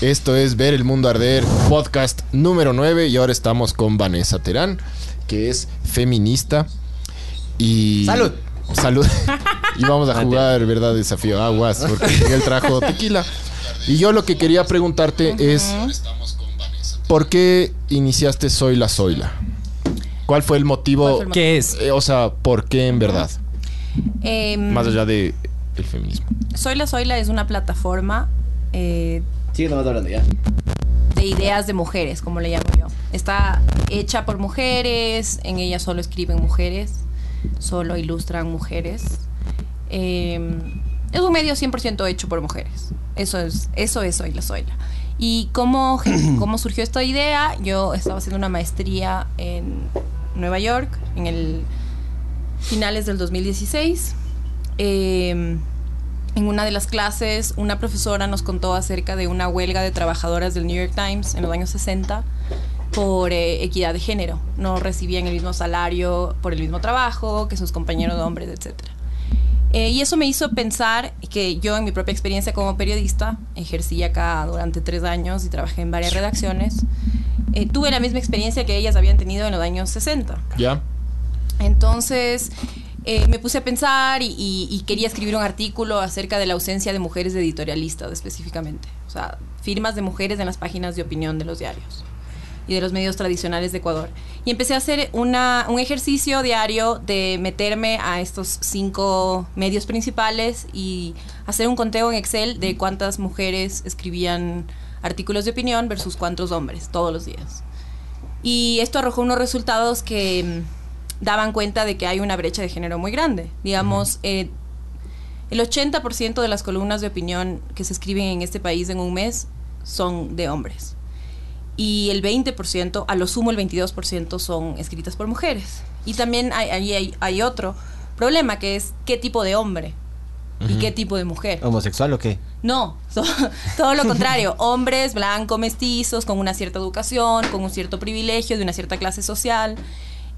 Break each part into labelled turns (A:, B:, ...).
A: esto es Ver el Mundo Arder, podcast número 9 y ahora estamos con Vanessa Terán, que es feminista y...
B: Salud.
A: Salud. y vamos a jugar, ¿verdad? Desafío aguas, porque Miguel trajo tequila. Y yo lo que quería preguntarte es, ¿por qué iniciaste Soy la Soyla? ¿Cuál fue el motivo?
C: ¿Cuál fue
B: ¿Qué es?
A: Eh, o sea, ¿por qué en verdad?
C: Em,
A: Más allá de el feminismo.
C: Soy la Soyla es una plataforma eh,
D: Sigue nomás hablando ya.
C: de ideas de mujeres, como le llamo yo. Está hecha por mujeres, en ella solo escriben mujeres, solo ilustran mujeres. Eh, es un medio 100% hecho por mujeres. Eso es, eso es Soy la Soyla. ¿Y cómo, gen- cómo surgió esta idea? Yo estaba haciendo una maestría en Nueva York, en el finales del 2016. Eh, en una de las clases, una profesora nos contó acerca de una huelga de trabajadoras del New York Times en los años 60 por eh, equidad de género. No recibían el mismo salario por el mismo trabajo que sus compañeros hombres, etc. y eso me hizo pensar que yo, en mi propia experiencia como periodista, ejercí acá durante tres años y trabajé en varias redacciones, eh, tuve la misma experiencia que ellas habían tenido en los años 60.
A: ¿Ya?
C: Entonces eh, me puse a pensar y, y- y quería escribir un artículo acerca de la ausencia de mujeres de editorialistas específicamente. O sea, firmas de mujeres en las páginas de opinión de los diarios y de los medios tradicionales de Ecuador. Y empecé a hacer una- un ejercicio diario de meterme a estos cinco medios principales y hacer un conteo en Excel de cuántas mujeres escribían artículos de opinión versus cuántos hombres todos los días. Y esto arrojó unos resultados que mm, daban cuenta de que hay una brecha de género muy grande. Digamos, eh, el 80% de las columnas de opinión que se escriben en este país en un mes son de hombres. Y el 20%, a lo sumo el 22%, son escritas por mujeres. Y también hay, ahí hay, hay otro problema que es qué tipo de hombre y qué tipo de mujer.
B: ¿Homosexual o qué?
C: No, so- todo lo contrario. Hombres blancos, mestizos, con una cierta educación, con un cierto privilegio, de una cierta clase social,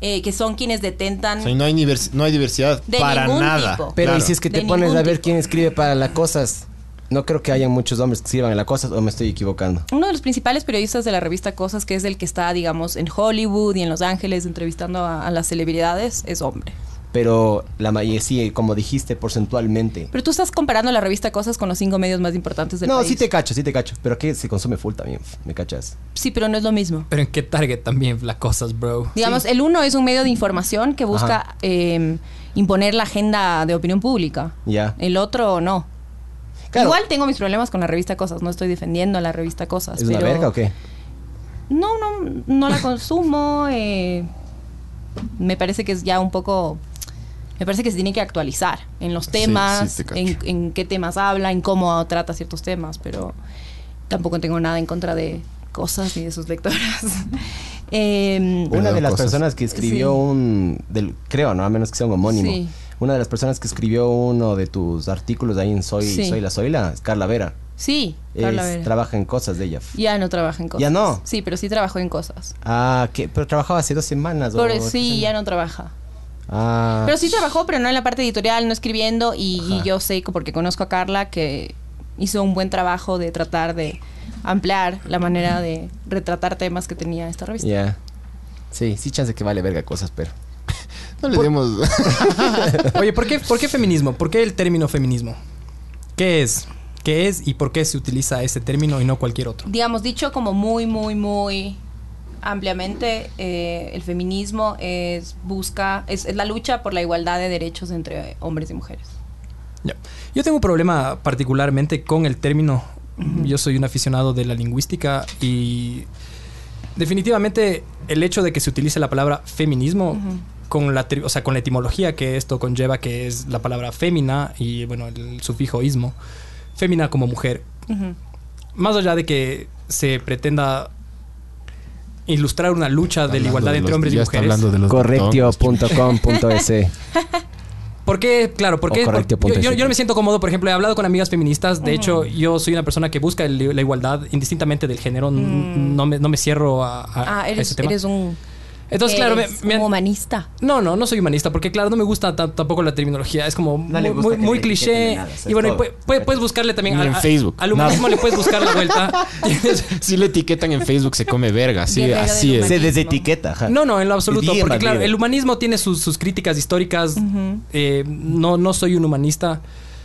C: eh, que son quienes detentan
A: O sea, y no hay, divers- no hay diversidad
C: de
A: para
C: ningún
A: nada.
C: tipo.
B: Pero
A: Claro.
B: y si es que
C: De
B: te pones
C: ningún
B: a ver
C: tipo.
B: quién escribe para las cosas, no creo que hayan muchos hombres que escriban en las cosas o me estoy equivocando.
C: Uno de los principales periodistas de la revista Cosas, que es el que está, digamos, en Hollywood y en Los Ángeles entrevistando a, a las celebridades, es hombre.
B: Pero la mayoría, sí, como dijiste, porcentualmente.
C: Pero tú estás comparando la revista Cosas con los cinco medios más importantes del
B: No,
C: país.
B: sí te cacho, sí te cacho. Pero que se consume full también, ¿me cachas?
C: Sí, pero no es lo mismo.
E: Pero en qué target también las cosas, bro.
C: Digamos, el uno es un medio de información que busca
B: Ajá.
C: eh, imponer la agenda de opinión pública.
B: Ya.
C: El otro no.
B: Claro.
C: Eh, Igual tengo mis problemas con la revista Cosas, no estoy defendiendo a la revista Cosas.
B: ¿Es una
C: pero-
B: verga o qué?
C: No, no, no la consumo. eh, me parece que es ya un poco... Me parece que se tiene que actualizar en los temas,
A: sí, te cacho.
C: en, en qué temas habla, en cómo trata ciertos temas, pero tampoco tengo nada en contra de cosas ni de sus lectoras. Em,
B: Una de las
A: cosas.
B: personas que escribió
C: Sí.
B: un. Del, creo, ¿no? A menos que sea un homónimo.
C: Sí.
B: Una de las personas que escribió uno de tus artículos ahí en Soy,
C: Sí.
B: Soy la Soyla es Carla Vera.
C: sí,
B: Es-
C: Carla Vera.
B: Trabaja en cosas de ella.
C: Ya no trabaja en cosas.
B: ¿Ya no?
C: Sí, pero sí trabajó en cosas.
B: Ah, ¿qué? pero trabajaba hace dos semanas. o
C: Pero
B: tres
C: sí, ya
B: semanas.
C: no trabaja.
B: Ah.
C: Pero sí trabajó, pero no en la parte editorial, no escribiendo. Y, y yo sé, porque conozco a Carla, que hizo un buen trabajo de tratar de ampliar la manera de retratar temas que tenía esta
B: Ya.
C: revista.
B: Sí, sí, chance que vale verga cosas, pero.
A: No le demos...
E: Oye, ¿por qué, ¿por qué feminismo? ¿Por qué el término feminismo? ¿Qué es? ¿Qué es y por qué se utiliza este término y no cualquier otro?
C: Digamos, dicho como muy, muy, muy ampliamente, eh, el feminismo es busca es, es la lucha por la igualdad de derechos entre hombres y mujeres.
E: Ya. Yo tengo un problema particularmente con el término. Yo soy un aficionado de la lingüística y definitivamente el hecho de que se utilice la palabra feminismo con la tri- o sea, con la etimología que esto conlleva que es la palabra fémina y bueno, el sufijo ismo, fémina como mujer.
C: Ujú.
E: Más allá de que se pretenda ilustrar una lucha de la
A: Hablando
E: igualdad
A: de
E: entre
A: los-
E: hombres y
A: ya está
E: mujeres.
A: hablando de los botones.
B: Correctio.com.es.
E: ¿Por qué? Claro,
A: Oh,
E: porque
B: O correcto, punto
E: yo, yo-
B: ese.
E: yo no me siento cómodo, por ejemplo, he hablado con amigas feministas, de hecho
B: Mm.
E: yo soy una persona que busca el- la igualdad indistintamente del género, n-
B: Mm.
E: no, me, no me cierro a, a-
C: Ah,
E: a ese
C: eres,
E: tema.
C: eres un,
E: Entonces, claro, me-
C: eres
E: me
C: un
E: han-
C: humanista.
E: no, no, no soy humanista, porque claro, no me gusta ta- tampoco la terminología, es como
B: No le
E: muy,
B: gusta
E: muy-
B: que le
E: muy
B: etiqueten
E: cliché.
B: de nada, o sea,
E: y bueno, y
B: todo.
E: pue- pue- puedes buscarle también
A: Ni
E: al-
A: en
E: al-
A: Facebook,
E: Al humanismo le puedes buscar la vuelta. Tienes-
A: Si le etiquetan en Facebook se come verga, sí,
C: Guerrero
A: así
C: del
A: es.
C: humanismo.
F: Se desetiqueta. ajá.
E: No, no, en lo absoluto.
F: Ah. Bien
E: porque, claro,
F: valido.
E: el humanismo tiene sus, sus críticas históricas. eh, no, no soy un humanista.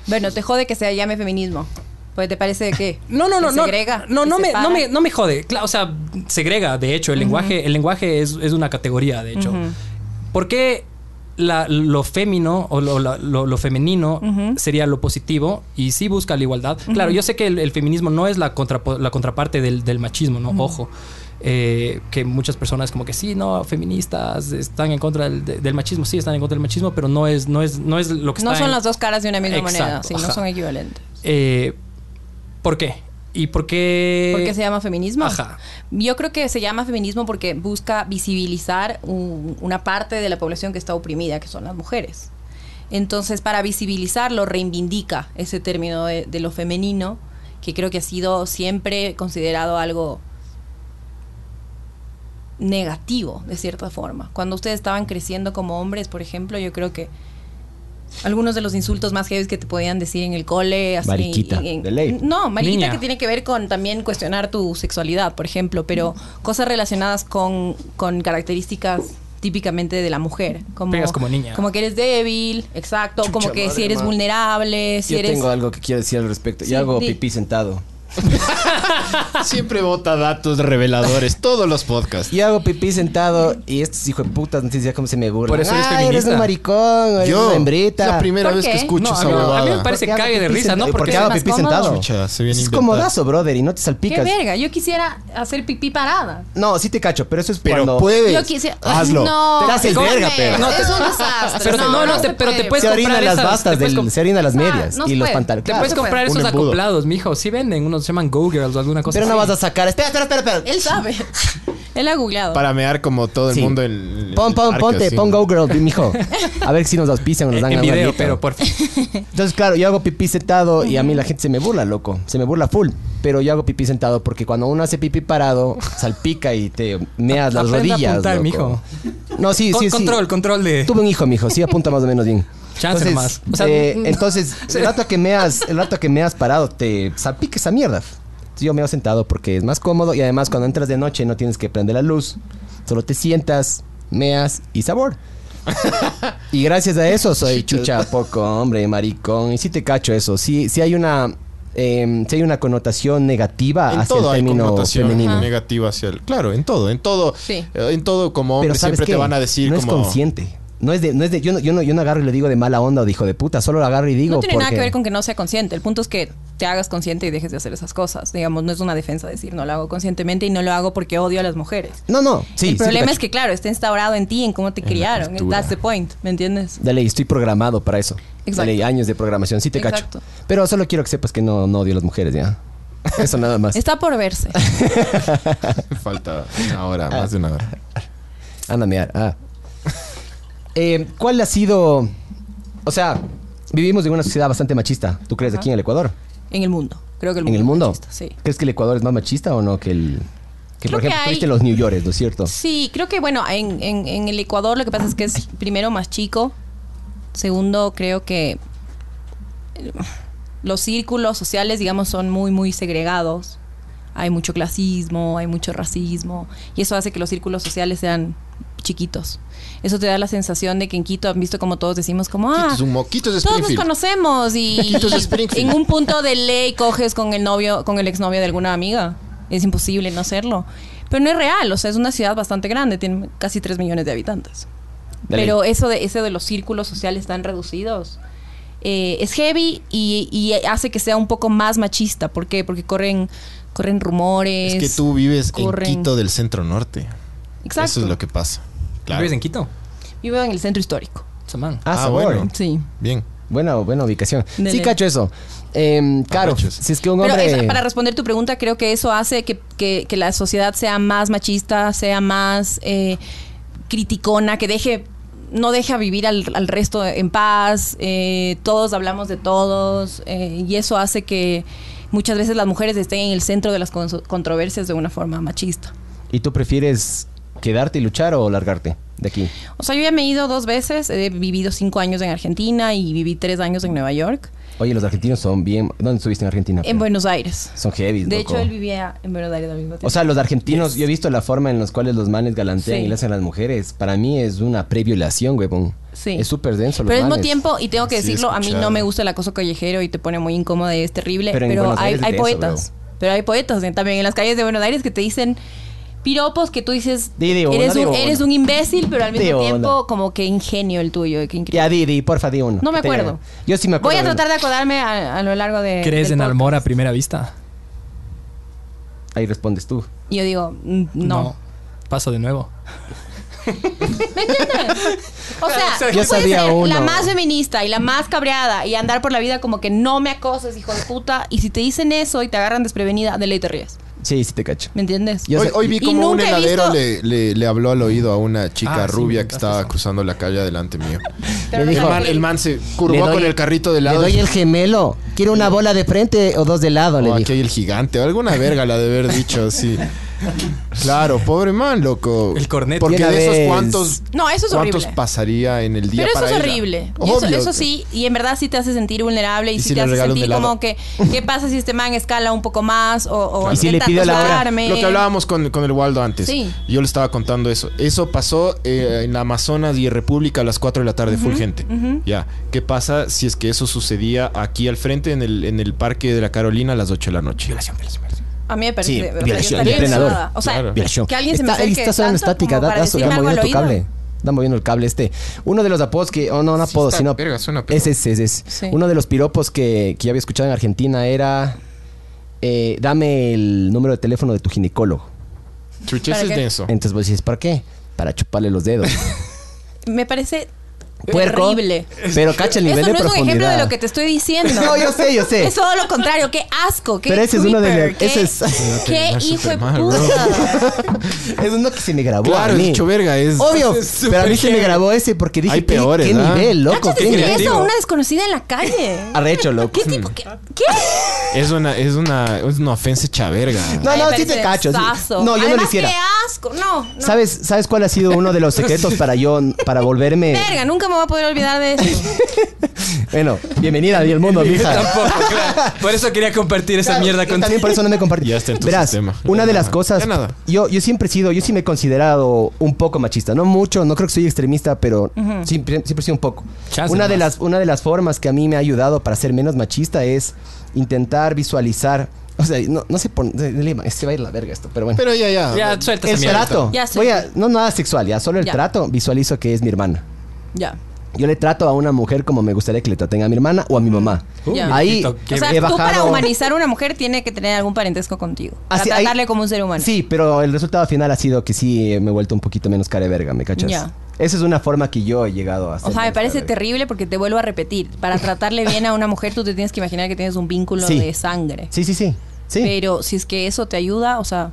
C: Bueno, te jode que se llame feminismo. Pues te parece de qué?
E: No, no,
C: Que
E: no. No,
C: Segrega,
E: no,
C: que
E: no, me,
C: separa.
E: no, me, no me jode. Claro, o sea, segrega, de hecho. El lenguaje, el lenguaje es, es una categoría, de hecho. ¿Por qué la- lo fémino o lo, la- lo- lo femenino sería lo positivo y sí busca la igualdad? Claro, yo sé que el, el feminismo no es la, contrapo- la contraparte del, del machismo, ¿no? Ojo. Eh, que muchas personas como que sí, no, feministas están en contra del, de- del machismo, sí, están en contra del machismo, pero no es, no es, no es lo que
C: No
E: está
C: son
E: en-
C: las dos caras de una misma
E: Exacto,
C: moneda, sí, no
E: ajá.
C: son equivalentes.
E: Eh, ¿Por qué? ¿Y por qué?
C: ¿Por qué se llama feminismo?
E: Eh, Ajá.
C: Yo creo que se llama feminismo porque busca visibilizar un- una parte de la población que está oprimida, que son las mujeres. Entonces, para visibilizarlo, reivindica ese término de, de lo femenino, que creo que ha sido siempre considerado algo negativo, de cierta forma. Cuando ustedes estaban creciendo como hombres, por ejemplo, yo creo que algunos de los insultos más heavy que te podían decir en el cole, así,
B: Mariquita,
C: en- en-
B: de ley.
C: No, mariquita
E: Niña.
C: que tiene que ver con también cuestionar tu sexualidad, por ejemplo, pero cosas relacionadas con, con características típicamente de la mujer. Como,
E: Pegas como niña.
C: Como que eres débil, exacto, como que si
B: madre,
C: eres
B: ma.
C: vulnerable, si
B: Yo
C: eres...
B: tengo algo que quiero decir al respecto.
C: Sí,
B: Yo hago
C: di.
B: pipí sentado.
A: Siempre bota datos reveladores, todos los podcasts.
B: Yo hago pipí sentado y estos hijos de putas no sé si cómo se me burlan.
E: Por eso eres
B: "Ay, eres
E: feminista".
B: un maricón, eres
A: Yo,
B: una
A: es
B: hembrita.
A: la primera
C: ¿Por
A: vez que
C: qué?
A: escucho
E: No, a
A: esa
E: mí- a mí me
A: huevada.
E: parece-
B: Porque hago
E: cague de
B: pipí
E: risa,
B: sentado.
E: ¿no?
B: ¿Y por
E: Porque
B: qué hago
C: es más
B: pipí
C: cómodo.
B: sentado?
A: Chucha, se viene
B: Es
A: inventada.
B: comodazo, brother, y no te
C: ¡Qué
B: salpicas.
C: verga! Yo quisiera hacer pipí parada.
B: No, sí te cacho, pero eso es
A: Pero
B: cuando...
A: puedes.
C: Yo quisiera...
A: Hazlo.
C: No,
B: Te haces
C: come,
B: verga, pero.
E: No, te-
C: es un desastre.
E: pero te- no, no, te-
C: se
E: pero te
C: puede.
E: puedes
B: se orina
E: comprar
B: las
E: esas, te
B: bastas,
E: puedes
B: del,
E: comp-
B: se orina las
C: Ah,
B: medias
C: no
B: y
C: se
B: los
C: puede.
B: pantalones.
E: Te
B: Claro,
E: puedes
B: se puede.
E: comprar
A: Un
E: esos
A: embudo.
E: acoplados, mijo. Sí venden, unos se llaman Go Girls o alguna cosa
B: Pero no
E: así.
B: vas a sacar... Espera, espera, espera. espera.
C: Él sabe. Él ha googleado.
A: Para mear como todo el
B: Sí.
A: mundo en. en-
B: Pon,
A: en
B: pon,
A: arcas,
B: ponte,
A: sí.
B: pon Go Girl, mijo. A ver si nos auspician o nos
E: eh, En-
B: dan
E: en
B: algo
E: video,
B: algo.
E: pero por favor.
B: Entonces, claro, yo hago pipí sentado y a mí la gente se me burla, loco. Se me burla full. Pero yo hago pipí sentado porque cuando uno hace pipí parado, salpica y te meas las
E: Aprende a
B: rodillas.
E: apuntar,
B: loco.
E: mijo.
B: No, sí, sí, sí.
E: Control, control de.
B: Tuve un hijo, mijo. Sí, apunta más o menos bien.
E: Chance
B: entonces,
E: nomás. O sea,
B: eh,
E: mm,
B: entonces el rato que meas, el rato que meas parado, te salpica esa mierda. Entonces, Yo me he sentado porque es más cómodo y además cuando entras de noche no tienes que prender la luz. Solo te sientas, meas y sabor. Y gracias a eso soy chucha poco, hombre, maricón. Y sí te cacho eso. Sí, sí hay una em, sí hay una connotación negativa
A: En
B: hacia
A: todo
B: el
A: hay
B: término
A: connotación
B: femenino.
A: negativa hacia el. Claro, en todo, en todo.
C: Sí.
A: eh, En todo, como hombre,
B: Pero ¿sabes
A: siempre
B: qué?
A: te van a decir
B: no
A: como.
B: es consciente. No es de, no es de, yo no, yo no, yo no agarro y le digo de mala onda o de hijo de puta, solo lo agarro y digo.
C: no tiene nada
B: porque-
C: que ver con que no sea consciente. El punto es que te hagas consciente y dejes de hacer esas cosas. Digamos, no es una defensa decir no lo hago conscientemente y no lo hago porque odio a las mujeres.
B: No, no, sí. sí
C: el
B: te
C: problema es
B: cacho.
C: que, claro, está instaurado en ti, en cómo te criaron.
A: cultura.
C: That's the point, ¿me entiendes?
B: Dale, estoy programado para eso.
C: Exacto.
B: Dale, años de programación, sí te
C: Exacto.
B: cacho. Pero solo quiero que sepas que no, no odio a las mujeres, ya. Eso nada más.
C: Está por verse.
A: Falta una hora,
G: Ah.
A: más de una hora.
B: Anda a mear, ah. Eh, ¿Cuál ha sido...? O sea, vivimos en una sociedad bastante machista. ¿Tú crees aquí en el Ecuador?
C: en el mundo. Creo que el
B: ¿En
C: mundo.
B: el mundo?
C: es machista, sí.
B: ¿Crees que el Ecuador es más machista o no que el...? Que,
C: Creo
B: por
C: que
B: ejemplo,
C: hay-
B: tuviste los New Yorkers, ¿no es cierto?
C: Sí, creo que bueno, en, en- en el Ecuador lo que pasa es que es primero más chico, segundo creo que eh, los círculos sociales, digamos, son muy, muy segregados. Hay mucho clasismo, hay mucho racismo, y eso hace que los círculos sociales sean chiquitos. Eso te da la sensación de que en Quito han visto como todos decimos como, ah,
A: Quitos un moquitos de
C: todos nos
A: Springfield.
C: conocemos y
A: Quitos de Springfield.
C: en un punto de ley coges con el novio, con el exnovio de alguna amiga. Es imposible no serlo. Pero no es real, o sea, es una ciudad bastante grande, tiene casi 3 millones de habitantes.
B: Dale.
C: Pero eso de, eso de los círculos sociales tan reducidos eh, es heavy y, y hace que sea un poco más machista. ¿Por qué? Porque corren, corren rumores.
A: Es que tú vives
C: corren.
A: en Quito del centro norte.
C: Exacto.
A: Eso es lo que pasa. Claro.
E: ¿Vives en Quito?
C: Yo vivo en el centro histórico.
E: Chamán.
B: Ah,
A: Ah,
B: sabor.
A: bueno.
C: Sí.
A: Bien.
B: Buena, buena ubicación.
C: Dele.
B: Sí, cacho eso. Em, claro,
G: Arrechos.
B: si es que un
C: Pero
B: hombre...
C: esa- para responder tu pregunta, creo que eso hace que, que- que la sociedad sea más machista, sea más eh, criticona, que deje no deja vivir al, al resto en paz, eh, todos hablamos de todos, eh, y eso hace que muchas veces las mujeres estén en el centro de las conso- controversias de una forma machista.
B: ¿Y tú prefieres quedarte y luchar o largarte de aquí?
C: O sea, yo ya me he ido dos veces, he vivido cinco años en Argentina y viví tres años en Nueva York,
B: Oye, los argentinos son bien... ¿Dónde estuviste en Argentina?
C: en Buenos Aires.
B: Son heavy,
C: De
B: loco.
C: hecho, él vivía en Buenos Aires al mismo tiempo.
B: O sea, los argentinos, yo he visto la forma en la cual los manes galantean
C: Sí.
B: y le hacen a las mujeres. Para mí es una previolación, huevón.
C: Sí.
B: Es súper denso. los
C: Pero al mismo
B: manes.
C: tiempo, y tengo que
G: Sí, he
C: decirlo, a mí no
G: escuchado.
C: me gusta el acoso callejero y te pone muy incómoda y es terrible.
B: Pero
C: Pero,
B: en Buenos
C: hay,
B: Aires
C: hay
B: es de eso,
C: poetas. pero hay poetas eh, también en las calles de Buenos Aires que te dicen piropos que tú dices,
B: Di, di uno,
C: eres,
B: di
C: un,
B: uno.
C: eres un imbécil, pero al mismo
B: Di uno.
C: tiempo como que ingenio el tuyo. que increíble.
B: Ya, di, di, porfa, di uno.
C: No me
B: Que te-
C: acuerdo.
B: Yo sí me acuerdo.
C: Voy a tratar de acordarme a, a lo largo de...
E: ¿Crees
C: del
E: en
C: podcast.
E: amor a primera vista?
B: Ahí respondes tú.
C: Y Yo digo, mm, no.
E: Paso de nuevo.
C: O sea,
E: Yo
C: tú puedes
B: sabía
C: ser
B: uno.
C: la más feminista y la más cabreada y andar por la vida como que no me acoses, hijo de puta. Y si te dicen eso y te agarran desprevenida, de ley te ríes.
B: Sí, sí te cacho.
C: ¿Me entiendes?
B: Yo
G: hoy,
B: sé-
G: hoy vi
C: y
G: como un
C: nunca he
G: heladero
C: visto-
G: le, le- le habló al oído a una chica
E: Ah, sí,
G: rubia
E: me
G: que
E: contaste
G: estaba
E: eso.
G: cruzando la calle delante mío.
B: Le
C: Pero
B: dijo-
C: no
G: El
C: sabía.
G: man, el man se
B: Le
G: curvó
B: doy-
G: con el carrito de
B: Le
G: lado.
B: doy
G: y-
B: el gemelo. Quiero una bola de frente o dos de lado,
G: "Oh,
B: le
G: aquí
B: dije.
G: hay el gigante. o Alguna verga la de haber dicho así. Claro, pobre man, loco.
E: El corneto.
G: Porque
B: Y una
G: de esos
B: vez-
G: cuántos.
C: No, eso es
G: ¿Cuántos
C: horrible.
G: pasaría en el día
C: Pero eso
G: para
C: es
G: ella?
C: horrible. Y eso,
G: Obvio.
C: eso sí, y en verdad sí te hace sentir vulnerable y,
G: ¿Y
C: sí
G: si
C: te
G: le
C: hace
G: regalo un
C: sentir
G: helado?
C: como que, ¿qué pasa si este man escala un poco más o, o
B: Y si le
C: intenta
B: pido la hora,
C: acosarme?
G: Lo que hablábamos con, con el Waldo antes.
C: Sí.
G: Yo le estaba contando eso. Eso pasó eh, en Amazonas y en República a las 4 de la tarde, full gente. Ya. ¿Qué pasa si es que eso sucedía aquí al frente en el, en el Parque de la Carolina a las 8 de la noche?
C: A mí me parece.
B: Sí,
C: o sea, yo
B: violación,
C: estaría
B: entrenador.
C: enojada. O sea,
G: Claro.
B: Violación.
C: que alguien se me
B: Está-
C: acerque
B: Está sonando
C: tanto
B: estática.
C: como
B: Da,
C: para
B: da- está
C: decirme algo
B: moviendo
C: al
B: tu
C: oído.
B: cable. Está moviendo el cable este. Uno de los apodos que... Oh, no, no apodos,
G: está
B: sino...
G: verga, suena, pero-
B: ese es, ese es.
C: Sí.
B: Uno de los piropos que, que yo había escuchado en Argentina era... eh, dame el número de teléfono de tu ginecólogo.
G: Chuches
C: ¿Para
G: es
C: qué?
G: denso.
B: Entonces vos dices, ¿para qué? Para chuparle los dedos.
C: Me parece
B: Puerco.
C: terrible.
B: Pero cacha el nivel de
C: Eso no es un
B: profundidad.
C: ejemplo de lo que te estoy diciendo.
B: No, yo sé, yo sé.
C: Es todo lo contrario, qué asco, qué
B: Pero ese es uno de
C: creeper,
B: los-
C: qué-
B: ese es-
C: qué
G: Terminar
C: hijo de
G: Superman, bro.
C: puta.
B: Es uno que se me grabó. a
G: Claro, es
B: mí.
G: dicho verga. Es,
B: Obvio,
G: es súper
B: pero a mí se me
G: heavy.
B: grabó ese porque dije,
G: Hay
B: ¿qué-
G: peores,
B: ¿qué,
G: ¿ah?
B: nivel, loco?
C: Cáchate
B: ¿Qué
C: que
B: nivel?
C: eso,
E: Digo-
C: una desconocida en la calle.
B: Arrecho, loco.
C: ¿Qué tipo? ¿Qué? ¿Qué?
G: Es una, es una, es una ofensa hecha verga.
B: No, no,
C: Me
B: sí te
C: parece
B: cacho. sí.
C: sazo.
B: No, yo no
C: Además,
B: lo hiciera.
C: qué asco. No, no.
B: ¿Sabes, ¿Sabes cuál ha sido uno de los secretos para yo, para volverme?
C: Verga, nunca me voy a poder olvidar de eso.
B: Bueno, bienvenida a mi mundo, mija.
E: Tampoco, claro. Por eso quería compartir esa
B: Claro,
E: mierda
B: yo
E: contigo.
B: También por eso no me compartí.
G: Ya está en tu
B: Verás,
G: sistema.
B: una
G: Ya
B: de
G: nada,
B: las cosas.
G: ya nada.
B: Yo, yo siempre he sido, yo sí me he considerado un poco machista. No mucho, no creo que soy extremista, pero siempre, siempre he sido un poco.
E: Chance
B: una, de
E: nomás.
B: las, una de las formas que a mí me ha ayudado para ser menos machista es intentar visualizar. O sea, no, no sé por. Se va a ir la verga esto, pero bueno.
G: Pero ya, ya.
E: Ya, suelta esa
B: el
E: mierda.
B: trato.
C: Ya
B: Voy a-
C: suelta.
B: no nada sexual, ya solo el
C: Ya.
B: trato visualizo que es mi hermana.
C: Ya.
B: Yo le trato a una mujer como me gustaría que le traten a mi hermana o a mi mamá.
E: Uy,
C: Ya.
B: Ahí
E: mijito, qué
C: Uh, O sea,
B: he
C: tú para
B: bajado.
C: humanizar a una mujer tiene que tener algún parentesco contigo.
B: Ah,
C: Para
B: sí, ahí-
C: tratarle como un ser humano.
B: Sí, pero el resultado final ha sido que sí eh, me he vuelto un poquito menos cara de verga, ¿me cachas?
C: Ya.
B: Esa es una forma que yo he llegado a hacer.
C: O sea, me parece terrible porque te vuelvo a repetir. Para tratarle bien a una mujer, tú te tienes que imaginar que tienes un vínculo
B: Sí.
C: de sangre.
B: Sí, sí, sí. Sí.
C: Pero si es que eso te ayuda, o sea.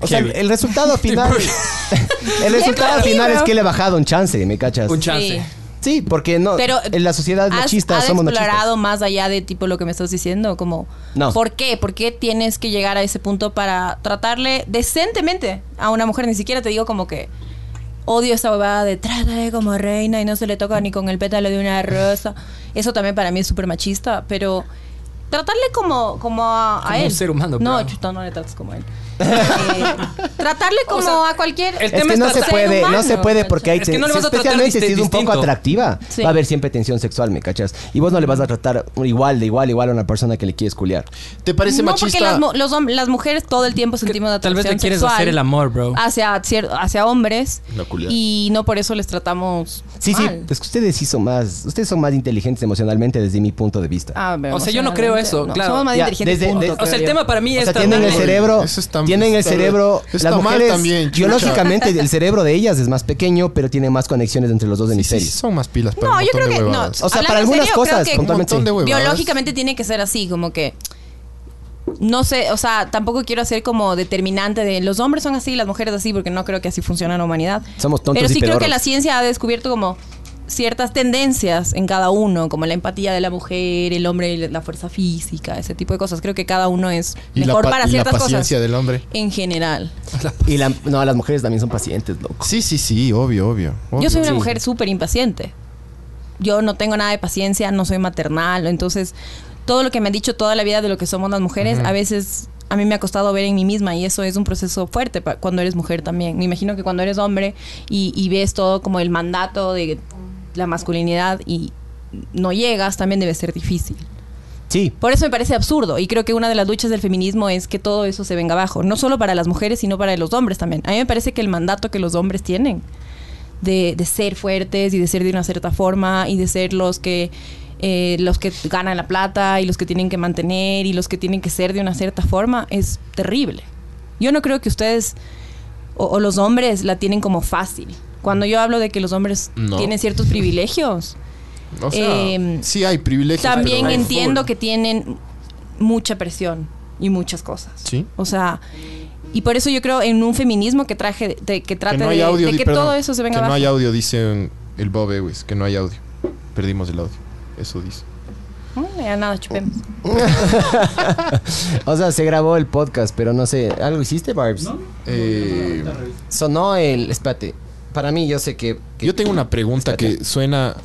B: o sea, el, el resultado final. el
C: Qué
B: resultado final es
C: horrible.
B: que le he bajado un chance, ¿me cachas?
E: Un chance.
C: Sí.
B: Sí, porque no.
C: Pero,
B: en la sociedad
C: ¿Has,
B: machista
C: has
B: somos machistas.
C: explorado más allá de tipo lo que me estás diciendo? Como,
B: No.
C: ¿por qué? ¿Por qué tienes que llegar a ese punto para tratarle decentemente a una mujer? Ni siquiera te digo como que odio esa huevada de trátale como reina y no se le toca ni con el pétalo de una rosa. Eso también para mí es súper machista, pero tratarle como, como a, a
E: Como un
C: él.
E: ser humano,
C: No,
E: claro.
C: chuta, no le tratas como a él. Eh, tratarle como
E: sea,
C: a cualquier.
E: el
B: Es
E: tema
B: que
E: es
B: no se
E: tratar-
B: puede, no se
C: humano,
B: puede
C: ¿cachai?
B: porque hay
E: Es que no le vas a tratar
B: especialmente si
E: disti-
B: es un poco
E: distinto.
B: atractiva,
C: Sí.
B: va a haber siempre tensión sexual, ¿me cachas? Y vos no le vas a tratar igual, de igual, igual a una persona que le quieres culiar.
G: ¿Te parece
C: no,
G: machista?
C: porque las, mu- los hom- las mujeres todo el tiempo sentimos
E: tal
C: atracción
E: vez le quieres
C: sexual
E: hacer el amor, bro.
C: Hacia, cier- hacia hombres.
G: La culiada.
C: Y no por eso les tratamos
B: Sí, sí,
C: mal.
B: es que ustedes sí son más, ustedes son más inteligentes emocionalmente desde mi punto de vista.
C: Ah, pero
E: O sea, yo no
C: emocionalmente.
E: creo solo eso,
C: no,
E: claro. eh,
C: Somos más
B: Ya,
C: inteligentes.
B: desde-
C: punto,
B: de-
E: o sea, el
C: creo yo.
E: tema para mí
B: O
E: es
B: sea, tienen el
E: tratarle-
B: cerebro,
G: Eso está-
B: tienen el
G: está-
B: cerebro,
G: está
B: las
G: mal
B: mujeres
G: también, chucha.
B: biológicamente el cerebro de ellas es más pequeño, pero tiene más conexiones entre los dos
G: Sí,
B: hemisferios.
G: sí, son más pilas para
C: No,
G: un
C: yo
G: montón
C: creo
G: de
C: que no.
G: huevadas.
B: O sea,
C: Hablando
B: para
C: en
B: algunas
C: serio, creo
B: cosas,
C: que
G: Un
B: puntualmente
G: montón de
B: sí.
G: huevadas.
C: Biológicamente tiene que ser así, como que no sé, o sea, tampoco quiero hacer como determinante de los hombres son así, las mujeres así, porque no creo que así funciona la humanidad.
B: Somos tontos
C: Pero
B: y
C: sí creo que
B: pedorros.
C: la ciencia ha descubierto como ciertas tendencias en cada uno, como la empatía de la mujer, el hombre, la fuerza física, ese tipo de cosas. Creo que cada uno es
G: Y la,
C: mejor
G: pa-
C: para
G: y la
C: ciertas cosas.
G: paciencia del hombre.
C: En general.
B: Y la- no, las mujeres también son pacientes, loco.
G: Sí, sí, sí, obvio, obvio. obvio.
C: Yo soy una
B: Sí.
C: mujer súper impaciente. Yo no tengo nada de paciencia, no soy maternal. Entonces, todo lo que me han dicho toda la vida de lo que somos las mujeres, a veces a mí me ha costado ver en mí misma y eso es un proceso fuerte pa- cuando eres mujer también. Me imagino que cuando eres hombre y, y ves todo como el mandato de la masculinidad y no llegas, también debe ser difícil.
B: Sí,
C: Por eso me parece absurdo y creo que una de las luchas del feminismo es que todo eso se venga abajo, no solo para las mujeres, sino para los hombres también. A mí me parece que el mandato que los hombres tienen de, de ser fuertes y de ser de una cierta forma y de ser los que eh, los que ganan la plata y los que tienen que mantener y los que tienen que ser de una cierta forma es terrible. Yo no creo que ustedes o, o los hombres la tienen como fácil. Cuando yo hablo de que los hombres
G: No.
C: tienen ciertos privilegios,
G: O sea,
C: Em,
G: sí hay privilegios.
C: también
G: pero-
C: entiendo que tienen mucha presión y muchas cosas.
G: Sí.
C: O sea, y por eso yo creo en un feminismo que traje de- que trate
G: Que no
C: de-
G: hay
C: de,
G: audio. di-
C: que
G: perdón,
C: todo eso se venga
G: Que
C: abajo.
G: no hay audio, dice el Bob Ewis. Que no hay audio. Perdimos el audio. Eso dice.
C: Mm, ya
G: Oh,
C: nada, chupemos.
B: o sea, se grabó el podcast, pero no sé, ¿algo hiciste, Barbs?
G: Eh,
B: Sonó el, espérate, para mí yo sé que... que-
G: yo tengo una pregunta que suena.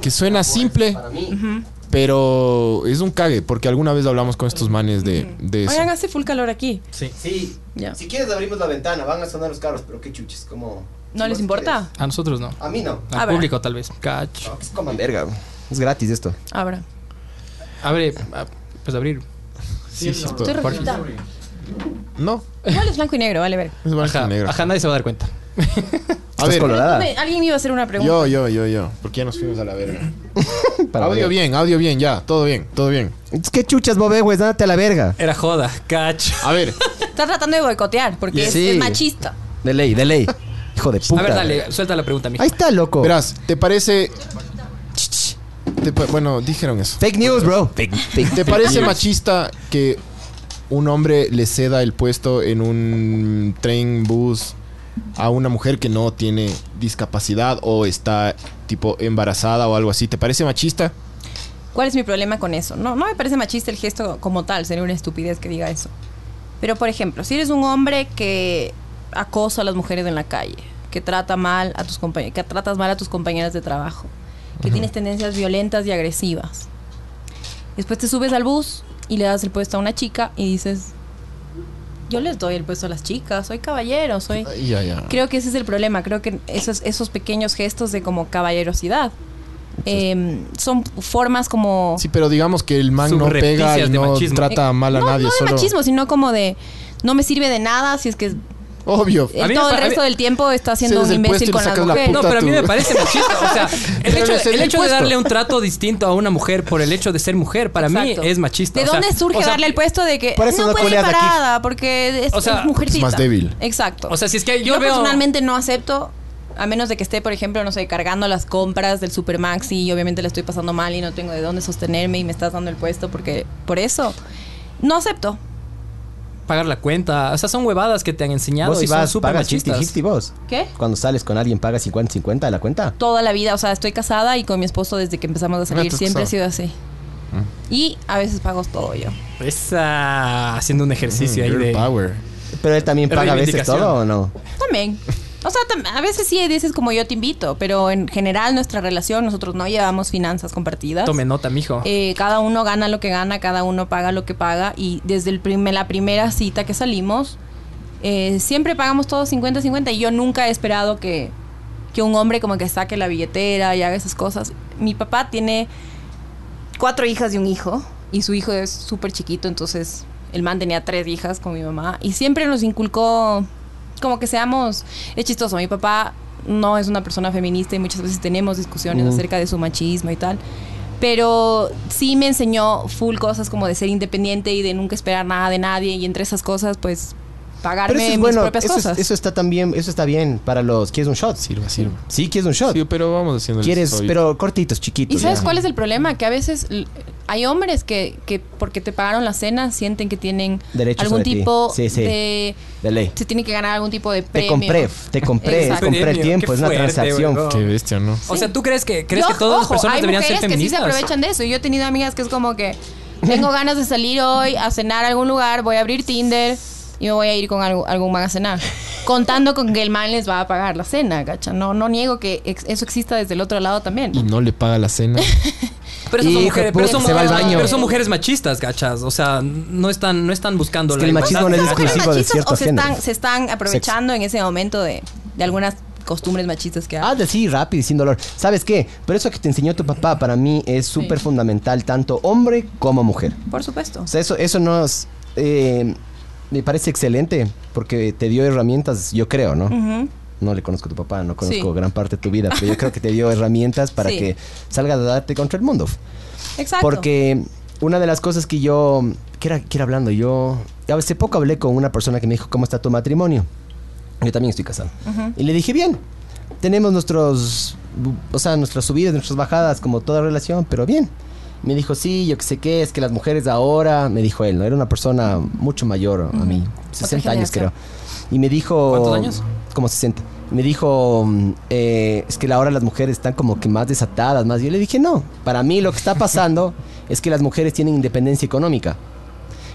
G: Que suena
C: Eh.
G: simple,
B: Para mí,
G: pero es un cague. Porque alguna vez hablamos con estos manes de, de eso.
C: Oigan, hace full calor aquí.
E: Sí.
B: sí,
C: Ya.
B: si quieres abrimos la ventana, van a sonar los carros, pero qué chuches, como...
C: ¿No les importa?
E: A nosotros no.
B: A mí no.
C: A
E: Al
C: ver.
E: público tal vez. Cacho.
B: Es como verga, es gratis esto.
C: Ahora.
E: Abre, ah, pues abrir.
G: Sí, sí, todo.
C: Estoy rojita.
G: No,
C: Igual es blanco y negro, vale, a ver.
G: es blanco
E: Ajá,
G: y negro.
E: ajá, nadie se va a dar cuenta.
G: A
B: Estás colorada.
G: ver,
B: Ah.
C: Me- Alguien me iba a hacer una pregunta.
G: yo, yo, yo, yo. Porque ya nos fuimos a la verga.
B: Para
G: audio
B: ver.
G: bien, audio bien, ya. Todo bien, todo bien.
B: Es que chuchas, Bobe, güey, dánate a la verga.
E: Era joda, cacho.
G: A ver,
C: Está tratando de boicotear porque es,
B: Sí.
C: es machista.
B: De ley, de ley. Hijo de puta.
E: A ver, dale, suelta la pregunta, mijo.
B: Ahí está, loco.
G: verás, ¿te parece. te pa- bueno, dijeron eso.
B: Fake news, bro. Fake, fake-
G: ¿Te parece machista que un hombre le ceda el puesto en un tren, bus a una mujer que no tiene discapacidad o está tipo embarazada o algo así? ¿Te parece machista?
C: ¿Cuál es mi problema con eso? No, no me parece machista el gesto como tal, sería una estupidez que diga eso. Pero por ejemplo, si eres un hombre que acosa a las mujeres en la calle, que trata mal a tus compañeros, que tratas mal a tus compañeras de trabajo, que tienes tendencias violentas y agresivas. Después te subes al bus y le das el puesto a una chica y dices, "Yo les doy el puesto a las chicas, soy caballero, soy
G: Ay, Ya, ya.
C: Creo que ese es el problema. Creo que esos, esos pequeños gestos de como caballerosidad eh, son formas como.
G: Sí, pero digamos que el man no
E: Subrepticias
G: pega y
E: de
G: no
E: machismo.
G: trata mal a
C: Eh, no,
G: nadie.
C: no de
G: solo...
C: machismo, sino como de. No me sirve de nada si es que
G: Obvio.
C: él
E: mí me
C: todo el
E: pa- a
C: resto
E: mí-
C: del tiempo está siendo
G: Cedes
C: un
G: el puesto
C: imbécil
G: y le
C: con las
G: sacas la
C: mujeres.
E: No,
G: puta
E: pero a mí
G: tú.
E: me parece machista. O sea, el
G: Pero
E: hecho,
G: le cedí
E: el
G: el
E: hecho de
G: puesto.
E: darle un trato distinto a una mujer por el hecho de ser mujer, para
C: Exacto.
E: mí es machista.
C: ¿De
E: O sea,
C: dónde surge
E: o sea,
C: darle el puesto de que
B: por eso
C: no
B: no
C: puede ir
B: culeas aquí"?
C: parada? Porque es,
E: O sea,
C: es mujercita.
G: Es más débil.
C: Exacto.
E: O sea, si es que yo,
C: yo,
E: veo.
C: personalmente no acepto a menos de que esté, por ejemplo, no sé, cargando las compras del Supermaxi y obviamente le estoy pasando mal y no tengo de dónde sostenerme y me estás dando el puesto porque por eso no acepto.
E: pagar la cuenta. O sea, son huevadas que te han enseñado
B: Vos
E: y
B: si
E: son
B: vas,
E: súper
B: pagas 50,
E: machistas.
B: 50 vos.
C: ¿Qué?
B: Cuando sales con alguien, pagas 50, 50 de la cuenta.
C: Toda la vida, o sea, estoy casada y con mi esposo desde que empezamos a salir
G: estás
C: siempre ha sido
G: casada.
C: así. Y a veces pago todo yo.
E: Esa, haciendo un
B: Mm,
E: ejercicio ahí
G: Girl
E: de.
G: power.
B: Pero él también paga a veces
E: Reivindicación.
B: todo o no.
C: También. O sea, tam- a veces sí dices como yo te invito, pero en general nuestra relación nosotros no llevamos finanzas compartidas.
E: Tome nota, mijo.
C: Eh, cada uno gana lo que gana, cada uno paga lo que paga y desde el primer, la primera cita que salimos, eh, siempre pagamos todos 50-50 y yo nunca he esperado que, que un hombre como que saque la billetera y haga esas cosas. Mi papá tiene cuatro hijas y un hijo y su hijo es súper chiquito, entonces el man tenía tres hijas con mi mamá y siempre nos inculcó como que seamos, es chistoso, mi papá no es una persona feminista y muchas veces tenemos discusiones
B: Mm.
C: acerca de su machismo y tal. Pero sí me enseñó full cosas como de ser independiente y de nunca esperar nada de nadie. Y entre esas cosas, pues pagarme
B: Pero eso es
C: mis
B: bueno,
C: propias
B: eso, es-
C: cosas.
B: eso está también, eso está bien para los ¿quieres un shot?
G: Sirva, sirva.
B: Sí, quieres un shot.
G: Sí, pero vamos haciendo el
B: quieres,
G: soy-
B: pero cortitos, chiquitos.
C: ¿Y sabes
B: ya.
C: cuál es el problema? Que a veces l- hay hombres que, que porque te pagaron la cena sienten que tienen
B: Derecho
C: algún
B: sobre ti.
C: tipo
B: Sí, sí.
C: de...
B: De ley.
C: Se tienen que ganar algún tipo de
B: Te
C: premio.
B: compré, te compré, es
C: Exacto.
B: comprar
E: Premio,
B: tiempo,
E: qué
B: es una
E: fuerte,
B: transacción.
E: huevón.
G: Qué bestia, ¿no?
E: O sea, ¿tú crees que crees
C: Yo,
E: que todas las
C: ojo,
E: personas deberían ser
C: Hay mujeres que sí
E: feministas?
C: se aprovechan de eso. Yo he tenido amigas que es como que tengo ganas de salir hoy a cenar a algún lugar, voy a abrir Tinder y me voy a ir con algo- algún man a cenar. Contando con que el man les va a pagar la cena, ¿cacha? No, no niego que ex- eso exista desde el otro lado también.
G: Y no le paga la cena.
E: Pero esas son
B: Hijo
E: mujeres,
B: de
E: pero
B: puta,
E: son,
B: se va al baño.
E: pero son mujeres machistas, gachas. O sea, no están, no están buscando
B: Es que el machismo
E: igualdad.
B: no es
C: ¿Son
B: exclusivo
C: mujeres
B: de
C: machistas
B: ciertos
C: o se están,
B: géneros.
C: se están aprovechando en ese momento de, de algunas costumbres machistas que hay?
B: Ah, de sí, rápido y sin dolor. ¿Sabes qué? Pero eso que te enseñó tu papá para mí es súper fundamental, tanto hombre como mujer.
C: Por supuesto.
B: O sea, eso, eso nos... eh, me parece excelente porque te dio herramientas, yo creo, ¿no?
C: Ujú.
B: No le conozco a tu papá, no conozco
C: Sí.
B: gran parte de tu vida, pero yo creo que te dio herramientas para
C: Sí.
B: que salgas a darte contra el mundo.
C: Exacto.
B: Porque una de las cosas que yo... ¿Qué era, qué era hablando? Yo... Hace poco hablé con una persona que me dijo, ¿cómo está tu matrimonio? Yo también estoy casado.
C: Ujú.
B: Y le dije, bien, tenemos nuestros, o sea, nuestras subidas, nuestras bajadas, como toda relación, pero bien. Me dijo, sí, yo que sé qué, es que las mujeres ahora, me dijo él, ¿no? Era una persona mucho mayor a mí,
C: Ujú.
B: 60
C: Otra
B: años creo.
C: generación.
B: Y me dijo...
E: ¿Cuántos años?
B: Como 60. Me dijo, mm, eh, es que ahora las mujeres están como que más desatadas, más... Yo le dije, no, para mí lo que está pasando es que las mujeres tienen independencia económica.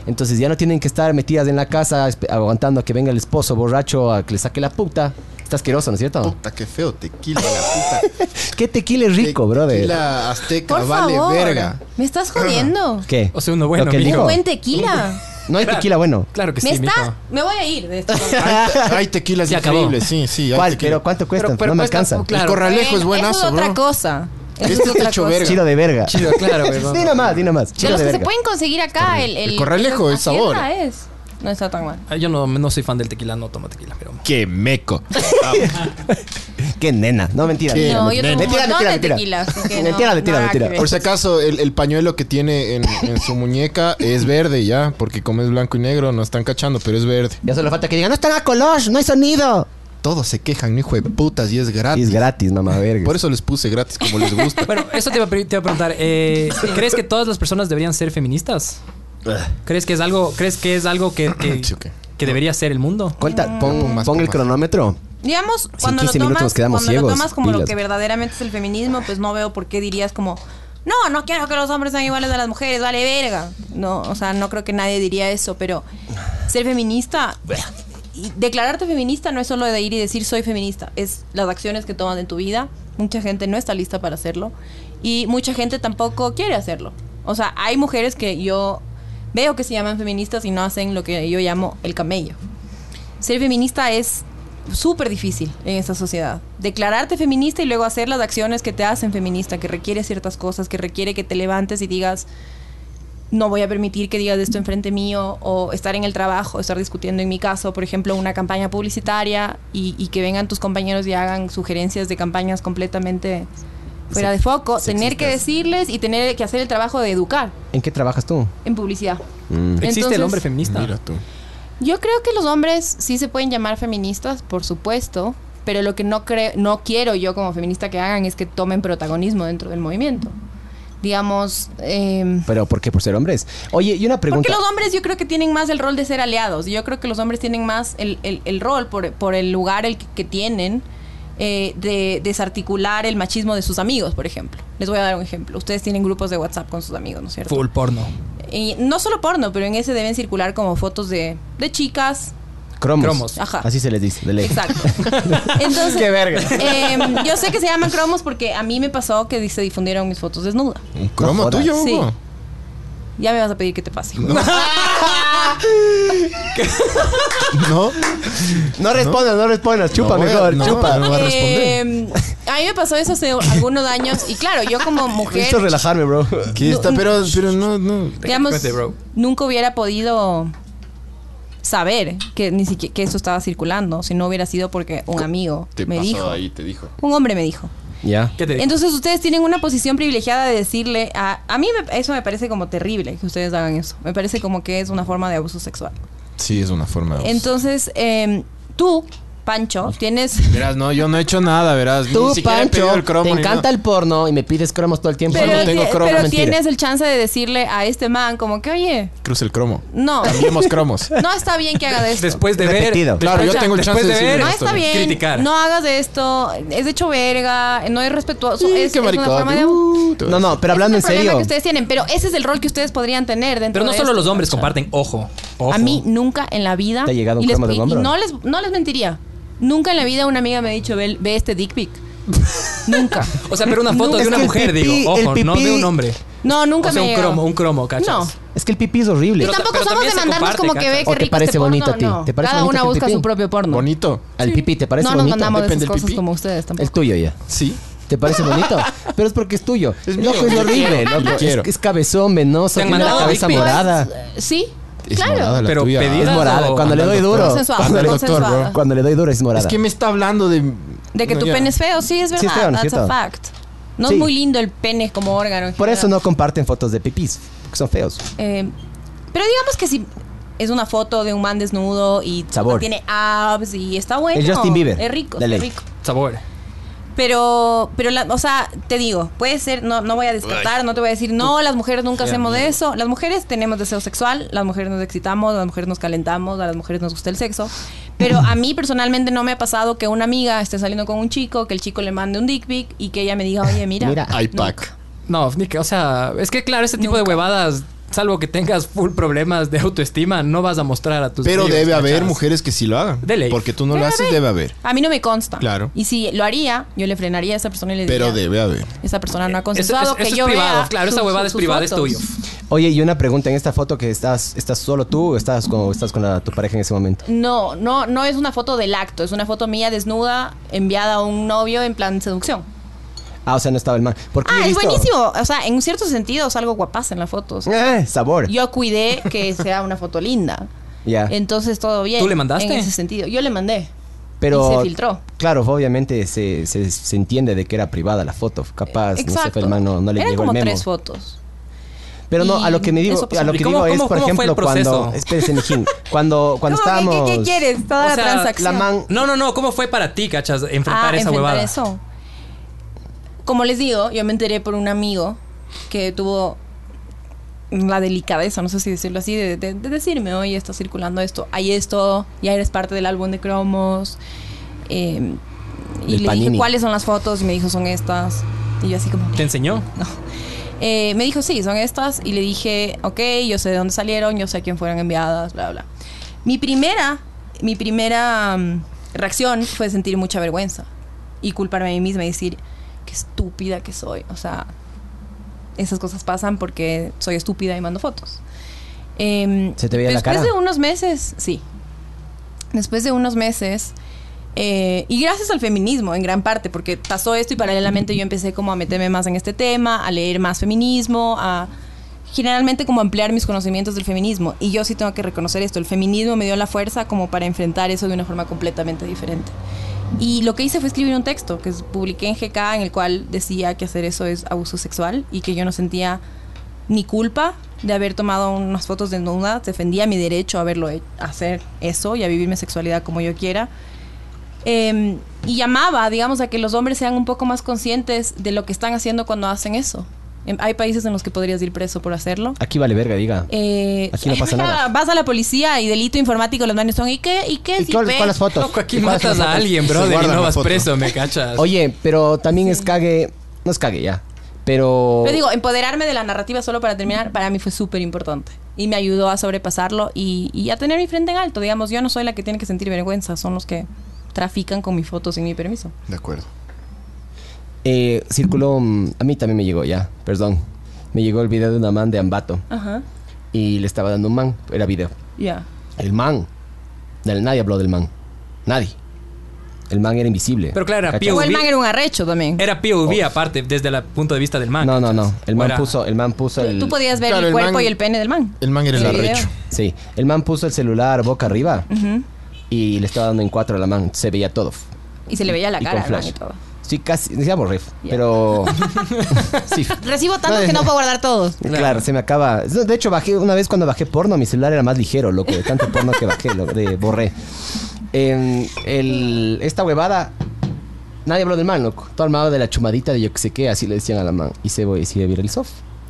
B: Entonces ya no tienen que estar metidas en la casa espe- aguantando a que venga el esposo borracho a que le saque la puta. Está asqueroso, ¿no es cierto?
A: Puta, qué feo, tequila, la puta.
B: ¿Qué tequila es rico, brother?
A: Tequila azteca,
C: Por
A: vale
C: favor.
A: verga.
C: Me estás jodiendo.
B: ¿Qué?
E: O sea, uno bueno,
B: Lo que él
E: mijo.
B: dijo.
C: Buen tequila.
B: No hay tequila bueno.
E: Claro que
C: Me
E: sí, mijo.
C: está. Me voy a ir de esto.
G: Hay, hay tequilas
E: Se acabó.
G: increíbles, sí, sí. hay
B: ¿Cuál?
G: tequila.
B: ¿Pero cuánto cuesta?
E: Pero- pero
B: no me
E: cuesta-
B: alcanza.
E: claro.
G: El corralejo es
C: buenazo,
G: buenazo,
C: es otra
G: bro.
C: cosa. Eso
G: Este
C: es otra
G: está hecho
C: cosa.
G: verga.
B: Chido de verga.
E: Chido, claro, huevón.
B: Dile más, dile más.
C: De
B: Chido
C: los
B: de
C: que se
B: verga.
C: pueden conseguir acá, el,
G: El corralejo es
C: Hacienda
G: sabor.
C: es. No está tan mal.
E: Ah, Yo no, no soy fan del tequila, no tomo tequila, pero.
G: Qué meco.
B: Qué nena. No, mentira.
G: Sí,
C: No, yo
G: nena.
C: tomo
B: Mentira,
C: un montón
B: mentira,
C: de
B: mentira.
C: tequila. así que no,
B: Mentira, mentira,
C: nada que
B: mentira.
C: ver.
G: Por si acaso, el, el pañuelo que tiene en, en su muñeca es verde ya, porque como es blanco y negro, no están cachando, pero es verde.
B: Ya solo falta que digan, no están a color, no hay sonido.
A: Todos se quejan, hijo de putas, y es
B: Y
A: gratis.
B: es gratis, mamá verga.
G: Ah, Por eso les puse gratis, como les gusta.
E: Bueno, eso te iba a, pre- te iba a preguntar. eh, ¿Crees que todas las personas deberían ser feministas? ¿Crees que es algo, crees que, es algo que, que,
G: Sí, ok.
E: que debería ser el mundo?
B: Colta, pon,
G: más,
B: pon el
G: más.
B: cronómetro.
C: Digamos, cuando, lo
B: 15
C: tomas,
B: minutos nos quedamos
C: cuando
B: ciegos,
C: lo tomas como lo
B: pilas.
C: que verdaderamente es el feminismo, pues no veo por qué dirías como, no, no quiero que los hombres sean iguales a las mujeres, vale verga. No, o sea, no creo que nadie diría eso, pero ser feminista, y declararte feminista no es solo de ir y decir soy feminista, es las acciones que tomas en tu vida. Mucha gente no está lista para hacerlo y mucha gente tampoco quiere hacerlo. O sea, hay mujeres que yo veo que se llaman feministas y no hacen lo que yo llamo el camello ser feminista es súper difícil en esta sociedad. Declararte feminista y luego hacer las acciones que te hacen feminista, que requiere ciertas cosas, que requiere que te levantes y digas, no voy a permitir que digas esto enfrente mío, o estar en el trabajo, estar discutiendo en mi caso, por ejemplo, una campaña publicitaria y, y que vengan tus compañeros y hagan sugerencias de campañas completamente fuera de foco, tener que decirles y tener que hacer el trabajo de educar
B: ¿En qué trabajas tú?
C: en publicidad.
B: Mm.
E: ¿Existe el
C: Entonces-
E: hombre feminista?
G: Mira tú.
C: Yo creo que los hombres sí se pueden llamar feministas, por supuesto, pero lo que no creo, no quiero yo como feminista que hagan es que tomen protagonismo dentro del movimiento. Digamos, em,
B: ¿Pero por qué? ¿Por ser hombres? Oye, y una
C: porque
B: pregunta.
C: los hombres yo creo que tienen más el rol de ser aliados. Yo creo que los hombres tienen más el, el- el rol por, por el lugar el que, que tienen eh, de desarticular el machismo de sus amigos, por ejemplo. Les voy a dar un ejemplo. Ustedes tienen grupos de WhatsApp con sus amigos, ¿no es cierto?
E: Full porno.
C: Y no solo porno, pero en ese deben circular como fotos de, de chicas,
B: Cromos.
E: Cromos.
C: Ajá.
B: Así se les dice, de ley.
C: Exacto. Entonces,
B: verga.
C: em, yo sé que se llaman cromos porque a mí me pasó que se difundieron mis fotos desnuda.
G: ¿Un cromo
B: jodas.
G: tuyo,
C: Sí.
G: Hugo?
C: Ya me vas a pedir que te pase. hijo.
G: ¿No?
B: No respondas, no respondas. Chupa
G: No voy a-
B: mejor,
G: no,
B: chupa.
G: no va a responder.
C: Em, a mí me pasó eso hace algunos años y claro, yo como
B: Necesito
C: mujer,
B: relajarme, bro.
G: ¿Qué está? Pero, pero no, no.
C: digamos,
E: Cuente, bro.
C: nunca hubiera podido saber que ni siquiera que eso estaba circulando si no hubiera sido porque un amigo me dijo.
G: ahí, te dijo.
C: Un hombre me dijo.
B: Ya.
E: ¿Qué te digo?
C: Entonces ustedes tienen una posición privilegiada de decirle a... A mí me- eso me parece como terrible que ustedes hagan eso. Me parece como que es una forma de abuso sexual.
G: Sí, es una forma de. abuso.
C: Entonces, em, tú, Pancho, tienes...
H: Verás, no, yo no he hecho nada, verás.
B: Tú,
H: Ni siquiera he
B: Pancho,
H: pedido el cromo
B: te
H: ni
B: encanta
H: nada.
B: el porno y me pides cromos todo el tiempo.
C: Pero,
B: no tengo
C: ti-
B: cromos,
C: pero
B: mentira.
C: tienes el chance de decirle a este man como que, oye,
G: Cruce el cromo.
C: no,
G: Cambiemos cromos.
C: no está bien que haga de esto.
E: Después de
B: Repetido.
E: ver.
G: Claro, yo tengo el
E: después
G: chance
E: de
G: de
E: ver.
G: decirle
C: no
G: esto.
C: está bien,
E: Criticar.
C: no hagas de esto, es de hecho verga, no es respetuoso,
G: Sí,
C: es,
G: qué
C: es una
G: maricón.
C: forma de... abu-
G: Uh, te-
B: No, no, pero hablando en
C: Ese es el problema
B: serio.
C: que ustedes tienen, pero ese es el rol que ustedes podrían tener dentro
E: Pero no
C: de
E: solo
C: esto.
E: los hombres comparten, ojo. ojo.
C: A mí nunca en la vida...
B: ¿Te ha llegado un
C: y les-
B: cromo del
C: y- y
B: hombro?
C: no les, no les mentiría. Nunca en la vida una amiga me ha dicho, ve, ve este dick pic. nunca.
E: O sea, pero una foto
B: Nunca.
E: de
B: Es
E: una
B: que el
E: mujer,
B: pipí-
E: digo. Ojo,
B: el
E: no de un
B: pipí-
E: hombre.
C: No, nunca
E: o
C: me
E: sea, un
C: ha llegado.
E: cromo, un cromo, ¿cachas?
C: No.
B: Es que el pipí es horrible.
C: Y
E: Pero ta-
C: tampoco
E: pero
C: somos
E: también
C: de
E: se
C: mandarnos
E: comparte,
C: como que
E: ¿cachas?
C: ve
B: ¿O
C: que
B: te
C: rico
B: parece
C: este porno,
B: bonito a ti?
C: no.
B: ¿Te parece
C: Cada
B: bonito
C: una
B: tu
C: busca
B: pipí?
C: su propio porno.
G: Bonito.
B: Al pipí, ¿te parece
C: no nos
B: bonito?
C: mandamos de
G: Depende
C: esas
G: del
C: cosas
G: pipí.
C: como ustedes
B: El
C: tampoco.
B: tuyo ya.
G: Sí.
B: ¿Te parece bonito? Pero es porque es tuyo. Es
G: mío.
B: Loco, es horrible.
G: Lo
B: loco.
G: quiero.
B: Es, es cabezón, venoso,
E: Te han
B: tiene la
E: mandado
B: cabeza
E: dick pics.
B: morada.
C: Sí,
G: Es morada
C: claro.
G: la
E: Pero
G: tuya. Ah,
B: Es
E: pedí- ¿Morada
B: morada.
E: o
B: Cuando le doy
E: andando?
B: duro.
C: Consensuado,
G: Ándale, doctor,
C: consensuado.
G: bro.
B: Cuando le doy duro es morada.
G: Es que me está hablando de.
C: De que
G: No,
C: tu
G: ya.
C: pene es feo, sí, es verdad.
B: Sí, es feo, ¿no es
C: That's a
B: cierto?
C: fact. No
B: Sí.
C: es muy lindo el pene como órgano. en
B: Por eso
C: general.
B: no comparten fotos de pipís, porque son feos.
C: Eh, pero digamos que si es una foto de un man desnudo y
B: Sabor.
C: tiene abs y está bueno.
B: El Justin Bieber,
C: Es rico,
B: de
C: es
B: ley.
C: rico.
E: Sabor.
C: Pero, pero la- o sea, te digo, puede ser, no, no voy a descartar, no te voy a decir, no, las mujeres nunca hacemos de eso. Las mujeres tenemos deseo sexual, las mujeres nos excitamos, las mujeres nos calentamos, a las mujeres nos gusta el sexo. Pero a mí personalmente no me ha pasado que una amiga esté saliendo con un chico, que el chico le mande un dick pic y que ella me diga, oye, mira.
B: Mira,
G: iPack.
E: No, ni que- o sea, es que claro, este tipo de huevadas, salvo que tengas full problemas de autoestima, no vas a mostrar a tus
G: Pero
E: amigos,
G: debe haber
E: ¿cachas?
G: mujeres que sí lo hagan.
E: De ley.
G: Porque tú no lo
C: Debe
G: haces,
C: haber.
G: debe haber.
C: A mí no me consta.
G: Claro.
C: Y si lo haría, yo le frenaría a esa persona y le diría,
G: Pero debe haber.
C: esa persona no ha
E: Eso- eso-
C: consensuado
E: eso
C: que
E: Eh, es
C: yo
E: privado,
C: vea
E: claro, esa
C: sus-
E: huevada
C: sus-
E: es
C: sus
E: privada, es
C: fotos".
E: tuyo.
B: Oye, y una pregunta, en esta foto que estás, estás solo tú o estás con, estás con la- tu pareja en ese momento.
C: No, no, no es una foto del acto, es una foto mía desnuda enviada a un novio en plan seducción.
B: Ah, o sea, no estaba el man. Porque yo
C: Ah,
B: he
C: es
B: visto-
C: buenísimo. O sea, en un cierto sentido salgo guapaz en las fotos.
B: Eh, sabor.
C: Yo cuidé que sea una foto linda.
B: ya.
C: Entonces todo bien.
E: ¿Tú le mandaste?
C: En ese sentido. Yo le mandé.
B: Pero
C: y se filtró.
B: Claro, obviamente se, se, se entiende de que era privada la foto. Capaz, Ah, no sé, fue el man no, no le
C: Eran
B: llegó
C: como
B: el memo.
C: tres fotos.
B: Pero no, a lo que me
C: y eso
B: digo,
C: pasó.
B: a lo
E: ¿Y
B: que
E: cómo-
B: digo es,
E: cómo-
B: por
E: cómo fue el
B: ejemplo, cuando
E: proceso?
B: espérese, mijín, cuando cuando
C: ¿Cómo que
B: estábamos
C: ¿Qué, qué quieres? Toda
E: O
C: la
E: sea,
C: transacción.
B: la man
E: No, no, no, ¿cómo fue para ti, cachas, enfrentar
C: Ah,
E: esa
C: enfrentar
E: huevada?
C: eso. Como les digo, yo me enteré por un amigo que tuvo la delicadeza, no sé si decirlo así, de, de- de decirme, oye, está circulando esto, hay esto, ya eres parte del álbum de cromos. eh, y
B: Del
C: le dije,
B: Panini.
C: ¿cuáles son las fotos? Y me dijo, son estas. Y yo así como...
E: ¿Te enseñó?
C: Eh, me dijo, sí, son estas. Y le dije, ok, yo sé de dónde salieron, yo sé a quién fueron enviadas, bla, bla. Mi primera, mi primera mm, reacción fue sentir mucha vergüenza y culparme a mí misma y decir, qué estúpida que soy. O sea, esas cosas pasan porque soy estúpida y mando fotos. Em,
B: ¿Se te veía la
C: después
B: cara?
C: de unos meses, sí. Después de unos meses, eh, y gracias al feminismo, en gran parte, porque pasó esto y paralelamente yo empecé como a meterme más en este tema, a leer más feminismo, a generalmente como ampliar mis conocimientos del feminismo. Y yo sí tengo que reconocer esto, el feminismo me dio la fuerza como para enfrentar eso de una forma completamente diferente. Y lo que hice fue escribir un texto que es- publiqué en GK en el cual decía que hacer eso es abuso sexual y que yo no sentía ni culpa de haber tomado unas fotos desnudas, defendía mi derecho a haberlo he- a hacer eso y a vivir mi sexualidad como yo quiera. Eh, y llamaba, digamos, a que los hombres sean un poco más conscientes de lo que están haciendo cuando hacen eso. En- hay países en los que podrías ir preso por hacerlo.
B: aquí vale verga, diga.
C: Eh,
B: Aquí no pasa nada.
C: Vas a la policía y delito informático, los manes son, ¿y qué? ¿Y qué?
B: ¿Y
C: Si
B: cuál-
C: ve-
B: cuáles fotos?
E: Loco, aquí
B: ¿Y cuáles
E: matas
B: son
E: a
B: las fotos?
E: alguien,
G: Se
E: bro, y
G: guardan
E: no
G: la
E: vas
G: foto.
E: preso, ¿me cachas?
B: Oye, pero también es cague, no es cague ya, pero
C: Pero digo, empoderarme de la narrativa solo para terminar, para mí fue súper importante. Y me ayudó a sobrepasarlo y, y a tener mi frente en alto. Digamos, yo no soy la que tiene que sentir vergüenza, son los que trafican con mis fotos sin mi permiso.
G: De acuerdo.
B: eh, circuló, mm, a mí también me llegó ya, perdón, me llegó el video de una man de Ambato
C: Ajá.
B: y le estaba dando un man, era video,
C: Ya.
B: el man, del- nadie habló del man, nadie, el man era invisible.
E: Pero claro, era
B: ¿cachas?
E: POV.
C: O el man era un arrecho también.
E: Era POV aparte, desde el punto de vista del man.
B: No, no, no,
E: ¿cachas?
B: el man
E: Era-
B: puso, el man puso el,
C: Tú podías ver
G: Claro,
C: el
G: el
C: cuerpo
G: man-
C: y el pene del man.
G: El man era el
C: Sí, video.
G: arrecho.
B: sí, el man puso el celular boca arriba
C: Ujú.
B: y le estaba dando en cuatro a la man, se veía todo.
C: Y se le veía la
B: Y
C: cara
B: con
C: al man
B: flash.
C: y todo.
B: Sí, casi, decíamos ref,
C: Ya.
B: pero sí.
I: Recibo tantos que no puedo guardar todos.
B: Claro. se me acaba. No, De hecho, bajé una vez cuando bajé porno, mi celular era más ligero, loco, de tanto porno que bajé, lo de- borré. En el, esta huevada, nadie habló del man, loco. Todo armado de la chumadita de yo que sé qué, así le decían a la man. Y se, y se viralizó.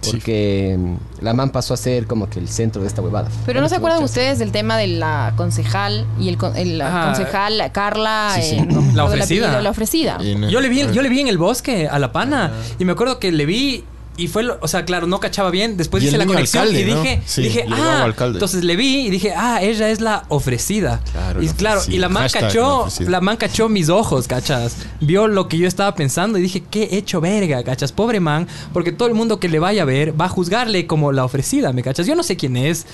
B: Porque mm, la man pasó a ser como que el centro de esta huevada.
I: Pero no se acuerdan ustedes del tema de la concejal y el, con- el- la
E: Ah,
I: concejal la Carla.
G: sí, sí.
I: eh, no me acuerdo
E: La
I: el
E: ofrecida.
I: apellido, la ofrecida.
G: En-
E: Yo le vi, yo le vi en el bosque a la pana y me acuerdo que le vi y fue, lo- o sea, claro, no cachaba bien. Después
G: Y el
E: hice la
G: niño
E: conexión
G: alcalde,
E: y
G: ¿no?
E: dije,
G: Sí,
E: dije,
G: llegó
E: ah,
G: al alcalde.
E: entonces le vi y dije, ah, ella es la ofrecida.
G: Claro,
E: y
G: la
E: claro, y
G: ofrecida.
E: la man
G: Hashtag la
E: cachó,
G: ofrecida.
E: la man cachó mis ojos, cachas. Vio lo que yo estaba pensando y dije, qué hecho verga, cachas, pobre man, porque todo el mundo que le vaya a ver va a juzgarle como la ofrecida, me cachas. Yo no sé quién es.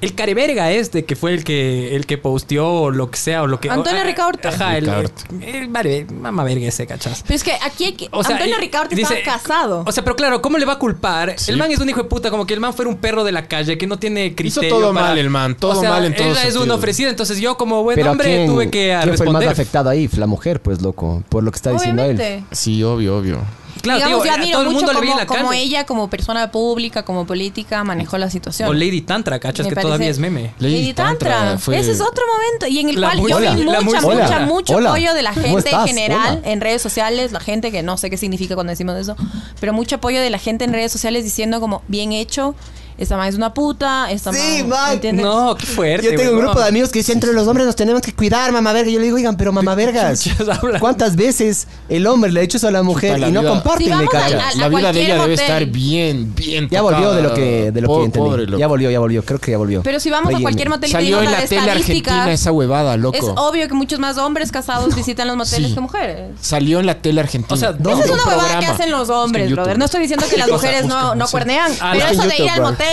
E: El careverga este que fue el que el que posteó o lo que sea o lo que
C: Antonio
E: o- ah,
C: Ricaurte.
E: Ajá, el,
G: Ricaurte.
E: el- Eh, vale, mamá verga ese, cachas.
C: Pero es que aquí hay que. Antonio
E: y-
C: Ricardo
E: dice-
C: estaba casado.
E: O sea, pero claro, ¿cómo le va a culpar?
G: Sí.
E: El man es un hijo de puta, como que el man fuera un perro de la calle que no tiene criterio.
G: todo
E: para-
G: mal el man, todo
E: O sea,
G: mal en todos
E: Ella es
G: sentidos.
E: una ofrecida, entonces yo como buen
B: Pero
E: pues, hombre
B: ¿quién,
E: tuve que
B: ¿quién fue el más
E: responder.
B: afectado ahí? La mujer, pues, loco, por lo que está diciendo él.
C: Obviamente.
G: Sí, obvio, obvio.
E: Claro,
C: Digamos,
E: digo,
C: yo
E: a
C: admiro
E: todo el
C: mucho
E: mundo le vi en
C: como,
E: la
C: como
E: calle.
C: ella, como persona pública, como política, manejó la situación.
E: O Lady Tantra, cachas,
C: Me
E: que
C: parece-
E: todavía es meme.
G: Lady
C: Lady Tantra.
G: Tantra fue-
C: Ese es otro momento. Y en el
E: La
C: cual
E: muy-
C: yo
E: Hola,
C: vi
E: la
C: mucha,
E: muy-
C: mucha,
E: Hola,
C: mucho
B: hola.
C: apoyo de la
B: ¿Cómo
C: gente en
B: estás?
C: general
B: Hola.
C: en redes sociales. La gente que no sé qué significa cuando decimos eso, pero mucho apoyo de la gente en redes sociales diciendo como, bien hecho, esta man es una puta, esta
B: Sí,
C: man-
B: man.
C: ¿entiendes?
E: No, qué fuerte.
B: Yo tengo un
E: weón.
B: grupo de amigos que dicen, entre los hombres nos tenemos que cuidar, mamá verga. Yo le digo, oigan, pero mamá vergas,
E: chuchas hablan?
B: ¿cuántas veces el hombre le ha hecho eso a la mujer
G: Chuta, la
B: y no
G: vida-
C: Sí,
B: comparten? le
C: vamos
B: cacha?
C: al- al-
G: La
C: a
G: vida de
C: cualquier
G: ella debe
C: hotel.
G: estar bien, bien
B: Ya volvió
G: tocada.
B: de lo que, de lo
G: Po-
B: que entendí.
G: pobre, loco.
B: ya volvió, ya volvió, creo que ya volvió.
C: Pero si vamos a
B: Relléneme.
C: cualquier motel y
G: Salió
C: pedimos
G: en
C: la
G: la
C: de
G: tele
C: estadística,
G: argentina esa huevada, loco.
C: Es obvio que muchos más hombres casados visitan los moteles
G: Sí.
C: que mujeres.
G: Salió en la tele argentina.
E: O sea,
G: Hubo
C: Esa es
G: un
C: una huevada que
G: programa.
C: hacen los
G: Busca en
C: hombres,
G: YouTube.
C: brother. No estoy diciendo que las
E: Cosa,
C: mujeres no,
E: busca,
C: no
E: sí.
C: cuernean,
E: Ah,
C: pero
E: la-
C: eso de ir
B: YouTube,
C: al
B: bro.
C: motel.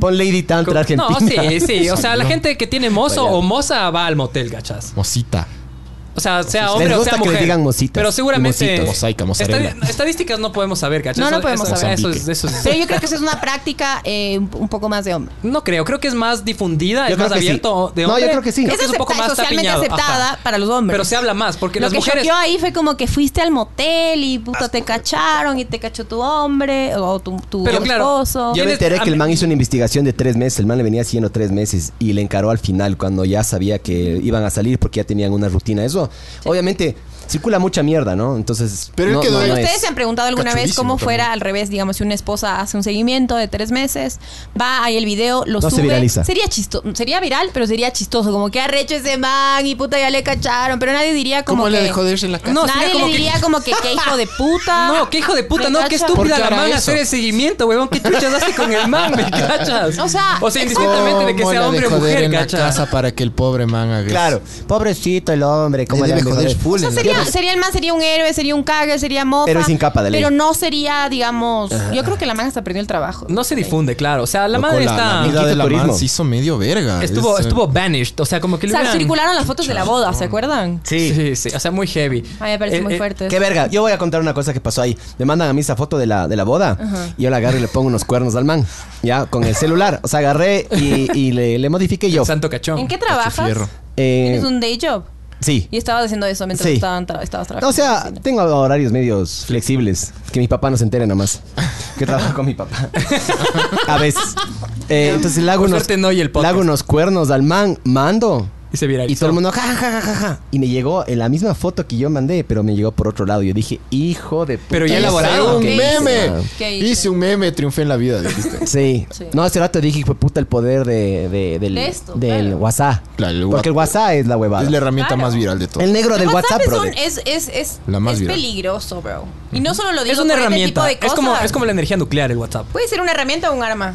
B: Pon Lady Tantra Argentina.
E: No, sí, sí. O sea, la
G: No.
E: gente que tiene mozo
B: Vaya.
E: o moza va al motel, cachas.
G: Mosita.
E: O sea, sea hombre
B: Les
E: o
B: gusta
E: sea
B: que les
E: mujer.
B: digan mositas
E: Pero
B: y
E: seguramente.
B: mositos.
G: Mosaica, mozzarella.
E: Estadi- estadísticas no podemos saber, ¿cachai?
C: No, no
E: Eso-
C: podemos
E: eso-
C: saber.
E: eso es- eso es-
C: Pero yo creo que esa es una práctica eh, un un poco más de hombre.
E: no creo, creo que es más difundida,
B: Yo
E: es
B: creo
E: más
B: que sí.
E: abierto de
B: No, yo
E: hombre.
B: creo que sí.
E: que es un poco
C: acepta-
E: más
C: socialmente
E: tapiñado.
C: aceptada
E: Ajá.
C: para los hombres.
E: Pero se habla más, porque
C: Lo
E: las
C: que
E: mujeres.
C: choqueó ahí fue como que fuiste al motel y puta te cacharon y te cachó tu hombre o tu, tu
E: Pero claro,
C: esposo.
B: Yo me
E: Tienes-
B: enteré
E: a
B: que el
E: mí-
B: man hizo una investigación de tres meses. El man le venía haciendo tres meses y le encaró al final cuando ya sabía que iban a salir porque ya tenían una rutina. Eso, obviamente, circula mucha mierda, ¿no? Entonces,
G: Pero él
B: no,
G: quedó
B: no,
G: en-
B: no
C: Ustedes
B: es.
C: se han preguntado alguna vez
G: Cachudísimo
C: cómo
G: también.
C: fuera al revés, digamos, si una esposa hace un seguimiento de tres meses, va ahí el video, lo
B: No se
C: sube.
B: viraliza.
C: Sería chistoso, sería viral, pero sería chistoso, como que arrecho ese man y puta ya le cacharon, pero nadie diría como
G: ¿Cómo
C: que
G: le dejó de irse en la casa?
E: No, sería
C: nadie
E: como
C: le
E: que-
C: diría como que qué hijo de puta.
E: No, qué hijo de puta,
C: ¿Me
E: no, qué
C: cachas?
E: estúpida
G: ¿Por
E: la
G: qué hará
E: man
G: eso?
E: hacer el seguimiento, huevón. ¿Qué chuchas hace con el man, me cachas?
C: O sea,
E: o sea,
C: es-
E: indistintamente de que
G: ¿Cómo
E: sea
G: la
E: hombre o
G: dejó de ir
E: mujer,
G: en la
E: cachas.
G: casa para que el pobre man
E: pues.
G: haga eso?
B: Claro, pobrecito el hombre, ¿cómo le
G: Le debe
B: han de
G: joder
B: joder?
G: full
C: O sea,
G: en la
C: sería,
G: casa.
C: sería el man, sería un héroe, sería un cague, sería mofa.
B: Pero es incapa de ley.
C: Pero no sería, digamos. Yo creo que la man hasta perdió el trabajo.
E: No se difunde, claro. O sea, la
G: Loco,
E: madre
G: la-
E: está.
G: La vida de la
B: Turismo.
G: man se hizo medio verga.
E: Estuvo,
G: Es, eh,
E: estuvo banished. O sea, como
C: O
E: que le
C: sea,
E: hubieran-
C: circularon las fotos de la boda, ¿se acuerdan?
E: Sí. sí, sí. O sea, muy heavy.
C: Ay, me parece
E: Eh,
C: muy
E: eh,
C: fuerte.
B: Qué verga, yo voy a contar una cosa que pasó ahí. Me mandan a mí esa foto de la, de la boda y yo la agarro y le pongo unos cuernos al man, ya, con el celular. O sea, agarré y, y le, le modifiqué yo.
E: el Santo cachón.
C: ¿En qué
G: fierro.
C: trabajas?
B: Eh,
C: ¿Tienes un day job?
B: Sí.
C: Y estabas haciendo eso mientras
B: Sí.
C: estaban tra- estabas trabajando.
B: O sea, tengo horarios medios flexibles. Que mi papá no se entere nomás. Que trabajo con mi papá. A veces. Eh, entonces le hago,
E: Por
B: unos,
E: suerte no oye el
B: le
E: podcast.
B: hago unos cuernos al man, mando.
E: Y se viralizó.
B: Y todo el mundo, ja, ja, ja, ja, ja. Y me llegó en la misma foto que yo mandé, pero me llegó por otro lado. Yo dije, hijo de puta.
E: Pero ya elaborado.
G: un
C: ¿Qué
G: meme.
C: hice? ¿Qué hice?
G: Hice un meme, triunfé en la vida, dijiste.
B: Sí.
C: Sí.
B: No, hace rato dije, hijo de puta, el poder de, de- del,
C: De esto,
B: del
C: claro.
B: WhatsApp.
G: Claro, el
B: Porque el WhatsApp es la huevada.
G: Es la herramienta
C: Claro.
G: más viral de todo.
B: El negro del
C: El
B: WhatsApp,
C: es,
B: bro.
C: un- es, es, es,
G: La más
C: es
G: viral.
C: peligroso, bro. Y no solo lo digo
E: Es una
C: por este
E: herramienta.
C: tipo de
E: es, como,
C: cosas.
E: es como la energía nuclear, el WhatsApp.
C: Puede ser una herramienta o un arma.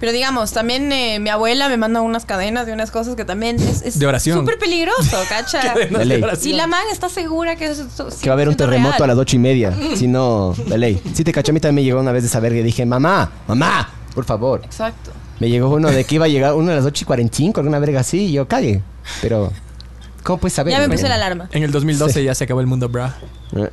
C: Pero digamos, también eh, mi abuela me manda unas cadenas de unas cosas que también es, es
E: De oración.
C: súper peligroso, ¿cacha?
E: Cadenas
B: de ley.
C: y la man está segura que, eso es to-
B: Que va a haber un
C: 100%
B: terremoto
C: real.
B: a las ocho y media. Si no, de ley. Si te cacho, a mí también me llegó una vez de saber que dije, mamá, mamá, por favor.
C: Exacto.
B: Me llegó uno de que iba a llegar uno a las ocho y cuarenta y cinco, alguna verga así, y yo cague. Pero, ¿cómo puedes saber?
C: ya me puse
B: Bueno.
C: la alarma.
E: En el 2012 ya se acabó el mundo, bra.
B: Eh.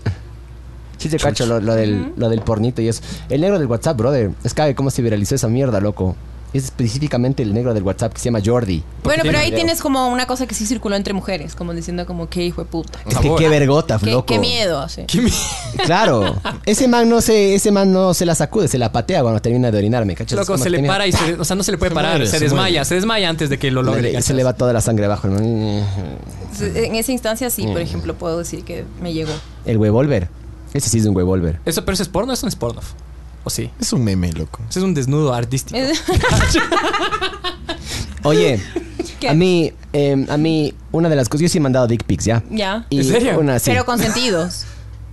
B: Sí te cacho lo, lo del, lo del pornito y eso. El negro del WhatsApp, brother. Es cague cómo se viralizó esa mierda, loco. Es específicamente el negro del WhatsApp que se llama Jordi.
C: Bueno, pero ahí
B: Creo.
C: tienes como una cosa que sí circuló entre mujeres, como diciendo como que hijo de puta.
B: Es que
E: favor.
B: qué vergota,
C: Qué,
B: loco.
C: qué miedo, así.
E: ¿Qué mi-
B: Claro. Ese man no se, ese man no se la sacude, se la patea cuando termina de orinarme, ¿cachas?
E: Loco,
B: Como
E: se
B: que
E: le
B: tenía-
E: para y se, o sea, no se le puede
J: Se
E: parar,
J: muere,
E: se,
J: se
E: desmaya,
J: muere.
E: se desmaya antes de que lo logre.
B: le- se
E: ¿cachas?
B: le va toda la sangre abajo. ¿no?
C: En esa instancia sí, por ejemplo, puedo decir que me llegó.
B: El huevolver. Ese sí es un huevolver.
E: Eso, pero eso es porno, eso no es porno. O sí.
G: Es un meme, loco.
E: Eso es un desnudo artístico.
B: Oye,
C: ¿Qué?
B: a mí, eh, a mí, una de las cosas, yo sí he mandado dick pics, ¿ya?
C: Ya.
B: Y
E: ¿En serio?
B: Una, sí.
C: Pero con sentidos.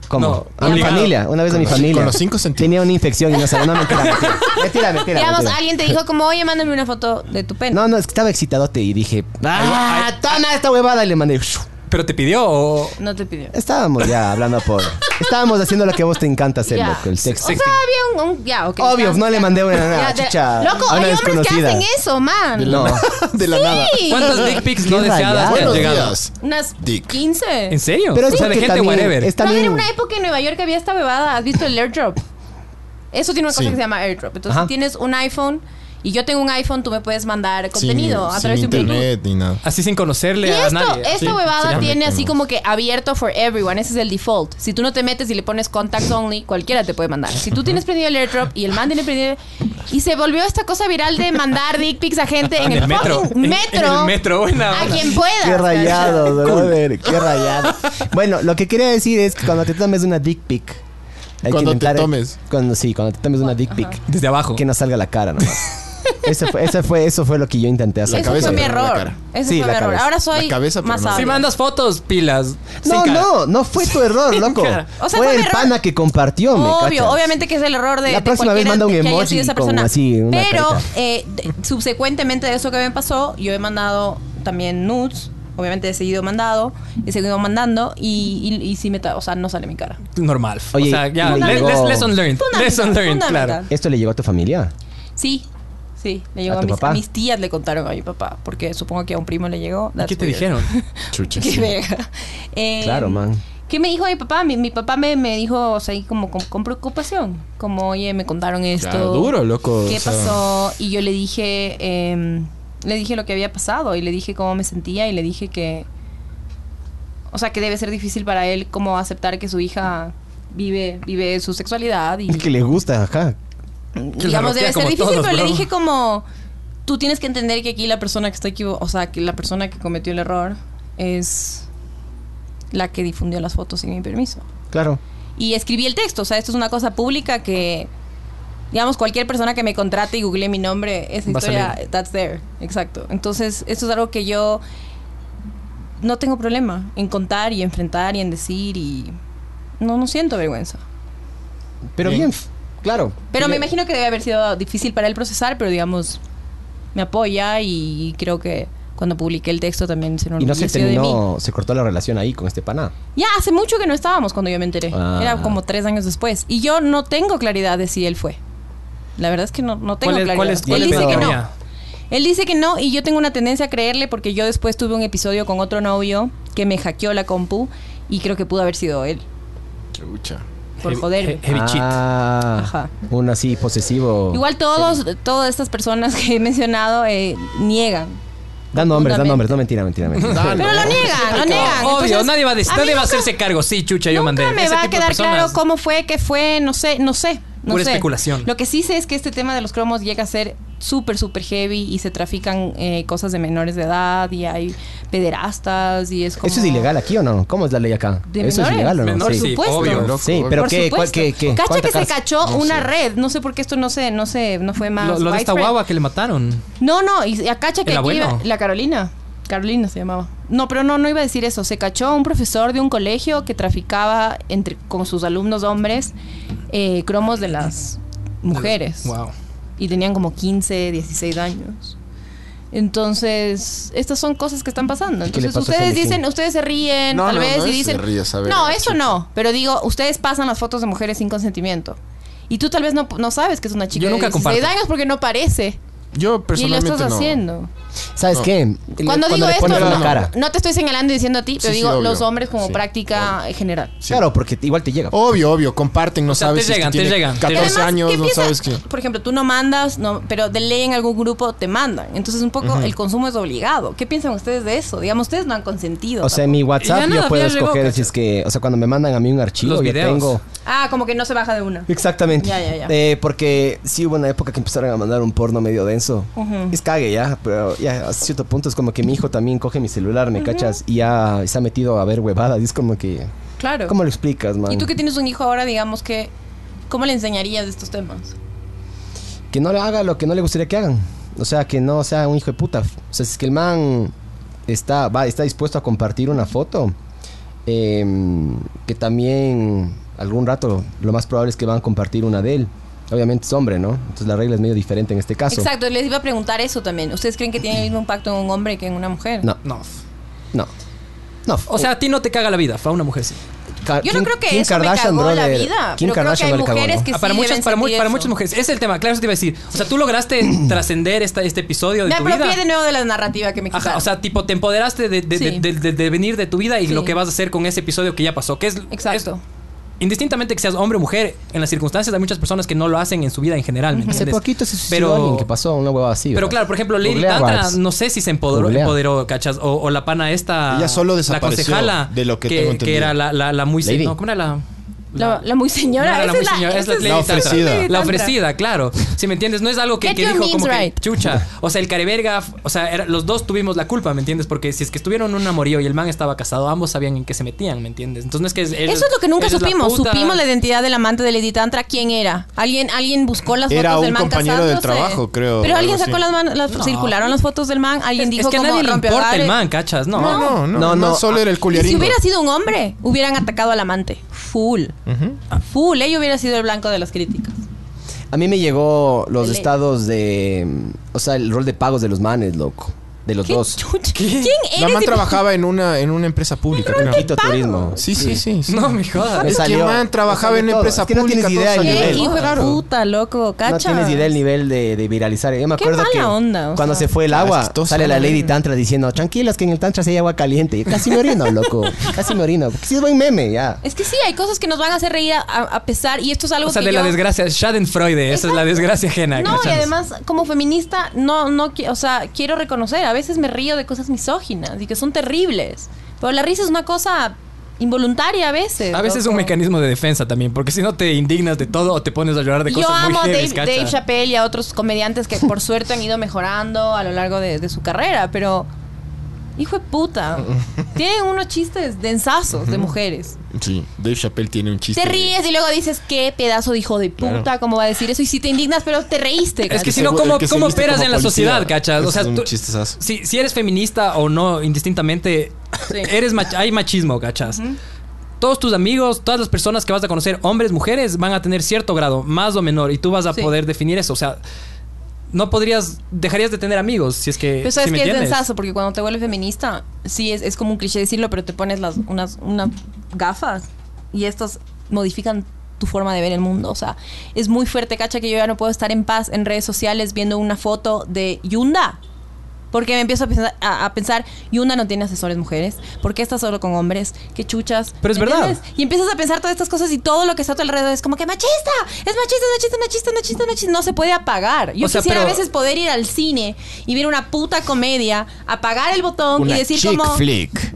B: ¿Cómo?
E: No,
B: a mi
E: obligado.
B: familia, una vez a mi
G: los-
B: familia.
G: con los cinco sentidos.
B: Tenía una infección y no sabía. No, mentira, mentira. Mentira, mentira,
K: Digamos,
B: mentira.
K: alguien te dijo como, oye, mándame una foto de tu pene.
B: No, no, es que estaba excitadote y dije, ¡ah! ¡Toma esta huevada! Y le mandé. ¡shu!
E: Pero te pidió o.
C: No te pidió.
B: Estábamos ya hablando por. Estábamos haciendo lo que a vos te encanta hacer,
K: Ya.
B: loco, el sexo.
K: O sea, había un... un- ya, ok.
B: Obvio,
K: Está-
B: no le mandé una, una
K: Ya, de-
B: chicha.
K: Loco,
B: a una
K: hay hombres que
B: desconocida.
K: hacen eso, man.
B: No.
G: De la nada.
K: Sí.
E: ¿Cuántas dick pics no
B: Qué
E: deseadas te han
G: Buenos
E: llegado?
G: días.
C: Unas
G: Dick.
C: 15.
E: ¿En serio?
B: Pero es
E: o sea, de
B: porque
E: gente
B: también,
E: whatever.
B: es
K: No,
B: también-
K: en una época en Nueva York había esta bebada. ¿Has visto el airdrop? Eso tiene una cosa
G: Sí.
C: que se llama airdrop. Entonces,
B: Ajá.
C: tienes un iPhone y yo tengo un iPhone, tú me puedes mandar contenido
G: sin,
C: a través
G: sin
C: de un Bluetooth.
G: internet ni nada.
E: Así sin conocerle
K: Y
E: a
K: esto,
E: nadie.
K: esta
E: Sí,
K: huevada
E: sí.
K: tiene así
G: no.
K: como que abierto for everyone. Ese es el default. Si tú no te metes y le pones contacts only, cualquiera te puede mandar. Si tú tienes prendido el airdrop y el man tiene prendido. Y se volvió esta cosa viral de mandar dick pics a gente en,
E: En
K: el,
E: el metro.
K: fucking
E: En-
K: metro.
E: en el metro, buena
K: A
E: onda.
K: quien pueda.
B: Qué rayado, brother. Qué rayado. Bueno, lo que quería decir es que cuando te tomes una dick pic. hay que
G: Cuando te
B: intentar-
G: tomes.
B: Cuando sí, cuando te tomes una dick pic.
E: Desde abajo.
B: Que no salga la cara nomás. eso, fue, eso, fue, eso fue lo que yo intenté hacer.
G: La
C: Ese
G: cabeza,
C: fue mi
G: pero no la
C: error.
G: cara.
C: Ese
B: Sí,
C: fue
B: la
C: mi error.
B: cabeza.
C: Ahora soy
G: La cabeza, pero
C: más
G: no la
E: Si
C: sabia.
E: mandas fotos, pilas. sin
B: No,
E: cara.
B: no, no fue tu error, loco.
E: cara.
C: O sea, fue
B: fue
C: mi
B: el
C: error.
B: pana que compartió, me
C: Obvio,
B: cachas.
C: obviamente que es el error de
B: La
C: de
B: próxima vez
C: cualquiera
B: manda un
C: que haya sido
B: emoji
C: esa
B: con
C: persona.
B: así, una
C: Pero
B: carita.
C: eh, de- subsecuentemente de eso que me pasó, yo he mandado también nudes. Obviamente he seguido mandado, he seguido mandando y, y, y sí me, ta- o sea, no sale mi cara.
E: Normal.
B: Oye,
E: o sea, ya.
B: y
E: le-
B: luego-
E: les- lesson learned.
C: Fundamental,
E: Lesson learned,
C: fundamental.
E: claro.
B: ¿Esto le llegó a tu familia?
C: Sí, sí, le llegó
B: ¿A
C: a,
B: tu
C: mis,
B: papá?
C: a mis tías le contaron a mi papá, porque supongo que a un primo le llegó.
E: ¿Y
C: That's
E: ¿Qué te
C: weird.
E: dijeron?
G: Chucha.
C: Qué
G: sí.
C: verga. Eh,
B: Claro, man.
C: ¿Qué me dijo mi papá? Mi, mi papá me, me dijo, o sea, ahí como con, con preocupación, como, oye, me contaron esto.
J: Claro, duro, loco.
C: ¿Qué
J: o sea,
C: pasó? Y yo le dije, em, le dije lo que había pasado y le dije cómo me sentía y le dije que, o sea, que debe ser difícil para él como aceptar que su hija vive, vive su sexualidad y,
B: Que le gusta, ajá.
E: la
C: digamos,
E: rotea
C: debe ser
E: como
C: difícil,
E: todos,
C: pero
E: bro.
C: le dije como, tú tienes que entender que aquí la persona que está equivo- o sea, que la persona que cometió el error es la que difundió las fotos sin mi permiso.
B: Claro.
C: Y escribí el texto, o sea, esto es una cosa pública que, digamos, cualquier persona que me contrate y googlee mi nombre, esa
E: Va a
C: historia,
E: salir.
C: that's there, exacto. Entonces, esto es algo que yo no tengo problema en contar y enfrentar y en decir y no, no siento vergüenza.
B: Pero bien,
G: Bien.
B: claro.
C: Pero me
B: Bien.
C: imagino que debe haber sido difícil para él procesar, pero digamos, me apoya y creo que cuando publiqué el texto también se
B: Y no se
C: enorgulleció de mí.
B: terminó, se cortó la relación ahí con este pana.
C: Ya, hace mucho que no estábamos cuando yo me enteré.
B: Ah.
C: Era como tres años después. Y yo no tengo claridad de si él fue. La verdad es que no, no tengo
E: ¿Cuál es,
C: claridad.
E: cuál es,
C: él
E: cuál es
C: dice
E: la
C: que no.
E: teoría?
C: Él dice que no y yo tengo una tendencia a creerle porque yo después tuve un episodio con otro novio que me hackeó la compu y creo que pudo haber sido él.
G: Chucha.
C: Por
E: Heavy-
C: joder.
E: he- heavy cheat.
B: Ah,
C: Ajá.
B: Un así posesivo.
C: Igual todos, todas estas personas que he mencionado eh, niegan.
B: Dan nombres, dan
C: Profundamente.
B: nombres. No, mentira, mentira, mentira.
C: Pero lo niegan, lo niegan.
E: Obvio,
C: Entonces,
E: nadie va a, decir-
C: mí
E: nadie va a
C: nunca-
E: hacerse cargo. Sí, chucha, yo
C: Nunca
E: mandé.
C: me
E: Ese
C: va a
E: tipo de
C: quedar
E: personas-
C: claro cómo fue, qué fue, no sé, no sé. No
E: Pura
C: sé.
E: especulación.
C: Lo que sí sé es que este tema de los cromos llega a ser súper, súper heavy y se trafican eh, cosas de menores de edad y hay pederastas y es como...
B: ¿Eso es ilegal aquí o no? ¿Cómo es la ley acá?
C: De
B: ¿Eso es
C: menores.
B: ilegal o no?
E: Menor,
C: Por
E: sí,
C: supuesto.
E: obvio,
G: loco.
B: Sí, pero
C: Por
B: ¿qué, cuál-
C: supuesto.
B: qué, qué?
C: Cacha
B: ¿Cuánta
C: que se
B: cárcel?
C: cachó una red. No sé por qué esto no se, no se, no fue más.
E: Lo, lo de esta
C: widespread.
E: guagua que le mataron.
C: No, no, y a cacha que
E: ¿El
C: aquí
E: abuelo?
C: iba- la Carolina. Carolina se llamaba. No, pero no, no iba a decir eso. Se cachó a un profesor de un colegio que traficaba entre, con sus alumnos hombres eh, cromos de las mujeres.
E: Wow.
C: Y tenían como 15, 16 años. Entonces, estas son cosas que están pasando.
B: qué le
C: Entonces,
B: pasó a
C: ustedes
B: Felicín?
C: dicen, ustedes se ríen,
G: No,
C: tal
G: no,
C: vez,
G: no
C: y
G: es
C: dicen.
G: de ríes, a ver,
C: no, eso
G: chuta.
C: no. Pero digo, ustedes pasan las fotos de mujeres sin consentimiento. Y tú tal vez no, no sabes que es una chica
E: Yo nunca
C: de 16
E: comparto.
C: años porque no parece.
G: Yo
C: Y lo
G: personalmente
C: estás
G: no.
C: haciendo.
B: ¿Sabes
G: No.
B: qué? Le-
C: Cuando, digo
B: le
C: esto,
B: pones la
C: no,
B: cara.
C: no te estoy señalando y diciendo a ti, pero
G: Sí, sí,
C: digo
G: obvio.
C: los hombres como
G: Sí,
C: práctica general.
B: Claro, porque igual te llega.
G: Obvio, obvio, comparten, no
E: O sea, te
G: sabes si es que
E: llegan, te
G: tiene
E: llegan, te
G: 14
E: llegan.
G: años,
C: ¿qué
G: no
C: piensa?
G: sabes qué.
C: Por ejemplo, tú no mandas, no, pero de ley en algún grupo te mandan. Entonces, un poco el consumo es obligado. ¿Qué piensan ustedes de eso? Digamos, ustedes no han consentido.
B: O sea, en mi WhatsApp
E: Ya nada,
B: yo puedo
E: ya llegó,
B: escoger
E: cacho.
B: si es que, o sea, cuando me mandan a mí un archivo,
E: Los
B: yo
E: videos.
B: tengo.
C: ah, como que no se baja de una.
B: Exactamente.
C: Ya, ya, ya.
B: Eh, porque sí hubo una época que empezaron a mandar un porno medio denso.
C: Ujú.
B: Es cague ya, pero ya a cierto punto es como que mi hijo también coge mi celular, ¿me cachas? Y ya se ha metido a ver huevadas. Y es como que.
C: Claro.
B: ¿Cómo lo explicas, man?
C: y tú que tienes un hijo ahora, digamos que, ¿cómo le enseñarías de estos temas?
B: que no le haga lo que no le gustaría que hagan. O sea, que no sea un hijo de puta. O sea, si es que el man está, va, está dispuesto a compartir una foto, em, que también algún rato lo más probable es que van a compartir una de él. Obviamente es hombre, ¿no? Entonces la regla es medio diferente en este caso.
C: Exacto, les iba a preguntar eso también. ¿Ustedes creen que tiene el mismo impacto en un hombre que en una mujer?
B: No,
E: No.
B: no. No.
E: O sea, a ti no te caga la vida, fue a una mujer sí.
B: Ca-
C: Yo no
B: Kim-
C: creo que
B: Kim
C: eso me cagó la
B: brother,
C: vida,
B: Kim
C: pero creo que
B: Kardashian
C: hay
B: no le cagó,
C: mujeres
B: ¿no?
C: que
E: Ah,
C: sí
E: para, muchas,
C: deben
E: para, mu-
C: sentir
E: para
C: eso.
E: muchas mujeres. Ese es el tema, claro, eso te iba a decir. O sea, tú lograste trascender esta- este episodio de
C: Me
E: tu vida.
C: apropié de nuevo de la narrativa que me quitaron.
E: Ajá, o sea, tipo, te empoderaste de, de, de-
C: Sí.
E: del- del devenir de tu vida y
C: Sí.
E: lo que vas a hacer con ese episodio que ya pasó. Que es,
C: Exacto.
E: es- indistintamente que seas hombre o mujer, en las circunstancias hay muchas personas que no lo hacen en su vida en general. ¿me
B: Hace
E: entiendes?
B: poquito se suicidó
E: Pero-
B: alguien que pasó una hueva así.
E: Pero
B: ¿verdad?
E: claro, por ejemplo, Lady
B: Googlea
E: Tantra,
B: Vibes.
E: no sé si se empoderó,
B: Googlea.
E: empoderó, ¿cachas? O, o la pana esta.
G: Ella solo desapareció,
E: La concejala.
G: de lo que tengo entendido.
E: era la, la, la muy. se-
B: Lady.
E: No, ¿Cómo era la.?
C: La, la muy
E: No
C: señora.
E: era
C: esa
E: la muy
C: es la-
E: señora, es
C: esa
E: la
C: es
E: Lady
G: la
E: Tantra.
G: ofrecida.
E: La ofrecida, claro. Si me entiendes, no es algo que,
C: Get
E: que
C: your
E: dijo
C: means
E: como que
C: right.
E: chucha. O sea, el careverga, f- o sea, era- los dos tuvimos la culpa, ¿me entiendes? Porque si es que estuvieron en un amorío y el man estaba casado, ambos sabían en qué se metían, ¿me entiendes? Entonces no es que...
C: Eso es lo que nunca supimos. Supimos la identidad del amante de Lady Tantra. ¿Quién era? ¿Alguien, alguien buscó las
G: Era
C: fotos del
G: un
C: man
G: compañero del
C: casándose?
G: trabajo, creo,
C: Pero
G: algo
C: alguien sacó
G: así.
C: las manos, las- circularon las fotos del man. Alguien
E: Es
C: dijo
E: que a
C: como
E: nadie le importa
C: rompehogares.
E: el man, ¿cachas? No.
G: No, no, no,
B: No,
G: no,
B: no,
G: solo era
C: Y
G: el
C: si
G: culiaringo.
C: hubiera sido un hombre, hubieran atacado al amante. Full. Full. Ella hubiera sido el blanco de las críticas.
B: A mí me llegó los
C: De ley.
B: estados de. O sea, el rol de pagos de los manes, loco. De los
C: ¿Qué
B: dos.
C: chucha? ¿Quién eres?
G: La man
C: y-
G: trabajaba en una, en una empresa pública, creo.
B: Quito turismo.
G: Sí, sí, sí. sí.
E: No, me jodas.
B: Me
G: Es que
B: salió-
G: man trabajaba
B: me salió
G: en una
B: todo.
G: empresa
B: Es que no
G: pública.
B: tienes
G: todo
B: idea del
G: salió
C: ¿Qué
B: nivel.
G: bien.
C: hijo de
G: Claro.
C: puta, loco?
B: No
C: ¿Cacha?
B: tienes idea del nivel de, de viralizar. Yo me
C: Qué
B: acuerdo que
C: mala onda, o
B: cuando
C: sea.
B: se fue el
G: Ah, es
B: agua,
G: que todos
B: sale la
G: son
B: Lady
G: verga.
B: Tantra diciendo, tranquilas que en el Tantra sí hay agua caliente. Y Casi me orino, loco. Casi me orino. Porque sí es buen meme, ya.
C: Es que sí, hay cosas que nos van a hacer reír a, a- a pesar. Y esto es algo
E: O sea,
C: que
E: de
C: yo...
E: la desgracia, Schadenfreude, esa es la
C: Exacto.
E: desgracia ajena.
C: No, y
E: ¿cachas?
C: además, como feminista, no, no, qui- o sea, quiero reconocer, a veces me río de cosas misóginas y que son terribles. Pero la risa es una cosa involuntaria a veces.
E: A veces es un
C: loco.
E: mecanismo de defensa también, porque si no te indignas de todo o te pones a llorar de
C: Yo
E: cosas muy
C: amo a Dave,
E: heavies, ¿cachas?
C: Dave Chappelle y a otros comediantes que por suerte han ido mejorando a lo largo de, de su carrera, pero hijo de puta, tienen unos chistes densazos de mujeres.
G: Sí, Dave Chappelle tiene un chiste.
C: Te
G: de-
C: ríes y luego dices, qué pedazo de hijo de puta, cómo va a decir eso, y si te indignas, pero te reíste.
E: Es que
C: cacho.
E: si no,
G: El
E: ¿cómo,
G: que se
E: cómo
G: viste
E: operas
G: como
E: en la
G: policía.
E: sociedad, cachas? O
G: Ese
E: sea,
G: es un
E: tú-
G: chistezazo.
E: si, si eres feminista o no, indistintamente,
C: Sí.
E: eres mach- hay machismo, cachas. Todos tus amigos, todas las personas que vas a conocer, hombres, mujeres, van a tener cierto grado, más o menor, y tú vas a
C: Sí.
E: poder definir eso. O sea, no podrías, dejarías de tener amigos si es que.
C: Pero sabes
E: si me
C: que es
E: entiendes.
C: densazo, porque cuando te vuelves feminista, sí es, es como un cliché decirlo, pero te pones las, unas, unas gafas y estas modifican tu forma de ver el mundo. O sea, es muy fuerte, cacha, que yo ya no puedo estar en paz en redes sociales viendo una foto de Yunda. Porque me empiezo a pensar, a, a pensar, Yunda no tiene asesores mujeres, ¿por qué está solo con hombres? ¿Qué chuchas?
E: Pero es
C: ¿Me
E: verdad.
C: entiendes? Y empiezas a pensar todas estas cosas y todo lo que está a tu alrededor es como que machista, es machista, es machista, es machista, es machista, es machista. No se puede apagar. Yo
E: O sea,
C: quisiera
E: pero-
C: a veces poder ir al cine y ver una puta comedia, apagar el botón
G: Una
C: y decir
G: chick
C: como
G: flick.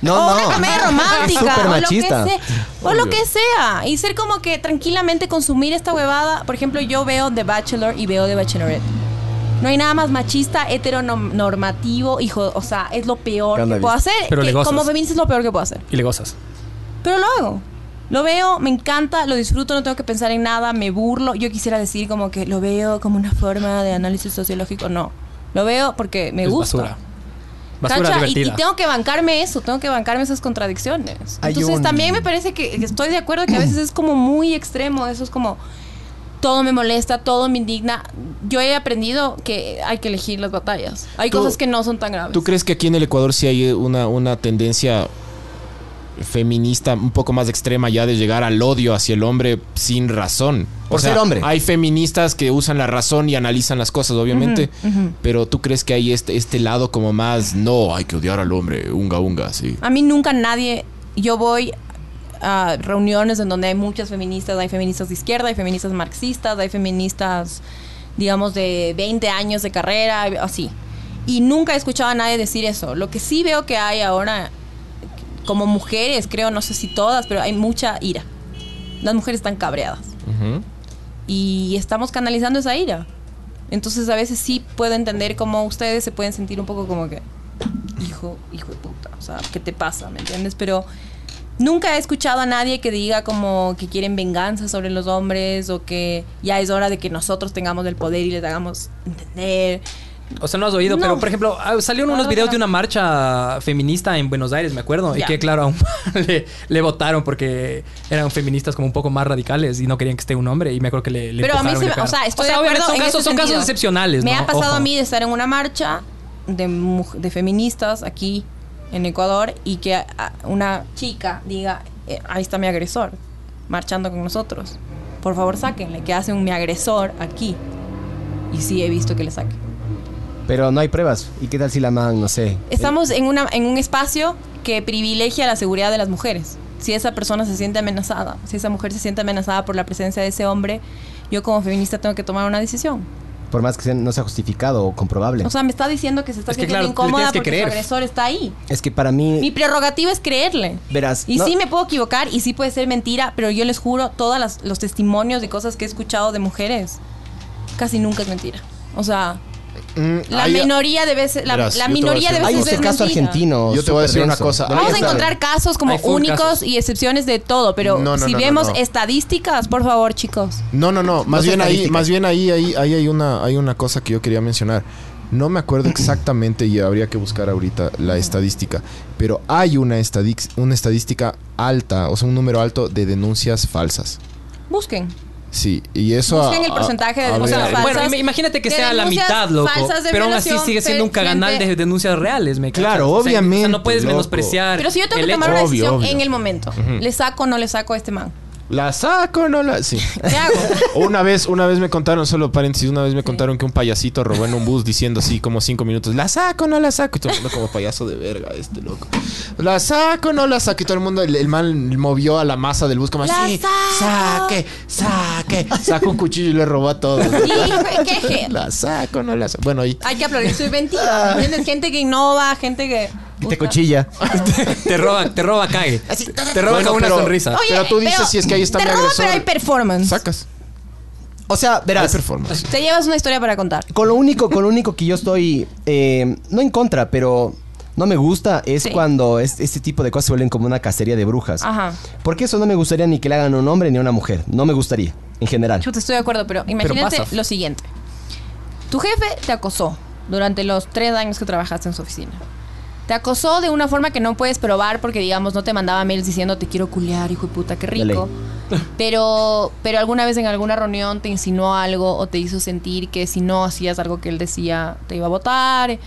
B: No,
C: o
B: no.
C: una comedia Oh, romántica
B: Súper
C: o lo que
B: machista.
C: sea, o lo que sea y ser como que tranquilamente consumir esta huevada. Por ejemplo, yo veo The Bachelor y veo The Bachelorette. No hay nada más machista, heteronormativo, hijo, o sea, es lo peor
B: Ya lo
C: que
B: he
C: puedo
B: visto.
C: hacer.
E: Pero
C: que
E: le gozas.
C: como feminista es lo peor que puedo hacer.
E: Y le gozas.
C: Pero lo hago. Lo veo, me encanta, lo disfruto, no tengo que pensar en nada, me burlo. Yo quisiera decir como que lo veo como una forma de análisis sociológico. No. Lo veo porque me
E: Es
C: gusta.
E: basura. Basura
C: Cacha, y-
E: divertida.
C: Y, tengo que bancarme eso, tengo que bancarme esas contradicciones.
B: Hay
C: Entonces
B: un-
C: también me parece que que estoy de acuerdo que a veces es como muy extremo, eso es como todo me molesta, todo me indigna. Yo he aprendido que hay que elegir las batallas. Hay
G: Tú-
C: cosas que no son tan graves.
G: ¿Tú crees que aquí en el Ecuador sí hay una, una tendencia
A: feminista un poco más extrema ya de llegar al odio hacia el hombre sin razón.
B: Por ser hombre.
A: Hay feministas que usan la razón y analizan las cosas, obviamente, pero tú crees que hay este, este lado como más, no, hay que odiar al hombre, unga, unga, sí.
C: A mí nunca nadie, yo voy a reuniones en donde hay muchas feministas, hay feministas de izquierda, hay feministas marxistas, hay feministas, digamos, de 20 años de carrera, así. Y nunca he escuchado a nadie decir eso. Lo que sí veo que hay ahora, como mujeres, creo, no sé si todas, pero hay mucha ira. Las mujeres están cabreadas. Y estamos canalizando esa ira. Entonces a veces sí puedo entender cómo ustedes se pueden sentir un poco como que, hijo, hijo de puta, o sea, ¿qué te pasa? ¿Me entiendes? Pero nunca he escuchado a nadie que diga como que quieren venganza sobre los hombres o que ya es hora de que nosotros tengamos el poder y les hagamos entender.
E: O sea, no has oído,
C: No.
E: pero por ejemplo, ah, salieron unos
C: Ah,
E: videos
C: no.
E: de una marcha feminista en Buenos Aires, me acuerdo, y
C: Ya.
E: que claro, a un le, le votaron porque eran feministas como un poco más radicales y no querían que esté un hombre, y me acuerdo que le... le
C: Pero a mí
E: empujaron y
C: se
E: le
C: me- o
E: pegaron.
C: sea, estoy de
E: obviamente
C: acuerdo
E: son
C: en
E: casos,
C: ese
E: son casos
C: sentido.
E: excepcionales.
C: Me
E: ¿no?
C: ha pasado
E: Ojo.
C: a mí de estar en una marcha de, muj- de feministas aquí en Ecuador y que a- a una chica diga, "Eh, ahí está mi agresor, marchando con nosotros. Por favor, sáquenle, que hace un mi agresor aquí. Y sí he visto que le saquen.
B: Pero no hay pruebas. ¿Y qué tal si la man, no sé?
C: Estamos en, una, en un espacio que privilegia la seguridad de las mujeres. Si esa persona se siente amenazada, si esa mujer se siente amenazada por la presencia de ese hombre, yo como feminista tengo que tomar una decisión.
B: Por más que sea- no sea justificado o comprobable.
C: O sea, me está diciendo que se está
E: Es que,
C: sintiendo
E: claro, le
C: incómoda
E: tienes que
C: porque
E: creer.
C: su agresor está ahí.
B: es que para mí.
C: Mi prerrogativa es creerle.
B: Verás,
C: Y
B: no-
C: sí me puedo equivocar y sí puede ser mentira, pero yo les juro, todos los testimonios y cosas que he escuchado de mujeres, casi nunca es mentira. O sea, la minoría de veces, la,
G: Verás,
C: la
G: yo te voy a
C: minoría de
G: decir-
B: Hay
C: veces
B: un
C: es
B: caso
C: mentira.
B: argentino.
G: Yo te voy a decir
B: súper
G: una
B: denso.
G: cosa.
C: Vamos a
G: Ahí está.
C: encontrar casos como
E: Hay full
C: únicos
E: casos.
C: y excepciones de todo, pero
G: No, no,
C: si
G: no, no,
C: vemos
G: no.
C: estadísticas, por favor, chicos.
G: No, no, no. Más
B: No
G: bien ahí,
B: estadística.
G: más bien ahí, ahí, ahí hay una, hay una cosa que yo quería mencionar. No me acuerdo exactamente y habría que buscar ahorita la estadística, pero hay una, estadix- una estadística alta, o sea, un número alto de denuncias falsas.
C: Busquen.
G: Sí, y eso...
C: Busquen
G: a-
C: el
G: a-
C: porcentaje de
G: habría-
E: O sea,
C: denuncias falsas.
E: bueno, im- imagínate que
C: de
E: sea la
C: denuncias
E: mitad, loco.
C: falsas de
E: Pero aún así
C: violación
E: sigue siendo un
C: fe-
E: canal
C: frente-
E: de denuncias reales, me cachas?
G: Claro,
E: O sea, O sea,
G: obviamente,
E: no puedes
G: loco.
E: menospreciar.
C: Pero si yo tengo
E: el
C: que tomar
E: hecho.
C: una
G: Obvio,
C: decisión
G: obvio.
C: en el momento, ¿le saco o no le saco a este man?
G: ¿La saco o no la...? Sí.
C: ¿Qué hago?
G: Una vez, una vez me contaron, solo paréntesis, una vez me contaron que un payasito robó en un bus diciendo así como cinco minutos, la saco, no la saco. Y todo el mundo como payaso de verga, este loco. La saco, no la saco. Y todo el mundo, el, el man movió a la masa del bus como
C: "La
G: así,
C: saco".
G: saque, saque. Sacó un cuchillo y le robó a todos.
C: Hijo, qué je-
G: La saco, no la saco. Bueno, ahí.
C: Hay que aplaudir su inventiva.
G: Ah.
C: ¿Entiendes? Gente que innova, gente que.
B: Que Te
C: busca-
B: cuchilla.
E: Te roba, te roba, cague. Te roba
G: Bueno,
E: con una
G: pero-
E: sonrisa.
C: Oye,
G: Ah, Pero tú dices, si es que ahí está
C: te
G: mi
C: robo,
G: agresor.
C: pero hay performance.
G: Sacas.
B: O sea,
G: Hay
B: verás.
G: performance.
C: Te llevas una historia para contar.
B: Con lo único, con lo único que yo estoy. eh, no en contra, pero. No me gusta es
C: Sí.
B: cuando es- este tipo de cosas se vuelven como una cacería de brujas.
C: Ajá.
B: Porque eso no me gustaría ni que le hagan a un hombre ni a una mujer. No me gustaría, en general.
C: Yo te estoy de acuerdo, pero imagínate
E: pasa.
C: lo siguiente. Tu jefe te acosó durante los tres años que trabajaste en su oficina. Te acosó de una forma que no puedes probar porque, digamos, no te mandaba mails diciendo te quiero culear, hijo de puta, qué
B: ley.
C: rico. Pero, pero alguna vez en alguna reunión te insinuó algo o te hizo sentir que si no hacías algo que él decía te iba a votar.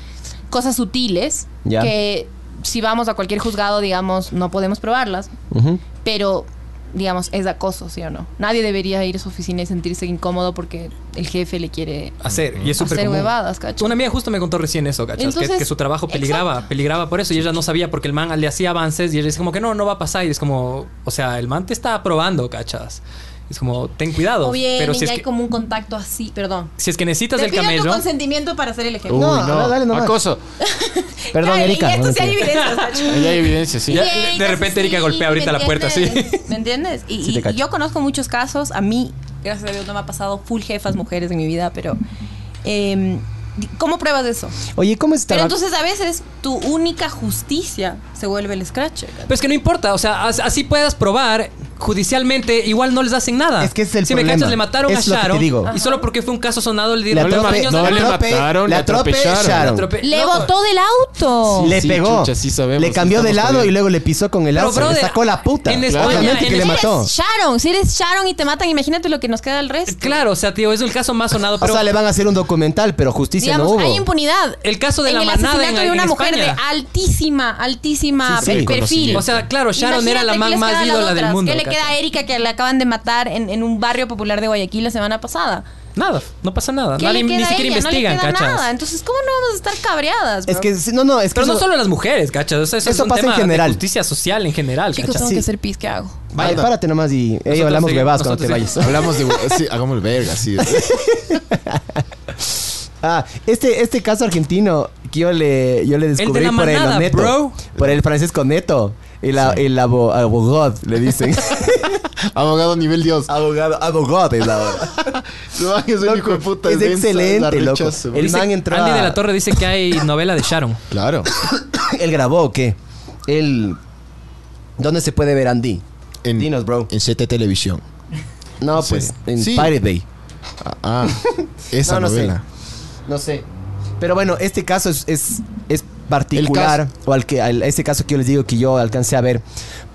C: Cosas sutiles
B: Ya.
C: que si vamos a cualquier juzgado, digamos, no podemos probarlas
B: Ujú.
C: pero digamos es acoso, ¿sí o no? Nadie debería ir a su oficina y sentirse incómodo porque el jefe le quiere
E: Hacer, y es súper
C: hacer
E: común.
C: huevadas, ¿cachai?
E: Una amiga justo me contó recién eso, ¿cachas? Que- que,
C: Entonces,
E: su trabajo peligraba, peligraba por eso y ella no sabía porque el man le hacía avances y ella dice como que no, no va a pasar y es como, o sea, el man te está probando, ¿cachas? Es como, ten cuidado.
C: o bien,
E: pero
C: y
E: si es,
C: hay
E: que,
C: como un contacto así, perdón.
E: si es que necesitas
C: Te
E: del
C: pido tu
E: camello,
C: consentimiento para hacer el ejemplo.
G: Uy,
B: No,
G: no.
B: no, dale nomás.
G: Acoso.
B: Perdón,
C: Ay,
B: Erika.
C: Y esto
B: no,
C: sí hay
B: mentira.
C: evidencia, ¿cachai?
G: Ahí hay evidencia, sí.
E: Ya,
C: Bien,
E: de- de
C: cosas
E: repente Erika
C: así,
E: golpea ahorita
C: ¿me
E: la puerta, sí.
C: entiendes? ¿Me entiendes? Y,
B: Sí te
C: y
B: cacho.
C: yo conozco muchos casos, a mí, gracias a Dios, no me ha pasado full jefas mujeres en mi vida, pero... em, ¿Cómo pruebas eso?
B: Oye, ¿cómo está?
C: Pero entonces a veces tu única justicia se vuelve el scratch.
E: pues Pero es que no importa, o sea, as- así puedas probar, judicialmente igual no les hacen nada.
B: Es que ese es el
E: si me
B: problema.
E: cachas, le mataron
B: Es
E: a
B: lo que te
E: Sharon.
B: digo.
E: Y solo porque fue un caso sonado le
B: La
E: dieron
A: le
E: dos
B: trope,
A: mat-
E: años
A: no
E: de-
A: le
E: la-
B: trope-
A: mataron,
B: la
A: le
B: trope
A: atropellaron.
B: Sharon.
E: trope-
C: Le
E: no,
C: botó del auto.
B: Le
A: Sí,
B: pegó.
A: chucha, sí sabemos,
B: le cambió de
A: estamos
B: lado
A: jodiendo.
B: y luego le pisó con el
E: Pero,
B: auto. Le
E: brother,
B: sacó la puta.
E: en España,
B: Obviamente
E: en
B: que le
E: España-
B: mató.
C: Eres Sharon, si eres Sharon y te matan, imagínate lo que nos queda del resto.
E: Claro, o sea, tío, es el caso más sonado,
B: O
E: pero
B: sea, le van a hacer un documental, pero justicia
C: Digamos,
B: no
C: hay
B: hubo.
C: impunidad.
E: el caso de
C: en
E: la
C: el
E: manada en,
C: asesinato de una
E: en
C: mujer de
E: España.
C: altísima, altísima
A: Sí, sí,
C: per- perfil.
A: conocimiento.
E: O sea, claro, Sharon
C: Imagínate
E: era la
C: qué
E: man
C: les queda
E: más
C: a las
E: ídola del
C: otras.
E: mundo.
C: ¿Qué le
E: ¿cachas?
C: queda a Erika que le acaban de matar en, en un barrio popular de Guayaquil la semana pasada?
E: Nada, no pasa nada.
C: ¿Qué
E: Nadie-
C: le queda
E: ni
C: a
E: siquiera
C: ella?
E: investigan,
C: no le queda
E: ¿cachas?
C: nada. Entonces, ¿cómo no vamos a estar cabreados?
B: Es que, sí, no, no, es que
E: Pero no
B: eso-
E: solo las mujeres, ¿cachas? O sea, eso,
B: Eso
E: es un
B: pasa en
E: tema
B: general.
E: de justicia social en general,
C: Chicos,
E: ¿cachas?
C: tengo
B: sí.
C: que hacer pis, ¿qué hago?
B: Ay,
A: Vaya.
B: párate nomás y ey,
E: Nosotros
B: hablamos
E: seguimos,
B: huevadas cuando te
E: nosotros
B: vayas.
G: Hablamos de. Sí, hagamos verga, sí.
B: Ah, este, este caso argentino que yo le, yo le
E: de
B: descubrí
E: la
B: por
E: manada,
B: el Neto.
E: bro.
B: Por el Francisco Neto. El, a- el abo- abogado, le dicen.
G: Abogado nivel Dios.
B: abogado, abogado es ahora.
G: Lo que es un hijo de puta.
B: es
G: densa, la
B: excelente, loco.
G: rechazo.
B: El
E: Dice-
B: man entró
E: Andy
B: a-
E: de la Torre dice que hay novela de Sharon.
G: Claro.
B: ¿Él grabó o qué? Él... ¿Dónde se puede ver Andy?
G: En,
B: Dinos, bro.
G: En CT Televisión.
B: No,
G: Sí.
B: pues, en
G: Sí.
B: Pirate Bay.
G: Ah, ah, esa
B: No, no sé.
G: novela.
B: No sé. Pero bueno, este caso es, es, es particular.
G: El
B: O al que, al- este caso que yo les digo que yo alcancé a ver.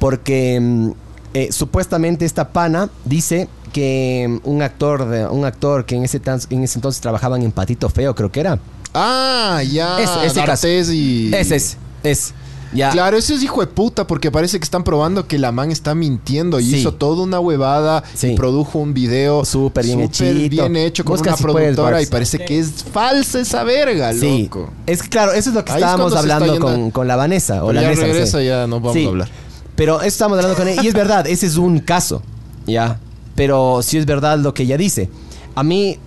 B: Porque mm, eh, supuestamente esta pana dice que mm, un actor, de- un actor que en ese, tan- en ese entonces trabajaban en Patito Feo, creo que era.
G: Ah, ya.
B: Ese- ese
G: D'Artés y.
B: Ese es, Ah. es. Ya.
G: Claro, ese es hijo de puta porque parece que están probando que la man está mintiendo y
B: Sí.
G: hizo toda una huevada
B: Sí.
G: y produjo un video
B: Súper bien hechito.
G: bien hecho con
B: Busca
G: una
B: si puedes,
G: productora
B: Barbs.
G: y parece que es falsa esa verga,
B: Sí.
G: loco.
B: Es que claro, eso es lo que
G: Ahí es
B: estábamos
G: cuando se está
B: hablando
G: yendo-
B: con, con la Vanessa. O
G: Pero
B: la
G: ya
B: Vanessa, no sé.
G: regresa, ya no vamos
B: Sí.
G: a hablar.
B: Pero eso estamos hablando con ella. Y es verdad, ese es un caso. Ya. Pero sí es verdad lo que ella dice. A mí,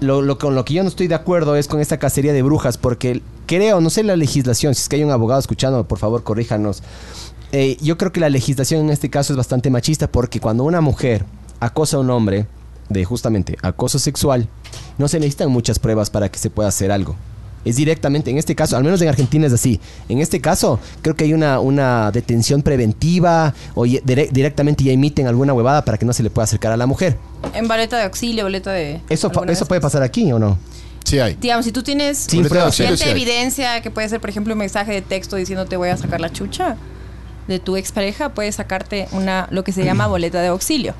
B: lo, lo- con lo que yo no estoy de acuerdo es con esta cacería de brujas. Porque creo, no sé la legislación. Si es que hay un abogado escuchando, por favor, corríjanos. Eh, yo creo que la legislación en este caso es bastante machista. Porque cuando una mujer acosa a un hombre de justamente acoso sexual, no se necesitan muchas pruebas para que se pueda hacer algo. Es directamente, en este caso, al menos en Argentina es así. En este caso, creo que hay una, una detención preventiva o ye- dire- directamente ya emiten alguna huevada para que no se le pueda acercar a la mujer.
C: En boleta de auxilio, boleta de.
B: ¿Eso, fa-
C: alguna
B: eso
C: vez.
B: puede pasar aquí o no?
G: Sí hay.
C: Digamos, si tú tienes
B: Sin
G: Por eso
B: pruebas.
G: sí, sí
C: suficiente
G: hay.
C: evidencia, que puede ser, por ejemplo, un mensaje de texto diciendo te voy a sacar la chucha de tu expareja, puedes sacarte una lo que se llama boleta de auxilio.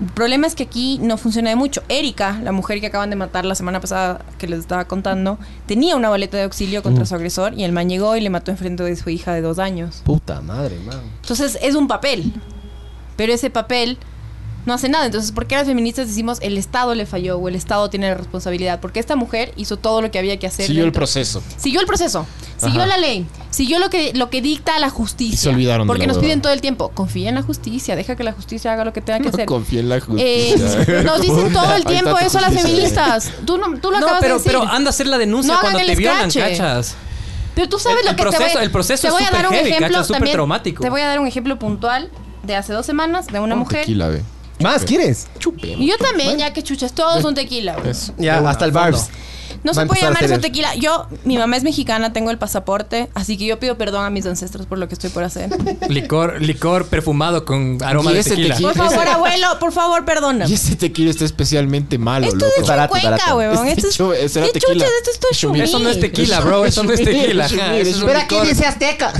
C: El problema es que aquí no funciona de mucho. Erika, la mujer que acaban de matar la semana pasada que les estaba contando, tenía una boleta de auxilio contra su agresor y el man llegó y le mató enfrente de su hija de dos años.
B: Puta madre, man.
C: Entonces es un papel, pero ese papel no hace nada. Entonces, ¿por qué las feministas decimos el Estado le falló o el Estado tiene la responsabilidad? Porque esta mujer hizo todo lo que había que hacer.
A: Siguió el
C: dentro-
A: proceso.
C: Siguió el proceso, siguió
A: Ajá.
C: la ley, siguió lo que, lo que dicta la justicia.
A: Y se olvidaron de
C: Porque
A: la
C: nos
A: huevada.
C: piden todo el tiempo, confía en la justicia, deja que la justicia haga lo que tenga que hacer.
A: confía en la
C: Eh, nos dicen todo el tiempo eso a las feministas. Tú, no, tú lo
E: No,
C: acabas
E: pero,
C: de decir.
E: pero anda a hacer la denuncia
C: No hagan
E: cuando
C: el
E: te violan,
C: escrache.
E: ¿cachas?
C: Pero tú sabes
E: El-
C: lo
E: el
C: que te
E: proceso-
C: voy a-
E: el proceso
C: te
E: es
C: voy a
E: súper
C: dar un
E: heavy,
C: ejemplo
E: cacha, súper
C: también.
E: traumático.
C: Te voy a dar un ejemplo puntual de hace dos semanas de
A: Oh,
C: una mujer.
G: Tequila, ve.
B: ¿Más quieres?
C: Y yo también, ya que chuchas, todos un tequila. güey.
B: Ya, hasta el Barbs.
C: No
B: Va a
C: se puede
B: empezar a hacer
C: llamar eso
B: eso.
C: tequila. Yo, mi mamá es mexicana, tengo el pasaporte, así que yo pido perdón a mis ancestros por lo que estoy por hacer.
E: Licor, licor perfumado con aroma
A: Y
E: de
A: ese
E: tequila.
A: tequila-
C: Por favor, abuelo, por favor, perdona.
A: Y ese tequila está especialmente malo,
C: Esto
A: loco.
C: es hecho en
B: Barato,
C: Cuenca,
B: barato.
C: huevón.
A: Este
C: Esto es,
A: chu- será
C: ¿Qué
A: tequila.
C: chuchas? Esto es todo chumir.
E: Eso no es tequila, bro. Eso no es tequila. Este ajá, eso es un licor-
B: azteca.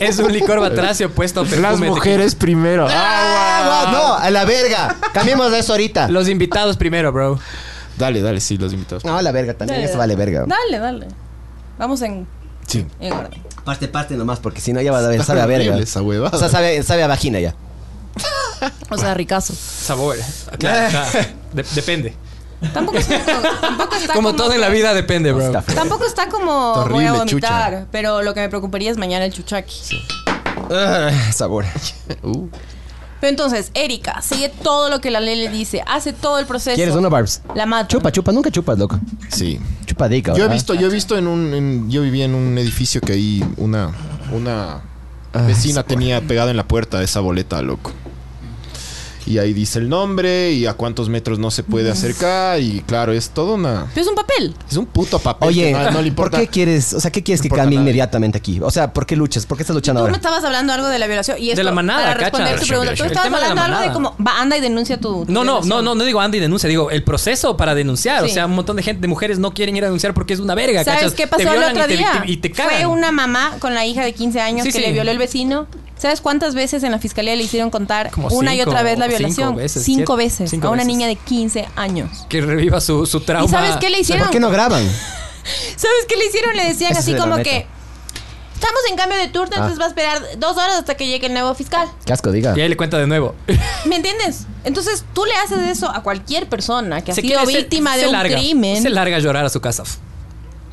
E: Es un licor batracio puesto a
A: Las
E: perfume de
A: mujeres primero.
B: Ah, no, a la verga. Cambiemos de eso ahorita.
E: tequila. Los invitados primero, bro.
A: Dale, dale, sí, los invitados.
B: No, a la verga también.
C: Dale,
B: Eso
C: dale.
B: vale verga.
C: Dale, dale. Vamos en,
G: Sí.
C: en orden.
B: Parte, parte nomás, porque si no ya va a ver, sabe a
G: horrible
B: verga.
G: esa huevada.
B: O sea, sabe, sabe a vagina ya.
C: O sea, ricazo.
E: Sabor. Claro, claro. De- depende.
C: Tampoco es tampoco está
E: Como todo en la vida depende, bro.
B: Está feo.
C: Tampoco está como
G: Está
C: voy a
G: horrible, chucha.
C: vomitar, pero lo que me preocuparía es mañana el chuchaqui.
B: Ah, sabor.
C: Pero entonces, Erika sigue todo lo que la ley le dice, hace todo el proceso.
B: ¿Quieres uno, Barbs?
C: La mata.
B: Chupa, chupa, nunca chupas, loco.
G: Sí.
B: Chupa dica,
G: Yo he
B: ¿verdad?
G: visto, yo he visto en un, en- yo vivía en un edificio que ahí una,
B: Ah,
G: una vecina tenía pegado en la puerta esa boleta, loco. y ahí dice el nombre y a cuántos metros no se
B: Mm.
G: puede acercar y claro, es todo una...
C: Pero es un papel.
G: Es un puto papel.
B: Oye,
G: que no, no le
B: ¿por
G: importa.
B: qué quieres, o sea, qué quieres que
G: importa
B: cambie
G: nada.
B: inmediatamente aquí? O sea, ¿por qué luchas? ¿Por qué estás luchando
C: Tú me
B: ahora?
C: estabas hablando algo de la violación y esto,
E: la manada,
C: para responder
E: cacha.
C: tu pregunta. Tú
E: El
C: estabas
E: tema de la
C: hablando algo de
E: manada.
C: como, va, anda y denuncia tu. tu
E: No, no, no,
C: violación.
E: no, no digo anda y denuncia, digo el proceso para denunciar. O
C: Sí.
E: sea, un montón de gente, de mujeres no quieren ir a denunciar porque es una verga.
C: ¿Sabes
E: ¿cachas?
C: qué
E: Te
C: pasó el
E: violan
C: otro
E: y te
C: día?
E: victim- Y te cagan.
C: Fue una mamá con la hija de 15 años
E: Sí,
C: que
E: sí.
C: le violó el vecino. ¿Sabes cuántas veces en la fiscalía le hicieron contar
E: Como
C: una y
E: cinco,
C: otra vez la
E: cinco
C: violación?
E: veces,
C: Cinco
E: siete,
C: veces
E: cinco
C: a una
E: veces.
C: niña de 15 años.
E: Que reviva su, su trauma.
C: ¿Y sabes qué le hicieron?
B: ¿Por qué no graban?
C: ¿Sabes qué le hicieron? Le decían
B: Esa
C: así
B: es la
C: como
B: neta.
C: que estamos en cambio de turno, entonces
E: Ah.
C: va a esperar dos horas hasta que llegue el nuevo fiscal.
B: Qué asco, diga.
E: Y ahí le cuenta de nuevo.
C: ¿Me entiendes? Entonces tú le haces eso a cualquier persona que ha
E: Se
C: sido
E: queda- se-
C: víctima
E: se
C: de un
E: larga,
C: crimen.
E: Se larga a llorar a su casa.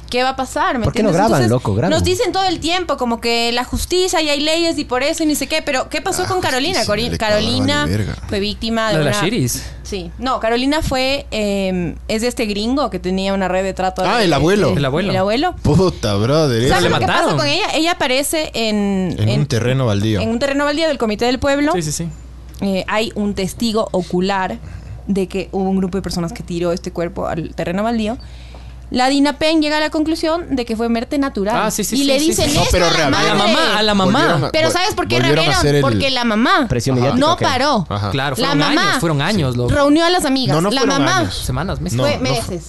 C: ¿Qué va a pasar? ¿Me
B: ¿Por qué no
C: entiendes?
B: graban, loco? Graban.
C: Nos dicen todo el tiempo como que la justicia y hay leyes y por eso y ni sé qué, pero ¿qué pasó
G: La
E: Ah,
C: con Carolina?
G: justicia
C: Cori-
G: en el Ecuador
C: Carolina
G: vale verga.
C: fue víctima de
E: La de la
C: una-
E: Shiris.
C: Sí, no, Carolina fue eh, es de este gringo que tenía una red de trato.
G: Ah,
C: de-
G: el abuelo.
E: El abuelo.
C: El abuelo.
G: Puta, brother.
E: Pero
G: eso-
C: ¿Sabes
E: le
C: lo que
E: mataron.
C: pasa con ella? Ella aparece en,
G: En, un terreno baldío.
C: en un terreno baldío del Comité del Pueblo.
E: Sí, sí, sí.
C: Eh, hay un testigo ocular de que hubo un grupo de personas que tiró este cuerpo al terreno baldío. La Dinapen llega a la conclusión de que fue muerte natural.
E: Ah, sí, sí,
C: y
E: sí,
C: le
E: sí,
C: dicen
E: sí.
G: No,
C: esto
G: pero
C: a la
E: A
G: reabrieron.
E: la
C: madre.
E: mamá, a la mamá.
G: Volvieron
C: Pero ¿sabes por qué
G: Volvieron a
C: reunieron?
G: hacer el-
C: Porque la mamá
B: Presión
G: Ajá.
B: mediática.
C: no
B: ok.
C: paró.
G: Ajá.
E: Claro,
C: La
E: fueron
C: mamá.
E: años, fueron años, loco.
C: Reunió a las amigas.
G: No, no
C: la
G: fueron
C: mamá
G: años.
E: Semanas, meses.
G: No,
C: fue
G: no
C: meses.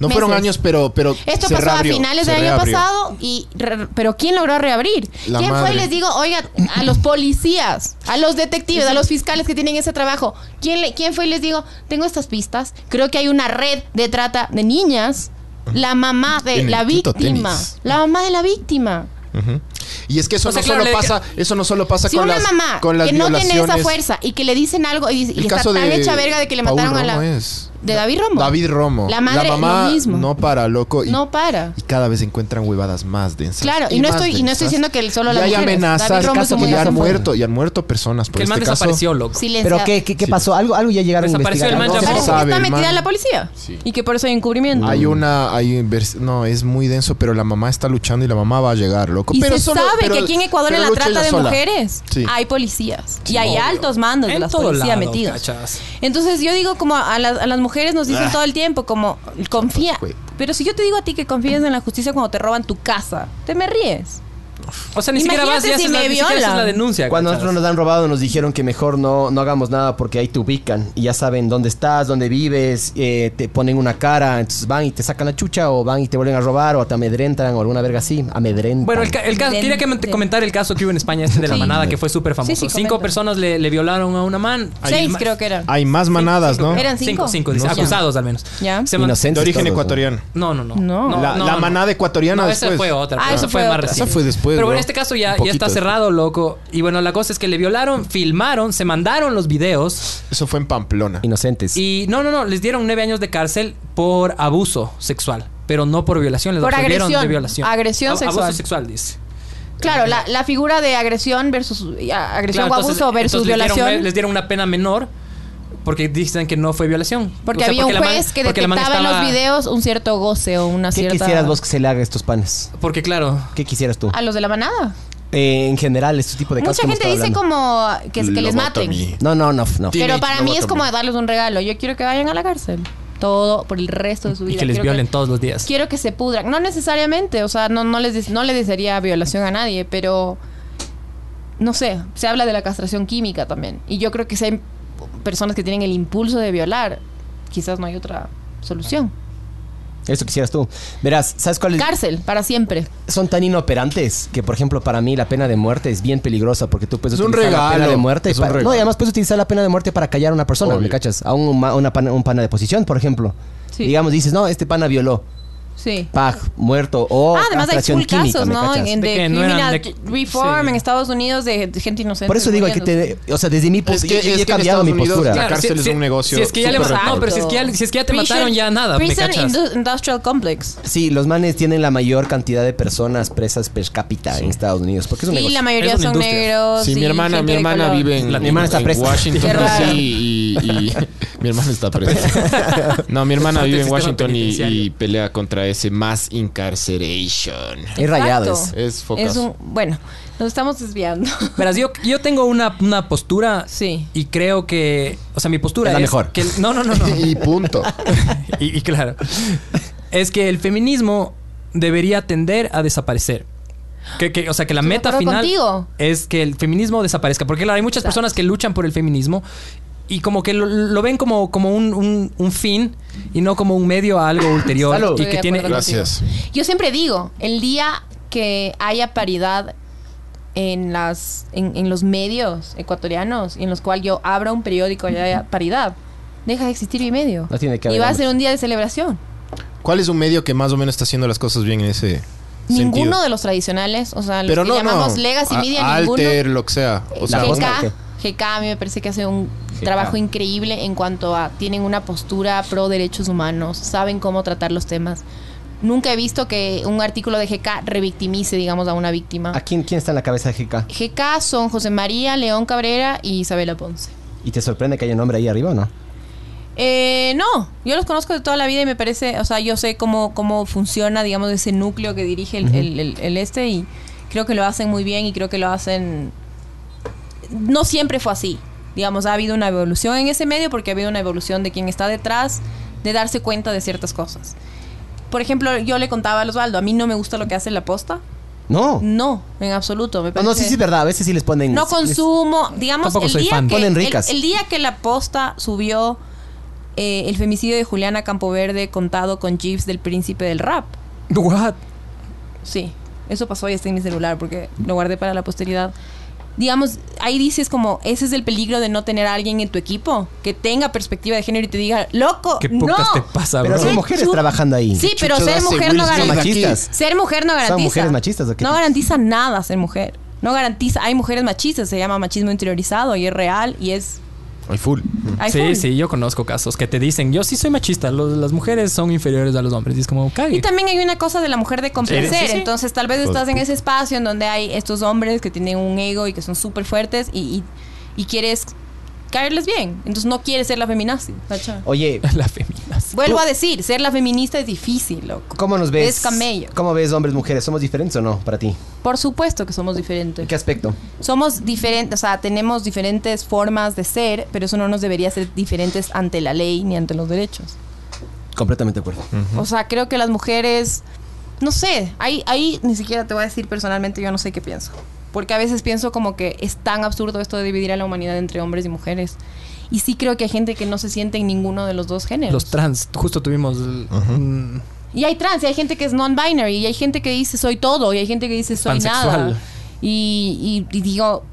G: No fueron
C: meses.
G: años, pero. pero
C: Esto
G: se
C: pasó
G: reabrió,
C: a finales
G: se
C: del año
G: reabrió.
C: pasado, y re- pero ¿quién logró reabrir?
G: La
C: ¿Quién fue?
G: madre.
C: Y les digo, oigan, a los policías, a los detectives, a los fiscales que tienen ese trabajo, ¿quién, le- quién fue? Y les digo, tengo estas pistas, creo que hay una red de trata de niñas, la mamá de
G: En el
C: la
G: quinto
C: víctima,
G: tenis.
C: la mamá de la víctima.
G: Ujú. Y es que eso
E: O sea,
G: no
E: claro,
G: solo
E: le-
G: pasa, eso no solo pasa
C: Si
G: con
C: una
G: las,
C: mamá
G: con las
C: que no tiene esa
G: violaciones.
C: fuerza y que le dicen algo y, dice- y
G: El
C: está
G: caso
C: tan
G: de
C: hecha verga de que le
G: Paul
C: mataron a la...
G: Romo es.
C: De David Romo.
G: David Romo.
C: La madre,
G: mamá
C: lo mismo.
G: no para, loco. Y,
C: No para.
G: y cada vez encuentran huevadas más densas.
C: Claro, y no
G: más
C: estoy- y no estoy
G: densas.
C: diciendo que solo
G: Y
C: las
G: hay
C: mujeres. David
G: amenazas,
C: Romo es
G: casos
C: un
G: que ya
C: caso
G: han
C: fuerte.
G: muerto, y han muerto personas por
E: Que el
G: este
E: man
G: caso.
E: desapareció, loco.
C: Silenciado.
B: Pero qué, qué, qué
G: Sí.
B: pasó? Algo, algo ya llegaron a
E: Desapareció
B: investigar.
E: el man
B: algo.
E: ya
C: Parece
G: No
C: que
G: sabe
C: está
G: el
C: metida
G: man.
C: la policía.
G: Sí.
C: Y que por eso hay encubrimiento.
G: Hay una, hay un vers- no, es muy denso, pero la mamá está luchando y la mamá va a llegar, loco.
C: y
G: pero
C: se
G: solo-
C: sabe
G: pero-
C: que aquí en Ecuador
G: pero
C: en la
G: lucha
C: trata
G: ella
C: de
G: sola.
C: mujeres
G: Sí.
C: hay policías. y hay altos mandos de
E: En
C: las
E: todo
C: policías
E: lado,
C: metidos.
E: cachas.
C: Entonces yo digo como a, las- a las mujeres nos
G: Ah.
C: dicen todo el tiempo como confía.
G: Güey.
C: Pero si yo te digo a ti que confíes en la justicia cuando te roban tu casa, te me ríes.
E: O sea, ni siquiera vas
C: Imagínate
E: y haces
C: si
E: la,
C: me
E: ni siquiera
C: violan.
E: haces la denuncia.
B: Cuando
E: cachas.
B: nosotros nos han robado nos dijeron que mejor no, no hagamos nada porque ahí te ubican y ya saben dónde estás, dónde vives, eh, te ponen una cara, entonces van y te sacan la chucha o van y te vuelven a robar o te amedrentan o alguna verga así, amedrentan.
E: Bueno, el, ca- el caso,
C: Den-
E: quería que me-
C: den-
E: comentar el caso que hubo en España este de la
C: Sí.
E: manada que fue súper famoso.
C: Sí, sí,
E: Cinco
C: comenta.
E: personas le, le violaron a una man.
C: Seis
E: ma-
C: creo que eran.
G: Hay más manadas, ¿no?
C: Eran
E: Cinco,
C: cinco.
E: cinco, dice,
C: Ya.
E: acusados al menos.
C: Ya.
E: Se man-
G: De
B: Inocentes
G: origen
B: todos, ¿no?
G: ecuatoriano.
E: No, no, no.
C: No.
G: La, la
E: no.
G: manada ecuatoriana
E: No,
G: después.
E: esa fue otra.
C: Ah,
E: pero
C: esa
E: esa fue
C: fue
E: más
C: otra.
E: reciente.
G: Esa fue después,
E: Pero bueno,
G: bro.
E: este caso
G: Un
E: ya, ya
G: poquito
E: está
G: después.
E: cerrado, loco. Y bueno, la cosa es que le violaron, filmaron, se mandaron los videos.
G: Eso fue en Pamplona.
B: Inocentes.
E: Y no, no, no, les dieron nueve años de cárcel por abuso sexual, pero no por violación, les
C: Por
E: absolvieron de
C: agresión.
E: violación.
C: Agresión
E: Ab- Abuso
C: sexual.
E: sexual, dice.
C: Claro, la, la figura de agresión versus y, a- agresión
E: Claro,
C: o
E: entonces-
C: abuso versus
E: entonces les dieron
C: violación.
E: nueve- Les dieron, una pena menor porque dicen que no fue violación.
C: porque
E: O sea,
C: había un
E: la man-
C: juez que
E: porque la man
C: detectaba en los
E: estaba-
C: videos un cierto goce o una
B: ¿Qué
C: cierta
B: quisieras vos que se le haga a estos panes?
E: Porque claro,
B: ¿Qué quisieras tú?
C: a los de la manada.
B: Eh, en general, este tipo de cosas.
C: Mucha
B: que hemos
C: gente dice
B: estado hablando.
C: como que, que les maten.
B: No, no, no, no.
G: Teenage
C: Pero para mí es
G: Lobotomy.
C: como darles un regalo. Yo quiero que vayan a la cárcel. Todo por el resto de su vida.
E: y que les
C: Quiero
E: violen todos los días.
C: Quiero que se pudran. No necesariamente, o sea, no, no, les, des- no le desearía violación a nadie, pero no sé, se habla de la castración química también. Y yo creo que si hay personas que tienen el impulso de violar, quizás no hay otra solución.
B: Eso quisieras tú. Verás, ¿sabes cuál es?
C: Cárcel, para siempre.
B: son tan inoperantes que, por ejemplo, para mí la pena de muerte es bien peligrosa porque tú puedes
G: Es un
B: utilizar la pena
G: regalo,
B: de muerte.
G: es un
B: pa- no,
G: regalo.
B: y además puedes utilizar la pena de muerte para callar a una persona, ¿me
G: Obvio.
B: cachas? A un, ma- una pana, un pana de posición, por ejemplo.
C: Sí.
B: Digamos, dices, no, este pana violó.
C: Sí.
B: Pag, muerto o.
C: Ah, además hay
B: castración
C: full
B: química,
C: casos,
B: ¿me
C: ¿no?
B: cachas?
C: En
E: De
C: de
E: que no eran
C: criminal
E: de-
C: reform
E: sí.
C: en Estados Unidos de de gente inocente.
B: Por eso digo, hay que
C: muriéndose.
B: tener. O sea, desde mi
G: Es
B: punto
G: que-
B: yo- yo
G: es
B: he
G: que en
B: cambiado mi
G: Estados Unidos
B: postura.
G: la cárcel es un negocio
E: Si es que ya le
G: súper
E: ma- no,
G: rentable.
E: pero si es que ya, si es que ya te
C: Prison-
E: mataron ya nada, ¿me
C: Prison
E: cachas?
C: Indu- Industrial Complex.
B: Sí, los manes tienen la mayor cantidad de personas presas per cápita en Estados Unidos. Porque es un
C: Y
B: negocio.
C: la mayoría
E: Es una
C: son
E: industria.
C: negros.
G: Sí, mi
C: y
G: hermana,
C: gente
G: mi
C: de
G: hermana
C: color.
G: vive en,
E: La-
B: mi hermana está
G: en
B: presa.
G: Washington
C: Qué raro.
G: DC y, y- Mi hermana está presa.
A: No, mi hermana
E: Parte
A: vive
E: del
A: en
E: sistema
A: Washington y- y,
E: penitenciario.
A: pelea contra ese mass incarceration.
B: Es rayado.
C: Exacto.
B: ese.
G: es
C: Es
G: focazo.
C: un, bueno, nos estamos desviando.
E: Verás, yo, yo tengo una, una postura
C: Sí.
E: y creo que. O sea, mi postura
B: Es
E: es.
B: la mejor.
E: que- no, no, no, no.
G: Y punto.
E: y, y claro. Es que el feminismo debería tender a desaparerecer. Que, que- o sea, que la
C: Estoy de
E: meta
C: acuerdo
E: final
C: contigo.
E: es que el feminismo desaparezca. Porque claro, hay muchas personas que luchan por el feminismo y como que lo, lo ven como, como un, un- un fin y no como un medio a algo ulterior.
B: Salud.
E: Y
C: Estoy
E: que
C: de
E: tiene...
C: acuerdo contigo.
G: Gracias.
C: Yo siempre digo, el día que haya paridad en las en, en los medios ecuatorianos y en los cuales yo abra un periódico y haya paridad, deja de existir mi medio.
B: No tiene que
C: y
B: haber
C: va a
B: hombres.
C: ser un día de celebración.
G: ¿Cuál es un medio que más o menos está haciendo las cosas bien en ese
C: Ninguno
G: sentido?
C: de los tradicionales, o sea, los
G: Pero
C: que
G: no,
C: llamamos
G: no.
C: legacy
G: A-
C: media,
G: Alter, lo que sea. O
C: ninguno.
G: sea,
B: La
G: un-
B: voz
C: GK,
B: ¿o
C: GK a mí me parece que hace un trabajo increíble en cuanto a tienen una postura pro derechos humanos, saben cómo tratar los temas. Nunca he visto que un artículo de GK revictimice, digamos, a una víctima.
B: ¿A quién, quién está en la cabeza de GK?
C: GK son José María, León Cabrera y Isabela Ponce.
B: ¿Y te sorprende que haya un hombre ahí arriba o no?
C: Eh, no, yo los conozco de toda la vida y me parece, o sea, yo sé cómo, cómo funciona, digamos, ese núcleo que dirige el, el- el- el este y creo que lo hacen muy bien y creo que lo hacen... No siempre fue así, digamos, ha habido una evolución en ese medio porque ha habido una evolución de quien está detrás de darse cuenta de ciertas cosas. Por ejemplo, yo le contaba a Osvaldo, a mí no me gusta lo que hace la posta.
B: No.
C: No, en absoluto. Me
B: No,
C: parece,
B: no, sí, sí, es verdad. A veces sí les ponen.
C: No
B: les-
C: consumo, digamos,
E: Tampoco
C: el
E: soy
C: día,
E: fan.
C: Que,
B: Ponen
C: el-
B: ricas.
C: El, día que la posta subió eh, el femicidio de Juliana Campoverde contado con Jeeves del príncipe del rap.
E: What?
C: Sí, eso pasó y está en mi celular porque lo guardé para la posteridad. Digamos, ahí dices como, ese es el peligro de no tener a alguien en tu equipo que tenga perspectiva de género y te diga, loco,
E: Qué
C: no.
E: pocas te pasa,
B: Pero
E: bro.
B: son
C: Sí,
B: mujeres
C: chup-
B: trabajando ahí.
C: Sí, pero ser
G: hace
C: mujer
G: Will
C: no
G: Smith
B: Son
G: Mira,
C: garantiza.
G: aquí.
B: machistas.
C: Ser mujer no garantiza.
B: mujeres machistas o qué
C: No
B: te-
C: garantiza nada ser mujer. No garantiza. Hay mujeres machistas, se llama machismo interiorizado y es real y es.
G: Ay, full.
C: hay
E: sí,
C: full.
E: sí, yo conozco casos que te dicen, yo sí soy machista, los- las mujeres son inferiores a los hombres. Y es como, cague.
C: Y también hay una cosa de la mujer de complacer.
E: Sí, sí, sí.
C: Entonces, tal vez estás en ese espacio en donde hay estos hombres que tienen un ego y que son súper fuertes y, y- y quieres caerles bien. Entonces, no quieres ser la feminazi. ¿cachai?
B: Oye,
E: La femina.
C: Vuelvo a decir, ser la feminista es difícil, loco.
B: oh. ¿cómo nos ves?
C: Es camello.
B: ¿Cómo ves hombres, mujeres? ¿Somos diferentes o no para ti?
C: Por supuesto que somos
B: ¿En
C: diferentes.
B: qué aspecto?
C: somos diferentes, o sea, tenemos diferentes formas de ser, pero eso no nos debería ser diferentes ante la ley ni ante los derechos.
B: Completamente de acuerdo.
E: Mm.
C: O sea, creo que las mujeres, no sé, ahí, ahí ni siquiera te voy a decir personalmente, yo no sé qué pienso. Porque a veces pienso como que es tan absurdo esto de dividir a la humanidad entre hombres y mujeres. Y sí creo que hay gente que no se siente en ninguno de los dos géneros.
E: Los trans, justo tuvimos... mm, el- un-
C: Y hay trans, y hay gente que es non-binary, y hay gente que dice soy todo, y hay gente que dice soy
E: Pansexual.
C: nada. Y, y- y digo,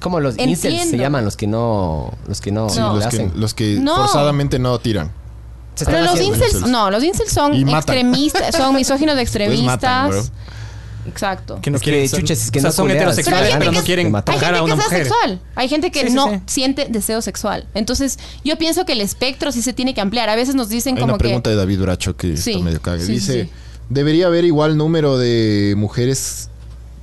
B: ¿Cómo los incels se
C: Entiendo.
B: llaman los que no. Los que no,
G: Sí,
B: no
G: los,
B: le
G: que,
B: hacen?
G: los que
C: No.
G: forzadamente no tiran.
B: Se están
C: Pero los
B: haciendo.
C: incels, no, los incels son
G: Y matan.
C: extremistas, son misóginos de
G: Pues
C: extremistas.
G: matan, bro.
C: Exacto.
E: que no
B: Es que,
E: quieren ser-
B: chuches, es que
E: o sea,
B: no
E: son
B: culeas,
E: heterosexuales,
C: pero hay
E: pero
C: gente
E: no
C: que-
E: quieren
B: hay
E: tocar a una
C: Hay gente que
E: mujer.
C: es asexual, hay gente que
E: Sí, sí,
C: no
E: sí.
C: siente deseo sexual. Entonces, yo pienso que el espectro sí se tiene que ampliar. A veces nos dicen
G: Hay
C: como
G: una pregunta
C: que
G: de David Bracho que
C: Sí,
G: está medio cague.
C: sí, sí,
G: Dice,
C: sí.
G: ¿debería haber igual número de mujeres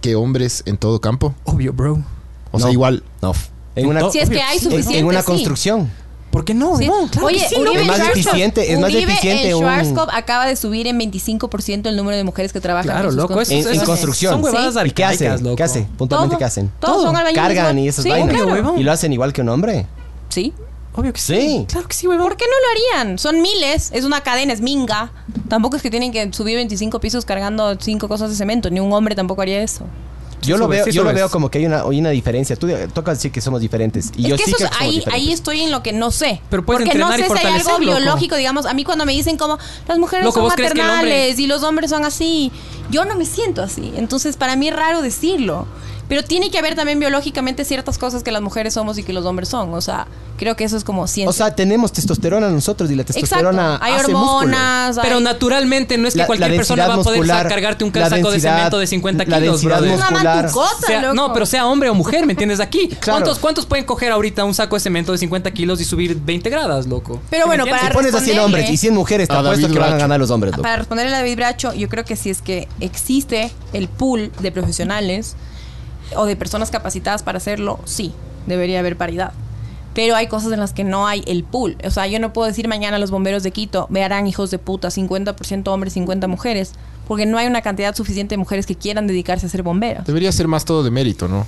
G: que hombres en todo campo?
E: Obvio, bro.
G: O sea,
B: No.
G: igual.
B: No. En una,
C: si es que hay
E: obvio,
B: en,
C: suficiente
B: en una
C: sí.
B: construcción.
E: ¿Por qué no?
C: Sí.
E: bro? Claro
C: Oye,
E: que sí,
C: Uribe
B: Es más
C: en Schwarzkopf-
B: eficiente- es más
C: Uribe
B: eficiente
C: en
B: un-
C: Schwarzkopf acaba de subir en 25% el número de mujeres que trabajan
E: Claro,
C: en sus
E: loco, eso
B: En,
E: es-
B: en
E: son-
B: construcción.
E: son huevadas
B: ¿Y qué hacen?
E: arcaicas, loco.
B: ¿Qué hacen? Puntualmente,
C: Todo.
B: ¿qué hacen?
C: Todos son albañiles,
B: Cargan
C: ¿no?
B: y esas
C: Sí,
B: vainas.
E: claro.
B: Y lo hacen igual que un hombre.
C: Sí.
E: Obvio que sí.
B: Sí.
E: Claro que sí, huevón.
C: ¿Por qué no lo harían? Son miles, es una cadena, es minga. Tampoco es que tienen que subir 25 pisos cargando cinco cosas de cemento, ni un hombre tampoco haría eso.
B: Yo lo
E: Subes,
B: veo,
E: sí
B: yo lo
E: subes.
B: veo como que hay una, hay una diferencia. Tú de- tocas decir que somos diferentes. Y
C: es
B: yo
C: que
B: sí
C: eso
B: creo
C: es-
B: que somos
C: ahí,
B: diferentes.
C: ahí estoy en lo que no sé.
E: Pero puedes
C: Porque no
E: entrenar y
C: sé si hay algo
E: fortalecer, loco.
C: biológico, digamos. A mí cuando me dicen como las mujeres
E: Loco,
C: son
E: ¿vos crees que el hombre-
C: maternales y los hombres son así, yo no me siento así. Entonces para mí es raro decirlo. Pero tiene que haber también biológicamente ciertas cosas que las mujeres somos y que los hombres son. O sea, creo que eso es como ciencia.
B: O sea, tenemos testosterona nosotros y la testosterona
C: Exacto. Hay
B: hace músculo.
C: hormonas, hay-
E: Pero naturalmente no es que
B: La-
E: cualquier
B: la
E: persona va a
B: densidad
E: poder
B: muscular,
E: cargarte un
B: la
E: casaco de
B: densidad-
E: cemento de 50
B: la
E: kilos,
B: densidad
E: brother.
C: Es una
B: muscular.
C: mantucota,
E: Sea-
C: loco.
E: no, pero sea hombre o mujer, ¿me entiendes? Aquí,
B: Claro.
E: ¿cuántos, ¿cuántos pueden coger ahorita un saco de cemento de 50 kilos y subir 20 gradas, loco?
C: Pero
E: ¿Sí me
C: bueno,
E: entiendes?
B: Si
C: para
B: pones a 100
C: responderle-
B: hombres y 100 mujeres, te
E: Ah,
G: A
B: apuesto
G: David
B: que van a
G: Bracho.
B: ganar los hombres. loco.
C: Para responderle a David Bracho, yo creo que si es que existe el pool de profesionales o de personas capacitadas para hacerlo, sí, debería haber paridad. pero hay cosas en las que no hay el pool. O sea, yo no puedo decir mañana a los bomberos de Quito, me harán hijos de puta, 50% hombres, 50 mujeres, porque no hay una cantidad suficiente de mujeres que quieran dedicarse a ser bomberas.
G: Debería ser más todo de mérito, ¿no?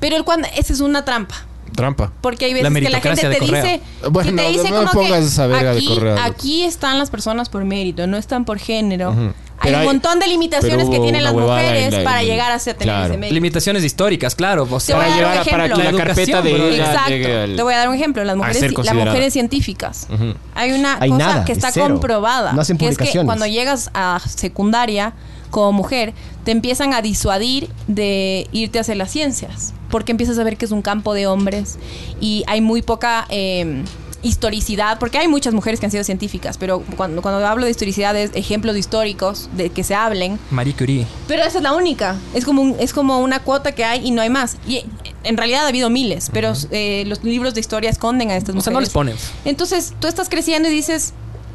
C: Pero el cuando, esa es una trampa.
G: Trampa.
C: Porque hay
E: La
C: veces que la gente
E: meritocracia
C: te
E: de Correa.
C: dice,
G: Bueno,
C: si te dice
G: no me
C: como
G: pongas
C: que
G: esa verga de
C: aquí,
G: Correa, loco.
C: aquí están las personas por mérito, no están por género. Hay
G: Pero
C: un
G: hay-
C: montón de limitaciones
G: pero
C: que
G: hubo
C: tienen
G: una
C: las
G: huevada en
C: mujeres
G: la-
C: para
G: en-
C: llegar a ser tener
G: claro.
C: ese mérito.
E: Limitaciones históricas, claro. o sea,
C: voy a
A: Para
C: dar
A: llevar
C: un
A: a- para que la
C: ejemplo.
E: La
A: carpeta
E: educación,
A: de
E: bro.
A: ella
C: Exacto.
A: llegue al-
C: Te voy a dar un ejemplo. Las
A: a
C: mujeres,
A: ser
C: las
A: considerada.
C: mujeres científicas. Hay una
B: Hay
C: cosa
B: nada,
C: que
B: es
C: está
B: cero.
C: comprobada.
B: No hacen
C: que es que
B: publicaciones.
C: cuando llegas a secundaria como mujer, te empiezan a disuadir de irte hacia las ciencias. Porque empiezas a ver que es un campo de hombres y hay muy poca... eh, historicidad, porque hay muchas mujeres que han sido científicas, pero cuando, cuando hablo de historicidad es ejemplos históricos de que se hablen,
E: Marie Curie.
C: pero esa es la única. Es como, un- es como una cuota que hay y no hay más. Y eh, en realidad ha habido miles, pero eh, los libros de historia esconden a estas
E: O
C: mujeres.
E: sea, no les ponen.
C: Entonces, tú estás creciendo y dices,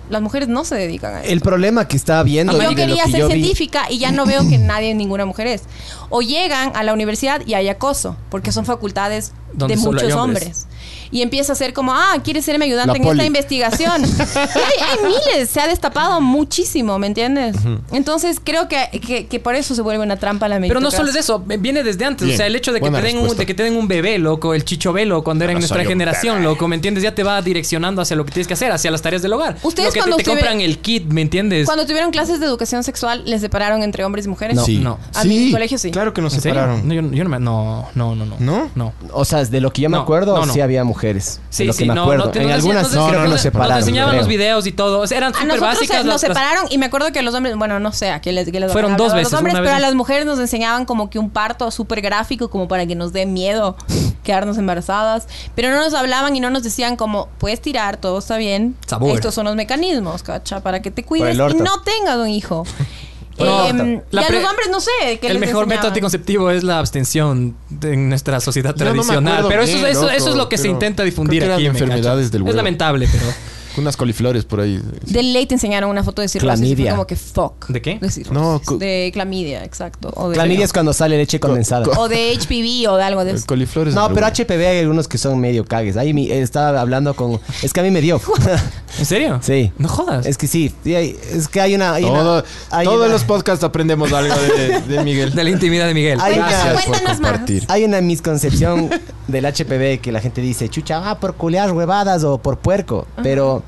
C: las mujeres no se dedican a eso.
B: El problema que estaba viendo
C: Y
B: y de
C: yo
B: lo
C: quería
B: que
C: ser
B: yo vi-
C: científica y ya no veo que nadie, ninguna mujer es. O llegan a la universidad y hay acoso, porque son facultades
E: Donde
C: de
E: solo hay
C: muchos
E: hombres.
C: hombres. Y empieza a ser como, ah, ¿quieres ser mi ayudante
G: La
C: en
G: poli.
C: esta investigación? Y hay, hay miles, se ha destapado muchísimo, ¿me entiendes? Entonces creo que, que, que por eso se vuelve una trampa la
E: Pero no solo es
C: meritocracia.
E: eso, ve- viene desde antes.
G: Bien,
E: O sea, el hecho de que,
G: buena
E: te den un,
G: respuesta.
E: de que te den un bebé, loco, el chichovelo, cuando era en
A: No
E: nuestra
A: soy un
E: generación, loco, ¿me entiendes? Ya te va direccionando hacia lo que tienes que hacer, hacia las tareas del hogar.
C: Ustedes
E: lo que te-
C: cuando
E: te,
C: estuvieron-
E: compran el kit, ¿me entiendes?
C: Cuando tuvieron clases de educación sexual, ¿les separaron entre hombres y mujeres?
E: No.
G: Sí.
E: no.
C: A mi colegio sí.
G: Claro que nos
E: ¿En serio?
G: separaron.
E: No, yo, yo no me. No, no, no. No.
G: ¿No?
B: O sea, de lo que yo me
E: No,
B: acuerdo,
E: no, no.
B: sí había mujeres. de
E: Sí,
B: lo que
E: sí,
B: me
E: no,
B: acuerdo.
E: no, te-
B: en
E: no,
B: algunas
E: decían-
B: creo que
E: no,
B: nos
E: no,
B: separaron.
E: Nos enseñaban
B: creo.
E: los videos y todo. o sea, eran
C: A
E: súper
C: Ah, nosotros se-
E: básicas.
C: nos
E: las- las-
C: separaron y me acuerdo que a los hombres, bueno, no sé a qué les, qué les
E: Fueron
C: habrán
E: dos
C: hablado a
E: veces,
C: los hombres,
E: una vez
C: pero a
E: no.
C: las mujeres nos enseñaban como que un parto súper gráfico, como para que nos dé miedo quedarnos embarazadas. Pero no nos hablaban y no nos decían como, puedes tirar, todo está bien.
E: Sabor.
C: Estos son los mecanismos, cacha, para que te cuides
B: el
C: y
B: orto.
C: no tengas un hijo.
E: Por el
C: Em,
E: orto. La
C: y a
E: pre-
C: los hombres no sé qué
E: el
C: les
E: mejor
C: enseñaban.
E: método anticonceptivo es la abstención de- en nuestra sociedad
G: Yo no me
E: tradicional.
G: acuerdo
E: pero eso,
G: bien,
E: eso,
G: loco,
E: eso es lo que se
G: pero
E: intenta
G: creo
E: difundir
G: que eran
E: aquí. me cacho.
G: enfermedades del
E: es
G: huevo.
E: lamentable, pero.
G: Unas coliflores por ahí.
C: De ley te enseñaron una foto de cirrosis. y fue
B: Clamidia.
C: Como que fuck.
E: ¿De qué?
C: De, cirrosis.
G: No, co-
C: de clamidia, exacto. O de,
B: Clamidia es cuando sale leche condensada.
C: o de HPV o de algo de
A: Pues,
C: eso.
G: Coliflores.
B: No,
G: del
B: pero
G: huevo.
B: HPV hay algunos que son medio cagues. Ahí mi- estaba hablando con. Es que a mí me dio.
E: ¿En serio?
B: Sí.
E: No jodas.
B: es que sí. sí, hay- Es que hay una. hay una-
G: Todo-
B: hay
G: todos
B: una-
G: los podcasts aprendemos algo de, de Miguel.
E: De la intimidad de Miguel.
B: Ay,
C: Cuéntanos,
B: Gracias
G: por
C: cuéntanos más.
G: compartir.
B: Hay una misconcepción del HPV que la gente dice, chucha, ah, por culear huevadas o por puerco. Pero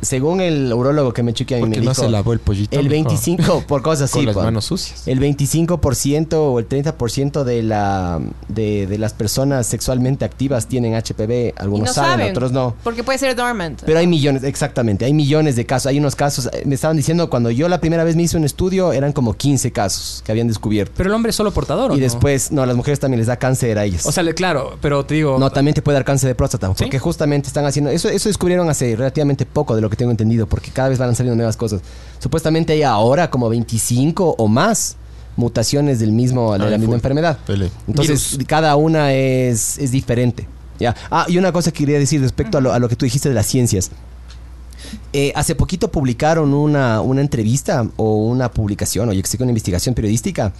B: según el urólogo que me chuque a mí
G: Porque
B: me
G: no
B: dijo,
G: se lavó el pollito.
B: el
G: mijo.
B: 25, por cosas
G: Con
B: así,
G: las
B: pa. Eh,
G: manos sucias.
B: el 25% o el 30% de, la, de, de las personas sexualmente activas tienen HPV.
C: Y
B: Algunos
C: no
B: saben,
C: saben.
B: otros no.
C: Porque puede ser dormant.
B: Pero hay millones, exactamente, hay millones de casos. Hay unos casos, eh, me estaban diciendo, cuando yo la primera vez me hice un estudio, eran como 15 casos que habían descubierto.
E: Pero el hombre es solo portador. ¿o
B: Y
E: no?
B: después, no, a las mujeres también les da cáncer a ellas.
E: O sea, le- claro, pero te digo.
B: No, también te puede dar cáncer de próstata,
E: ¿Sí?
B: porque justamente están haciendo eso. Eso descubrieron hace relativamente poco de lo que tengo entendido, porque cada vez van saliendo nuevas cosas. Supuestamente hay ahora como 25 o más mutaciones del mismo de la
G: Ah, full.
B: misma enfermedad.
G: Pele.
B: Entonces cada una es, es diferente. Ya. Ah, y una cosa que quería decir respecto a lo, a lo que tú dijiste de las ciencias. Eh, hace poquito publicaron una, una entrevista o una publicación, o yo que sé, una investigación periodística,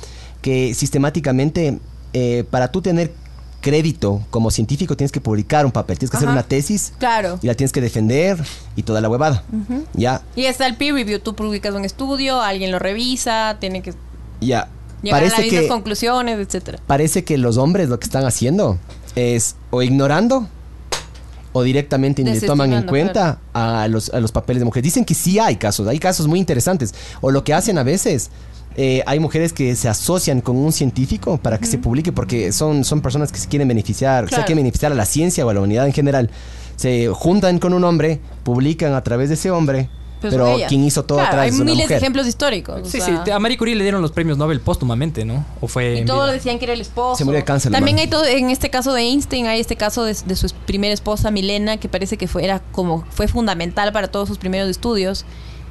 B: que sistemáticamente eh, para tú tener crédito como científico tienes que publicar un papel, tienes que hacer
C: Ajá.
B: una tesis
C: Claro.
B: y la tienes que defender y toda la huevada. Ya,
C: Y está el peer review. Tú publicas un estudio, alguien lo revisa, tiene que
B: ya.
C: llegar a
B: Parece
C: las mismas
B: que,
C: conclusiones, etcétera.
B: parece que los hombres lo que están haciendo es o ignorando o directamente ni le toman en
C: Desestimando,
B: cuenta a, los, a los papeles de mujeres. Dicen que sí hay casos, hay casos muy interesantes. O lo que hacen a veces, eh, hay mujeres que se asocian con un científico para que se publique porque son, son personas que se quieren beneficiar, o sea,
C: Claro.
B: quieren beneficiar a la ciencia o a la humanidad en general. Se juntan con un hombre, publican a través de ese hombre,
C: Pero
B: pero,
C: son ellas.
B: quien hizo todo
C: Pues Claro,
B: atrás
C: Hay
B: es una
C: miles de
B: mujer.
C: ejemplos históricos. o
E: Sí,
C: sea,
E: sí, te- a Marie Curie le dieron los premios Nobel póstumamente, ¿no? O fue.
C: Y
E: en
C: todos
E: vida?
C: decían que era el esposo.
B: Se murió de cáncer, la
C: También
B: man.
C: hay todo, en este caso de Einstein, hay este caso de, de su primera esposa, Milena, que parece que fue, era como, fue fundamental para todos sus primeros estudios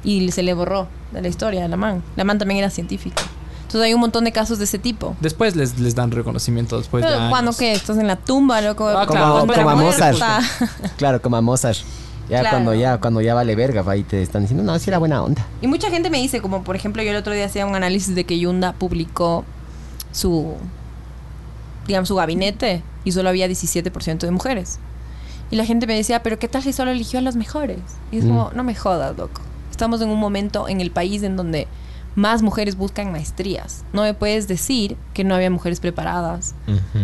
C: y se le borró de la historia de la man. La man también era científica. Entonces hay un montón de casos de ese tipo.
E: Después les, les dan reconocimiento después de.
C: Pero
E: años.
C: cuando que estás en la tumba, loco.
E: Ah,
B: Como,
E: claro,
B: como a
E: como
B: Mozart.
E: muerta.
B: Claro, como a Mozart. Ya
C: ah. Claro.
B: cuando ya cuando ya vale verga, va, y te están diciendo, no, si era buena onda.
C: Y mucha gente me dice, como por ejemplo, yo el otro día hacía un análisis de que Yunda publicó su, digamos, su gabinete y solo había 17% de mujeres. Y la gente me decía, pero ¿qué tal si solo eligió a los mejores? Y es como, no me jodas, loco. Estamos en un momento en el país en donde más mujeres buscan maestrías. No me puedes decir que no había mujeres preparadas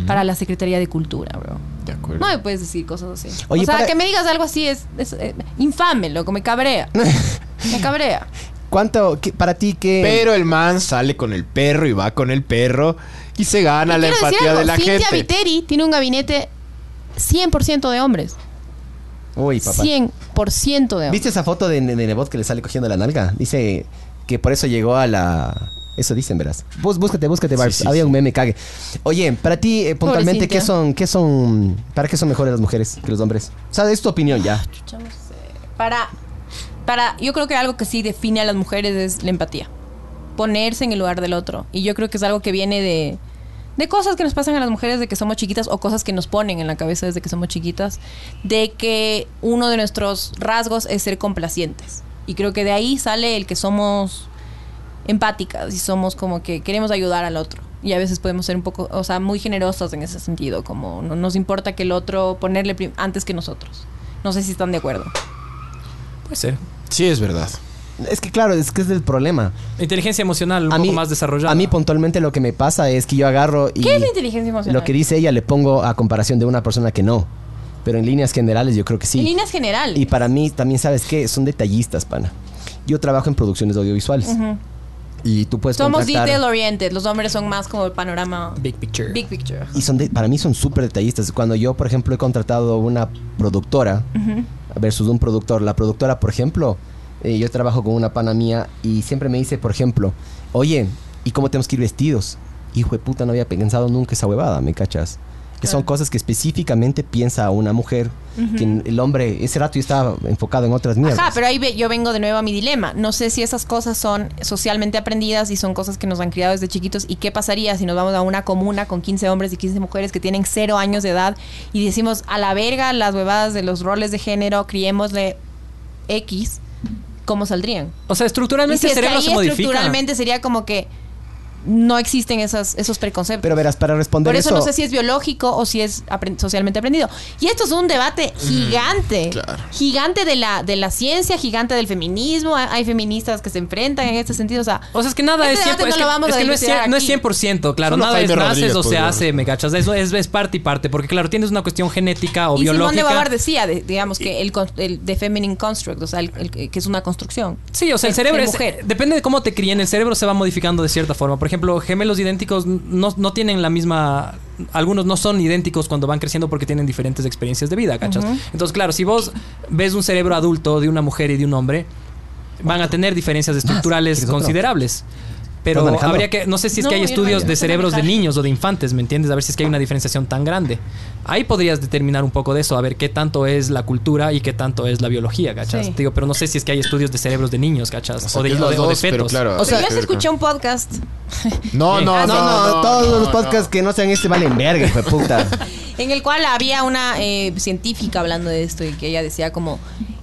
C: para la Secretaría de Cultura, bro.
A: De acuerdo.
C: No eh, me puedes decir cosas así.
B: Oye,
C: o sea,
B: para-
C: que me digas algo así es, es, eh, infame, loco, me cabrea. me cabrea.
B: ¿Cuánto, qué- para ti, qué.
A: Pero el man sale con el perro y va con el perro y se gana la
C: Quiero decir
A: empatía
C: algo,
A: de la
C: Cintia
A: gente.
C: Viteri tiene un gabinete 100% de hombres.
B: Uy, papá.
C: 100% de hombres.
B: ¿Viste esa foto de, de Nebot que le sale cogiendo la nalga? Dice que por eso llegó a la. Eso dicen, verás. Bus, búscate, búscate, Barbs.
A: sí,
B: Había un meme, cague. Oye, para ti, eh, puntualmente, ¿qué
C: Cintia.
B: son, ¿qué son. ¿Para qué son mejores las mujeres que los hombres? O sea, es tu opinión ya.
C: Chucha, no sé. eh, Para, para, yo creo que algo que sí define a las mujeres es la empatía. Ponerse en el lugar del otro. Y yo creo que es algo que viene de, de cosas que nos pasan a las mujeres desde que somos chiquitas o cosas que nos ponen en la cabeza desde que somos chiquitas. De que uno de nuestros rasgos es ser complacientes. Y creo que de ahí sale el que somos empáticas y somos como que queremos ayudar al otro. Y a veces podemos ser un poco, o sea, muy generosas en ese sentido, como no nos importa que el otro ponerle prim- antes que nosotros. No sé si están de acuerdo.
E: Puede ser.
A: Sí, es verdad.
B: Es que, claro, es que es el problema.
E: Inteligencia emocional un poco más desarrollada.
B: A mí, puntualmente, lo que me pasa es que yo agarro y.
C: ¿Qué es la inteligencia emocional?
B: Lo que dice ella le pongo a comparación de una persona que no. Pero en líneas generales, yo creo que sí.
C: En líneas generales.
B: Y para mí también, ¿sabes qué? Son detallistas, pana. Yo trabajo en producciones audiovisuales. Y tú puedes
C: Somos
B: contratar-
C: detail oriented. Los hombres son más como el panorama
E: Big picture.
C: big picture.
B: Y son de- para mí son súper detallistas. Cuando yo, por ejemplo, he contratado una productora versus un productor. La productora, por ejemplo, eh, yo trabajo con una pana mía y siempre me dice, por ejemplo, oye, ¿y cómo tenemos que ir vestidos? Hijo de puta, no había pensado nunca esa huevada, ¿me cachas? Que son cosas que específicamente piensa una mujer. Que n- el hombre, ese rato yo estaba enfocado en otras mierdas.
C: Ajá, pero ahí ve- yo vengo de nuevo a mi dilema. No sé si esas cosas son socialmente aprendidas y son cosas que nos han criado desde chiquitos. ¿Y qué pasaría si nos vamos a una comuna con 15 hombres y 15 mujeres que tienen cero años de edad y decimos a la verga las huevadas de los roles de género, criémosle X? ¿Cómo saldrían?
E: O sea,
C: Y
E: estructuralmente
C: si
E: el
C: es que
E: cerebro
C: ahí
E: se modifica.
C: estructuralmente sería como que no existen esas, esos preconceptos.
B: Pero verás, para responder
C: Por eso,
B: eso
C: no sé si es biológico o si es apren- socialmente aprendido. Y esto es un debate gigante.
A: claro.
C: Gigante de la, de la ciencia, gigante del feminismo. Ha- Hay feministas que se enfrentan en este sentido. O sea,
E: O sea, es que nada
C: Este
E: es 100%.
C: debate no
E: es que,
C: lo vamos
E: es
C: a
E: que no, es
C: discutir
E: 100%, no es
C: aquí.
E: 100%, claro.
A: Solo
E: Nada
A: Jaime
E: es naces
A: Rodríguez
E: o se
A: podría-
E: hace, me cachas. Eso es, es parte y parte. Porque, claro, tienes una cuestión genética o
C: y Simón de
E: biológica.
C: Beauvoir decía, de- digamos, que el, con- el the feminine construct, o sea, el- el que que es una construcción.
E: Sí, o sea, el
C: de-
E: cerebro
C: de
E: es,
C: mujer.
E: depende de cómo te críen, el cerebro se va modificando de cierta forma. Por ejemplo, gemelos idénticos no, no tienen la misma, algunos no son idénticos cuando van creciendo porque tienen diferentes experiencias de vida, ¿cachas? Entonces, claro, si vos ves un cerebro adulto de una mujer y de un hombre, van a tener diferencias
A: Ah,
E: estructurales
B: ¿Quieres otro?
E: considerales. Pero
B: ¿Estás manejando?
E: habría que, no sé si es que
C: No, yo
E: hay
C: no
E: estudios
C: manejo,
E: de
C: yo sé
E: cerebros de
C: manejar.
E: niños o de infantes, ¿me entiendes? A ver si es que hay una diferenciación tan grande. Ahí podrías determinar un poco de eso, a ver qué tanto es la cultura y qué tanto es la biología, ¿cachas?
C: Sí.
E: Te digo, pero no sé si es que hay estudios de cerebros de niños, ¿cachas?
A: O
E: O,
A: sea,
E: de,
A: que es
E: o
A: las
E: de- o de
A: dos, pero
E: fetos.
A: claro.
C: O sea, yo
A: que ver
C: escuché
A: con-
C: un podcast.
A: No, no,
E: Ah,
A: no,
B: No, no,
A: no,
B: todos
A: no,
B: los
A: no.
B: podcasts que no sean este valen verga, hijo de puta.
C: en el cual había una eh, científica hablando de esto y que ella decía como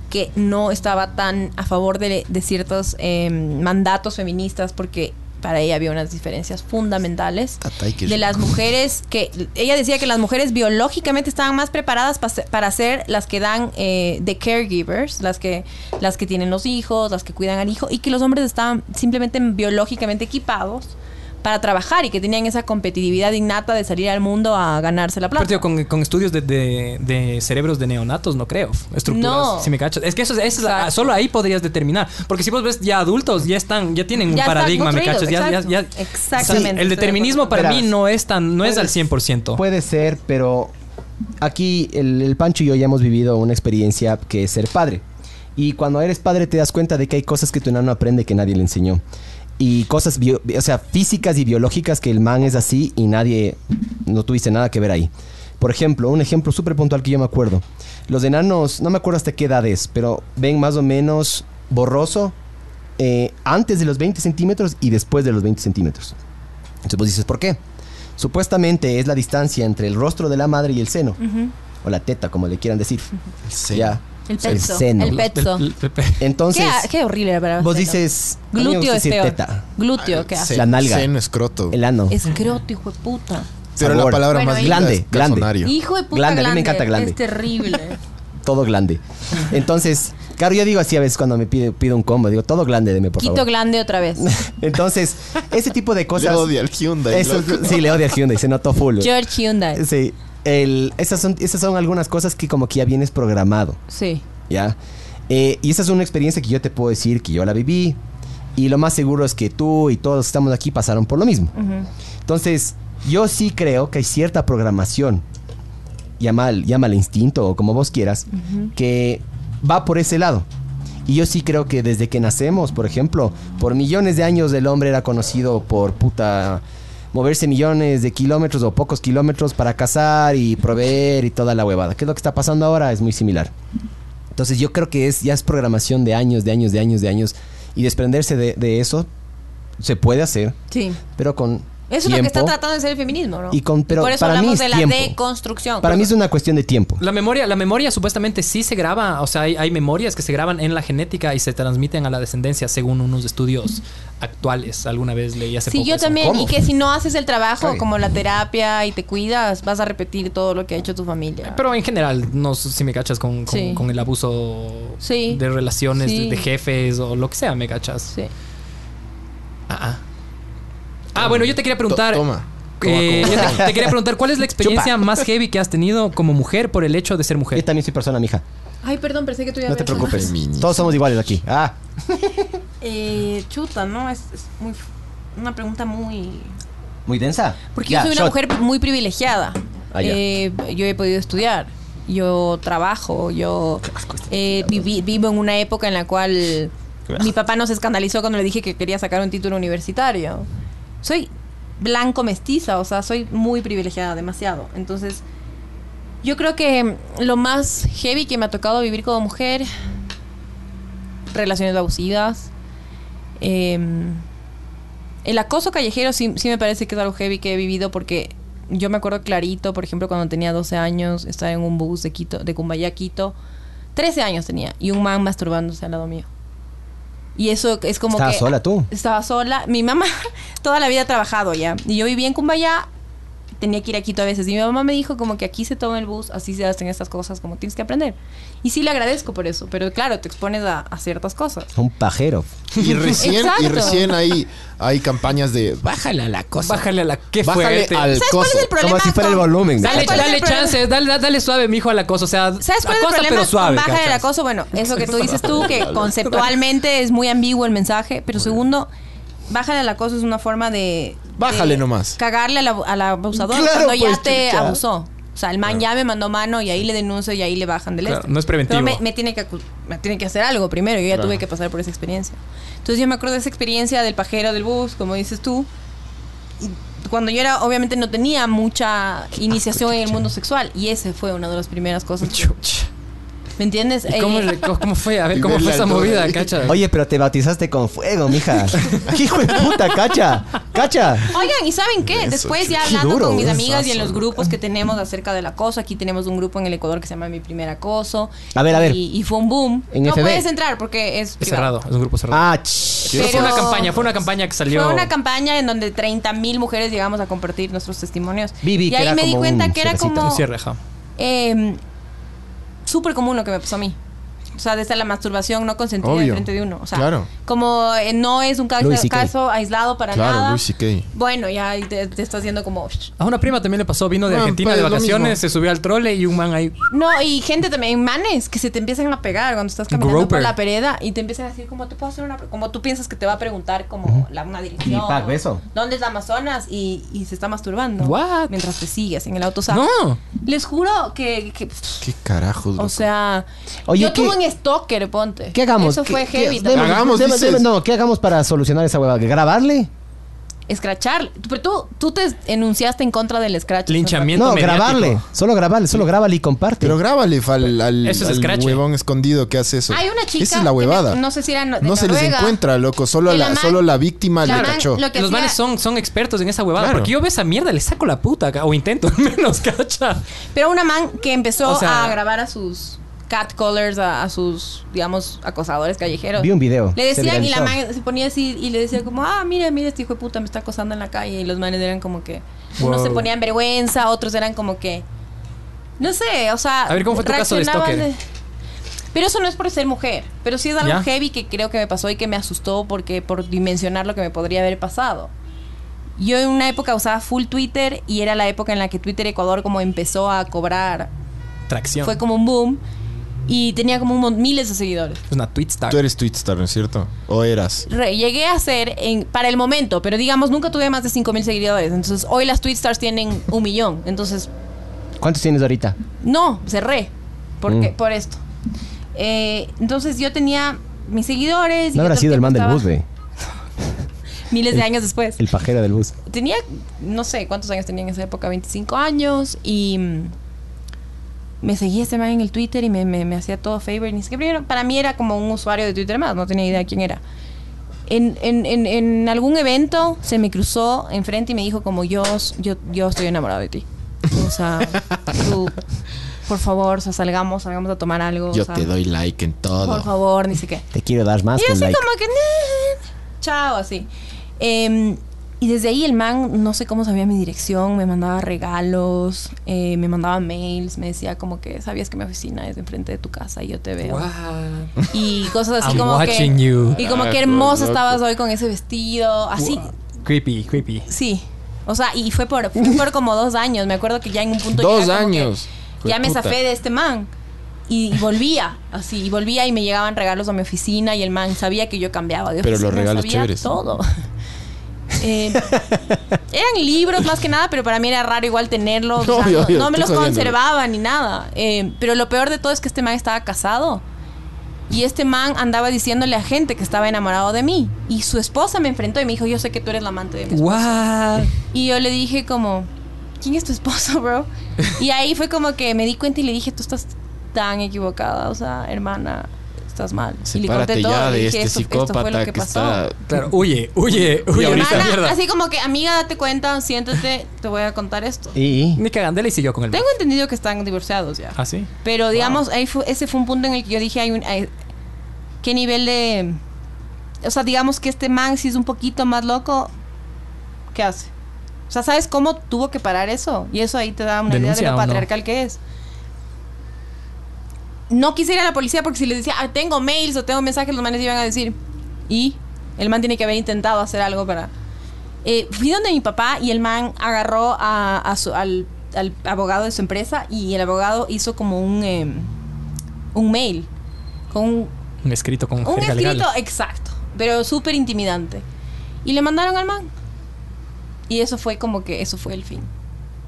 C: que no estaba tan a favor de, de ciertos eh, mandatos feministas porque para ella había unas diferencias fundamentales
A: Tatay, qué
C: de
A: rico.
C: las mujeres que ella decía que las mujeres biológicamente estaban más preparadas pa se- para ser las que dan eh, de caregivers las que las que tienen los hijos las que cuidan al hijo y que los hombres estaban simplemente biológicamente equipados para trabajar y que tenían esa competitividad innata de salir al mundo a ganarse la plata.
E: Pero, tío, con, con estudios de, de- de cerebros de neonatos, no creo. Estructuras,
C: No.
E: si me cachas. Es que eso, es- eso es-
C: Exacto.
E: solo ahí podrías determinar. Porque si vos ves ya adultos, ya están, ya tienen un
C: Ya están
E: paradigma, me
C: construidos,
E: cachas. Ya- ya-
C: exacto.
E: ya-
C: Exactamente,
E: o sea, el
C: estoy de
E: determinismo
C: acuerdo.
E: para mí
B: Verás,
E: no es tan, no es al 100%.
B: Puede ser, pero aquí el, el Pancho y yo ya hemos vivido una experiencia que es ser padre. Y cuando eres padre te das cuenta de que hay cosas que tu enano aprende que nadie le enseñó. Y cosas, bio- o sea, físicas y biológicas que el man es así y nadie, no tuviste nada que ver ahí. Por ejemplo, un ejemplo súper puntual que yo me acuerdo. Los enanos, no me acuerdo hasta qué edad es, pero ven más o menos borroso eh, antes de los 20 centímetros y después de los 20 centímetros. Entonces vos dices, ¿por qué? Supuestamente es la distancia entre el rostro de la madre y el seno. O la teta, como le quieran decir.
A: Sí.
B: Ya.
C: El
B: El
C: pecho.
B: seno.
C: El pecho.
E: El- el-
B: Entonces,
C: ¿Qué, qué horrible la palabra
B: vos
C: seno.
B: dices... a mí me
C: Glúteo
B: gusta
C: es
B: decir
C: peor.
B: teta.
C: Glúteo, ¿qué hace?
B: La nalga.
A: Seno, escroto.
B: El ano.
C: Escroto, hijo de puta.
A: Pero la
B: sabor.
A: palabra
C: Bueno,
A: más
C: ahí-
A: linda
B: Glande,
A: es
B: glande.
A: calzonario.
C: Hijo de puta
B: Glande, a mí me
C: glande.
B: encanta glande.
C: Es terrible.
B: todo glande. Entonces, claro, yo digo así a veces cuando me pide, pido un combo, digo todo glande, deme por
C: Quito
B: favor.
C: Glande otra vez.
B: Entonces, ese tipo de
G: Le
B: cosas.
G: odia al Hyundai.
B: Eso-
G: loco.
B: sí, le odia a Hyundai, se notó full.
C: George Hyundai.
B: Sí. El- esas, son, esas son algunas cosas que como que ya vienes programado,
C: Sí.
B: ¿ya? Eh, y esa es una experiencia que yo te puedo decir que yo la viví. Y lo más seguro es que tú y todos los que estamos aquí pasaron por lo mismo. Entonces, yo sí creo que hay cierta programación, llama al instinto o como vos quieras, que va por ese lado. Y yo sí creo que desde que nacemos, por ejemplo, por millones de años el hombre era conocido por puta moverse millones de kilómetros o pocos kilómetros para cazar y proveer y toda la huevada. Que es lo que está pasando ahora? Es muy similar. Entonces yo creo que es ya es programación de años, de años, de años, de años. Y desprenderse de, de eso se puede hacer,
C: Sí.
B: pero con
C: Eso es lo que está
B: tiempo.
C: tratando de ser el feminismo, ¿no?
B: Y con- pero
C: por eso
B: para mí
C: hablamos
B: es
C: de la
B: tiempo.
C: deconstrucción.
B: Para mí es una cuestión de tiempo.
E: La memoria, la memoria supuestamente sí se graba, o sea, hay, hay memorias que se graban en la genética y se transmiten a la descendencia según unos estudios actuales. Alguna vez leí hace
C: Sí,
E: poco
C: yo
E: eso.
C: también.
B: ¿Cómo?
C: Y que si no haces el trabajo,
B: Cague.
C: como la terapia y te cuidas, vas a repetir todo lo que ha hecho tu familia.
E: Pero en general, no sé si me cachas con, con-
C: Sí.
E: con el abuso
C: Sí.
E: de relaciones,
C: Sí.
E: de, de jefes o lo que sea, me cachas.
C: sí.
E: Ah, ah. Ah, bueno, yo te quería preguntar.
A: To- toma.
E: eh, yo te, te quería preguntar, ¿cuál es la experiencia más heavy que has tenido como mujer por el hecho de ser mujer?
B: Yo también soy persona, mija.
L: Ay, perdón, pensé que tú ya
B: No te
L: habías-
B: preocupes.
A: Feminista.
B: Todos somos iguales aquí. Ah,
L: Eh, chuta, ¿no? Es, es muy, una pregunta muy...
B: muy densa.
C: Porque
B: Ya,
C: yo soy una
B: shot.
C: mujer muy privilegiada.
B: Ah, ya.
C: Eh, yo he podido estudiar, yo trabajo, yo
B: este
C: eh, viví- vivo en una época en la cual mi papá nos escandalizó cuando le dije que quería sacar un título universitario. Soy blanco mestiza, o sea, soy muy privilegiada, demasiado. Entonces, yo creo que mm, lo más heavy que me ha tocado vivir como mujer, relaciones abusivas, em, el acoso callejero sí, sí me parece que es algo heavy que he vivido porque yo me acuerdo clarito, por ejemplo, cuando tenía 12 años, estaba en un bus de Quito, de Cumbayá a Quito. 13 años tenía y un man masturbándose al lado mío. Y eso es como
B: Estabas
C: que
B: sola tú.
C: estaba sola. Mi mamá toda la vida ha trabajado ya. Y yo vivía en Cumbayá, tenía que ir a Quito a veces. Y mi mamá me dijo como que aquí se toma el bus, así se hacen estas cosas, como tienes que aprender. Y sí le agradezco por eso, pero claro, te expones a, a ciertas cosas.
B: Un pajero.
G: Y recién, y
C: Exacto.
G: recién hay, hay campañas de
A: Bájale a la cosa.
E: Bájale a la que
G: bájale
E: fuerte.
G: al
C: ¿Sabes cuál
G: coso.
C: es el problema?
B: Como si fuera el
C: con-
B: volumen.
E: Dale,
C: ¿Sabes cuál es el
E: dale
C: problema?
E: chance, dale, dale suave, mijo, al acoso. O sea,
C: ¿Sabes cuál es el
E: acosa,
C: problema
E: pero
C: con
E: suave.
C: baja del
E: ¿cachas?
C: acoso? Bueno, eso que tú dices tú, que conceptualmente es muy ambiguo el mensaje, pero segundo, bájale del acoso es una forma de...
A: Bájale
C: de
A: nomás.
C: Cagarle al, abu- al abusador
B: Claro,
C: cuando
B: pues,
C: ya te
B: chucha.
C: abusó. O sea, el man ya me mandó mano y ahí le denuncio y ahí le bajan del
E: Claro,
C: este.
E: no es preventivo.
C: Pero me, me tiene que, acu- me tiene que hacer algo primero. Yo ya tuve que pasar por esa experiencia. Entonces yo me acuerdo de esa experiencia del pajero del bus, como dices tú cuando yo era, obviamente no tenía mucha iniciación en el mundo sexual y ese fue una de las primeras cosas. que- ¿Me entiendes?
E: ¿Y cómo,
C: Eh,
E: le- cómo- cómo fue? A ver,
G: Y
E: ¿cómo
G: verle
E: fue
G: al
E: esa
G: duro
E: movida,
G: ahí.
E: cacha?
B: Oye, pero te bautizaste con fuego, mija. ¡Qué hijo de puta, cacha! ¡Cacha!
C: Oigan, ¿y saben qué? Después ya
B: qué
C: hablando
B: duro,
C: con mis
B: güey.
C: amigas y en los grupos que tenemos acerca del acoso, aquí tenemos un grupo en el Ecuador que se llama Mi Primer Acoso.
B: A ver, a ver.
C: Y, y fue un boom.
B: En
C: no
B: FB.
C: puedes entrar porque es,
E: Es
C: privado.
E: cerrado, es un grupo cerrado.
B: Ah, ch-
E: Pero fue
C: Pero-
E: una campaña, fue una campaña que salió.
C: Fue una campaña en donde 30.000 mujeres llegamos a compartir nuestros testimonios.
B: Vi, vi
C: y
B: que
C: ahí
B: era
C: me di
B: como un
C: cuenta que era
B: cierrecito.
C: como...
E: Un cierre, ajá.
C: eh, súper común lo que me pasó a mí. O sea, desde la masturbación no consentida
G: Obvio.
C: frente de uno. O sea,
G: Claro.
C: como eh, no es un caso,
B: Louis CK.
C: caso aislado para
G: Claro,
C: nada.
G: Louis CK.
C: Bueno, ya ahí te, te estás viendo como...
E: A una prima también le pasó, vino de
G: Ah,
E: Argentina
G: pues,
E: de
G: lo
E: vacaciones,
G: mismo.
E: se subió al trole y un man ahí.
C: No, y gente también, manes, que se te empiezan a pegar cuando estás caminando por
E: Groper.
C: la pereda y te empiezan a decir como, ¿te puedo hacer una...? pre-?" Como tú piensas que te va a preguntar como la, una dirección.
B: Y, pac, beso.
C: ¿Dónde es la Amazonas? Y, y se está masturbando.
E: What?
C: Mientras te sigues en el auto. o sea,
E: No.
C: Les juro que- que
G: ¿Qué carajos?
C: O
G: loco?
C: sea,
B: Pues, Oye,
C: yo
B: ¿qué-
C: tuve un stalker, ponte.
B: ¿Qué hagamos?
C: Eso
B: ¿Qué-
C: fue
B: qué-
C: heavy.
B: demos-
C: también.
G: Hagamos,
B: demos-
G: dices.
B: demos- no, ¿qué hagamos para solucionar esa huevada? ¿Grabarle?
C: Escrachar. Pero tú, tú te enunciaste en contra del escrache.
E: Linchamiento.
B: No,
E: mediático.
B: grabarle. Solo grabarle, solo grábale y comparte.
G: Pero grábale fa, al, al,
C: Pues,
E: Eso es
G: al
E: escrache.
G: huevón escondido que hace eso.
C: Hay una chica.
G: Esa es la
C: que me-
G: huevada.
C: no sé si era no- de
G: No se les
C: Noruega.
G: encuentra, loco. Solo
C: Que
G: la,
C: la man-
G: solo la víctima
C: la
G: le
C: man-
G: cachó.
C: lo que
E: Los
C: hacía-
E: manes son, son expertos en esa huevada.
G: Claro.
E: Porque yo veo esa mierda, le saco la puta. ca- O intento, al menos, cacha.
C: Pero una man que empezó
E: O sea-
C: a grabar a sus catcallers, a, a sus, digamos, acosadores callejeros.
B: Vi un video.
C: Le
B: se
C: decían y la
B: viralizó.
C: man se ponía así y le decía como, ah, mira, mira, este hijo de puta me está acosando en la calle. Y los manes eran como que, unos
E: Wow.
C: se ponían vergüenza, otros eran como que, no sé, o sea...
E: A ver, ¿cómo fue tu caso de
C: reaccionaban
E: stalker?
C: de- Pero eso no es por ser mujer, pero sí es algo
E: Ya.
C: heavy que creo que me pasó y que me asustó porque por dimensionar lo que me podría haber pasado. Yo en una época usaba full Twitter y era la época en la que Twitter Ecuador como empezó a cobrar,
E: Tracción.
C: fue como un boom y tenía como un mon- miles de seguidores.
E: Es una tweet star.
G: Tú eres Twitstar, ¿no es cierto? ¿O eras?
C: Re- llegué a ser en, para el momento, pero digamos nunca tuve más de 5 mil seguidores, entonces hoy las Twitstars tienen un millón, entonces
B: ¿Cuántos tienes ahorita?
C: No, cerré. Porque,
B: Mm.
C: Por esto. Eh, entonces yo tenía mis seguidores. y
B: No habrá
C: yo
B: sido el man del
C: estaba
B: bus, güey.
C: Miles de
B: El-
C: años después.
B: El pajero del bus.
C: Tenía, no sé cuántos años tenía en esa época, 25 años. Y mm, me seguía este man en el Twitter y me, me- me hacía todo favor. Ni siquiera primero, para mí era como un usuario de Twitter más, no tenía idea quién era. En, en- en- en algún evento se me cruzó enfrente y me dijo como yo, s- yo, yo estoy enamorado de ti. O sea, tú, por favor, o sea, salgamos, salgamos a tomar algo. o
A: Yo
C: sea,
A: te doy like en
C: Por
A: todo.
C: favor, ni sé qué.
B: Te quiero dar más
C: Y
B: que
C: yo
B: un
C: así
B: like.
C: como que... "Nah". Chao, así. Em, y desde ahí el man, no sé cómo sabía mi dirección, me mandaba regalos, eh, me mandaba mails, me decía como que sabías que mi oficina es de enfrente de tu casa y yo te veo.
E: Wow.
C: Y cosas así
E: I'm
C: como que...
E: watching you.
C: Y como que
A: Carajo,
C: hermosa
A: Ah, loco.
C: estabas hoy con ese vestido, así,
E: Wow. Creepy, creepy.
C: sí. O sea, y fue por, fue por como dos años. Me acuerdo que ya en un punto... yo
A: Dos
C: era como que-
A: años.
C: ya me
A: Jueputa.
C: zafé de este man. Y volvía, así, y volvía y me llegaban regalos a mi oficina y el man sabía que yo cambiaba de
A: Pero los
C: oficina,
A: regalos
C: sabía
A: chéveres.
C: todo. Eh, eran libros más que nada, pero para mí era raro igual tenerlos. o sea,
A: Obvio,
C: no-
A: obvio,
C: no, me
A: estoy
C: los
A: jodiendo.
C: conservaba ni nada. Eh, pero lo peor de todo es que este man estaba casado. Y este man andaba diciéndole a gente que estaba enamorado de mí. Y su esposa me enfrentó y me dijo, yo sé que tú eres la amante de mi esposo".
E: What?
C: Y yo le dije como, ¿quién es tu esposo, bro? Y ahí fue como que me di cuenta y le dije, tú estás tan equivocada, o sea, hermana, estás mal. y le
A: Sepárate ya de este psicópata que, está.
E: Claro, huye, huye,
A: Y
E: huye.
A: ahorita-
E: esta
C: Hermana,
E: mierda.
C: así como que, amiga, date cuenta, siéntate, te voy a contar esto.
B: Y,
E: Ni cagandela y siguió con el man.
C: Tengo entendido que están divorciados ya.
E: ¿Ah, sí?
C: Pero digamos, ahí fue- ese fue un punto en el que yo dije, hay un, hay- ¿qué nivel de... O sea, digamos que este man, si es un poquito más loco, ¿qué hace? O sea, ¿sabes cómo tuvo que parar eso? Y eso ahí te da una
E: ¿Denuncia
C: idea de
E: o
C: lo
E: no?
C: patriarcal que es. No quise ir a la policía porque si les decía, "Ah, tengo mails o tengo mensajes, los manes iban a decir, y el man tiene que haber intentado hacer algo para... Eh, fui donde mi papá y el man agarró a, a su- al, al abogado de su empresa y el abogado hizo como un, em, un mail con un,
E: Un escrito con
C: un
E: jerga
C: escrito
E: legal.
C: exacto, pero súper intimidante. Y le mandaron al man. Y eso fue como que eso fue el fin.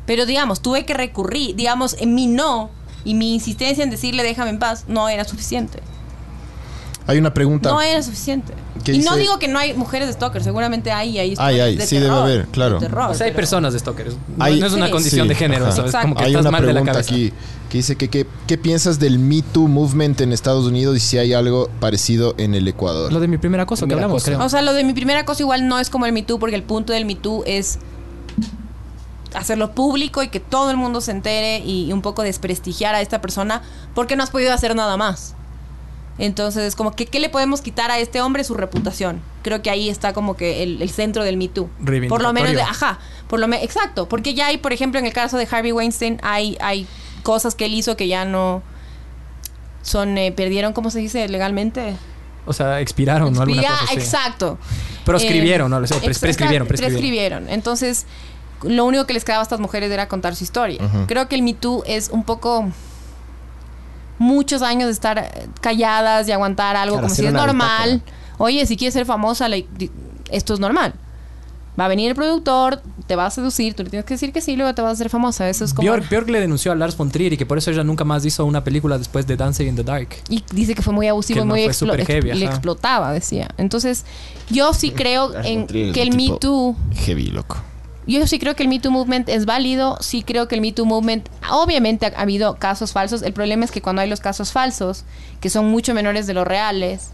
C: Pero digamos, tuve que recurrir, digamos, en mi no y mi insistencia en decirle déjame en paz no era suficiente.
G: Hay una pregunta.
C: No era suficiente.
G: ¿Qué
C: Y no
G: dice?
C: digo que no hay mujeres de stalker, seguramente hay y hay
G: Ay,
C: historias
G: ay,
C: de
G: sí debe
C: terror,
G: haber, claro.
C: de terror,
E: O sea, hay
C: pero-
E: personas de stalkers. No,
G: Hay-
E: no es una
C: Sí.
E: condición
G: Sí,
E: de género,
G: ajá.
E: ¿sabes?
C: Exacto.
E: Como que
G: Hay
E: estás
G: una
E: mal de la
G: pregunta
E: cabeza.
G: aquí que dice que que- qué piensas del Me Too Movement en Estados Unidos y si hay algo parecido en el Ecuador.
E: Lo de mi primer acoso que
B: Primer
E: hablamos,
B: acoso.
E: creo.
C: O sea, lo de mi primera cosa igual no es como el Me Too, porque el punto del Me Too es hacerlo público y que todo el mundo se entere y un poco desprestigiar a esta persona porque no has podido hacer nada más. Entonces, como que, ¿qué le podemos quitar a este hombre? Su reputación. Creo que ahí está como que el, el centro del Me Too. Por lo menos, de,
E: Reivindicatorio.
C: ajá, por lo me- exacto. Porque ya hay, por ejemplo, en el caso de Harvey Weinstein, hay, hay cosas que él hizo que ya no son, eh, perdieron, ¿cómo se dice legalmente?
E: O sea, expiraron, ¿no? Alguna
C: Ya,
E: cosa, sí.
C: exacto.
E: Proscribieron,
C: Eh,
E: ¿no? O sea, pres-
C: exacta-
E: prescribieron, prescribieron.
C: Entonces, lo único que les quedaba a estas mujeres era contar su historia.
G: Ajá.
C: Creo que el Me Too es un poco muchos años de estar eh, calladas y aguantar algo
B: Claro,
C: como si
B: hacer
C: es
B: una
C: normal.
B: bitácora.
C: Oye, si quieres ser famosa, la- di- esto es normal. Va a venir el productor, te va a seducir, tú le tienes que decir que sí, luego te vas a hacer famosa. Eso es como...
E: Björk, Björk le denunció a Lars von Trier y que por eso ella nunca más hizo una película después de Dancing in the Dark.
C: Y dice que fue muy abusivo
E: Que
C: y
E: no
C: muy
E: fue
C: explo-
E: súper
C: ex-
E: heavy,
C: le
E: ajá.
C: explotaba, decía. Entonces, yo sí creo en
A: Trier es
C: que
A: un
C: el Me
A: tipo-
C: Too
A: Heavy, loco.
C: Yo sí creo que el Me Too Movement es válido, sí creo que el Me Too Movement, obviamente ha, ha habido casos falsos, el problema es que cuando hay los casos falsos, que son mucho menores de los reales,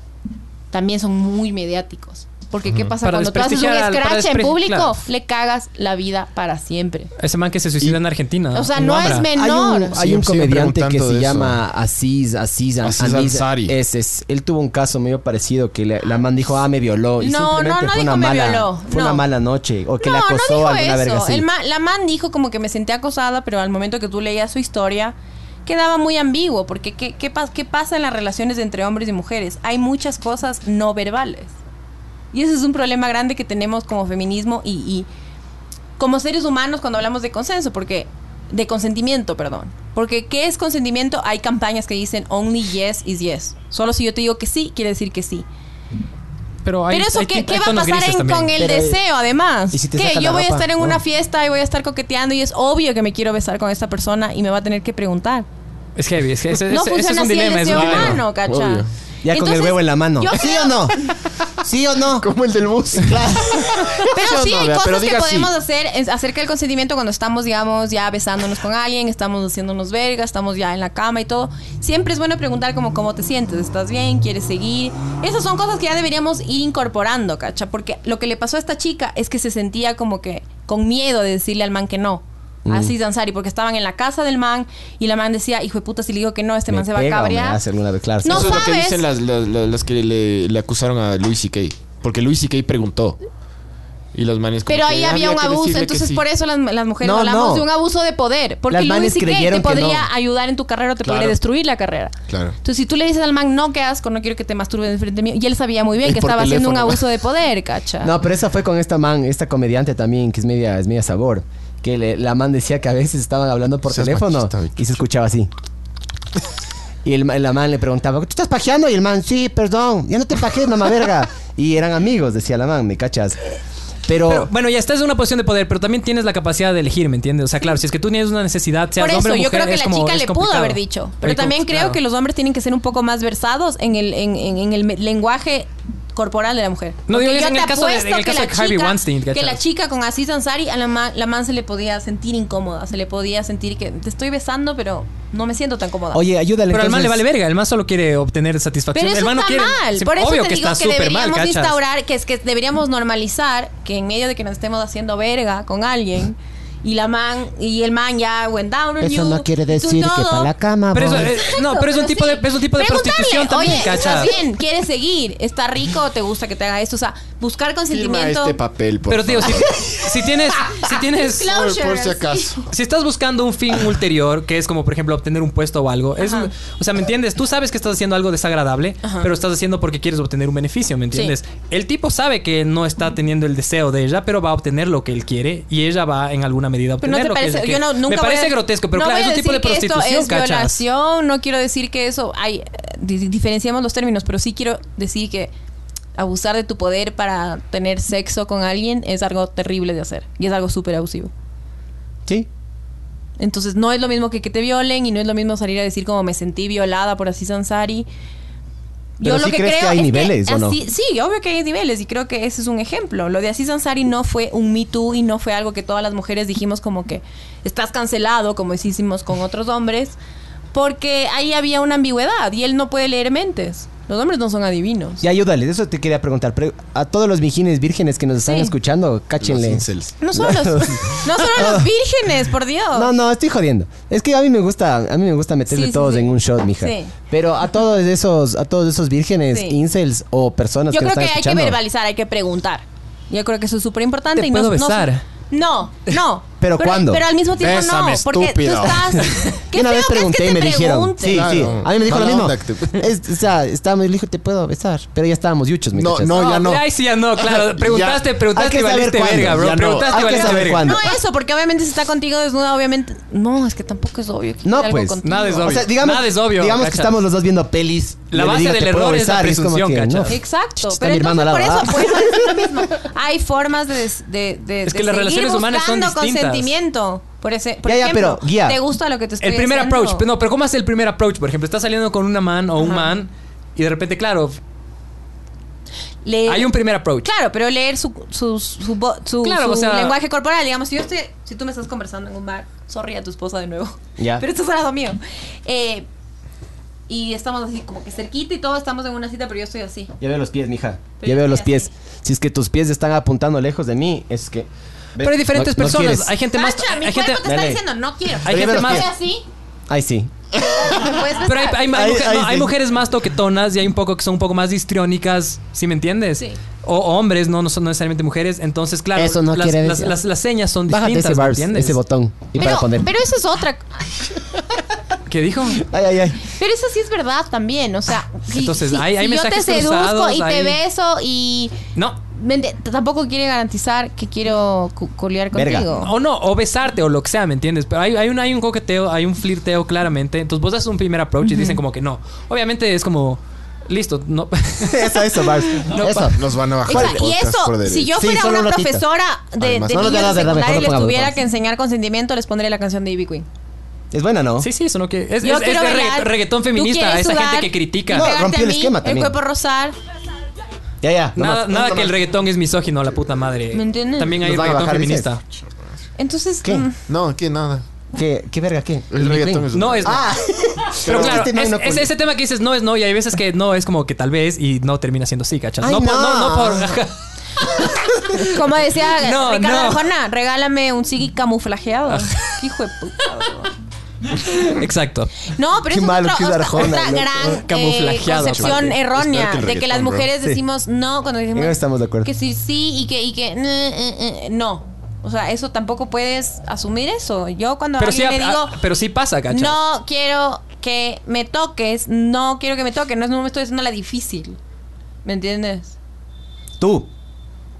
C: también son muy mediáticos. Porque ¿qué pasa
E: Para
C: cuando tú haces un
E: desprestigiar al- para
C: scratch en
E: despre-
C: público?
E: claro.
C: Le cagas la vida para siempre.
E: Ese man que se suicida
G: Y-
E: en Argentina.
C: O sea,
E: un
C: no
E: Wambra.
C: es
B: hay
C: menor.
B: un, hay
G: Sí,
B: un
G: sigo
B: comediante que
G: preguntando
B: se
G: de
B: llama Aziz, Aziz, An-
G: Aziz
B: Anis-
G: Ansari.
B: Ese es. Él tuvo un caso medio parecido que le- la man dijo, ah, me violó. Y
C: No, no,
B: simplemente
C: no
B: fue
C: dijo,
B: una
C: "Me
B: mala,
C: violó",
B: Fue una
C: no.
B: mala noche. O que
C: no,
B: le
C: no
B: acosó
C: dijo
B: alguna
C: eso.
B: verga así.
C: El ma- la man dijo como que me sentí acosada, pero al momento que tú leías su historia, quedaba muy ambiguo, porque ¿qué, qué, pas- qué pasa en las relaciones entre hombres y mujeres? Hay muchas cosas no verbales. Y ese es un problema grande que tenemos como feminismo y, y como seres humanos cuando hablamos de consenso, porque de consentimiento, perdón. Porque ¿qué es consentimiento? Hay campañas que dicen only yes is yes. Solo si yo te digo que sí, quiere decir que sí.
E: Pero, hay-
C: Pero eso,
E: hay
C: ¿qué,
E: tip-
C: qué
E: hay
C: va a
E: tonos
C: pasar
E: grises
C: en-
E: también.
C: con el
B: Pero, eh,
C: deseo, además?
B: ¿y si te
C: ¿Qué?
B: saca la
C: Yo voy a
B: ropa?
C: estar en una
B: No.
C: fiesta y voy a estar coqueteando y es obvio que me quiero besar con esta persona y me va a tener que preguntar.
E: Es heavy, es que ese,
C: no
E: ese- ese es
C: funciona
E: un
C: así
E: dilema.
C: el
E: Es
C: deseo
E: un dilema.
C: humano, ¿cacha?
A: Obvio.
B: Ya con el
C: Entonces,
B: huevo en la mano.
C: yo
B: ¿Sí
C: creo-
B: o no? ¿Sí o no?
A: Como el del bus.
C: Pero
A: Yo
C: sí
A: no,
C: hay
A: vea, pero
C: cosas que
A: diga sí.
C: podemos hacer es- acerca del consentimiento cuando estamos, digamos, ya besándonos con alguien, estamos haciéndonos verga, estamos ya en la cama y todo. Siempre es bueno preguntar como cómo te sientes, ¿estás bien? ¿Quieres seguir? Esas son cosas que ya deberíamos ir incorporando, ¿cacha? Porque lo que le pasó a esta chica es que se sentía como que con miedo de decirle al man que no.
A: Mm.
C: Así Sansari, porque estaban en la casa del man y la man decía, hijo de puta, si le digo que no, este
B: Me
C: man se va a
B: pega o me
C: cabrear.
B: hace alguna vez, claro, sí.
C: No
G: Eso es lo que
C: sabes.
G: dicen las, las- las- las que le, le acusaron a Luis C.K. Porque Luis C.K. preguntó. Y los manes como
C: Pero
G: que "Ah,
C: ahí había un
G: que
C: abuso,
G: decirle que
C: entonces
G: sí.
C: por eso las, las mujeres
B: No,
C: hablamos
B: no.
C: de un abuso de poder. Porque
B: Las manes
C: Luis CK
B: creyeron
C: te
B: que
C: podría
B: no.
C: ayudar en tu carrera o te
G: Claro.
C: podría destruir la carrera.
A: Claro.
C: Entonces, si tú le dices al man, no, qué asco, no quiero que te masturbes enfrente mío, y él sabía muy bien
G: Y
C: que
G: por
C: estaba haciendo un
G: teléfono.
C: abuso de poder, cacha.
B: No, pero esa fue con esta man, esta comediante también, que es media, es media sabor. Que le- la man decía que a veces estaban hablando por
A: Seas
B: teléfono
A: machista, Vicky.
B: y se escuchaba así. Y el, ma- la man le preguntaba, ¿tú estás pajeando? Y el man, sí, perdón, ya no te pajees, mamá verga. Y eran amigos, decía la man, ¿me cachas? Pero,
E: Pero, bueno, ya estás en una posición de poder, pero también tienes la capacidad de elegir, ¿me entiendes? O sea, claro, si es que tú tienes una necesidad, seas
C: Por eso,
E: hombre o
C: yo
E: mujer,
C: creo que
E: es
C: la
E: como-
C: chica
E: es
C: le pudo
E: complicado.
C: haber dicho. Pero
E: Ahí
C: también
E: como-
C: creo
E: claro.
C: que los hombres tienen que ser un poco más versados en el, en, en- en el me- lenguaje corporal de la mujer.
E: No, digo,
C: Porque
E: es
C: yo
E: en
C: te
E: el caso de-
C: apuesto
E: en el
C: que
E: caso
C: la
E: de Harvey
C: chica-
E: Weinstein,
C: Que la
E: ¿cachas?
C: chica con Aziz Ansari, a la man, la man se le podía sentir incómoda, se le podía sentir que te estoy besando, pero no me siento tan cómoda.
B: oye, ayúdale.
E: Pero al man le vale
B: entonces.
E: verga, el man solo quiere obtener satisfacción.
C: Pero eso
E: el man no
C: está
E: quiere.
C: mal.
E: Sí,
C: Por eso
E: obvio
C: te
E: que
C: digo
E: está
C: que
E: súper mal,
C: deberíamos
E: cachas.
C: instaurar, que es que deberíamos normalizar que en medio de que nos estemos haciendo verga con alguien y la man y el man ya went down on
B: Eso
C: you,
B: no quiere
C: y tú
B: decir que
C: todo.
B: para la cama.
E: Pero eso,
B: voy.
E: eh, no,
C: Ah, Exacto,
E: pero es un tipo de,
C: sí.
E: es un tipo de
C: Preguntarle,
E: prostitución también,
C: Oye,
E: cachas.
C: ¿estás bien? ¿Quieres seguir? ¿Está rico? ¿Te gusta que te haga esto? O sea, buscar
A: Firma
C: consentimiento. Ah,
A: este papel, por
E: Pero tío, si,
A: favor.
E: si tienes, si tienes,
A: Por, por si
C: Closure,
A: acaso.
E: si estás buscando un fin ulterior, que es como por ejemplo obtener un puesto o algo, es,
C: Ajá.
E: o sea, ¿me entiendes? Tú sabes que estás haciendo algo desagradable,
C: Ajá.
E: pero estás haciendo porque quieres obtener un beneficio, ¿me entiendes? El tipo sabe que no está teniendo el deseo de ella, pero va a obtener lo que él quiere y ella va en alguna medida a
C: Pero
E: obtener
C: no te
E: lo que
C: parece,
E: ella
C: yo
E: quiere.
C: no, nunca
E: Me
C: voy
E: parece
C: a-
E: grotesco, pero
C: no
E: claro,
C: voy
E: es
C: a
E: un tipo de
C: decir que
E: prostitución,
C: esto es
E: cachas.
C: violación, no quiero decir que eso hay eh, di- diferenciamos los términos, pero sí quiero decir que abusar de tu poder para tener sexo con alguien es algo terrible de hacer y es algo súper abusivo.
B: Sí.
C: Entonces no es lo mismo que que te violen y no es lo mismo salir a decir como me sentí violada por así Sansari.
B: Pero sí crees que hay niveles, ¿o no?
C: así- sí, obvio que hay niveles y creo que ese es un ejemplo. Lo de Asís Ansari no fue un Me Too y no fue algo que todas las mujeres dijimos como que estás cancelado, como hicimos con otros hombres, porque ahí había una ambigüedad y él no puede leer mentes. Los hombres no son adivinos.
B: Y ayúdale, eso te quería preguntar. Pre- a todos los mijines vírgenes que nos están
C: Sí.
B: escuchando,
A: Los
B: cáchenle.
A: incels.
C: No solo, los, no solo los vírgenes, por Dios.
B: No, no, estoy jodiendo. Es que a mí me gusta, a mí me gusta meterle
C: Sí, sí,
B: todos
C: sí.
B: en un shot, mija.
C: Sí.
B: Pero a todos esos, a todos esos vírgenes,
C: Sí.
B: incels o personas
C: Yo
B: que nos
C: creo que
B: están
C: hay que
B: escuchando.
C: verbalizar, hay que preguntar. Yo creo que eso es súper importante.
E: Te
C: y no-
E: puedo
C: no-
E: besar.
C: No, no.
B: ¿Pero cuándo?
C: Pero al mismo tiempo
G: Bésame,
C: no. Porque tú
G: estúpido.
C: estás.
B: Yo
C: ¿Qué
B: una vez
C: feo que es
B: pregunté
C: que
B: y
C: te
B: me dijeron.
C: pregunten.
B: Sí, sí.
A: Claro.
B: A mí me dijo lo
A: Mala
B: mismo.
A: onda que te-
B: Es- o sea, estábamos, le dijo, te puedo besar. Pero ya estábamos yuchos, me
A: No,
B: cachas.
A: no, ya no.
E: Ay, sí, ya no, claro. Preguntaste,
B: Hay que
E: preguntaste y
B: saber
E: valiste
B: cuándo,
E: verga,
B: ya
E: bro.
B: no.
E: Preguntaste
B: Hay
E: y
B: que
E: valiste
B: saber
E: verga.
B: cuándo.
C: No eso, porque obviamente si está contigo desnuda, obviamente. No, es que tampoco es obvio. que
B: No,
C: quiera algo
B: pues,
C: contigo.
E: nada es
B: O sea,
E: obvio.
B: digamos,
E: Nada es obvio,
B: digamos que
E: cachas.
B: estamos los dos viendo pelis. Yo
E: La
B: le
E: base
B: digo,
E: del
B: "Te puedo
E: error es la
B: besar", y como
E: presunción,
B: que, no.
E: cachas.
C: Exacto.
B: Está
C: Pero
B: mi
C: entonces,
B: hermana
C: por
B: la
C: eso,
B: va.
C: por eso pues, es lo mismo. Hay formas de, des- de, de,
E: Es que
C: de seguir
E: las relaciones humanas son
C: buscando
E: distintas.
C: consentimiento. Por ese, por
B: Ya, ya,
C: ejemplo,
B: pero, guía.
C: te gusta lo que te estoy
E: El primer
C: haciendo?
E: approach. Pero No, pero ¿cómo hace el primer approach? Por ejemplo, estás saliendo con una man o un man y de repente, claro,
C: Le-
E: hay un primer approach.
C: Claro, pero leer su, su, su, vo- su-
E: Claro,
C: su
E: o sea-
C: lenguaje corporal. Digamos, si, yo estoy, si tú me estás conversando en un bar, sorry a tu esposa de nuevo.
B: Ya.
C: Pero estás al lado mío. Eh, y estamos así como que cerquita y todos estamos en una cita, pero yo estoy así.
B: Ya veo los pies, mija. ya
C: Pero yo
B: veo
C: estoy
B: los pies.
C: así.
B: Si es que tus pies están apuntando lejos de mí, es que.
E: Pero hay diferentes
B: No- no
E: personas.
B: quieres.
E: hay gente más.
C: Cacha, mi
E: hay gente,
C: cuerpo te está
B: Dale.
C: diciendo, no quiero.
E: Hay
C: Yo
E: gente
C: estoy
E: más-
C: así.
B: Ay, sí.
C: puedes
E: pero hay,
C: besar.
E: hay- hay
B: Ahí-
E: mujer-
B: ahí
E: no, hay
B: sí.
E: mujeres más toquetonas y hay un poco que son un poco más histriónicas, si me entiendes?
C: Sí.
E: O hombres, no, no son necesariamente mujeres. Entonces, claro,
B: Eso no
E: las,
B: quiere
E: las,
B: decir.
E: las- las señas son
B: Bájate
E: distintas,
B: ese
E: ¿me
B: bar,
E: entiendes?
B: ese botón. Y
C: pero,
B: para poner.
C: pero eso es otra.
E: ¿Qué dijo?
B: Ay, ay, ay.
C: Pero eso sí es verdad también, o sea, si,
E: Entonces,
C: si-
E: hay-
C: si
E: hay
C: yo te
E: mensajes
C: seduzco
E: cruzados,
C: y te
E: hay-
C: beso y
E: No.
C: me ent- tampoco quiere garantizar que quiero cu- colear
B: Verga.
C: contigo.
E: O no, o besarte o lo que sea, ¿me entiendes? Pero hay, hay un, hay un coqueteo, hay un flirteo claramente. Entonces vos haces un primer approach y dicen como que no. Obviamente es como, listo, no.
B: Eso, eso, Bars. eso.
G: Nos van a bajar. el
C: Exacto, y
G: podcast por
C: eso,
G: derecho.
C: si yo
B: Sí,
C: fuera
B: solo
C: una
B: un ratito.
C: profesora de,
G: Además,
C: de
B: no lo
C: niños
B: hagas,
C: de
B: dame,
C: secundaria y
B: mejor lo
C: les
B: pongamos,
C: tuviera
B: vamos.
C: que enseñar consentimiento, les pondría la canción de Ivy Queen.
B: Es buena, ¿no?
E: sí, sí, eso no que... Es,
C: Yo
E: es- es
C: quiero
E: de regga-
C: bailar.
E: reggaetón
C: Tú
E: feminista,
C: quieres
E: esa gente
C: sudar.
E: que critica.
B: No,
C: Pegarte
B: rompió
C: a
B: el
C: mí,
B: esquema también.
C: El cuerpo rosar.
B: Ya, ya. no
E: Nada,
B: más.
E: nada que el reggaetón es misógino, la puta madre.
C: ¿Me entiendes?
E: También hay
B: Nos van a
E: reggaetón
B: bajar, dices.
E: feminista.
C: Entonces,
B: ¿Qué?
C: mm,
G: No, que nada.
B: ¿Qué, ¿Qué verga qué?
G: El reggaetón es.
E: No, es...
B: Ah,
E: Pero claro,
B: este man
E: es-
B: no
E: es
B: col-
E: ese tema que dices no es no, y hay veces que no es como que tal vez y no termina siendo sí, ¿cachas?
B: Ay,
E: no, Por, no, no
B: no.
E: por.
C: como decía
E: No,
C: Ricardo
E: no. Ah.
C: Arjona, regálame un sigui camuflajeado. Qué hijo de puta. bro.
E: Exacto.
C: No, pero
B: Qué
C: eso es
B: malo
C: otra,
B: que es
C: otra-
B: Arjona,
C: otra
B: loco.
C: gran eh,
E: Camuflajeado,
C: concepción
G: aparte.
C: errónea
G: Es peor que el
C: de que las
G: reggaetón, bro.
C: mujeres
B: Sí.
C: decimos no cuando decimos
B: No estamos de acuerdo.
C: que sí sí y que y que eh, eh, eh, no. O sea, eso tampoco puedes asumir eso. Yo cuando
E: Pero
C: a
E: sí,
C: alguien le
E: a-
C: digo
E: a- pero sí pasa, ¿cachas?
C: no quiero que me toques, no quiero que me toques, no, es- no me estoy haciendo la difícil. ¿Me entiendes?
B: tú.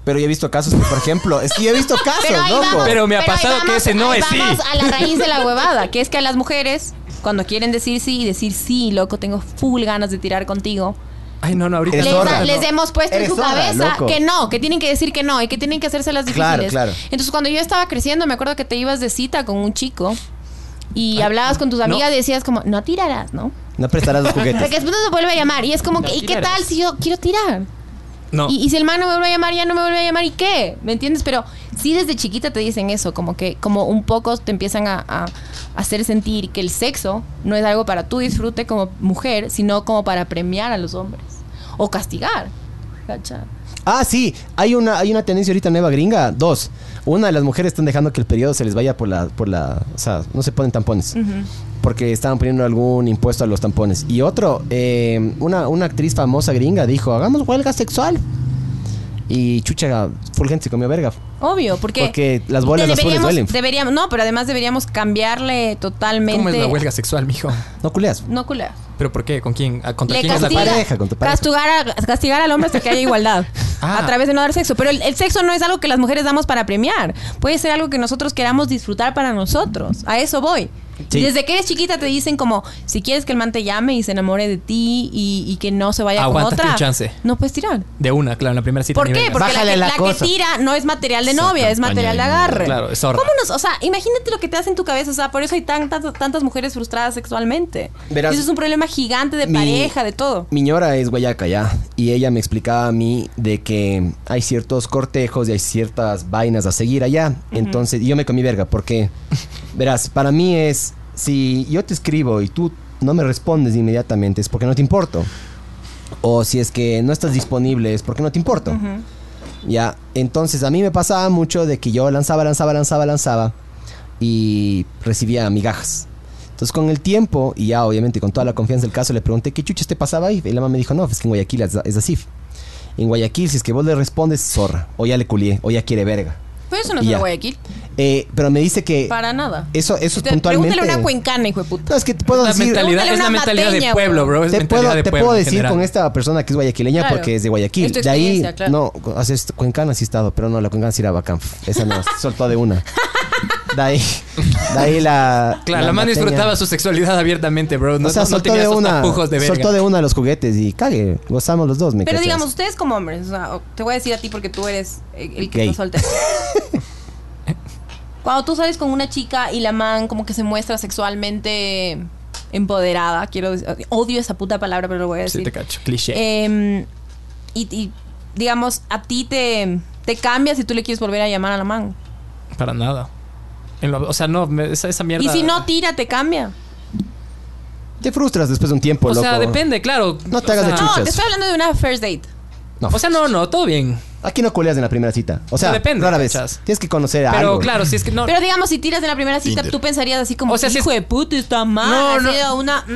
B: Pero yo he visto casos, por ejemplo. Es que yo he visto casos,
C: Pero ahí
B: loco.
C: vamos,
E: Pero me ha
C: pero ahí
E: pasado que
C: vamos-
E: ese no
C: ahí
E: es sí.
C: Vamos a la raíz de la huevada, que es que a las mujeres, cuando quieren decir sí y decir sí, loco, tengo full ganas de tirar contigo,
E: Ay, no, no, ahorita
B: Eres
C: les,
E: no.
B: sorda.
C: les hemos puesto en
B: Eres
C: su
B: sorda,
C: cabeza
B: loco.
C: que no, que tienen que decir que no y que tienen que hacerse las
B: Claro,
C: difíciles.
B: claro.
C: Entonces, cuando yo estaba creciendo, me acuerdo que te ibas de cita con un chico y hablabas con tus
E: no.
C: amigas y decías como, no tirarás, ¿no?
B: No prestarás los
C: Porque
B: juguetes.
C: después te vuelve a llamar y es como,
E: No
C: que, ¿y qué
E: tirarás.
C: tal si yo quiero tirar?
E: No.
C: Y, y si el man no me vuelve a llamar, ya no me vuelve a llamar, ¿y qué? ¿Me entiendes? Pero sí desde chiquita te dicen eso, como que como un poco te empiezan a, a hacer sentir que el sexo no es algo para tu disfrute como mujer, sino como para premiar a los hombres o castigar. ¿Cacha?
B: Ah, sí. Hay una, hay una tendencia ahorita nueva gringa. Dos. Una, las mujeres están dejando que el periodo se les vaya por la, por la. O sea, no se ponen tampones. Porque estaban poniendo algún impuesto a los tampones. Y otro, eh, una, una actriz famosa gringa dijo, hagamos huelga sexual. Y chucha, full gente se comió verga.
C: Obvio, porque,
B: Porque las bolas azules
C: deberíamos,
B: duelen.
C: deberíamos- no, pero además deberíamos cambiarle totalmente.
E: ¿Cómo es la huelga sexual, mijo?
B: No culeas.
C: No culea.
E: ¿Pero por qué? ¿Con quién? ¿A- ¿Contra
C: Le
E: quién es la
C: castiga-
E: pareja?
B: pareja, con tu pareja.
C: Castigar, a- castigar al hombre hasta que haya igualdad.
E: Ah.
C: A través de no dar sexo. Pero el, el sexo no es algo que las mujeres damos para premiar. Puede ser algo que nosotros queramos disfrutar para nosotros. A eso voy.
B: Sí.
C: Y Desde que eres chiquita te dicen como, si quieres que el man te llame y se enamore de ti y, y que no se vaya
E: Aguántate
C: con otra,
E: un chance.
C: no puedes tirar.
E: De una, claro, en la primera cita.
C: ¿Por
E: ni
C: qué?
E: verga.
C: Porque la
B: Bájale
C: que,
B: la
C: la que
B: cosa.
C: tira no es material de novia, es material de
A: campaña de
C: agarre.
E: Claro, es zorra.
C: ¿Cómo nos, o sea, imagínate lo que te hace en tu cabeza, o sea, por eso hay tan- tantas, tantas mujeres frustradas sexualmente.
B: Verás,
C: eso es un problema gigante de
B: mi-
C: pareja, de todo.
B: Mi ñora es guayaca ya. Y ella me explicaba a mí de que hay ciertos cortejos y hay ciertas vainas a seguir allá. Entonces, y yo me comí verga porque, verás, para mí es, si yo te escribo y tú no me respondes inmediatamente es porque no te importo. O si es que no estás disponible es porque no te importo. Ya, entonces a mí me pasaba mucho de que yo lanzaba, lanzaba, lanzaba, lanzaba y recibía migajas. Entonces con el tiempo, y ya obviamente con toda la confianza del caso, le pregunté qué chuches te pasaba ahí. Y la mamá me dijo, no, es que en Guayaquil es es así. En Guayaquil, si es que vos le respondes, zorra. O ya le culié, o ya quiere verga.
C: Pero eso no es
B: Ya.
C: una Guayaquil,
B: Eh, pero me dice que
C: para nada.
B: eso, eso es
C: Te-
B: puntualmente...
C: Pregúntale a una cuencana, hijo de puta.
B: No, es que te puedo
E: La
B: decir...
E: mentalidad,
C: Pregúntale
E: es la
C: una
E: mentalidad de
C: mateña,
E: pueblo,
C: bro.
E: bro. Es
B: Te
E: mentalidad
B: puedo,
E: de
B: te
E: pueblo
B: puedo
E: Pues en
B: decir
E: general.
B: con este- esta persona que es guayaquileña
C: Claro.
B: porque es de Guayaquil.
C: Es tu
B: de ahí,
C: experiencia, claro.
B: no, o sea, es- Cuencana sí he estado, pero no, la Cuencana sí era bacán. Esa no, soltó de una. De ahí, de ahí la.
E: Claro, la, man
B: mateña.
E: disfrutaba su sexualidad abiertamente, bro. No,
B: o sea,
E: no- no
B: soltó
E: tenía
B: de
E: esos
B: una.
E: tapujos de verga.
B: soltó de una los juguetes y cague, gozamos los dos, me
C: Pero
B: cachas.
C: digamos, ustedes como hombres, o sea, o- te voy a decir a ti porque tú eres eh, el que
B: Gay.
C: está soltero. Cuando tú sales con una chica y la man como que se muestra sexualmente empoderada, quiero decir, odio esa puta palabra, pero lo voy a
E: Sí,
C: decir.
E: te cacho. Cliché.
C: Eh, y, y, digamos, a ti te, te cambia si tú le quieres volver a llamar a la man.
E: Para nada. En lo- o sea, no, me- esa, esa mierda.
C: Y si no tira, te cambia.
B: Te frustras después de un tiempo,
E: O
B: loco.
E: sea, depende, claro.
B: No te hagas de
C: Pues
E: o sea,
C: No,
B: Ah, Chuchas.
C: te estoy hablando de una first date.
B: No,
E: O sea, no, no, todo bien.
B: aquí no culeas en la primera cita. O sea,
E: depende,
B: rara vez.
E: cachas.
B: Tienes que conocer a
E: Pero
B: algo.
E: claro, si es que no.
C: Pero digamos, si tiras en la primera cita,
G: Tinder.
C: tú pensarías así como,
E: O sea, si
C: hijo
E: es-
C: de puta, está
E: No,
C: mal.
E: no.
C: No, una... mm,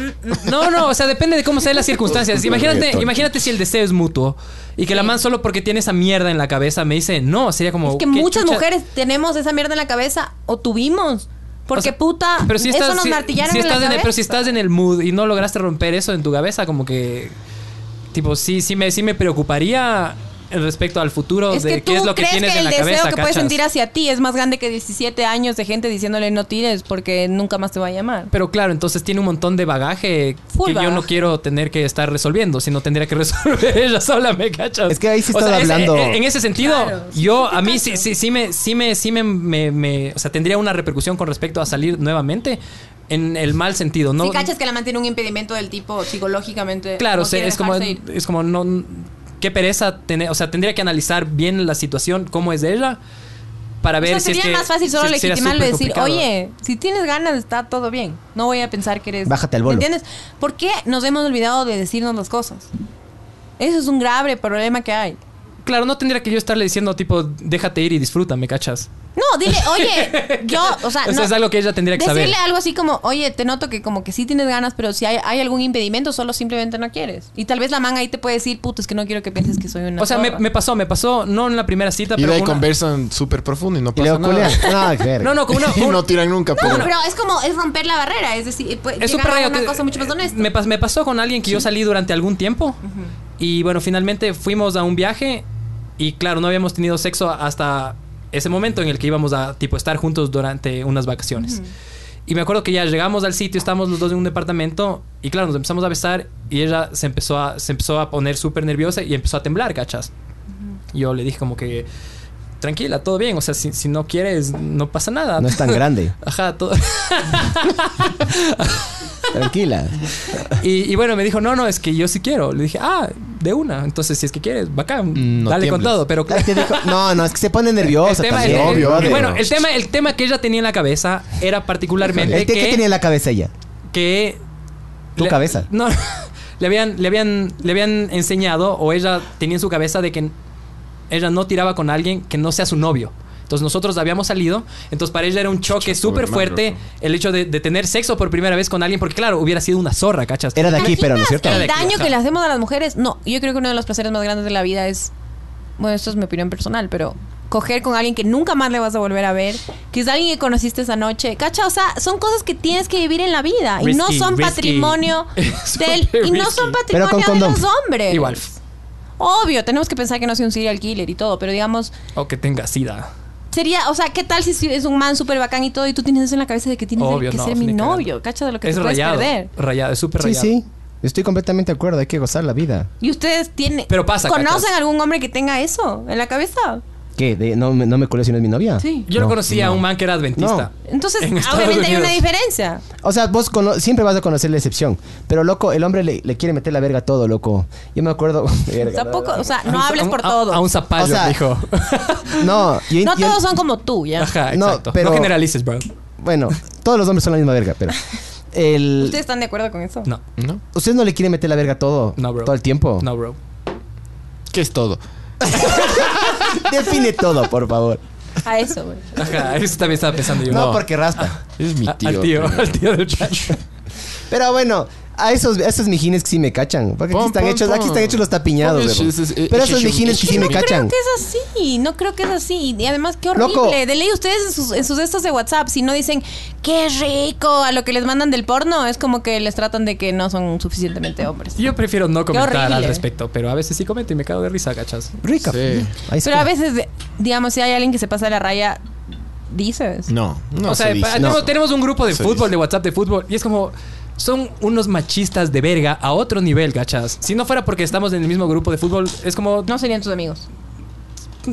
C: mm".
E: No, no, o sea, depende de cómo sean las circunstancias. Imagínate,
G: Reggaetón.
E: imagínate si el deseo es mutuo y que la man solo porque tiene esa mierda en la cabeza me dice, no, sería como...
C: Es que
E: ¿qué
C: muchas
E: chucha?
C: mujeres tenemos esa mierda en la cabeza o tuvimos. Porque
E: O sea,
C: puta,
E: Pero si estás,
C: eso nos
E: si-
C: martillaron
E: si
C: en la
E: estás en el,
C: cabeza.
E: Pero si estás en el mood y no lograste romper eso en tu cabeza, como que. Tipo, sí, sí me, sí me preocuparía respecto al futuro
C: es
E: de
C: que tú
E: qué es lo que
C: crees
E: tienes
C: que el
E: en la
C: deseo
E: cabeza.
C: que puedes
E: ¿cachas?
C: sentir hacia ti es más grande que 17 años de gente diciéndole no tires porque nunca más te va a llamar.
E: Pero claro, entonces tiene un montón de bagaje
C: Full
E: que yo no
C: bagaje.
E: quiero tener que estar resolviendo, sino tendría que resolver ella sola, ¿me cachas?
B: Es que ahí sí
E: O sea,
B: estaba
E: es- eh,
B: hablando-
E: en- en ese sentido,
C: Claro, sí,
E: yo
C: sí te
E: a mí
C: cacho.
E: sí, sí, sí me, sí me, sí me, me- me- o sea, tendría una repercusión con respecto a salir nuevamente en el mal sentido. No,
L: si cachas que la man tiene un impedimento del tipo psicológicamente.
E: Claro,
L: no
E: o sea,
L: quiere
E: es como
L: dejarse ir.
E: es como no qué pereza tener, o sea, tendría que analizar bien la situación cómo es de ella para
C: O sea,
E: ver si es
C: sería
E: que
C: más fácil solo
E: si- si era
C: legitimarlo y
E: súper
C: decir,
E: complicado.
C: oye, si tienes ganas, está todo bien. No voy a pensar que eres.
B: Bájate al bolo.
C: ¿Me entiendes? ¿Por qué nos hemos olvidado de decirnos las cosas? Eso es un grave problema que hay.
E: Claro, no tendría que yo estarle diciendo tipo, déjate ir y disfruta, ¿me cachas?
C: No, dile, oye, yo, o sea,
E: O sea,
C: no,
E: es algo que ella tendría que
C: decirle
E: saber.
C: algo así como, oye, te noto que como que sí tienes ganas, pero si hay, hay algún impedimento, solo simplemente no quieres. Y tal vez la man ahí te puede decir, puto, es que no quiero que pienses que soy una.
E: O sea, me,
C: zorra".
E: me pasó, me pasó no en la primera cita,
G: Y de
E: pero
G: ahí
E: una-
G: conversan súper profundo y no
B: Y
G: pasa
B: luego
G: nada.
B: culean. No, qué verga.
E: No, no, con una
G: Y
E: un-
G: no tiran nunca,
L: No,
G: pero...
L: pero es como, es romper la barrera, es
C: eh,
L: decir, pues, llegar
E: es súper
L: a
E: raro
L: una
E: que-
L: cosa mucho más honesta.
E: Me, pas- me pasó con alguien que yo salí durante algún tiempo. Y bueno, finalmente fuimos a un viaje. Y claro, no habíamos tenido sexo hasta ese momento en el que íbamos a tipo estar juntos durante unas vacaciones. Y me acuerdo que ya llegamos al sitio, estábamos los dos en un departamento y claro, nos empezamos a besar y ella se empezó a, se empezó a poner súper nerviosa y empezó a temblar, ¿cachas? Yo le dije como que, tranquila, todo bien, o sea, si, si no quieres, no pasa nada.
B: No es tan grande.
E: Ajá, todo...
B: Tranquila.
E: Y, y bueno, me dijo, no, no, es que yo sí quiero. Le dije, ah, de una. Entonces, si es que quieres, bacán,
A: Mm, no
E: dale con
A: tiembles.
E: todo. Pero
B: Ay, te dijo- No, no, es que se pone
E: el
B: nerviosa
E: tema,
B: también.
E: el- el-
B: brother.
E: bueno, el tema, el tema que ella tenía en la cabeza era particularmente
B: El te-
E: que,
B: ¿Qué tenía en la cabeza ella?
E: que
B: Tu
E: le-
B: cabeza.
E: No, le habían, le habían, le habían enseñado o ella tenía en su cabeza de que ella no tiraba con alguien que no sea su novio. Entonces nosotros habíamos salido, entonces para ella era un choque súper
G: mal,
E: fuerte
G: loco.
E: el hecho de, de tener sexo por primera vez con alguien, porque claro, hubiera sido una zorra, ¿cachas?
B: Era de aquí, pero no es cierto.
E: Era de
C: El
E: aquí,
C: daño
E: ajá.
C: que le hacemos a las mujeres, no, yo creo que uno de los placeres más grandes de la vida es, bueno, esto es mi opinión personal, pero coger con alguien que nunca más le vas a volver a ver, que es alguien que conociste esa noche, cacha, o sea, son cosas que tienes que vivir en la vida y no
E: Risky,
C: son
E: risky.
C: patrimonio del
E: Súper
C: y no
E: risky.
C: son
B: Pero con
C: patrimonio de
B: condón.
C: los hombres.
E: Igual.
C: Obvio, tenemos que pensar que no sea un serial killer y todo, pero digamos,
E: O Oh, que tenga sida.
C: sería, o sea, ¿qué tal si es un man súper bacán y todo y tú tienes eso en la cabeza de que tienes
E: Obvio,
C: que
E: no,
C: ser mi
E: ni cagando.
C: novio? Cacha de lo que
E: es
C: te puedes
E: rayado.
C: perder.
E: Rayado, es súper
B: Sí,
E: rayado.
B: sí. Estoy completamente de acuerdo. Hay que gozar la vida.
C: ¿Y ustedes tienen.
E: Pero pasa,
C: ¿Conocen
E: cachas.
C: algún hombre que tenga eso en la cabeza?
B: ¿Qué? De- no, me- no me culeo si no es mi novia?
C: Sí.
E: Yo lo conocí a un man que era adventista.
C: Entonces,
E: En Estados
C: obviamente hay una
E: Unidos.
C: diferencia.
B: O sea, vos cono- siempre vas a conocer la excepción. Pero, loco, el hombre le, le quiere meter la verga a todo, loco. Yo me acuerdo... Verga,
C: Tampoco, o sea, no
E: A un-
C: hables
E: a un-
C: por
E: a-
C: todo.
E: A, un zapallo,
B: O sea,
E: dijo.
B: No, yo,
C: no
B: yo-
C: todos son como tú, ya.
E: Ajá,
B: no,
E: exacto.
B: pero-
E: No generalices, bro.
B: Bueno, todos los hombres son la misma verga, pero... El,
C: ¿Ustedes están de acuerdo con eso?
E: No,
A: ¿No?
B: ¿Ustedes no le quieren meter la verga a todo?
E: No, bro.
B: ¿Todo el tiempo?
E: no, bro.
A: ¿Qué es todo?
B: Define todo, por favor.
C: A eso, güey.
E: Ajá, eso también estaba pensando yo.
B: No, porque raspa.
A: Es mi
E: A-
A: tío.
E: Ah, al tío,
A: pero-
E: al tío del chat.
B: Pero bueno, a esos, a esos mijines que sí me cachan. Porque aquí
A: Pon,
B: están
A: pon,
B: hechos, aquí
A: pon.
B: están hechos los tapiñados,
A: Pon ese-
B: bro.
A: ese- ese-
B: Pero
A: ese-
B: esos
A: ese-
B: mijines que sí me
C: No creo
B: cachan.
C: que es así, no creo que es así. Y además, qué horrible.
B: Loco.
C: De ley, ustedes en sus, en sus estos de WhatsApp, si no dicen, qué rico, a lo que les mandan del porno, es como que les tratan de que no son suficientemente hombres.
E: Yo prefiero no comentar al
C: horrible.
E: respecto, pero a veces sí comento y me cago de risa, cachas.
B: Rica.
A: Sí.
B: Ahí está.
C: Pero a veces, digamos, si hay alguien que se pasa de la raya, dices.
A: No, no
E: o sea,
A: se dice.
E: pa- tenemos,
A: No.
E: tenemos un grupo de
A: Se
E: fútbol,
A: dice.
E: de WhatsApp de fútbol, y es como. Son unos machistas de verga a otro nivel, cachas. Si no fuera porque estamos en el mismo grupo de fútbol, es como.
C: No serían tus amigos.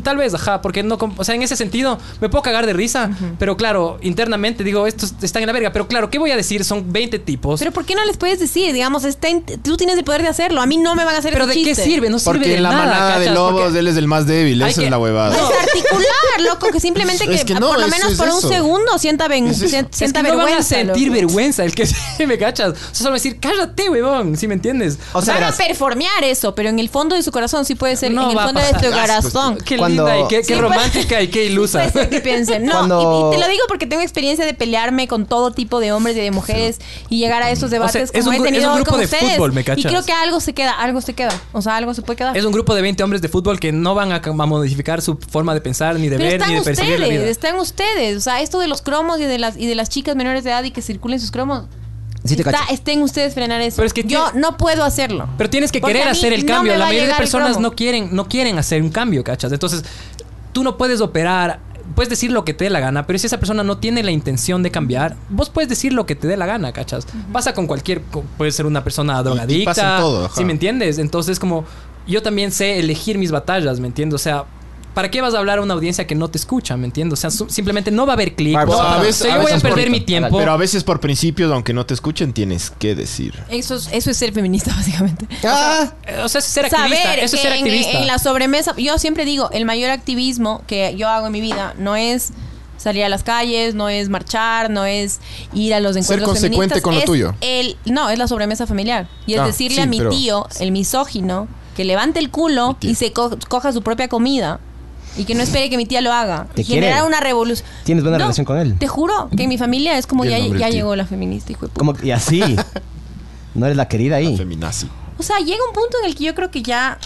E: Tal vez, ajá, porque no. com- O sea, en ese sentido, me puedo cagar de risa, pero claro, internamente digo, estos están en la verga. Pero claro, ¿qué voy a decir? Son 20 tipos.
C: Pero ¿por qué no les puedes decir? Digamos, está en- tú tienes el poder de hacerlo. A mí no me van a hacer
E: ¿Pero
C: ese
E: de qué
C: chiste.
E: sirve? No sirve
A: Porque
E: de
A: en la
E: nada,
A: manada de
E: ¿cachas?
A: lobos
E: Porque-
A: él es el más débil.
E: Hay
A: Esa
E: que-
A: es la huevada.
E: No.
C: Desarticular, loco, que simplemente que,
A: Es que no,
C: por lo
A: eso
C: menos
A: es
C: por
A: eso.
C: un segundo sienta, ven-
A: Es eso.
C: sien-
E: Es
C: sienta
E: que no
C: vergüenza.
E: van a sentir
C: loco.
E: vergüenza el que se me cachas. O sea, solo decir, cállate, huevón, si me entiendes.
B: O sea,
C: van a
B: verás,
C: performear eso, pero en el fondo de su corazón sí puede ser.
E: No
C: en el
E: va a
C: fondo de
E: pasar.
C: su corazón.
E: Que
B: cuando-
E: linda y qué,
C: Sí,
E: qué romántica y qué ilusa.
C: Puede ser que piensen. No,
B: Cuando-
C: y, y te lo digo porque tengo experiencia de pelearme con todo tipo de hombres y de mujeres y llegar a esos debates
E: es
C: como
E: un
C: he
E: gru- es
C: tenido
E: un
C: hoy
E: grupo
C: con
E: de
C: ustedes.
E: fútbol, ¿me
C: y
E: cachas?
C: creo que algo se queda, algo se queda. O sea, algo se puede quedar.
E: Es un grupo de 20 hombres de fútbol que no van a, cam- a modificar su forma de pensar, ni de
C: Pero
E: ver,
C: están
E: ni de percibir la vida.
C: ustedes, están ustedes. O sea, esto de los cromos y de las y de las chicas menores de edad y que circulen sus cromos.
B: Sí te
C: está,
B: cacho.
C: estén ustedes frenar eso.
E: Pero es que
C: Yo
E: tiene-
C: no puedo hacerlo.
E: Pero tienes que
C: Porque
E: querer
C: a mí
E: hacer el
C: no
E: cambio.
C: me va
E: la
C: a
E: mayoría de
C: llegar el
E: personas
C: cromo.
E: no quieren, no quieren hacer un cambio, ¿cachas? Entonces, tú no puedes operar, puedes decir lo que te dé la gana, pero si esa persona no tiene la intención de cambiar, vos puedes decir lo que te dé la gana, ¿cachas? Pasa con cualquier, co- puede ser una persona drogadicta.
G: pasa en todo, ajá.
E: ¿sí me entiendes? Entonces, como yo también sé elegir mis batallas, ¿me entiendes? O sea, ¿para qué vas a hablar a una audiencia que no te escucha, ¿me entiendes? O sea, su- simplemente no va a haber clic.
B: Barb,
E: no va
B: a
E: pasar.
G: veces-
E: O sea,
G: a
E: yo voy a
G: veces
E: perder
G: por-
E: mi tiempo.
A: Pero a veces por principios, aunque no te escuchen, tienes que decir.
C: Eso es, eso es ser feminista, básicamente.
B: Ah,
E: Eh, o sea, eso es ser activista.
C: saber
E: eso es
C: que
E: ser
C: en-
E: activista.
C: En, la sobremesa, yo siempre digo, el mayor activismo que yo hago en mi vida no es salir a las calles, no es marchar, no es ir a los encuentros feministas,
G: consecuente con lo
C: es
G: tuyo.
C: El, no, es la sobremesa familiar. Y es
G: Ah,
C: decirle
G: sí,
C: a mi
G: pero-
C: tío, el misógino, que levante el culo
G: tío.
C: y se co- coja su propia comida. Y que no espere que mi tía lo haga.
B: Te quiere.
C: Generar una revolución.
B: Tienes buena relación con él.
C: Te juro que en mi familia es como
G: Di el
C: ya,
G: nombre del
C: ya
G: tío.
C: llegó la feminista, hijo de puta.
B: como que- y así. No eres la querida ahí.
G: Feminazi.
C: O sea, llega un punto en el que yo creo que ya.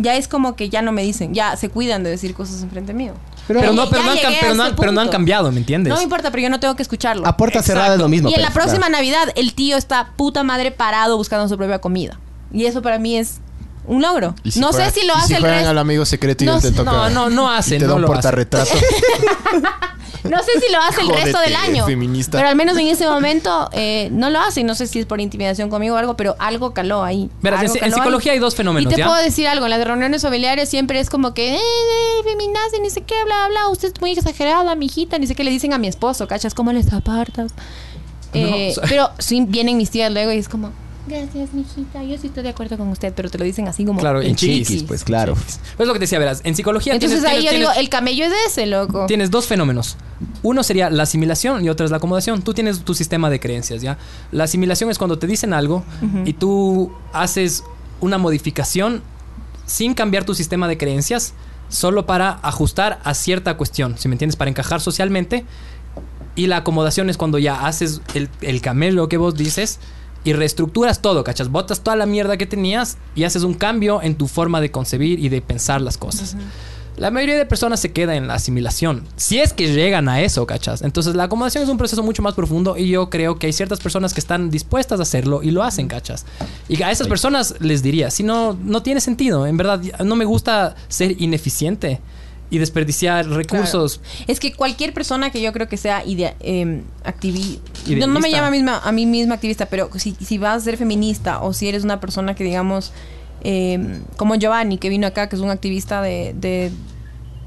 C: Ya es como que ya no me dicen, ya se cuidan de decir cosas enfrente mío.
E: Pero,
C: Pero
E: no,
C: ya
E: pero, no han,
C: llegué
E: cam-
C: a
E: pero no han-
C: ese
E: pero no han
C: punto.
E: cambiado, ¿me entiendes?
C: No me importa, pero yo no tengo que escucharlo.
B: A puerta cerrada es lo mismo.
C: y en la
B: pero-
C: próxima
B: claro.
C: Navidad, el tío está puta madre parado buscando su propia comida. Y eso para mí es un logro.
G: Y si
C: no
G: juegan-
C: sé si lo
G: y
C: hace
G: si
C: el
G: juegan
C: resto.
G: al amigo secreto y
C: No
G: él te
C: sé-
G: toca.
E: no, no, no
G: y
E: hace,
G: te da
E: no
G: un
E: lo hace.
G: portarretrato.
C: No sé si lo hace el resto del
G: Jódete,
C: año.
G: feminista.
C: Pero al menos en ese momento eh, no lo hace. Y no sé si es por intimidación conmigo o algo, pero algo caló ahí.
E: Verás,
C: Algo
E: en- en
C: caló
E: psicología hay dos fenómenos,
C: Y te
E: ¿ya?
C: puedo decir algo. En las reuniones familiares siempre es como que, eh, eh, feminazi, ni sé qué, bla, bla. Usted es muy exagerada, mijita, ni sé qué le dicen a mi esposo, ¿cachas? ¿Cómo les apartas? Eh,
E: o sea-
C: Pero sí vienen mis tías luego y es como, gracias, mijita, yo sí estoy de acuerdo con usted, pero te lo dicen así como.
E: Claro,
B: En
E: en
B: chiquis,
E: chiquis.
B: pues claro.
E: Pues lo que te decía, verás, en psicología
C: Entonces
E: tienes,
C: ahí yo
E: tienes-
C: digo,
E: tienes-
C: el camello es ese, loco.
E: tienes dos fenómenos. Uno sería la asimilación y otro es la acomodación. Tú tienes tu sistema de creencias, ¿ya? La asimilación es cuando te dicen algo y tú haces una modificación sin cambiar tu sistema de creencias, solo para ajustar a cierta cuestión, si me entiendes, para encajar socialmente. Y la acomodación es cuando ya haces el, el camello que vos dices y reestructuras todo, ¿cachas? Botas toda la mierda que tenías y haces un cambio en tu forma de concebir y de pensar las cosas. La mayoría de personas se queda en la asimilación. Si es que llegan a eso, ¿cachas? Entonces la acomodación es un proceso mucho más profundo y yo creo que hay ciertas personas que están dispuestas a hacerlo y lo hacen, ¿cachas? Y a esas personas les diría, si no, no tiene sentido, en verdad, no me gusta ser ineficiente y desperdiciar recursos.
C: Es que cualquier persona que yo creo que sea idea, eh, activi-
E: Idealista.
C: No, no me llama misma, a mí misma activista, pero si, si vas a ser feminista o si eres una persona que, digamos, eh, como Giovanni, que vino acá, que es un activista de. de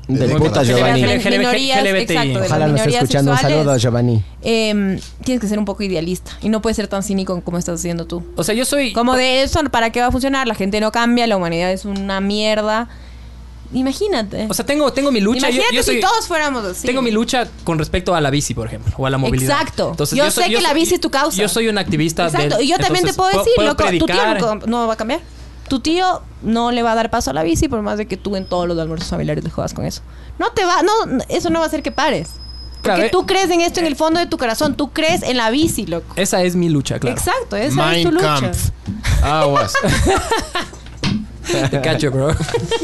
B: Del
G: Del
B: puta
G: puta
C: de
E: Giovanni.
B: Giovanni.
C: las minorías,
E: LGBT.
C: exacto, de
B: Ojalá
C: las
B: nos esté
C: minorías
B: escuchando. Un saludo,
C: sexuales,
B: Giovanni.
C: eh, tienes que ser un poco idealista y no puedes ser tan cínico como estás haciendo tú.
E: O sea, yo soy...
C: Como de eso, ¿para qué va a funcionar? La gente no cambia, la humanidad es una mierda. Imagínate.
E: O sea, tengo, tengo mi lucha. yo-
C: Imagínate
E: yo soy-
C: si todos fuéramos así.
E: Tengo mi lucha con respecto a la bici, por ejemplo, o a la movilidad.
C: Exacto. Yo sé que la bici es tu causa.
E: Yo soy un activista.
C: Exacto,
E: del-
C: y yo también te
E: entonces,
C: puedo
E: pu-
C: decir,
E: puedo
C: loco, tu tío
E: predicar.
C: no, no va a cambiar. Tu tío no le va a dar paso a la bici por más de que tú en todos los almuerzos familiares te jodas con eso. No te va, no, no, eso no va a hacer que pares. Porque
E: Claro, eh.
C: tú crees en esto en el fondo de tu corazón, tú crees en la bici, loco.
E: Esa es mi lucha, claro.
C: Exacto, esa es
G: Mein
C: tu lucha.
G: Kampf. Aguas.
E: Te cacho, bro.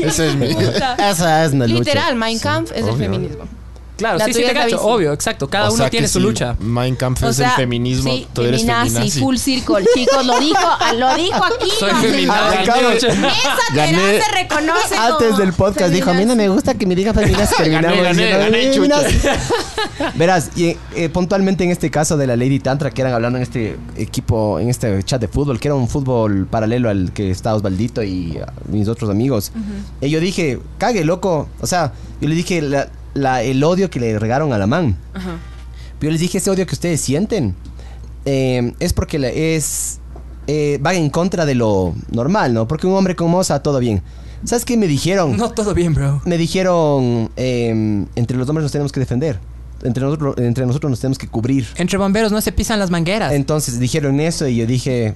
G: Ese es mi.
B: Esa es una lucha.
C: Literal, Mein Kampf es el
G: obvio.
C: feminismo.
E: Claro,
C: La
E: sí, sí,
C: tuya
E: te
C: es la
E: cacho.
C: bici.
E: Obvio, exacto. Cada
G: O
E: uno
G: sea
E: tiene
G: que
E: su
G: si
E: lucha.
G: Mein Kampf es el feminismo.
C: sí,
G: tú eres
C: feminazi,
G: feminazi.
C: full circle, chicos, lo dijo, ah, lo dijo aquí.
E: Soy
C: no,
E: feminazi.
C: señor.
B: Acabo-
C: Esa
G: Gané.
C: Terán se reconoce
B: Antes
C: como
B: del podcast dijo, a mí no
C: feminazi.
B: me gusta que me digan feminazis. Terminamos
A: gané,
B: diciendo,
A: gané,
B: "Eh,
A: chucha".
B: minas". Verás, y, eh, puntualmente en este caso de la Lady Tantra que eran hablando en este equipo, en este chat de fútbol, que era un fútbol paralelo al que estaba Osvaldito y ah, mis otros amigos. Y yo dije, cague, loco. O sea, yo le dije la- la- el odio que le regaron a la man. Yo les dije, ese odio que ustedes sienten eh, es porque la- es eh, va en contra de lo normal, ¿no? Porque un hombre con moza, todo bien. ¿Sabes qué me dijeron?
E: No todo bien, bro.
B: Me dijeron, eh, entre los hombres nos tenemos que defender. Entre nosotros, entre nosotros nos tenemos que cubrir.
E: Entre bomberos no se pisan las mangueras.
B: Entonces dijeron eso y yo dije,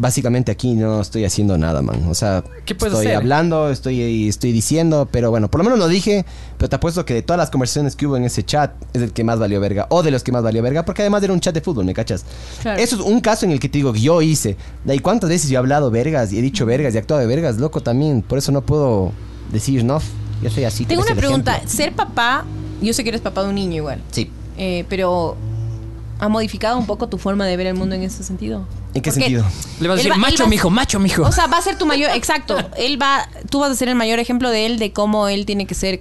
B: básicamente aquí no estoy haciendo nada, man. O sea,
E: ¿Qué puedes
B: estoy
E: hacer?
B: hablando, estoy, estoy diciendo, pero bueno, por lo menos lo dije, pero te apuesto que de todas las conversaciones que hubo en ese chat es el que más valió verga, o de los que más valió verga, porque además era un chat de fútbol, ¿me cachas?
M: Claro.
B: Eso es un caso en el que te digo que yo hice. De ahí cuántas veces yo he hablado vergas y he dicho vergas y he actuado de vergas, loco también, por eso no puedo decir no. Yo soy así.
C: Tengo
B: te
C: una
B: ves el
C: pregunta.
B: ejemplo.
C: Ser papá, yo sé que eres papá de un niño igual,
B: Sí.
C: eh, pero ¿ha modificado un poco tu forma de ver el mundo en ese sentido?
B: ¿En qué
C: Porque-
B: sentido?
E: Le vas a
C: Él
E: decir,
C: va- él
E: macho,
C: va-
E: mijo, macho, mijo.
C: O sea, va a ser tu mayor, exacto. Él va, tú vas a ser el mayor ejemplo de él de cómo él tiene que ser,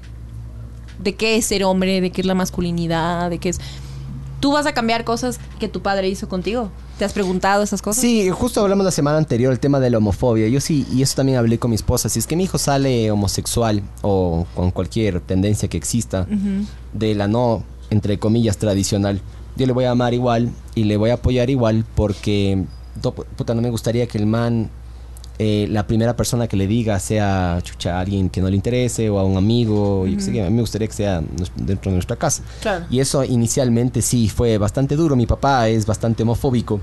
C: de qué es ser hombre, de qué es la masculinidad, de qué es. Tú vas a cambiar cosas que tu padre hizo contigo. ¿Te has preguntado esas cosas?
B: Sí, justo hablamos la semana anterior el tema de la homofobia. Yo sí, y eso también hablé con mi esposa. Si es que mi hijo sale homosexual o con cualquier tendencia que exista de la no, entre comillas, tradicional, yo le voy a amar igual y le voy a apoyar igual porque, no, pu- puta, no me gustaría que el man, eh, la primera persona que le diga sea chucha, a alguien que no le interese o a un amigo. yo qué sé qué. a mí me gustaría que sea nos- dentro de nuestra casa.
C: Claro.
B: Y eso inicialmente sí fue bastante duro. Mi papá es bastante homofóbico.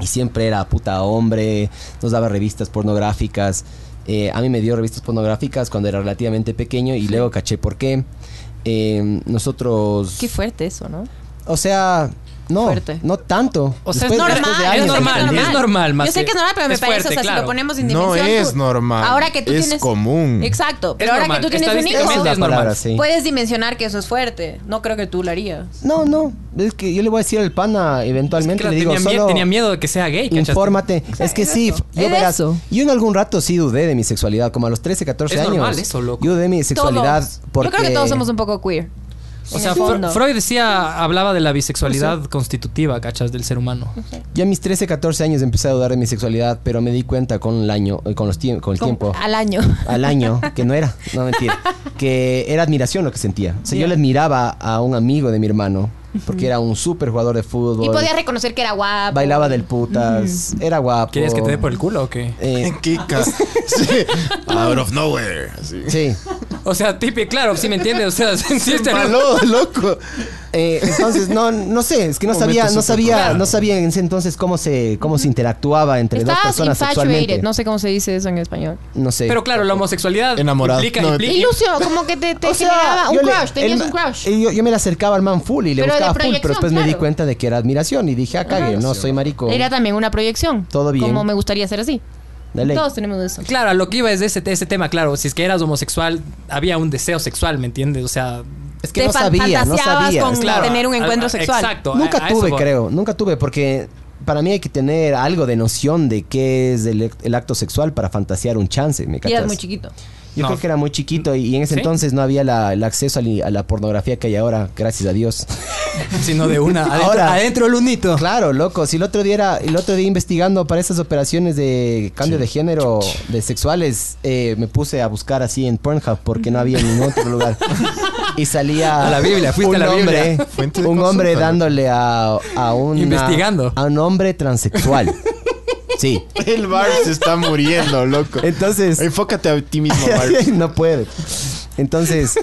B: Y siempre era puta hombre, nos daba revistas pornográficas. Eh, a mí me dio revistas pornográficas cuando era relativamente pequeño y luego caché por qué. Eh, nosotros...
C: Qué fuerte eso, ¿no?
B: O sea, no,
C: Fuerte.
B: no tanto.
E: O
C: Pues,
E: sea, es
B: Después-
E: normal,
B: después de
E: es
B: años,
E: normal,
B: ¿no?
E: es normal, más
C: Yo sé
E: que-
C: que es normal, pero me
E: es
C: parece,
E: fuerte,
C: o sea, si
E: claro.
C: lo ponemos en
G: No
C: dimensión,
G: es
C: tú-
G: normal.
C: Ahora que tú
G: Es
C: tienes.
G: común.
C: Exacto.
E: Es
C: Pero ahora
E: normal,
C: que tú tienes un
B: Esa es
E: estadísticamente
B: la
E: es
C: hijo,
E: normal.
B: palabra, sí.
C: puedes dimensionar que eso es fuerte. No creo que tú lo harías.
B: No, no, es que yo le voy a decir al pana
E: Es
B: eventualmente,
E: que la-
B: le digo,
E: tenía, mie-
B: solo
E: tenía miedo de que sea gay, ¿cachaste?
B: infórmate. Es que sí,
C: eso.
B: yo
C: Es
B: verás,
C: eso.
B: yo en algún rato sí dudé de mi sexualidad, como a los 13, 14
E: Es
B: años.
E: normal eso, loco.
B: Yo dudé de mi sexualidad
C: Todos.
B: porque...
C: Yo creo que todos somos un poco queer.
E: O sea, Fre- Freud decía, hablaba de la bisexualidad constitutiva, ¿cachas? Del ser humano.
B: Yo a mis 13, 14 años empecé a dudar de mi sexualidad, pero me di cuenta con el año, eh, con los tiempos con el
C: Como
B: tiempo,
C: Al año.
B: al año, que no era, no mentira, que era admiración lo que sentía. O sea, yo le admiraba a un amigo de mi hermano, porque era un súper jugador de fútbol.
C: Y podías reconocer que era guapo.
B: Bailaba del putas, era guapo.
E: ¿Quieres que te dé
B: Oh.
E: por el culo o qué?
B: Eh,
G: Kika. Sí. Out of nowhere. Así.
B: sí.
E: O sea, tipi, claro, si me entiendes. O sea, si este-
G: Malo, loco.
B: Eh, entonces, no, no sé, es que no
G: Momento
B: sabía, no
G: súper
B: sabía,
E: claro.
B: no sabía en ese entonces cómo se, cómo se interactuaba entre dos
C: Estabas
B: personas sexualmente.
C: infatuated. No sé cómo se dice eso en español.
B: No sé.
E: Pero claro, la homosexualidad
G: Enamorado.
E: implica,
G: No,
E: implica-
C: Ilusio, como que te, te
B: O sea,
C: generaba un
B: yo le-
C: crush, tenías
B: el-
C: un crush.
B: eh, Yo, yo me le acercaba al man full y le
C: Pero de
B: buscaba full, pero
C: proyección,
B: después me di
C: claro.
B: cuenta de que era admiración y dije, ah, cague, no, soy marico.
C: Era también una proyección.
B: Todo bien.
C: Como me gustaría ser así.
B: Dale.
C: Todos tenemos eso.
E: Claro, a lo que iba es de ese, ese tema, claro. Si es que eras homosexual, había un deseo sexual, ¿me entiendes? O sea,
B: Es que
C: Te
B: no
C: fan-
B: sabía, no
C: fantaseabas
B: sabía.
C: con-
E: claro.
C: Tener un
E: a-
C: encuentro
E: a-
C: sexual.
E: Exacto. a-
B: Nunca
E: a eso
B: tuve,
E: voy.
B: creo, nunca tuve, porque para mí hay que tener algo de noción de qué es el, el acto sexual para fantasear un chance, ¿me
C: Y eras
B: cachas?
C: muy chiquito.
B: Yo
E: No.
B: creo que era muy chiquito y, y en ese
E: ¿Sí?
B: entonces no había la- el acceso a, li- a la pornografía que hay ahora, gracias a Dios.
E: Sino de una. Adentro,
B: Ahora.
E: adentro el unito.
B: Claro, loco. Si el otro día era, el otro día investigando para esas operaciones de cambio de género, de sexuales, eh, me puse a buscar así en Pornhub porque no había en ningún otro lugar. Y salía
E: A la Biblia, fuiste
B: un
E: a la Biblia.
B: hombre,
G: Fuente de
B: un hombre
G: consulta.
B: dándole a, a un
E: Investigando.
B: a un hombre transexual. Sí.
G: El bar se está muriendo, loco.
B: Entonces,
G: Enfócate a ti mismo, bar.
B: no puede. Entonces,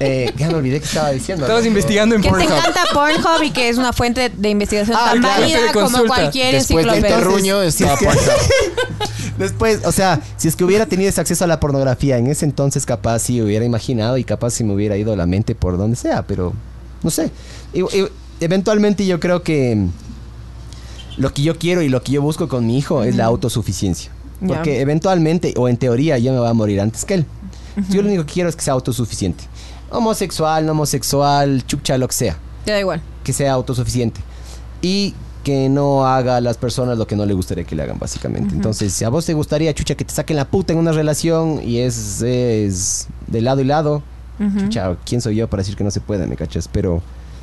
B: eh, ya me olvidé que estaba diciendo.
E: Estabas investigando en
C: Que te
E: Pornhub.
C: encanta Pornhub y que es una fuente de investigación
E: Ah,
C: tan
E: claro.
C: válida
E: Fuente de
C: como
E: consulta.
C: cualquier
G: Después este del
C: enciclopedia.
G: terruño está
B: Sí, es que- Después, o sea, si es que hubiera tenido ese acceso a la pornografía en ese entonces, capaz sí hubiera imaginado y capaz si me hubiera ido la mente por donde sea, pero no sé. Y- y- eventualmente yo creo que mm, lo que yo quiero y lo que yo busco con mi hijo es la autosuficiencia.
C: Ya.
B: Porque eventualmente, o en teoría, yo me voy a morir antes que él. Yo lo único que quiero es que sea autosuficiente. Homosexual, no homosexual, chucha, lo que sea
C: Te da igual.
B: que sea autosuficiente y que no haga a las personas lo que no le gustaría que le hagan, básicamente. Entonces, si a vos te gustaría, chucha, que te saquen la puta en una relación y es, es de lado y lado, chucha, ¿quién soy yo para decir que no se puede, me cachas? Pero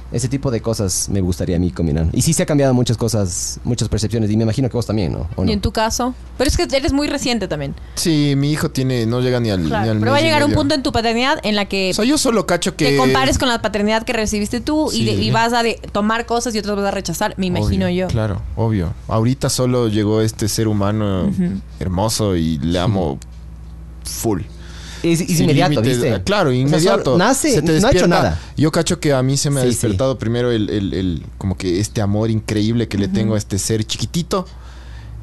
B: ese tipo de cosas me gustaría a mí combinar. Y sí se ha cambiado muchas cosas, muchas percepciones, y me imagino que vos también, ¿no? ¿O
C: Y
B: no?
C: en tu caso. Pero es que eres muy reciente también.
G: Sí, mi hijo tiene, no llega ni al, ni al
C: Pero va a
G: mes y
C: llegar un
G: medio.
C: punto en tu paternidad en la que
G: O sea, yo solo cacho que.
C: te compares con la paternidad que recibiste tú y,
G: Sí.
C: de- y vas a de- tomar cosas y otras vas a rechazar, me imagino yo.
G: Obvio, Claro, obvio. Ahorita solo llegó este ser humano hermoso y le amo full.
B: Es, es
G: Sin
B: inmediato,
G: límites.
B: ¿viste?
G: Claro,
B: O sea,
G: inmediato.
B: solo nace,
G: Se te
B: no ha hecho
G: despierta.
B: nada.
G: Yo cacho que a mí se me ha
B: Sí, sí.
G: despertado primero el, el- el- como que este amor increíble que le tengo a este ser chiquitito.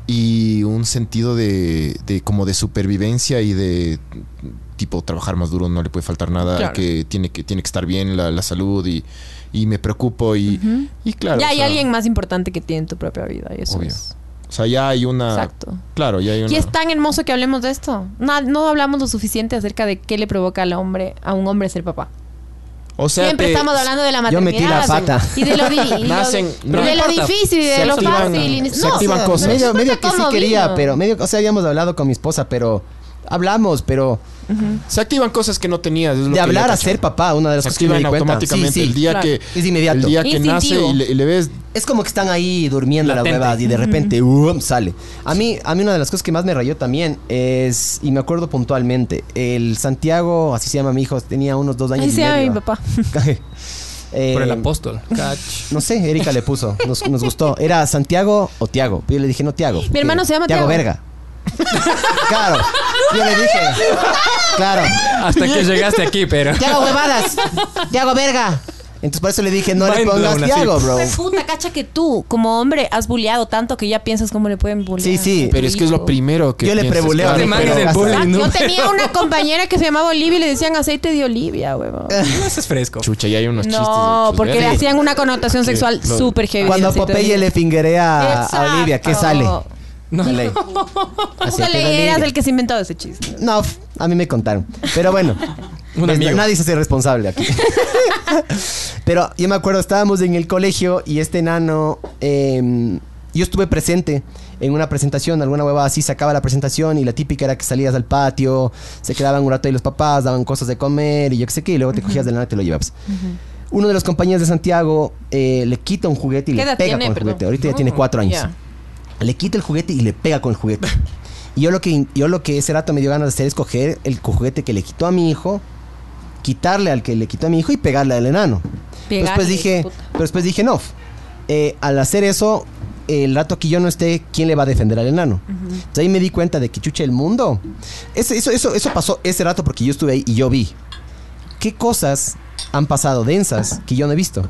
G: y un sentido de, de como de supervivencia y de tipo trabajar más duro no le puede faltar nada
C: Claro.
G: que tiene que tiene que estar bien la, la salud y, y me preocupo y, y claro
C: ya
G: o
C: hay
G: sea,
C: alguien más importante que tiene en tu propia vida y eso
G: Obvio. Ah,
C: es
G: o sea ya hay una
C: exacto.
G: claro ya hay una
C: Y es tan hermoso que hablemos de esto. No, no hablamos lo suficiente acerca de qué le provoca al hombre, a un hombre ser papá.
G: o sea
C: Siempre
G: te-
C: estamos hablando de la
B: Yo
C: maternidad.
B: metí la pata.
C: Y de lo, di- y de lo-
G: Nacen-
C: y
G: no
C: de lo
G: importa.
C: difícil y de
G: Se
C: lo
G: activan-
C: fácil. y ni-
G: se
C: no,
G: activan
C: pero no
G: cosas.
B: Medio,
C: importa
B: medio que sí
C: cómo
B: quería,
C: vino.
B: pero medio, o sea, habíamos hablado con mi esposa, pero hablamos, pero
G: se activan cosas que no tenías es lo
B: de
G: que yo
B: hablar a
G: cacho.
B: ser papá, una de las
G: se
B: cosas que me di
G: activan
B: cuenta. Sí,
G: automáticamente
B: sí.
G: el día
C: claro.
G: que
B: Es inmediato.
G: el día que
C: Instintivo.
G: nace y le, y le ves
B: Es como que están ahí durmiendo
E: Latente.
B: las huevas y de repente ¡um! sale. A mí, a mí una de las cosas que más me rayó también es, y me acuerdo puntualmente, el Santiago, así se llama mi hijo, tenía unos dos años
C: Ahí
B: y
C: se llama
B: medio.
C: mi papá.
B: Eh,
E: Por el apóstol. Cach.
B: No sé, Erika le puso, nos, nos gustó. Era Santiago o Tiago. Yo le dije, no, Tiago. porque
C: hermano se llama Tiago.
B: Verga. claro. Yo le dije. Claro.
E: Hasta que llegaste aquí, pero.
B: Tiago huevadas. Tiago Verga. Entonces por eso le dije, no le
E: Mind
B: pongas
E: blown, así.
B: Tiago, bro.
C: Puta cacha que tú, como hombre, has bulleado tanto que ya piensas cómo le pueden bullear.
B: Sí, sí.
A: Pero es que es lo primero que
B: Yo le
A: piensas,
B: prebuleo a
A: claro.
B: mi
E: Imagen
B: pero-
E: del bullying.
C: Ah,
E: ¿no?
C: Yo tenía una compañera que se llamaba Olivia y le decían aceite de Olivia, huevón.
E: No, ese es fresco.
A: Chucha, ya hay unos chistes.
C: No,
A: pues,
C: porque le
A: vean.
C: hacían una connotación sexual
A: lo-
C: súper heavy.
B: Cuando
C: aceite de
B: Popeye
C: oliva.
B: le fingerea a Olivia, ¿qué
C: Exacto.
B: sale?
E: No.
B: Dale.
C: Tú
B: Aceite de
C: le eras
B: oliva.
C: el que se inventó ese chiste.
B: No, f- a mí me contaron. Pero bueno,
E: Un
B: pues,
E: amigo.
B: nadie se hace responsable aquí. Pero yo me acuerdo, estábamos en el colegio y este enano, eh, yo estuve presente en una presentación, alguna hueva así, se acaba la presentación y la típica era que salías al patio, se quedaban un rato ahí los papás, daban cosas de comer y yo qué sé qué, y luego te cogías de la nada y te lo llevabas. Uno de los compañeros de Santiago eh, le quita un juguete y
C: ¿Qué
B: le
C: edad
B: pega con
C: tiene?
B: el
C: Perdón.
B: juguete. Ahorita ya tiene
C: No,
B: cuatro años.
C: ya.
B: Le quita el juguete y le pega con el juguete. Y yo lo que, yo lo que ese rato me dio ganas de hacer es coger el juguete que le quitó a mi hijo, quitarle al que le quitó a mi hijo y pegarle al enano. Pero
C: Pegarle,
B: después pues, dije,
C: puta.
B: pero después dije, no. eh, al hacer eso, el rato que yo no esté, ¿quién le va a defender al enano? Entonces ahí me di cuenta de que chuche el mundo. Ese- eso, eso, eso pasó ese rato porque yo estuve ahí y yo vi. ¿Qué cosas han pasado densas que yo no he visto?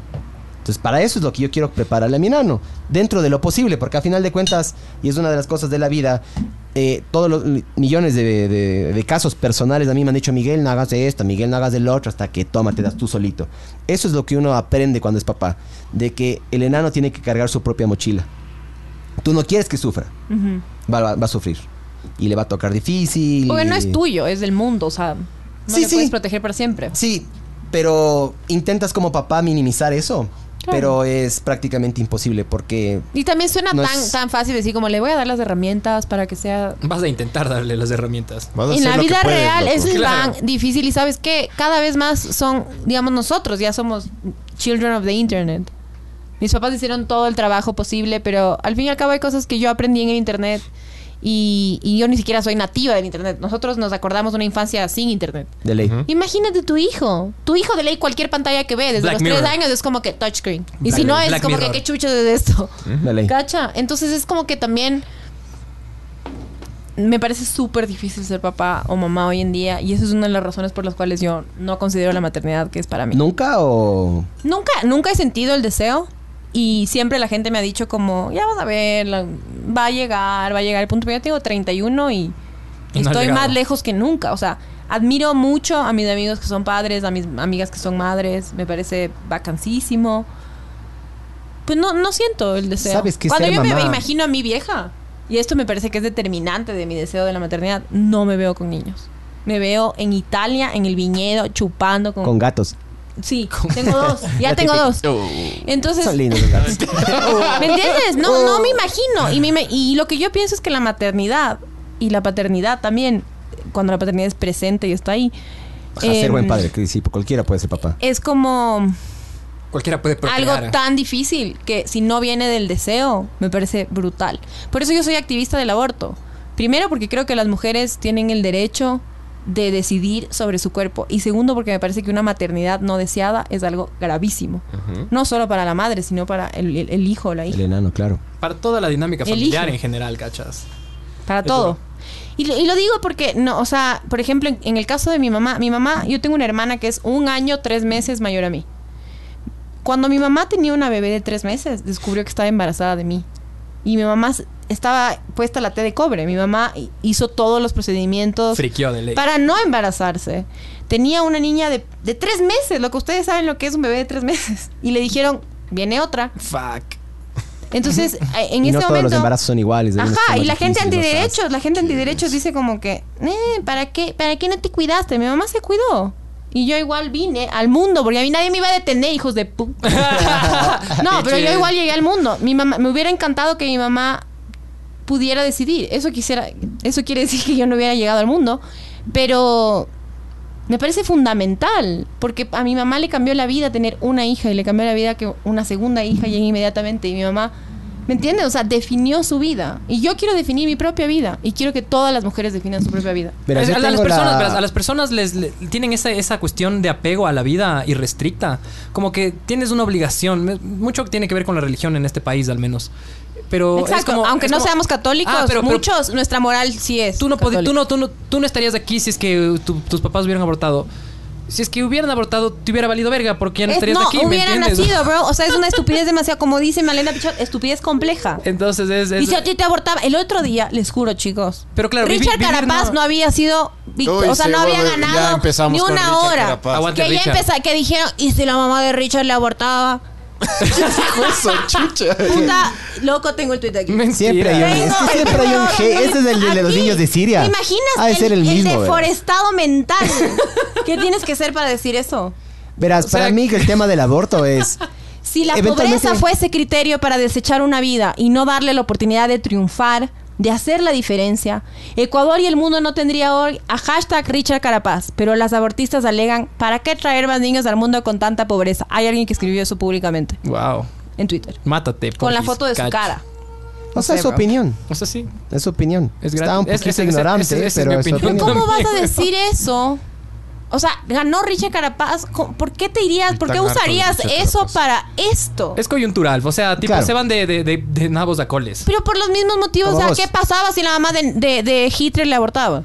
B: Entonces, para eso es lo que yo quiero prepararle a mi enano. Dentro de lo posible, porque a final de cuentas, y es una de las cosas de la vida, eh, todos los li- millones de, de- de casos personales a mí me han dicho, Miguel, no hagas esto, Miguel, no hagas el otro, hasta que toma, te das tú solito. Eso es lo que uno aprende cuando es papá, de que el enano tiene que cargar su propia mochila. Tú no quieres que sufra, va, va- va a sufrir. Y le va a tocar difícil.
C: Porque no
B: y-
C: es tuyo, es del mundo, o sea, no
B: Sí,
C: le
B: sí.
C: puedes proteger para siempre.
B: Sí, pero intentas como papá minimizar eso, pero es prácticamente imposible porque
C: Y también suena
B: No
C: tan,
B: es-
C: tan fácil decir como le voy a dar las herramientas para que sea...
E: Vas a intentar darle las herramientas.
G: vas a
C: En
G: hacer
C: la
G: lo que
C: vida
G: puedes,
C: real
G: loco.
C: es
E: Claro.
C: tan difícil y sabes que cada vez más son, digamos nosotros, ya somos children of the internet. Mis papás hicieron todo el trabajo posible, pero al fin y al cabo hay cosas que yo aprendí en el internet y, y yo ni siquiera soy nativa del internet. Nosotros nos acordamos de una infancia sin internet.
B: de ley.
C: Imagínate tu hijo. Tu hijo de ley cualquier pantalla que ve desde
E: Black
C: los
E: Mirror.
C: tres años es como que touchscreen. Y
E: Black-
C: si no es
E: Black
C: como
E: Mirror.
C: que qué chucho de esto.
B: De ley.
C: ¿Cacha? Entonces es como que también me parece súper difícil ser papá o mamá hoy en día y esa es una de las razones por las cuales yo no considero la maternidad que es para mí.
B: ¿Nunca o...?
C: Nunca, nunca he sentido el deseo y siempre la gente me ha dicho como, ya vas a ver, la- va a llegar, va a llegar el punto. Pero yo tengo 31 y
E: Y no ha
C: estoy
E: llegado.
C: más lejos que nunca. O sea, admiro mucho a mis amigos que son padres, a mis amigas que son madres. Me parece vacancísimo. Pues no, no siento el deseo.
B: Sabes que
C: Cuando
B: ser
C: yo me
B: mamá-
C: imagino a mi vieja, y esto me parece que es determinante de mi deseo de la maternidad, no me veo con niños. Me veo en Italia, en el viñedo, chupando con...
B: Con gatos.
C: sí, tengo dos. Ya
B: La
C: tengo
B: típica.
C: dos. Entonces,
B: Son lindos los gatos.
C: ¿Me entiendes? No, no me imagino. Y, me ima- y lo que yo pienso es que la maternidad y la paternidad también, cuando la paternidad es presente y está ahí,
B: Ajá, ser
C: em,
B: buen padre, que sí, cualquiera puede ser papá.
C: es como
E: Cualquiera puede procrear.
C: algo tan difícil que si no viene del deseo, me parece brutal. Por eso yo soy activista del aborto. Primero, porque creo que las mujeres tienen el derecho de decidir sobre su cuerpo. Y segundo, porque me parece que una maternidad no deseada es algo gravísimo. No solo para la madre, sino para el, el- el hijo o la hija.
B: El enano, claro.
E: Para toda la dinámica
C: El
E: familiar
C: hijo.
E: en general, cachas.
C: Para
E: Es
C: todo.
E: duro.
C: Y lo, y lo digo porque, no, o sea, por ejemplo, en, en el caso de mi mamá, mi mamá, yo tengo una hermana que es un año, tres meses mayor a mí. Cuando mi mamá tenía una bebé de tres meses, descubrió que estaba embarazada de mí. Y mi mamá s- estaba puesta la T de cobre. Mi mamá hizo todos los procedimientos
E: Friqueó de ley.
C: para no embarazarse. Tenía una niña de, de tres meses, lo que ustedes saben lo que es un bebé de tres meses. Y le dijeron, viene otra.
E: Fuck.
C: Entonces, en
B: y no
C: ese
B: todos los
C: momento...
B: embarazos son iguales. hay unos que
C: Ajá,
B: son
C: y la
B: más
C: gente
B: difíciles, más
C: antiderechos, la gente antiderechos dice como que, eh, ¿para qué, ¿para qué no te cuidaste? Mi mamá se cuidó. Y yo igual vine al mundo, porque a mí nadie me iba a detener, hijos de pu. no, pero yo igual llegué al mundo. Mi mamá, me hubiera encantado que mi mamá pudiera decidir. Eso quisiera, eso quiere decir que yo no hubiera llegado al mundo. Pero me parece fundamental, porque a mi mamá le cambió la vida tener una hija y le cambió la vida que una segunda hija llegue inmediatamente. Y mi mamá, ¿me entiendes? O sea, definió su vida. Y yo quiero definir mi propia vida. Y quiero que todas las mujeres definan su propia vida.
B: Verás,
E: Es-
B: yo
E: a, las
B: tengo
E: personas,
B: la-
E: verás, a las personas les, le- tienen esa, esa cuestión de apego a la vida irrestricta. Como que tienes una obligación. Me- Mucho tiene que ver con la religión en este país, al menos. Pero es
C: Exacto.
E: como-
C: Aunque
E: es
C: no
E: como-
C: seamos católicos,
E: Ah, pero- pero-
C: muchos, nuestra moral sí es.
E: Tú no, podi-
C: católica.
E: tú, no, tú, no, tú no estarías aquí si es que tu- tus papás hubieran abortado. Si es que hubieran abortado, te hubiera valido verga porque ya no
C: Es-
E: estarías
C: no,
E: aquí. ¿me
C: hubiera
E: entiendes?
C: nacido, bro. O sea, es una estupidez demasiado, como dice Malena Pichot, estupidez compleja.
E: Entonces es. es-
C: Y si a ti te abortaba, el otro día, les juro, chicos.
E: Pero claro, vivi-
C: Richard
E: vivir
C: Carapaz
E: no-
C: no, había sido. vict-
G: Uy,
C: o sea,
G: sí,
C: no había
G: bueno, ya
C: ganado
G: empezamos
C: ni
G: con
C: una
G: Richard
C: hora.
G: Carapaz.
E: Aguante,
C: Que ya
E: Richard.
C: empezaba- que dijeron, ¿y si la mamá de Richard le abortaba?
G: Eso, chucha.
C: Puta, loco, tengo el tweet aquí.
E: Mentira.
B: Siempre hay un- es que
C: Tengo el
B: siempre hay un
C: peor
B: G. Ese es el de los
C: aquí.
B: niños de Siria.
C: ¿Te imaginas
B: Ha de ser el mismo, ¿verdad?
C: deforestado mental? ¿Qué tienes que ser para decir eso?
B: Verás, para mí que el tema del aborto es...
C: Si la
B: Eventualmente-
C: pobreza fuese criterio para desechar una vida y no darle la oportunidad de triunfar, de hacer la diferencia, Ecuador y el mundo no tendría hoy a hashtag Richard Carapaz, pero las abortistas alegan, ¿para qué traer más niños al mundo con tanta pobreza? Hay alguien que escribió eso públicamente
E: Wow.
C: en Twitter,
E: Mátate.
C: con la
E: porfis,
C: foto de su
E: cacho.
C: cara.
B: O sea, es su opinión.
E: O sea, sí.
B: Es su opinión.
E: Es
B: Está
E: gratis.
B: un
E: Es-
B: poquito
E: ese- ese-
B: ignorante,
E: ese- esa es
B: pero
E: mi
B: es su
E: opinión.
B: opinión.
C: ¿Cómo
E: También.
C: vas a decir eso? O sea, ganó Richard Carapaz. Co- ¿Por qué te irías? ¿Por
G: Tan
C: qué
G: harto de
C: usarías
G: Richard
C: eso
G: Carapaz.
C: para esto?
E: Es coyuntural. O sea, tipo,
B: Claro.
E: se van de, de, de, de nabos a coles.
C: Pero por los mismos motivos, o sea,
B: Vamos.
C: ¿qué pasaba si la mamá de, de- de Hitler le abortaba?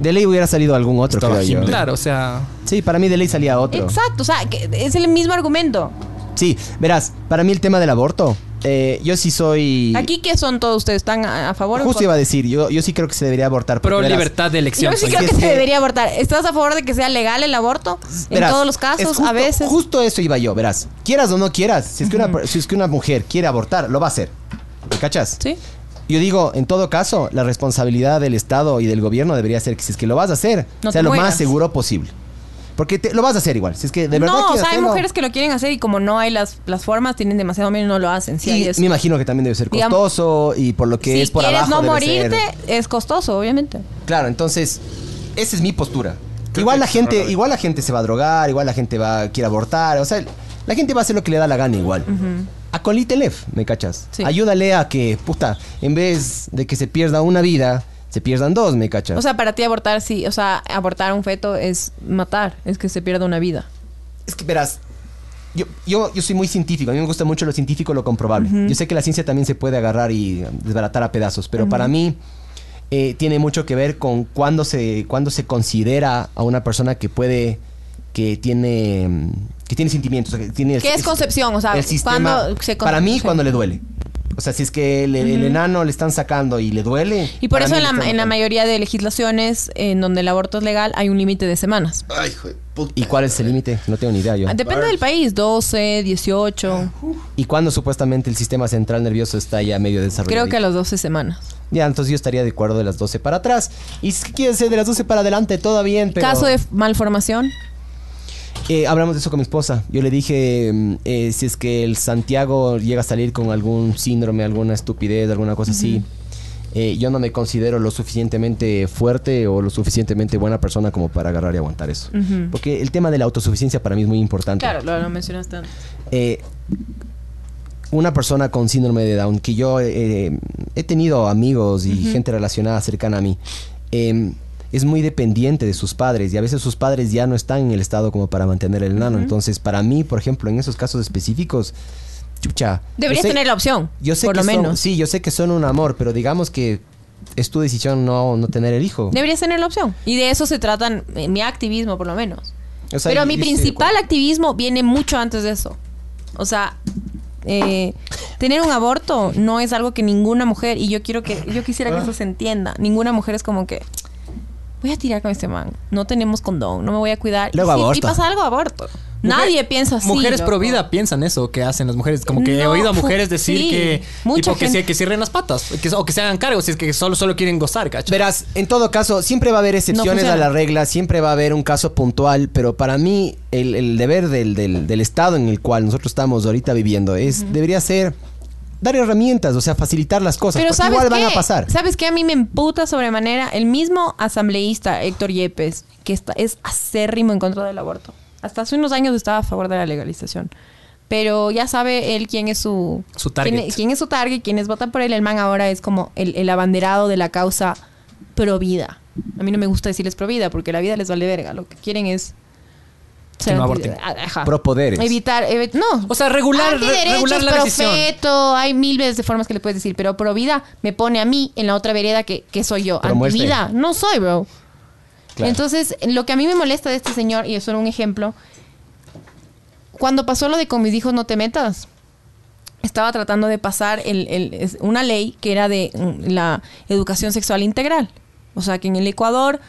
B: De ley hubiera salido algún otro,
G: Estaba
B: creo yo. ¿eh?
G: Himmler.
E: Claro, o sea.
B: Sí, para mí de ley salía otro.
C: Exacto, o sea, que es el mismo argumento.
B: Sí, verás, para mí el tema del aborto, eh, yo sí soy...
C: Aquí, ¿qué son todos ustedes? ¿Están a, a favor o en
B: Justo iba
C: contra?
B: a decir, yo, yo sí creo que se debería abortar. porque
E: Pro
B: verás,
E: libertad de elección.
C: Yo sí
E: soy.
C: creo que
B: es
C: se
B: que-
C: debería abortar. ¿Estás a favor de que sea legal el aborto? en
B: verás,
C: todos los casos,
B: es justo-
C: a veces.
B: Justo eso iba yo, verás. Quieras o no quieras, si es, que una, si es que una mujer quiere abortar, lo va a hacer. ¿Me cachas?
C: Sí.
B: Yo digo, en todo caso, la responsabilidad del Estado y del gobierno debería ser que si es que lo vas a hacer,
C: No
B: sea
C: te
B: lo más
C: mueras.
B: seguro posible. Porque te- lo vas a hacer igual. Si es que de verdad
C: no, o
B: quieres
C: sea, hay
B: hacerlo-
C: mujeres que lo quieren hacer y como no hay las, las formas, tienen demasiado miedo y no lo hacen. Sí,
B: Y
C: hay eso.
B: me imagino que también debe ser
C: Digamos,
B: costoso y por lo que
C: si
B: es por
C: quieres
B: abajo
C: no
B: debe
C: morirte,
B: ser-
C: es costoso, obviamente.
B: Claro, entonces esa es mi postura.
G: Creo
B: igual
G: que
B: la
G: es
B: gente,
G: raro.
B: igual la gente se va a drogar, igual la gente va quiere abortar, o sea, la gente va a hacer lo que le da la gana igual. Acolítele, ¿me cachas?
C: Sí.
B: Ayúdale a que, puta, en vez de que se pierda una vida, se pierdan dos, ¿me cachas?
C: O sea, para ti abortar sí, o sea, abortar a un feto es matar, es que se pierda una vida.
B: es que verás, yo, yo, yo soy muy científico, a mí me gusta mucho lo científico, lo comprobable. Yo sé que la ciencia también se puede agarrar y desbaratar a pedazos, pero para mí eh, tiene mucho que ver con cuándo se, cuándo se considera a una persona que puede, que tiene, mm, que tiene sentimientos. o sea, que tiene el-
C: ¿Qué es
B: el-
C: concepción? O sea,
B: el sistema-
C: ¿cuándo se con-
B: para mí
C: sí.
B: cuando le duele. O sea, si es que le- el enano le están sacando y le duele.
C: Y por
B: para
C: eso
B: mí le
C: en la,
B: están
C: en la
B: matando.
C: mayoría de legislaciones en donde el aborto es legal hay un límite de semanas.
G: Ay, hijo de puta.
B: ¿Y cuál es el límite? No tengo ni idea yo.
C: Ah, Depende del país, 12, 18,
B: ¿Y cuándo supuestamente el sistema central nervioso está ya medio desarrollado?
C: creo que a las 12 semanas.
B: Ya, entonces yo estaría de acuerdo de las 12 para atrás. Y si quieres ser de las 12 para adelante, todo bien, pero...
C: Caso de malformación,
B: Eh, hablamos de eso con mi esposa. Yo le dije, mm, eh, si es que el Santiago llega a salir con algún síndrome, alguna estupidez, alguna cosa así, eh, yo no me considero lo suficientemente fuerte o lo suficientemente buena persona como para agarrar y aguantar eso. Porque el tema de la autosuficiencia para mí es muy importante.
C: Mm. claro, lo, lo mencionaste antes.
B: Eh, una persona con síndrome de Down, que yo eh, he tenido amigos y gente relacionada cercana a mí, eh, es muy dependiente de sus padres y a veces sus padres ya no están en el estado como para mantener el nano. Entonces, para mí, por ejemplo, en esos casos específicos, chucha. yo
C: Deberías
B: sé-
C: tener la opción,
B: Yo sé
C: por
B: que
C: lo
B: son-
C: menos.
B: sí, yo sé que son un amor, pero digamos que es tu decisión no, no tener el hijo.
C: Deberías tener la opción. Y de eso se trata eh, mi activismo, por lo menos.
B: O sea,
C: Pero
B: yo-
C: mi
B: yo estoy de
C: principal
B: acuerdo.
C: activismo viene mucho antes de eso. O sea, eh, tener un aborto no es algo que ninguna mujer, y yo quiero que, yo quisiera que eso se entienda, ninguna mujer es como que voy a tirar con este man, no tenemos condón, no me voy a cuidar.
B: Luego
C: y, sí,
B: aborto.
C: y pasa algo aborto. Nadie piensa así.
E: Mujeres
C: loco.
E: pro vida piensan eso que hacen las mujeres. Como que he
C: No,
E: oído a
C: fu-
E: mujeres decir
C: sí.
E: que.
C: Mucha
E: tipo, que,
C: gente-
E: se, que cierren las patas. que- o que se hagan cargo si es que solo, solo quieren gozar, ¿cachai?
B: Verás, en todo caso, siempre va a haber excepciones
C: funciona.
B: a la regla, siempre va a haber un caso puntual, pero para mí el, el deber del, del- del Estado en el cual nosotros estamos ahorita viviendo es debería ser dar herramientas, o sea, facilitar las cosas,
C: Pero
B: porque
C: ¿sabes
B: igual
C: qué?
B: van a pasar.
C: ¿Sabes qué? A mí me emputa sobremanera el mismo asambleísta Héctor Yepes, que está, es acérrimo en contra del aborto. Hasta hace unos años estaba a favor de la legalización. Pero ya sabe él quién es su...
E: Su target.
C: Quién, quién es su target, quiénes votan por él. El man ahora es como el, el abanderado de la causa pro vida. A mí no me gusta decirles pro vida porque la vida les vale verga. Lo que quieren es... eh,
E: Que no aborten.
C: Ah, Ajá.
B: Pro poderes.
C: Evitar... evi- no.
E: O sea, regular, re-
C: Antiderechos,
E: regular la decisión.
C: profeto, hay mil veces de formas que le puedes decir, pero pro vida me pone a mí en la otra vereda que, que soy yo.
B: Pro muerte.
C: Antivida, no soy, bro.
B: Claro.
C: Entonces, lo que a mí me molesta de este señor, y eso era un ejemplo, cuando pasó lo de con mis hijos no te metas, estaba tratando de pasar el- el- es- una ley que era de mm, la educación sexual integral. O sea, que en el Ecuador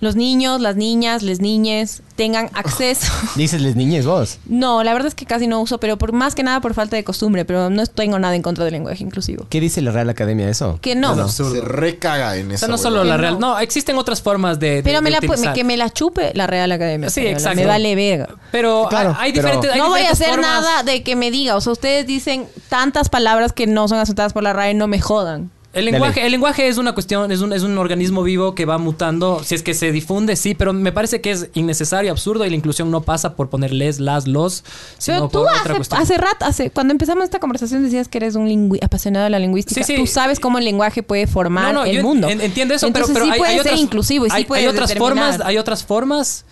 C: los niños, las niñas, les niñes tengan acceso.
B: Dices les niñez vos.
C: No, la verdad es que casi no uso, pero por más que nada por falta de costumbre, pero no tengo nada en contra del lenguaje inclusivo.
B: ¿Qué dice la Real Academia de eso?
C: Que no.
G: Se recaga en
E: O
G: esa
E: sea, no
G: huevada.
E: solo la real. No, existen otras formas de. de-
C: Pero me
E: de
C: la, pu-
E: utilizar.
C: que me la chupe la Real Academia.
E: Sí,
C: Española,
E: exacto.
C: Me vale verga.
E: Pero
B: Claro,
E: hay, hay
B: pero-
E: diferentes. hay
C: No voy a
E: diferentes
C: hacer
E: formas.
C: nada de que me diga. O sea, ustedes dicen tantas palabras que no son aceptadas por la RAE, no me jodan.
E: El
B: Dale.
E: lenguaje, el lenguaje es una cuestión, es un, es un organismo vivo que va mutando. Si es que se difunde, sí, pero me parece que es innecesario, absurdo y la inclusión no pasa por poner les, las, los,
C: Pero
E: sino
C: tú
E: por otra
C: hace,
E: cuestión.
C: hace rato, hace, cuando empezamos esta conversación decías que eres un lingüi- apasionado de la lingüística.
E: Sí, sí.
C: Tú sabes cómo el lenguaje puede formar
E: No, no,
C: el
E: yo
C: mundo.
E: en- entiendo eso,
C: Entonces,
E: pero, pero
C: sí
E: hay,
C: puede
E: hay
C: ser
E: otras,
C: inclusivo y sí
E: hay,
C: puede
E: hay otras
C: determinar.
E: formas, hay otras formas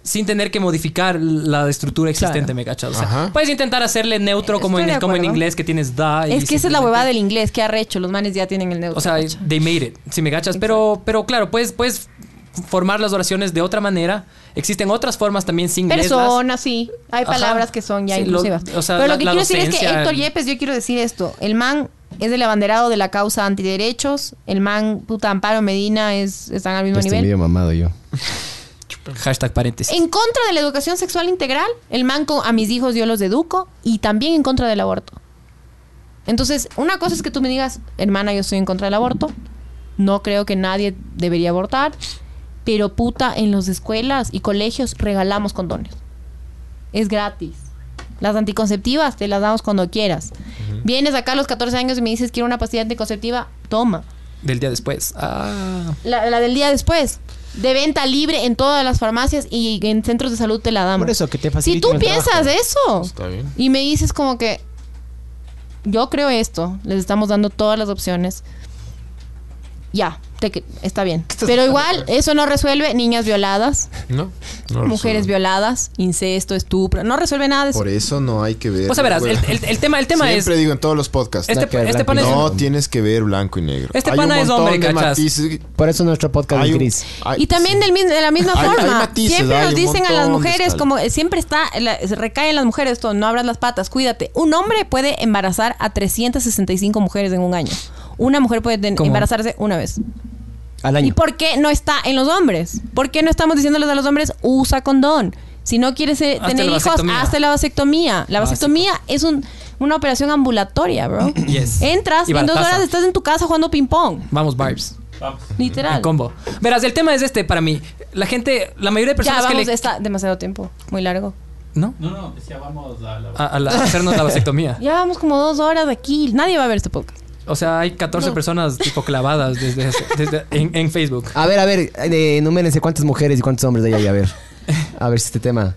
E: sin tener que modificar la estructura existente,
C: Claro.
E: me cachas. O sea,
G: Ajá.
E: puedes intentar hacerle neutro como
C: Estoy
E: en,
C: de
E: como en
C: acuerdo.
E: inglés que tienes da. y
C: Es que esa es la
E: simplemente-
C: huevada del inglés, que arrecho. Los manes ya tienen el neutro.
E: O sea,
C: cacha.
E: they made it, si me cachas. Pero, pero claro, puedes, puedes formar las oraciones de otra manera. Existen otras formas también sin les, las.
C: Personas, sí. Hay
E: Ajá.
C: palabras que son ya
E: Sí, lo-
C: inclusivas.
E: o sea,
C: Pero
E: la-
C: lo que
E: la
C: quiero decir es que
E: docencia,
C: Héctor
E: el-
C: Yepes, yo quiero decir esto. El man es el abanderado de la causa antiderechos. El man, puta, Amparo Medina, es, están al mismo
B: Este
C: nivel.
B: envidio mamado yo.
E: Hashtag paréntesis.
C: En contra de la educación sexual integral, el man con, a mis hijos yo los educo y también en contra del aborto. Entonces, una cosa es que tú me digas, hermana, yo estoy en contra del aborto, no creo que nadie debería abortar, pero puta, en las escuelas y colegios regalamos condones. Es gratis. Las anticonceptivas te las damos cuando quieras. Vienes acá a los 14 años y me dices, quiero una pastilla anticonceptiva, toma.
E: Del día después. Ah.
C: La, la del día después. De venta libre en todas las farmacias y en centros de salud te la damos.
B: Por eso, que te
C: si
B: faciliten
C: tú
B: el
C: piensas
B: trabajo.
C: eso
A: Está bien.
C: y me dices como que yo creo esto, les estamos dando todas las opciones. Ya, te que- está bien. Pero igual, eso no resuelve niñas violadas,
A: No. no
C: mujeres
A: resuelve.
C: violadas, incesto, estupro. No resuelve nada de eso.
G: Por eso no hay que ver.
E: O sea, Pues, verás, el, el- el tema, el tema
G: Siempre
E: es.
G: digo en todos los podcasts.
E: Este,
B: Black,
E: este
B: Black,
E: pana es.
G: no tienes que ver blanco y negro.
E: Este
G: Hay un
E: pana es
G: montón
E: hombre,
G: de
E: ¿cachas?
G: matices.
B: Por eso nuestro podcast
G: Hay
B: de
G: un-
B: Gris.
G: hay-
C: Y también
G: sí.
C: del mismo- de la misma
G: Hay- hay
C: forma.
G: matices,
C: Siempre
G: hay
C: nos
G: un
C: dicen a las
G: montón de
C: mujeres,
G: escalas.
C: como eh, siempre está, la- se recaen las mujeres esto, no abras las patas, cuídate. Un hombre puede embarazar a 365 mujeres en un año. Una mujer puede ten-
E: ¿Cómo?
C: embarazarse una vez.
B: Al año.
C: ¿Y por qué no está en los hombres? ¿Por qué no estamos diciéndoles a los hombres, usa condón? Si no quieres eh,
E: Hazte
C: tener
E: la
C: hijos,
E: vasectomía.
C: hazte la vasectomía.
G: Ah,
C: La vasectomía es un- una operación ambulatoria, bro.
E: Yes.
C: Entras
E: Y
C: y en dos
E: barataza.
C: horas estás en tu casa jugando ping-pong.
E: Vamos, Barbs.
C: Literal.
E: En combo. Verás, el tema es este para mí. La gente, la mayoría de
C: Ya
E: personas
C: vamos,
E: que le.
C: está demasiado tiempo, muy largo.
E: ¿No?
N: No, no, decía, vamos a la.
E: A, a la- a hacernos la vasectomía.
C: Ya vamos como dos horas de aquí. Nadie va a ver este podcast.
E: O sea, hay 14 personas tipo clavadas desde, desde- en, en Facebook.
B: A ver, a ver, eh, enumérense cuántas mujeres y cuántos hombres hay ahí, a ver. A ver si este tema.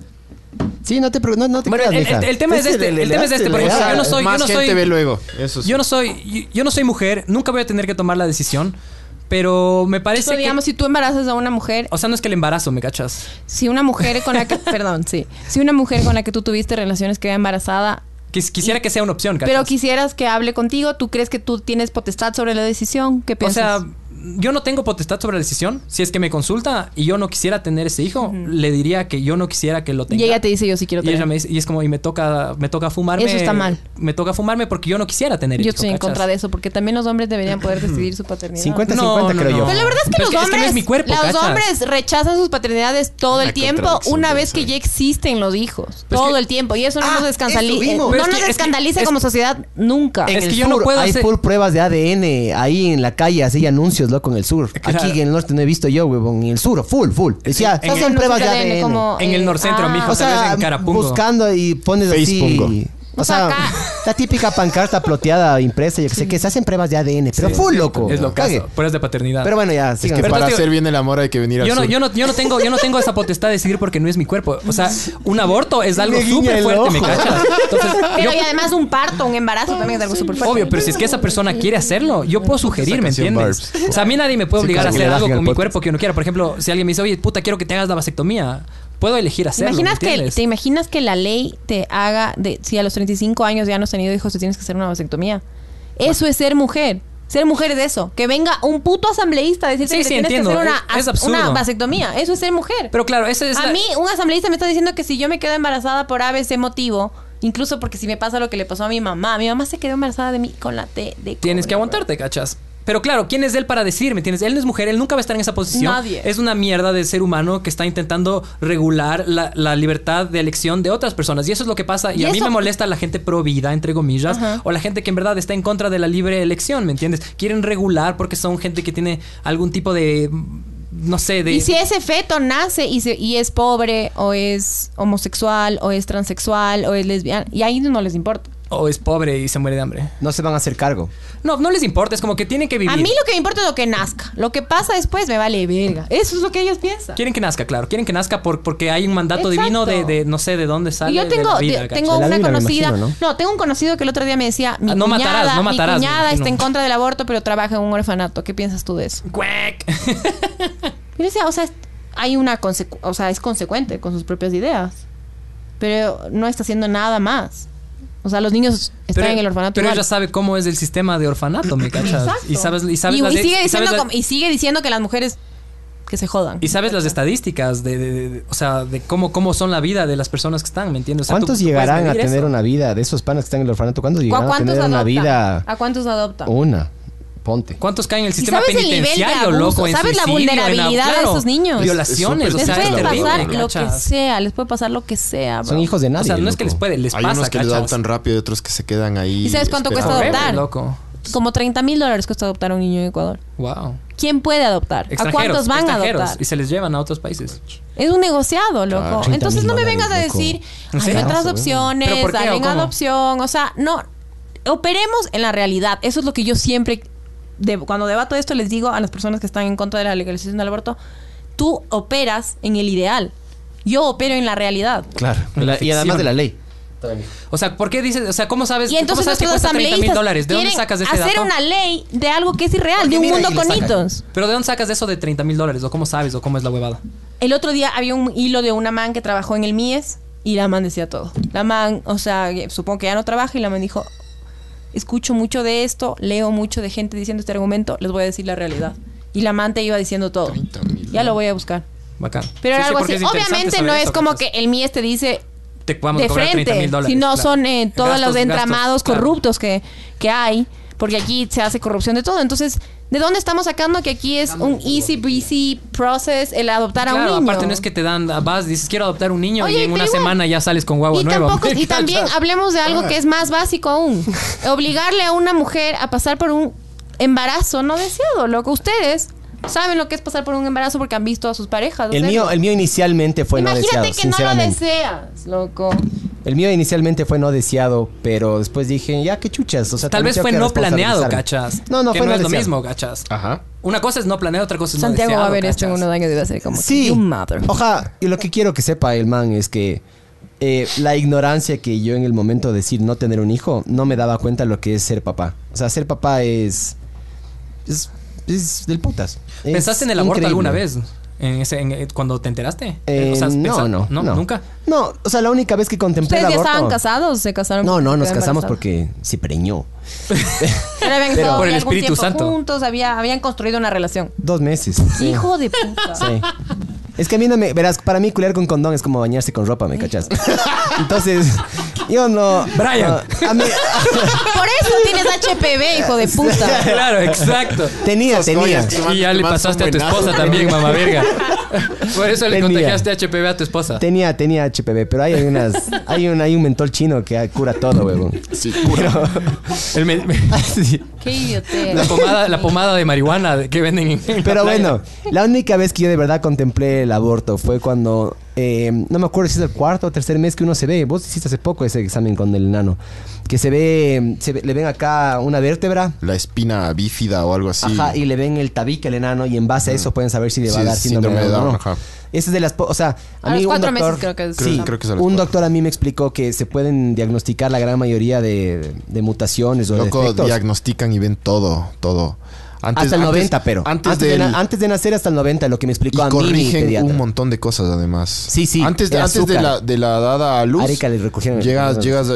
B: Sí, no te preocupes, no, no te
E: Bueno,
B: creas,
E: el- el-
B: mija.
E: el tema es este,
B: le-
E: el tema
B: le
E: es
B: das
E: este,
B: el-
E: porque
B: le
E: yo
B: das.
E: no soy- yo
G: Más
E: no
G: gente
E: soy-
G: ve luego. Eso sí.
E: Yo no soy, yo, yo no soy mujer, nunca voy a tener que tomar la decisión, pero me parece
C: Pero digamos,
E: que. Oh.
C: si tú embarazas a una mujer,
E: O sea, no es que el embarazo, ¿me cachas?
C: si una mujer con la que, perdón, sí, si una mujer con la que tú tuviste relaciones queda embarazada,
E: Quis- quisiera que sea una opción, ¿cachas?
C: pero quisieras que hable contigo, ¿tú crees que tú tienes potestad sobre la decisión? ¿Qué
E: O
C: piensas?
E: sea, yo no tengo potestad sobre la decisión. Si es que me consulta y yo no quisiera tener ese hijo, le diría que yo no quisiera que lo tenga.
C: Y ella te dice, yo sí quiero
E: Y ella
C: tener.
E: me dice- y es como, y me toca, me toca fumarme.
C: Eso está mal.
E: Me toca fumarme porque yo no quisiera tener
C: Yo
E: hijo,
C: estoy en
E: ¿cachas?
C: contra de eso, porque también los hombres deberían poder decidir su paternidad.
B: 50-50
E: No, no,
B: creo yo.
E: no.
C: Pero la verdad es que los
E: Pero es que- es que no
C: hombres,
E: es mi cuerpo,
C: los
E: ¿cachas?
C: hombres rechazan sus paternidades todo el tiempo
A: contradicción,
C: una
A: pero
C: vez que
A: sí.
C: ya existen los hijos,
E: Pero es
C: todo
E: Pues que-
C: el tiempo y eso no
B: Ah,
C: nos escandali-
B: eso
C: eh,
B: mismo.
C: no
E: Pero es
C: nos
E: que- es que-
C: escandaliza
E: es-
C: como sociedad nunca.
E: Es
B: En
E: que
B: el
E: yo no
B: sur
E: puedo
B: hay
E: hacer-
B: full pruebas de ADN ahí en la calle, así hay anuncios, loco, en el sur.
E: Claro.
B: Aquí en el norte no he visto yo, huevón. En el sur, full, full. Decía,
E: en
B: se hacen
C: el-
B: pruebas de
C: Música de
B: ADN.
C: ADN, como-
E: En el
C: Eh,
E: norcentro,
C: ah.
E: mijo.
B: o sea,
E: en Carapungo.
B: buscando y pones
G: Facepungo.
B: así... O
C: O sea,
B: sea,
C: acá-
B: la típica pancarta ploteada, impresa, yo que sé, que se hacen pruebas de ADN, pero full, loco.
E: Es lo
B: Cague.
E: caso. Pruebas de paternidad.
B: Pero bueno, ya,
G: Es
B: sigan.
G: que
E: Pero
G: para
E: te digo-
G: hacer bien el amor hay que venir al
E: Yo no,
G: sur.
E: yo, no, yo, no tengo, yo no tengo esa potestad de decidir porque no es mi cuerpo. O sea, un aborto es algo
B: Le guiña
E: súper
B: el
E: fuerte, ¿me
B: ojo.
E: cachas? Entonces,
C: Pero
E: yo-
C: y además un parto, un embarazo también es algo súper fuerte.
E: Obvio, pero si es que esa persona quiere hacerlo, yo puedo sugerir, ¿me
G: canción,
E: entiendes?
G: Barbs.
E: O sea, a mí nadie me puede obligar a
B: como le
E: hacer
B: das
E: algo
B: en el
E: con mi
B: podcast.
E: cuerpo que yo no quiera. Por ejemplo, si alguien me dice, oye, puta, quiero que te hagas la vasectomía, puedo elegir
C: ¿Te
E: hacerlo. ¿me
C: imaginas, que,
E: entiendes?
C: ¿Te imaginas que la ley te haga, de, si a los 35 años ya no has tenido hijos, te tienes que hacer una vasectomía? Eso es ser mujer. Ser mujer es eso. Que venga un puto asambleísta a decirte
E: Sí,
C: que
E: sí,
C: te tienes
E: entiendo.
C: que hacer una,
E: Es absurdo.
C: una vasectomía. Eso es ser mujer.
E: Pero claro, esa es.
C: a
E: la-
C: mí, un asambleísta me está diciendo que si yo me quedo embarazada por ABC motivo, incluso porque si me pasa lo que le pasó a mi mamá, mi mamá se quedó embarazada de mí con la T de
E: Tienes que
C: cobre.
E: aguantarte, ¿cachas? Pero claro, ¿quién es él para decidir? ¿Me entiendes? Él no es mujer, él nunca va a estar en esa posición.
C: Nadie.
E: Es una mierda de ser humano que está intentando regular la, la libertad de elección de otras personas. Y eso es lo que pasa. Y,
C: Y
E: a mí
C: eso-
E: me molesta la gente pro vida, entre comillas, o la gente que en verdad está en contra de la libre elección, ¿me entiendes? Quieren regular porque son gente que tiene algún tipo de. No sé, de.
C: Y si ese feto nace y, se- y es pobre, o es homosexual, o es transexual, o es lesbiana, y ahí no les importa.
E: O es pobre y se muere de hambre.
B: No se van a hacer cargo.
E: No, no les importa, es como que tienen que vivir.
C: A mí lo que me importa es lo que nazca. Lo que pasa después me vale verga. Eso es lo que ellos piensan.
E: Quieren que nazca, claro. Quieren que nazca por, porque hay un mandato
C: Exacto.
E: divino de, de no sé de dónde sale.
C: Y yo
E: de
C: tengo,
E: la vida,
C: de-
E: ¿cachas?
C: tengo
B: De la
C: una
B: Biblia, me
C: conocida.
B: imagino,
C: ¿no? tengo un conocido que el otro día me decía: Mi
E: Ah, no
C: cuñada,
E: matarás, no
C: mi
E: matarás, me
C: cuñada
E: imagino.
C: está en contra del aborto, pero trabaja en un orfanato. ¿Qué piensas tú de eso?
E: ¡Cuac!
C: Y yo decía: O sea, es- hay una consecu- o sea, es consecuente con sus propias ideas. Pero no está haciendo nada más. O sea, los niños están en el orfanato.
E: Pero
C: igual.
E: ella sabe cómo es el sistema de orfanato, ¿me cachas?
C: Exacto.
E: Y sabes, y sabes
C: Y-
E: las
C: y
E: de-
C: sigue
E: y sabes
C: diciendo
E: las-
C: como- y sigue diciendo que las mujeres que se jodan.
E: y sabes las estadísticas de, de- de- o sea, de cómo, cómo son la vida de las personas que están, ¿me entiendes? O sea, tú-
B: ¿Cuántos
E: tú puedes
B: llegarán a
E: medir
B: tener
E: eso.
B: una vida? De esos panas que están en el orfanato, ¿cuántos
C: ¿A
B: llegarán a
C: cuántos
B: tener
C: adoptan?
B: una vida?
C: ¿A cuántos adoptan?
B: Una. Ponte.
E: ¿Cuántos caen en el
C: ¿Y
E: sistema
C: sabes el nivel de
E: penitenciario,
C: abuso?
E: loco? en
C: ¿Sabes la
E: suicidio, en
C: vulnerabilidad de
E: claro,
C: esos niños? Es- es
E: Violaciones,
G: súper
E: o sea,
C: Les
E: es
C: puede
E: terrible,
C: pasar lo que
E: ¿cachas?
C: sea, les puede pasar lo que sea, bro.
B: Son hijos de
E: O
B: nadie.
E: sea, no es que
B: loco.
E: les puede, les
G: Hay
E: pasa,
G: unos que les
E: ¿cachas?
G: adoptan rápido y otros que se quedan ahí.
C: ¿Y sabes cuánto cuesta
G: esperando.
E: Horrible,
C: adoptar.
E: loco.
C: Como 30 mil dólares cuesta adoptar a un niño en Ecuador.
E: Wow.
C: ¿Quién puede adoptar? ¿A
E: Extranjeros,
C: cuántos van a
E: extranjeros,
C: adoptar?
E: Y se les llevan a otros países.
C: Es un negociado, loco.
B: 30.000
C: Entonces no me vengas a
B: dólares, loco.
C: decir,
E: ¿En
C: hay
E: serio?
C: otras
B: Pero
C: opciones,
E: ¿por qué
C: hay
E: o
C: en
E: cómo?
C: adopción. O sea, no. Operemos en la realidad. Eso es lo que yo siempre, de- cuando debato esto, les digo a las personas que están en contra de la legalización del aborto, tú operas en el ideal. Yo opero en la realidad.
B: Claro. La- y además de la ley.
E: O sea, ¿por Pues, qué dices? O sea, ¿cómo sabes?
C: Y entonces
E: ¿cómo sabes que
C: nuestros
E: cuesta 30 mil
C: asambleístas
E: dólares? ¿De dónde
C: quieren
E: sacas ese
C: hacer
E: dato?
C: una ley de algo que es irreal,
B: Porque
C: de un
B: mira,
C: mundo
B: y le
C: con
B: sacan.
C: hitos.
E: Pero ¿de dónde sacas eso de 30 mil dólares? ¿O cómo sabes? ¿O cómo es la huevada?
C: El otro día había un hilo de una man que trabajó en el MIES y la man decía todo. La man, o sea, que supongo que ya no trabaja y la man dijo, escucho mucho de esto, leo mucho de gente diciendo este argumento, les voy a decir la realidad. Y la man te iba diciendo todo. Ya lo voy a buscar.
E: Bacán.
C: Pero
E: Sí,
C: era
E: sí,
C: algo
E: porque
C: así.
E: es interesante
C: Obviamente
E: saber
C: no
E: eso,
C: es como que
E: entonces,
C: el MIES te dice
E: te vamos a
C: de
E: cobrar 30
C: frente,
E: mil dólares.
C: si no
E: claro.
C: son eh, todos
E: Gastos,
C: los de
E: gastos,
C: entramados
E: claro.
C: corruptos que, que hay, porque aquí se hace corrupción de todo. Entonces, ¿de dónde estamos sacando que aquí es un easy breezy process el adoptar a
E: Claro,
C: un niño?
E: aparte no es que te dan, ah, vas, dices quiero adoptar un niño
C: Oye,
E: y en
C: pero
E: una
C: igual.
E: semana ya sales con guagua
C: y,
E: nueva.
C: tampoco,
E: ¿me
C: y también
E: cachas?
C: hablemos de algo que es más básico aún. Obligarle a una mujer a pasar por un embarazo no deseado, loco. Ustedes saben lo que es pasar por un embarazo porque han visto a sus parejas.
B: El
C: hacerlo.
B: mío, el mío inicialmente fue
C: Imagínate
B: no deseado,
C: que no lo
B: sinceramente.
C: deseas, loco.
B: el mío inicialmente fue no deseado, pero después dije, ya, qué chuchas. O sea,
E: Tal
B: también
E: vez
B: tengo
E: fue
B: que
E: no planeado,
B: responsabilizarme.
E: cachas.
B: No, no,
E: que
B: fue
E: no
B: no
E: es lo
B: deseado.
E: mismo, cachas.
G: Ajá.
E: Una cosa es no planeado, otra cosa es
C: Santiago
E: no deseado,
C: va a ver este esto en
E: cachas.
C: unos años y va a ser como
B: Sí.
C: "You mother.
B: Oja, y lo que quiero que sepa el man es que eh, la ignorancia que yo en el momento de decir no tener un hijo, no me daba cuenta lo que es ser papá. O sea, ser papá es. es, es del putas. Es
E: ¿Pensaste en el aborto
B: increíble.
E: alguna vez? en ese, en- eh, cuando te enteraste?
B: Eh,
E: O sea, ¿has
B: no,
E: pensado-
B: no, no,
E: nunca.
B: No, o sea, la única vez que contemplé
C: ¿Ustedes
B: el
C: ya
B: aborto.
C: estaban casados? ¿Se casaron?
B: No, no,
C: porque
B: nos
C: quedó
B: casamos
C: embarazada?
B: porque se preñó.
C: Pero habían estado
E: Por el
C: ya algún
E: Espíritu
C: tiempo
E: Santo.
C: juntos, había, habían construido una relación.
B: Dos meses. Sí.
C: Hijo de puta.
B: Sí. Es que a mí no me. Verás, para mí culiar con condón es como bañarse con ropa, ¿me cachas? Entonces, yo no.
E: Brian.
B: no, a mí.
C: Por eso tienes HPV, hijo de puta.
E: Claro, exacto.
B: Tenía,
G: Esos
B: tenía.
G: joyas, tío.
E: Y ya le
G: Más
E: pasaste a tu
G: buenazo.
E: esposa también, mamá verga. Por eso le
B: Tenía.
E: contagiaste HPV a tu esposa.
B: Tenía, tenía HPV, pero hay unas. Hay un, hay un mentol chino que cura todo, huevón.
G: Sí, pura.
E: El me- me-
B: Sí.
C: Qué idiotez.
E: la, pomada, la pomada de marihuana de- que venden en- en la
B: Pero
E: playa.
B: bueno, la única vez que yo de verdad contemplé el aborto fue cuando. eh, no me acuerdo si es el cuarto o tercer mes que uno se ve. Vos hiciste hace poco ese examen con el enano. Que se ve. Se ve- le ven acá una vértebra.
G: La espina bífida o algo así.
B: Ajá, y le ven el tabique al enano y en base a eso pueden saber si le va a
G: Sí,
B: dar síndrome, de Down. o no.
G: ajá.
B: Ese es de las... po- O sea, a,
C: A
B: mí
C: los cuatro
B: un
C: meses
B: doctor...
C: creo que es.
G: Creo-
B: Sí,
G: creo que es a
B: un
G: los cuatro.
B: doctor a mí me explicó que se pueden diagnosticar la gran mayoría de, de mutaciones o
G: Loco,
B: defectos.
G: diagnostican y ven todo, todo. Antes,
B: hasta el
G: antes-
B: 90, pero.
G: Antes,
B: de,
G: del-
B: na- antes de nacer hasta el 90, lo que me
G: y
B: explicó a mí mi
G: corrigen
B: pediatra.
G: un montón de cosas además.
B: Sí, sí,
G: Antes de,
B: el
G: antes de
B: azúcar.
G: la, de la dada a luz,
B: Arica le recogieron el-
G: llegas,
B: el-
G: llegas, a,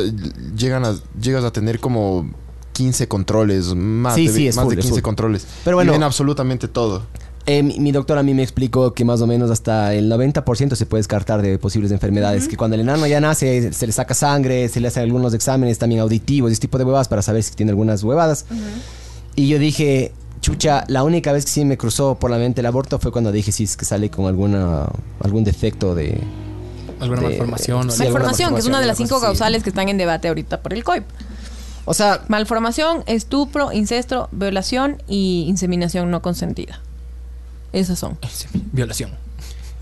G: llegan a- llegas a tener como 15 controles, más,
B: Sí,
G: de,
B: sí, es
G: más
B: full,
G: de
B: es
G: 15
B: full.
G: controles.
B: Pero
G: Pero
B: bueno-
G: ven absolutamente todo.
B: Eh, mi, mi doctor a mí me explicó que más o menos hasta el 90% se puede descartar de posibles enfermedades. Que cuando el enano ya nace, se le saca sangre, se le hacen algunos exámenes también auditivos y ese tipo de huevadas para saber si tiene algunas huevadas. Y yo dije, chucha, la única vez que sí me cruzó por la mente el aborto fue cuando dije si es que sale con alguna algún defecto de...
E: Alguna
B: de-
E: malformación. o
B: sí,
E: algo.
B: alguna
C: Malformación, que es una de las cinco
B: alguna cosa así.
C: causales que están en debate ahorita por el COIP.
B: O sea,
C: Malformación, estupro, incesto, violación y inseminación no consentida. Esas son.
E: Violación.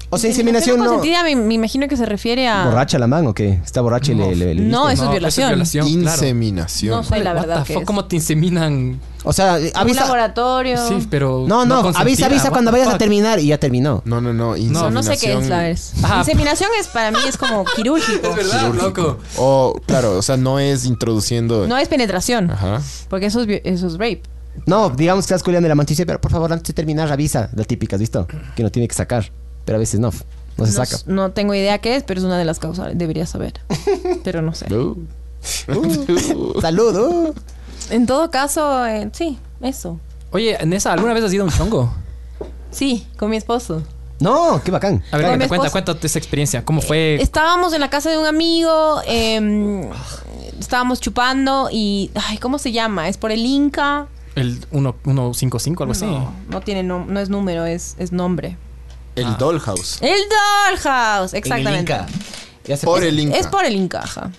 B: o sea, inseminación
C: no
B: no...
C: consentida me, me imagino que se refiere a...
B: ¿Borracha la man o qué? ¿Está borracha y le, le- le-
C: No, eso es
E: Eso
C: violación.
E: es violación, claro.
G: Inseminación.
C: No sé la
E: What
C: verdad
E: the
C: que
E: fuck,
C: es.
E: ¿Cómo te inseminan?
B: O sea,
C: Un
B: avisa...
C: laboratorio.
E: Sí, pero...
B: No, no, avisa,
E: consentida,
B: avisa
E: what
B: cuando
E: the
B: vayas a
E: fuck.
B: terminar y ya terminó.
G: No, no, no.
C: No,
G: Inseminación.
C: no sé qué es la vez.
E: Ajá.
C: Inseminación es para mí es como quirúrgico.
E: Es verdad, loco.
G: O, claro, o sea, no es introduciendo.
C: No es penetración,
G: Ajá.
C: porque eso es, vi- eso es rape.
B: No, digamos que estás culiando de la manticia, pero por favor, antes de terminar, avisa. Las típicas, ¿listo? Que no tiene que sacar. Pero a veces no. No se
C: No,
B: saca.
C: s- no tengo idea qué es, pero es una de las causales. Debería saber. Pero no sé.
G: Uh.
B: Salud. uh.
C: En todo caso, eh, sí, eso.
E: Oye, Nessa, ¿alguna vez has ido a un chongo?
C: Sí, con mi esposo.
B: No, qué bacán.
E: A ver,
C: Con mi
E: cuenta, cuenta,
C: esposo.
E: cuenta esa experiencia. ¿Cómo fue?
C: Estábamos en la casa de un amigo, eh, estábamos chupando y. Ay, ¿cómo se llama? Es por el Inca.
E: El 155, algo así.
C: No, no tiene nom- no es número, es, es nombre.
G: El
E: Ah.
G: dollhouse.
C: El Dollhouse, exactamente.
B: Ya se
G: Por
B: pasa.
G: el Inca.
C: Es por el Inca, ajá.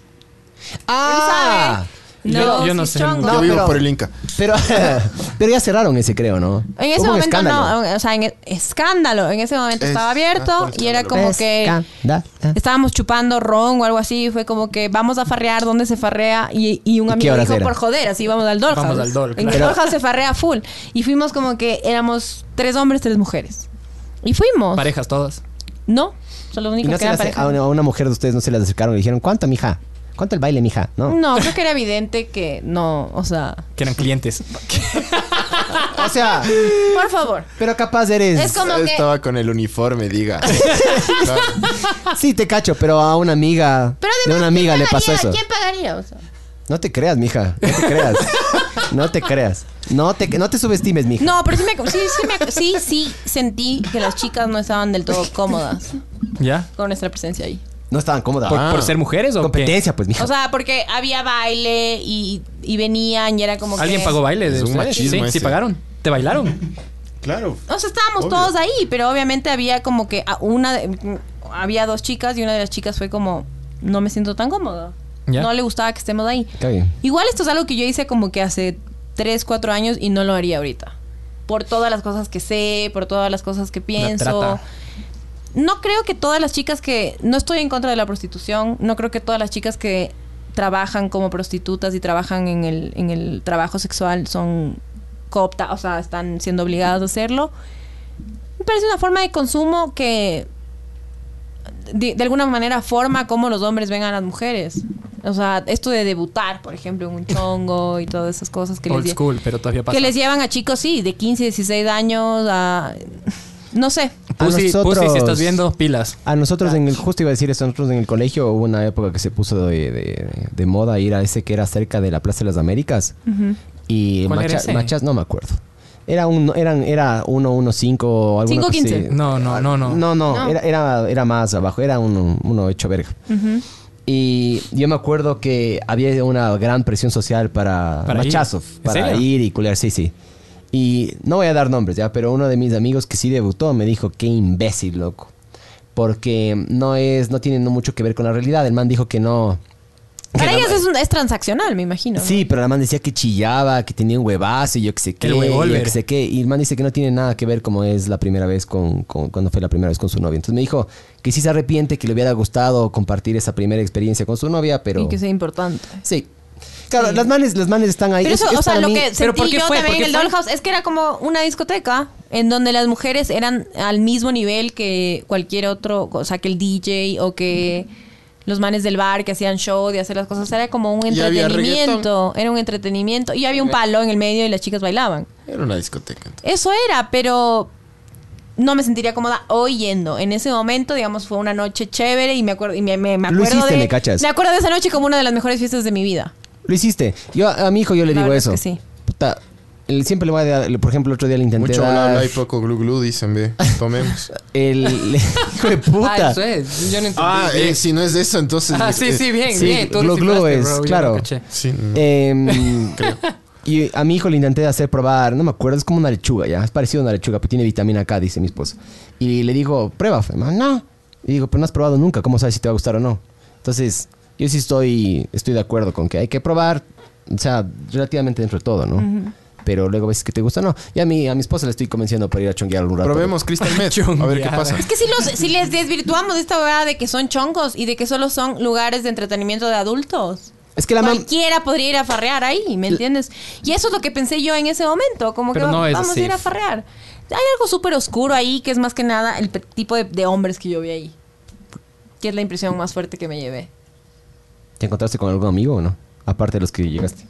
B: Ah,
E: Yo- yo no
C: sí,
E: sé.
C: chongo.
G: Yo
B: No,
G: vivo
B: pero-
G: por el Inca.
B: pero, pero ya cerraron ese, creo, ¿no?
C: En ese
B: Hubo un
C: momento
B: escándalo.
C: no, o sea, en el- escándalo. En ese momento
G: Es-
C: estaba
G: ah,
C: abierto
G: por
C: y era como que
B: Escándalo.
C: estábamos chupando ron o algo así. y Fue como que vamos a farrear, ¿dónde se farrea? Y, y un
B: ¿Y qué
C: amigo
B: horas
C: dijo,
B: era?
C: por joder, así vamos al Dollhouse.
E: Vamos al Doll,
C: En el
E: claro.
C: Dollhouse se farrea full. Y fuimos como que éramos tres hombres, tres mujeres. Y fuimos.
E: Parejas todas.
C: no, son los
B: Y
C: únicos
B: no
C: que
B: se
C: eran
B: las-
C: pareja.
B: a, una, a una mujer de ustedes no se las acercaron y dijeron, ¿cuánto, mija? ¿Cuánto el baile, mija? No.
C: No, creo que era evidente que no, o sea...
E: Que eran clientes.
B: O sea,
C: Por favor.
B: pero capaz eres.
C: Es como que...
G: Estaba con el uniforme, diga.
B: Sí, te cacho, pero a una amiga.
C: Pero
B: de
C: además,
B: una amiga
C: ¿quién
B: le pasó
C: pagaría?
B: eso.
C: ¿Quién pagaría? O sea,
B: No te creas, mija. No te creas. No te creas. No te, no te subestimes, mija.
C: No, pero sí, me, sí, sí, me- sí, sí sentí que las chicas no estaban del todo cómodas
E: ¿Ya?
C: con nuestra presencia ahí.
B: No estaban cómodas.
E: ¿Por, por ser mujeres o qué?
B: Competencia, pues, mija.
C: O sea, porque había baile y, y venían y era como
E: ¿Alguien
C: que...
E: pagó baile? de
G: Es un
E: ustedes?
G: machismo
E: Sí, sí
G: ese.
E: pagaron. ¿Te bailaron?
G: claro.
C: O sea, estábamos
G: Obvio.
C: todos ahí, pero obviamente había como que a una... de- Había dos chicas y una de las chicas fue como... No me siento tan cómoda.
E: Ya.
C: No le gustaba que estemos ahí.
B: Está bien.
C: Igual esto es algo que yo hice como que hace 3, 4 años y no lo haría ahorita. Por todas las cosas que sé, por todas las cosas que pienso.
E: trata.
C: No creo que todas las chicas que... No estoy en contra de la prostitución. No creo que todas las chicas que trabajan como prostitutas y trabajan en el, en el trabajo sexual son coopta, o sea, están siendo obligadas a hacerlo. Me parece una forma de consumo que de, de alguna manera forma cómo los hombres ven a las mujeres. O sea, esto de debutar, por ejemplo, en un chongo y todas esas cosas que les,
E: Old
C: lle-
E: school, pero todavía pasa.
C: que les llevan a chicos, sí, de 15, 16 años a... No sé.
B: A
E: Pussy,
B: nosotros-
E: Pussy, si estás viendo, pilas.
B: A nosotros en el, justo iba a decir eso, nosotros en el colegio hubo una época que se puso de, de- de moda ir a ese que era cerca de la Plaza de las Américas. Y
E: ¿Cuál era
B: macha-
E: ese?
B: machas, no me acuerdo. Era un, eran, era 115 o alguna cosa
C: 5.15.
B: así.
E: No, no, no, no.
B: No, no, Era, era, era más abajo, era un, uno hecho verga. Y yo me acuerdo que había una gran presión social para,
E: Para ir.
B: Machazov,
E: ¿En
B: para
E: serio?
B: ir y culear, sí, sí. Y no voy a dar nombres ya, pero uno de mis amigos que sí debutó me dijo, qué imbécil, loco. Porque no es, no tiene mucho que ver con la realidad. El man dijo que no. que
C: Para
B: la-
C: ellas es, un- es transaccional, me imagino.
B: Sí, pero la man decía que chillaba, que tenía un huevazo y yo que sé qué.
E: El
B: y yo
E: huevolver.
B: que sé qué. Y el man dice que no tiene nada que ver como es la primera vez con, con- cuando fue la primera vez con su novia. Entonces me dijo que sí se arrepiente, que le hubiera gustado compartir esa primera experiencia con su novia, pero...
C: Y que sea importante.
B: Sí. Claro, las manes, las manes están ahí.
C: Pero eso,
B: es
C: o sea,
B: para
C: lo
B: mí-
C: que
E: ¿Pero por
C: sentí
E: qué
C: yo
E: fue?
C: también en
E: ¿Por
C: el
E: qué fue?
C: Dollhouse es que era como una discoteca en donde las mujeres eran al mismo nivel que cualquier otro, o sea, que el DJ o que los manes del bar que hacían show de hacer las cosas. Era como un
G: Y había
C: entretenimiento, era un entretenimiento. Y había un palo en el medio y las chicas bailaban.
G: Era una discoteca. entonces.
C: Eso era, pero no me sentiría cómoda hoy yendo. En ese momento, digamos, fue una noche chévere y me acuerdo, y me, me- me
B: Lo
C: acuerdo
B: hiciste,
C: de,
B: me cachas.
C: me acuerdo de esa noche como una de las mejores fiestas de mi vida.
B: Lo hiciste. Yo a a mi hijo yo le
C: La
B: digo
C: verdad
B: eso.
C: es que sí.
B: Puta, él siempre le voy a dar, le- por ejemplo, el otro día le intenté
G: Mucho bla
B: dar
G: bla y poco glu glu, dicen, ve. Tomemos.
B: el le- hijo de
C: Ah,
B: puta.
E: eso es. Yo no entendí.
G: ah, eh,
E: bien.
G: si no es de eso, entonces.
E: Ah, sí,
G: eh,
E: sí, bien,
B: sí,
E: bien. Tú
B: glu,
E: lo
B: glu
E: cifraste,
B: es,
E: bro, yo lo
B: claro.
E: caché.
G: Sí. no.
B: Em, y a mi hijo le intenté hacer probar, no me acuerdo, es como una lechuga ya, es parecido a una lechuga, pero tiene vitamina K, dice mi esposo. Y le digo, prueba, Fue, "Ma, no. Y digo, pero no has probado nunca, ¿cómo sabes si te va a gustar o no? Entonces, yo sí estoy, estoy de acuerdo con que hay que probar, o sea, relativamente dentro de todo, ¿no? Pero luego ves que te gusta o no. Y a mi, a mi esposa le estoy convenciendo para ir a chonguear algún rato.
G: Probemos Crystal Meth. A ver qué
E: Chongueada.
G: pasa.
C: Es que si, los, si les desvirtuamos de esta verdad de que son chongos y de que solo son lugares de entretenimiento de adultos.
B: Es que la mam-
C: Cualquiera podría ir a farrear ahí, ¿me entiendes? Y eso es lo que pensé yo en ese momento, como que
E: Pero
C: va-
E: no es
C: vamos
E: así.
C: a ir a farrear. Hay algo súper oscuro ahí que es más que nada el pe- tipo de, de hombres que yo vi ahí. Que es la impresión más fuerte que me llevé.
B: ¿Te encontraste con algún amigo o no? Aparte de los que llegaste.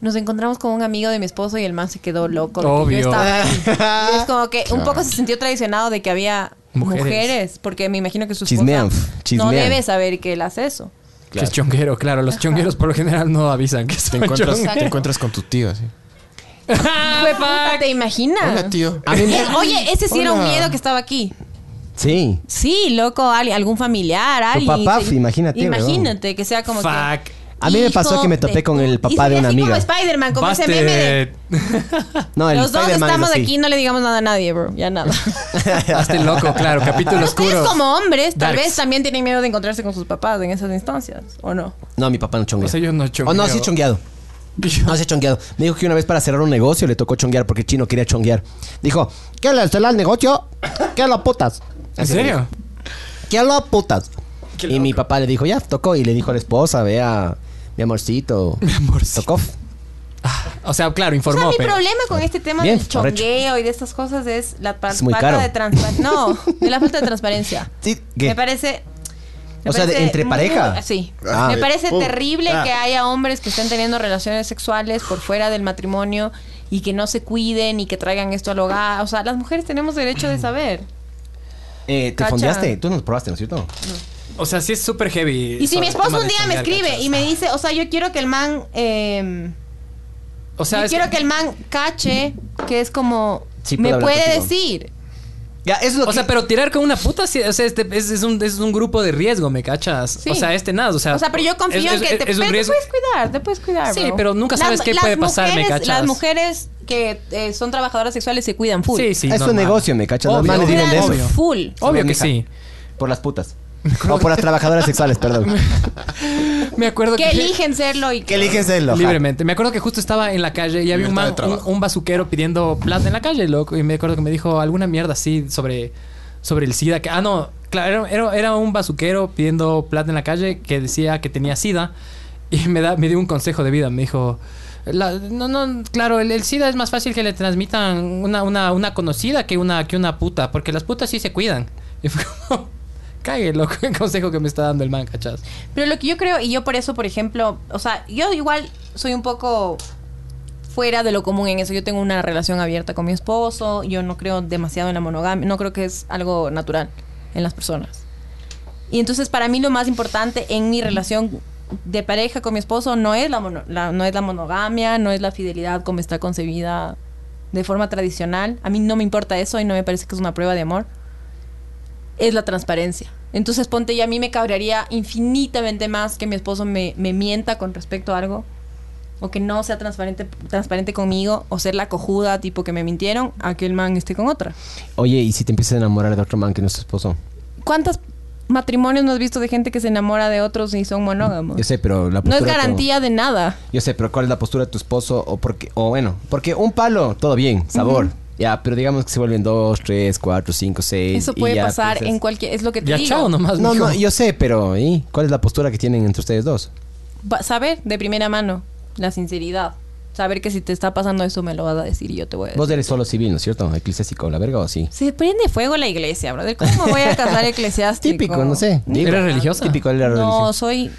C: Nos encontramos con un amigo de mi esposo y el man se quedó loco. de que
E: Obvio.
C: yo estaba ahí. Y es como que un poco se sintió traicionado de que había
E: Mujeres.
C: mujeres, porque me imagino que su esposa
B: Chismean,
C: no
B: chismean.
C: debe saber que él hace eso.
E: Que es chonguero, claro. Los chongueros por lo general no avisan que
G: Te
E: son
G: encuentras,
E: chongueros.
G: te encuentras con tu tío, así.
C: Pues, puta, ¿Te imaginas?
G: Hola, tío.
C: Eh, Oye, ese sí era un
G: Hola.
C: miedo que estaba aquí.
B: Sí.
C: Sí, loco, ali- algún familiar, alguien.
B: papá,
C: Sí,
B: imagínate, weón.
C: Imagínate que sea como que.
E: Fuck.
B: A mí me pasó
C: hijo
B: que me
C: de
B: topé con
C: pu-
B: el
C: Y
B: papá de
C: sería
B: una
C: así
B: amiga.
C: como Spider-Man, Ah, como
E: Baste
C: ese meme de.
B: No, el
C: Los dos
B: Spider-Man es
C: estamos
B: así.
C: aquí, no le digamos nada a nadie, bro. Ya nada.
E: Baste loco, claro. Capítulo oscuro.
C: Ustedes como hombres, tal
E: Darks.
C: vez también tienen miedo de encontrarse con sus papás en esas instancias, ¿o no?
B: No, mi papá no chonguea.
E: O sea, yo no chongueo.
B: O no, sí chongueado. No, sí he chongueado. Me dijo que una vez para cerrar un negocio le tocó chonguear porque el chino quería chonguear. Dijo, ¿qué le cerrar el negocio? ¿Qué lo putas?
E: ¿En serio?
B: ¿Qué lo putas? Y mi papá le dijo, ya, tocó. Y le dijo a la esposa, vea, mi amorcito. Mi
E: amorcito.
B: Tocó.
E: O sea, claro,
C: O sea,
E: informó,
C: mi
E: pero...
C: problema con este tema
B: Bien,
C: del
B: arrecho.
C: chongueo y de estas cosas es la par-
B: Es muy
C: falta
B: caro.
C: de transparencia. No, de la falta de transparencia.
B: Sí, ¿qué?
C: Me parece. me
B: O sea, de-
C: parece
B: ¿entre pareja?
C: muy- sí.
G: Ah.
C: me parece
G: Pum.
C: terrible
G: Ah.
C: que haya hombres que estén teniendo relaciones sexuales por fuera del matrimonio y que no se cuiden y que traigan esto al hogar. O sea, las mujeres tenemos derecho de saber.
B: Eh, ¿Te
C: Cacha.
B: fondeaste? Tú nos probaste, ¿no es cierto?
E: O sea, sí es súper heavy.
C: Y si
E: sobre
C: mi
E: el
C: esposo
E: tema
C: un
E: de
C: día me
E: chonguear,
C: escribe
E: ¿cachas?
C: y me dice, o sea, yo quiero que el man. eh,
E: O sea,
C: yo
E: es-
C: quiero que el man cache que es como.
B: Sí, puedo
C: me
B: hablar
C: puede
B: contigo.
C: decir.
B: Ya, eso es lo
E: O sea, pero tirar con una puta, sí, o sea, este, es, es un, es un grupo de riesgo, ¿me cachas? O sea, este nada, o sea...
C: O sea, pero yo confío
E: es-
C: en que
E: es-
C: te,
E: es un
C: pero te
E: riesgo.
C: puedes cuidar, te puedes cuidar.
E: Sí,
C: bro.
E: pero nunca sabes qué puede pasar, ¿me
C: mujeres,
E: cachas?
C: Las mujeres que eh, son trabajadoras sexuales se cuidan full.
E: Sí, sí,
B: Es un
E: normal.
B: negocio, ¿me cachas? Los
E: Obvio,
B: manes
C: se
B: viven
C: cuidan
B: de eso.
E: obvio.
C: full.
E: Obvio
B: Solo
E: que
B: mija.
E: sí.
B: Por las putas. o por las trabajadoras sexuales, perdón.
E: Me acuerdo
C: Que eligen serlo y
B: que elíjense lo.
E: Libremente. Me acuerdo que justo estaba en la calle y había un,
G: Libertad
E: man-
G: de trabajo.
E: un, un bazuquero pidiendo plata en la calle, loco. Y me acuerdo que me dijo alguna mierda así sobre, sobre el SIDA. Que, ah, no, claro, era, era- era un bazuquero pidiendo plata en la calle que decía que tenía SIDA. Y me, da, me dio un consejo de vida. Me dijo. "La- no, no, claro, el, el SIDA es más fácil que le transmitan una, una, una conocida que una, que una puta, porque las putas sí se cuidan. Y fue como, cague, loco, el consejo que me está dando el man, cachas.
C: Pero lo que yo creo, y yo por eso, por ejemplo, o sea, yo igual soy un poco fuera de lo común en eso. Yo tengo una relación abierta con mi esposo, yo no creo demasiado en la monogamia, no creo que es algo natural en las personas. Y entonces para mí lo más importante en mi relación de pareja con mi esposo no es la, mono- la- no es la monogamia, no es la fidelidad como está concebida de forma tradicional. A mí no me importa eso y no me parece que es una prueba de amor. Es la transparencia. Entonces ponte y a mí me cabrearía infinitamente más que mi esposo me, me mienta con respecto a algo o que no sea transparente, transparente conmigo o ser la cojuda tipo que me mintieron a que el man esté con otra.
B: Oye, ¿y si te empiezas a enamorar de otro man que no es tu esposo?
C: ¿Cuántos matrimonios no has visto de gente que se enamora de otros y son monógamos?
B: Yo sé, pero la
C: No
B: postura...
C: es
B: de tu-
C: garantía de nada.
B: Yo sé, pero ¿cuál es la postura de tu esposo? O porque, o bueno, porque un palo, todo bien, sabor. Ya, pero digamos que se vuelven dos, tres, cuatro, cinco, seis.
C: Eso
B: y
C: puede
B: ya pues,
C: pasar
B: piensas-
C: en cualquier... Es lo que te
E: Ya
C: digo.
E: chao nomás,
B: No,
E: mijo.
B: no, yo sé, pero ¿y cuál es la postura que tienen entre ustedes dos?
C: Va- Saber de primera mano la sinceridad. Saber que si te está pasando eso me lo vas a decir y yo te voy a decir.
B: Vos eres solo civil, ¿no es cierto? Eclesiástico, la verga o así.
C: Se prende fuego la iglesia, brother. ¿Cómo voy a casar eclesiástico?
B: Típico, no sé. digo.
E: ¿Eres religiosa?
B: Típico de la
C: No,
B: religión.
C: soy...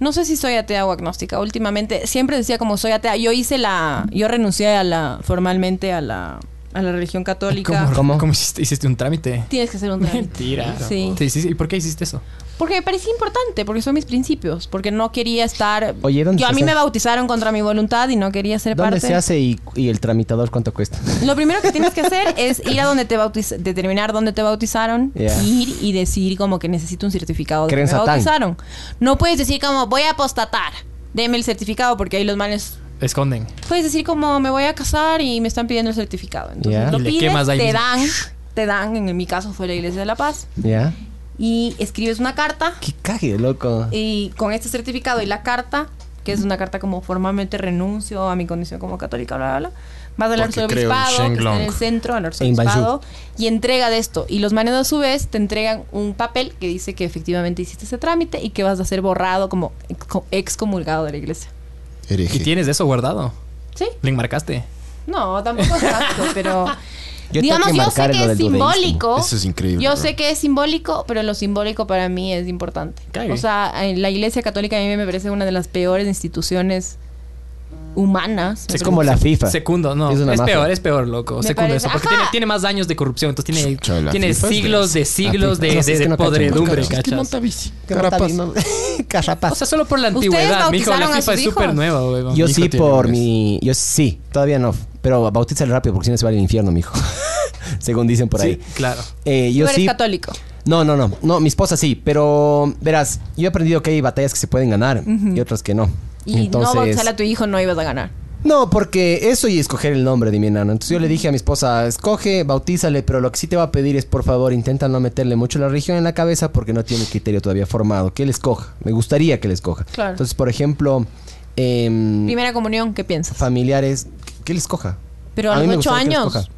C: No sé si soy atea o agnóstica. Últimamente siempre decía como soy atea. Yo hice la... Yo renuncié a la... Formalmente a la... A la religión católica.
E: ¿Cómo,
B: ¿Cómo?
E: cómo hiciste, hiciste un trámite?
C: Tienes que hacer un trámite.
E: Mentira.
C: Sí.
E: Te hiciste- ¿Y por qué hiciste eso?
C: Porque me parecía importante, porque son mis principios, porque no quería estar...
B: Oye, ¿dónde
C: Yo a
B: se
C: mí
B: hace?
C: me bautizaron contra mi voluntad y no quería ser
B: ¿Dónde
C: parte.
B: se hace y, y el tramitador cuánto cuesta?
C: Lo primero que tienes que hacer es ir a donde te bautizaron, determinar dónde te bautizaron,
B: Ya.
C: ir y decir como que necesito un certificado de que
B: Creen
C: me
B: Satán.
C: bautizaron. No puedes decir como voy a apostatar, deme el certificado porque ahí los manes
E: Esconden.
C: puedes decir como me voy a casar y me están pidiendo el certificado. Entonces
B: Ya.
C: lo
E: Y le
C: pides,
E: quemas ahí
C: te
E: mismo.
C: dan, te dan, en mi caso fue la Iglesia de la Paz
B: ¿Ya?
C: y escribes una carta
B: ¿Qué cague, loco?
C: y con este certificado y la carta, que es una carta como formalmente renuncio a mi condición como católica, bla, bla, bla, vas al
G: Porque creo en
C: arzobispado, que está en
G: Shenglong.
C: el centro, al
B: En Banjul.
C: arzobispado, y entrega de esto. Y los manes a su vez te entregan un papel que dice que efectivamente hiciste ese trámite y que vas a ser borrado como exco- excomulgado de la iglesia.
G: Hereje.
E: ¿Y tienes eso guardado?
C: ¿Sí?
E: ¿Le enmarcaste?
C: No, tampoco es tanto, pero...
B: Yo tengo
C: digamos,
B: que
C: yo sé
B: marcar lo
C: que
B: del
C: es
B: dudeísmo.
C: simbólico.
G: Eso es increíble,
C: Yo
G: bro.
C: sé que es simbólico, pero lo simbólico para mí es importante.
E: Cague.
C: O sea, en la Iglesia Católica a mí me parece una de las peores instituciones humanas.
B: Es como la FIFA.
E: Secundo, no.
B: Es
E: Es,
B: una mafia.
E: peor, es peor, loco.
C: Me
E: Secundo
C: parece-
E: eso. Porque
C: ¡Ajá!
E: tiene, tiene más años de corrupción. Entonces tiene,
G: Chucha, la
E: tiene
G: FIFA es
E: siglos de siglos
B: La FIFA.
E: de, de,
B: No, es que
E: de
B: no cacho,
E: podredumbre,
B: no cacho.
G: ¿Qué monta
E: ¿cachas?
G: bici?
B: ¿Qué monta
G: Carapaz.
B: vino? Carapaz.
E: O sea, solo por la
C: ¿Ustedes
E: antigüedad, mijo. La
C: bautizaron a
E: FIFA es
C: sus
E: súper
C: hijos?
E: nueva, weón.
B: Yo
G: Mi hijo
B: sí
G: tiene
B: por
G: un mes.
B: mi... Yo sí, todavía no. Pero bautízale rápido porque si no se va al infierno, mijo. Según dicen por ahí.
E: Sí, claro.
B: Eh,
C: Tú
B: yo
C: eres
B: sí...
C: católico.
B: No, no, no. No, mi esposa sí. Pero, verás, yo he aprendido que hay batallas que se pueden ganar y otras que no.
C: Y no bautizar a tu hijo no ibas a ganar.
B: No, porque eso y escoger el nombre de mi enano. Entonces yo le dije a mi esposa, escoge, bautízale, pero lo que sí te va a pedir es, por favor, intenta no meterle mucho la religión en la cabeza porque no tiene criterio todavía formado. Que él escoja. Me gustaría que él escoja.
C: Claro.
B: Entonces, por ejemplo, em,
C: Primera comunión, ¿qué piensas?
B: familiares, que él escoja.
C: Pero a
B: mí me
C: los ocho
B: gustaría que él
C: años.
B: escoja.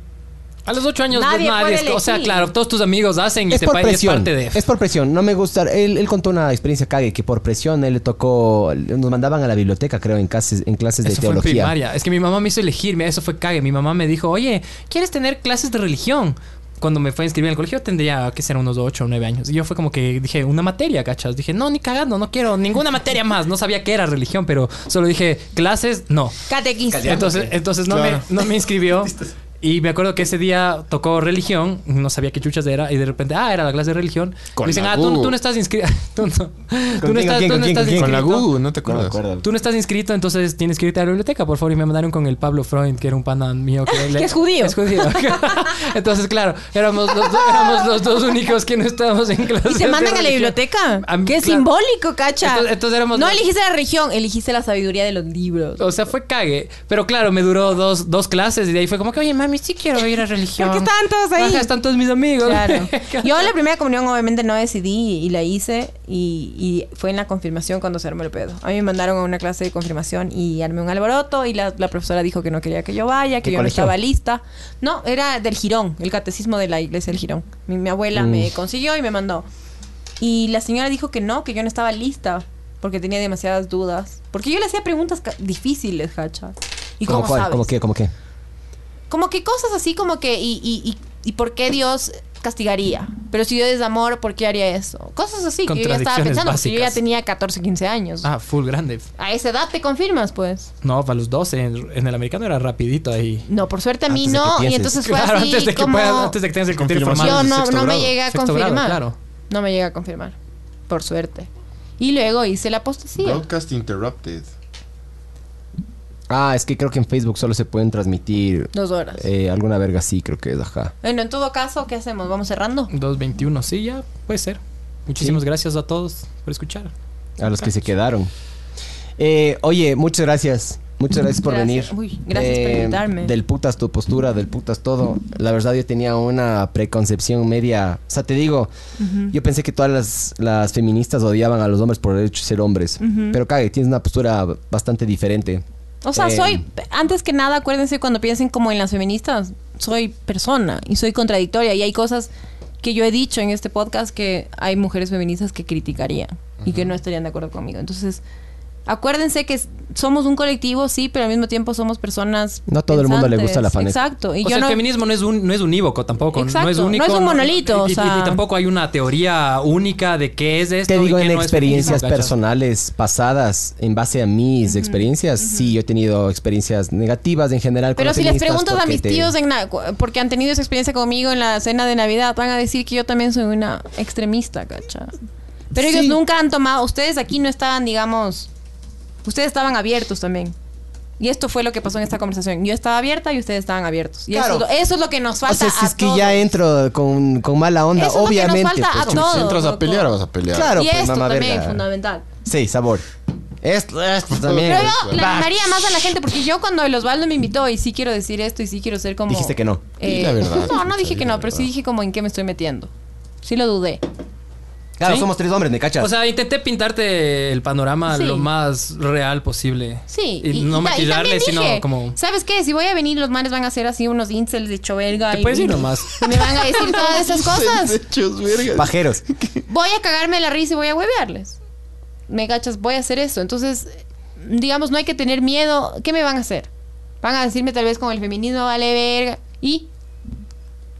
E: A los ocho años
C: Nadie
E: nadie, nadie
C: puede
E: es- O sea,
C: elegir.
E: claro, todos tus amigos hacen y
B: Es
E: te
B: por
E: pa- y es
B: presión.
E: parte de.
B: Es por presión. No me gusta. Él, él contó una experiencia cague que por presión él le tocó. Nos mandaban a la biblioteca, creo, en clases, en clases de
E: Eso fue en
B: teología.
E: primaria. Es que mi mamá me hizo elegirme, eso fue cague. Mi mamá me dijo, oye, ¿quieres tener clases de religión? Cuando me fue a inscribir al colegio tendría que ser unos 8 o 9 años. Y yo fue como que dije, una materia, cachas. Dije, no, ni cagando, no quiero ninguna materia más. No sabía qué era religión, pero solo dije, clases, no.
C: Catequista.
E: Entonces, entonces no,
G: Claro.
E: me, no me inscribió. Y me acuerdo que ese día tocó religión, no sabía qué chuchas era, y de repente, ah, era la clase de religión.
G: Con
E: Me dicen,
G: la
E: ah, tú,
G: Gu.
E: tú no estás inscrito. Tú no, tú
B: quién,
E: no estás,
B: con quién,
E: tú
B: con
E: no
B: quién,
E: estás
B: con quién?
G: Con la
E: inscrito.
G: Gu, ¿no te
B: No me
G: acuerdas?
B: acuerdo.
E: Tú no estás inscrito, entonces tienes que irte a la biblioteca, por favor. Y me mandaron con el Pablo Freund, que era un pana mío. Que,
C: Que es judío.
E: Es judío. entonces, claro, éramos los, do- éramos los dos únicos que no estábamos en clase.
C: Y te mandan a la biblioteca. Qué simbólico, cacha.
E: Entonces- entonces éramos
C: no
E: los-
C: elegiste la religión, elegiste la sabiduría de los libros.
E: O sea, fue cague. Pero claro, me duró dos, dos clases y de ahí fue como que, oye, mami, sí quiero ir a religión.
C: Porque estaban todos ahí.
E: Ajá, están todos mis amigos.
C: Claro. Yo la primera comunión obviamente no decidí y la hice y, y fue en la confirmación cuando se armó el pedo. A mí me mandaron a una clase de confirmación y armé un alboroto y la, la profesora dijo que no quería que yo vaya, que
B: ¿Qué
C: yo
B: colegio?
C: no estaba lista. No, era del Girón, el catecismo de la iglesia del Girón. Mi, mi abuela me consiguió y me mandó. Y la señora dijo que no, que yo no estaba lista porque tenía demasiadas dudas. Porque yo le hacía preguntas ca- difíciles, hacha. ¿Y cómo,
B: ¿Cómo cuál?
C: sabes?
B: ¿Cómo qué? ¿Cómo qué?
C: como que cosas así como que y, y, y, y por qué Dios castigaría. Pero si yo desamor, ¿por qué haría eso? Cosas así que yo ya estaba
E: Contradicciones
C: pensando. porque Yo ya
E: básicas.
C: tenía 14, 15 años.
E: Ah, full grande.
C: A esa edad te confirmas, pues.
E: No, para los 12. En, en el americano era rapidito ahí.
C: No, por suerte a mí
B: Antes de que
C: no. Y
B: pienses.
C: entonces Pues fue
E: Claro,
C: así
E: antes de, que
C: como...
E: puedas- antes de que tengas el criterio
A: Confirmación. del
C: Yo
E: formado.
C: no,
A: sexto
C: no me
A: grado.
C: llegué a
E: Sexto grado,
C: confirmar.
E: claro.
C: No me llegué a confirmar. Por suerte. Y luego hice la apostasía.
G: Broadcast Interrupted.
B: Ah, es que creo que en Facebook solo se pueden transmitir
C: Dos horas.
B: eh, alguna verga así, creo que es, ajá.
C: Bueno, en todo caso, ¿qué hacemos? ¿Vamos cerrando?
E: 2.21, sí, ya puede ser. Muchísimas gracias a todos por escuchar.
B: A los que se quedaron. Eh, oye, muchas gracias. Muchas gracias por
C: Gracias.
B: venir. Eh,
C: Uy, gracias por invitarme.
B: Del putas tu postura, del putas todo. La verdad yo tenía una preconcepción media... O sea, te digo, yo pensé que todas las, las feministas odiaban a los hombres por el hecho de ser hombres. Pero cague, tienes una postura bastante diferente.
C: O sea,
B: Eh,
C: soy, antes que nada, acuérdense cuando piensen como en las feministas, soy persona y soy contradictoria y hay cosas que yo he dicho en este podcast que hay mujeres feministas que criticarían y que no estarían de acuerdo conmigo. Entonces, acuérdense que s- somos un colectivo, sí, pero al mismo tiempo somos personas.
B: No todo el mundo le gusta la
C: pensantes.
B: Faneca.
C: Exacto. Y
E: o
C: yo
E: sea,
C: no,
E: el feminismo no es, un, no es unívoco tampoco. no es
C: Exacto,
E: único.
C: no es un monolito, o
E: y, y-
C: sea.
E: y tampoco hay una teoría única de qué es esto.
B: Te
E: y
B: digo,
E: qué
B: en
E: no es
B: experiencias
E: feminismo, ¿cachas?
B: personales pasadas, en base a mis experiencias, sí, yo he tenido experiencias negativas en general. con
C: Pero
B: las
C: si les
B: feministas
C: preguntas a
B: porque
C: mis
B: te-
C: tíos en la- cu- porque han tenido esa experiencia conmigo en la cena de Navidad, van a decir que yo también soy una extremista, ¿cacha? Pero ellos
B: Sí.
C: nunca han tomado, ustedes aquí no estaban, digamos, ustedes estaban abiertos también. Y esto fue lo que pasó en esta conversación. Yo estaba abierta y ustedes estaban abiertos. Y eso es lo- eso, es lo que nos
B: O
C: falta.
B: sea, si
C: a
B: es que ya
C: todos.
B: entro con, con mala onda,
C: Eso es lo que nos
B: obviamente.
C: falta
B: pues,
C: a
B: chucha.
C: todos.
G: Si entras a
C: no
G: pelear,
C: todo.
G: vas a pelear.
B: Claro,
C: y
B: pues,
C: esto
B: mamá
C: también,
B: verga.
C: fundamental.
B: Sí, sabor. Esto, esto también. pues,
C: Pero
G: Eso.
C: yo le animaría más a la gente porque yo cuando el Osvaldo me invitó y sí quiero decir esto y sí quiero ser como...
B: Dijiste que no.
C: Eh,
G: Di la verdad,
C: no, no
G: escucha,
C: dije
G: di
C: que
G: la
C: no, pero sí
G: verdad.
C: dije como en qué me estoy metiendo. Sí lo dudé.
B: Claro,
E: ¿Sí?
B: somos tres hombres, ¿me cachas?
E: O sea, intenté pintarte el panorama
C: Sí.
E: lo más real posible.
C: Sí.
E: Y, no
C: ta-
E: maquillarle,
C: también
E: sino
C: dije,
E: como.
C: ¿Sabes qué? Si voy a venir, los manes van a hacer así unos incels de choverga.
E: Te
C: y-
E: puedes ir nomás.
C: y me van a decir todas esas cosas.
G: Hechos, verga.
B: Pajeros.
C: Voy a cagarme la risa y voy a huevearles. ¿Me cachas? Voy a hacer eso. Entonces, digamos, no hay que tener miedo. ¿Qué me van a hacer? Van a decirme tal vez con el feminismo vale verga. Y...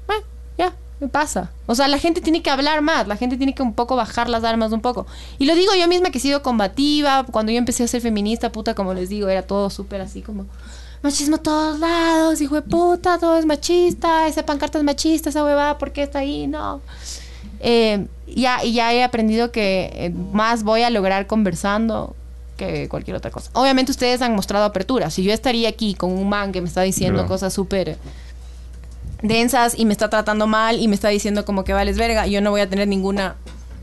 C: Bueno, ya, me pasa. O sea, la gente tiene que hablar más, la gente tiene que un poco bajar las armas un poco. Y lo digo yo misma que he sido combativa, cuando yo empecé a ser feminista, puta, como les digo, era todo súper así como machismo a todos lados, hijo de puta, todo es machista, esa pancarta es machista, esa huevada, ¿por qué está ahí? No. Eh, ya, y ya he aprendido que eh, más voy a lograr conversando que cualquier otra cosa. Obviamente ustedes han mostrado apertura. Si yo estaría aquí con un man que me está diciendo
E: Claro.
C: cosas súper densas y me está tratando mal y me está diciendo como que vales verga, yo no voy a tener ninguna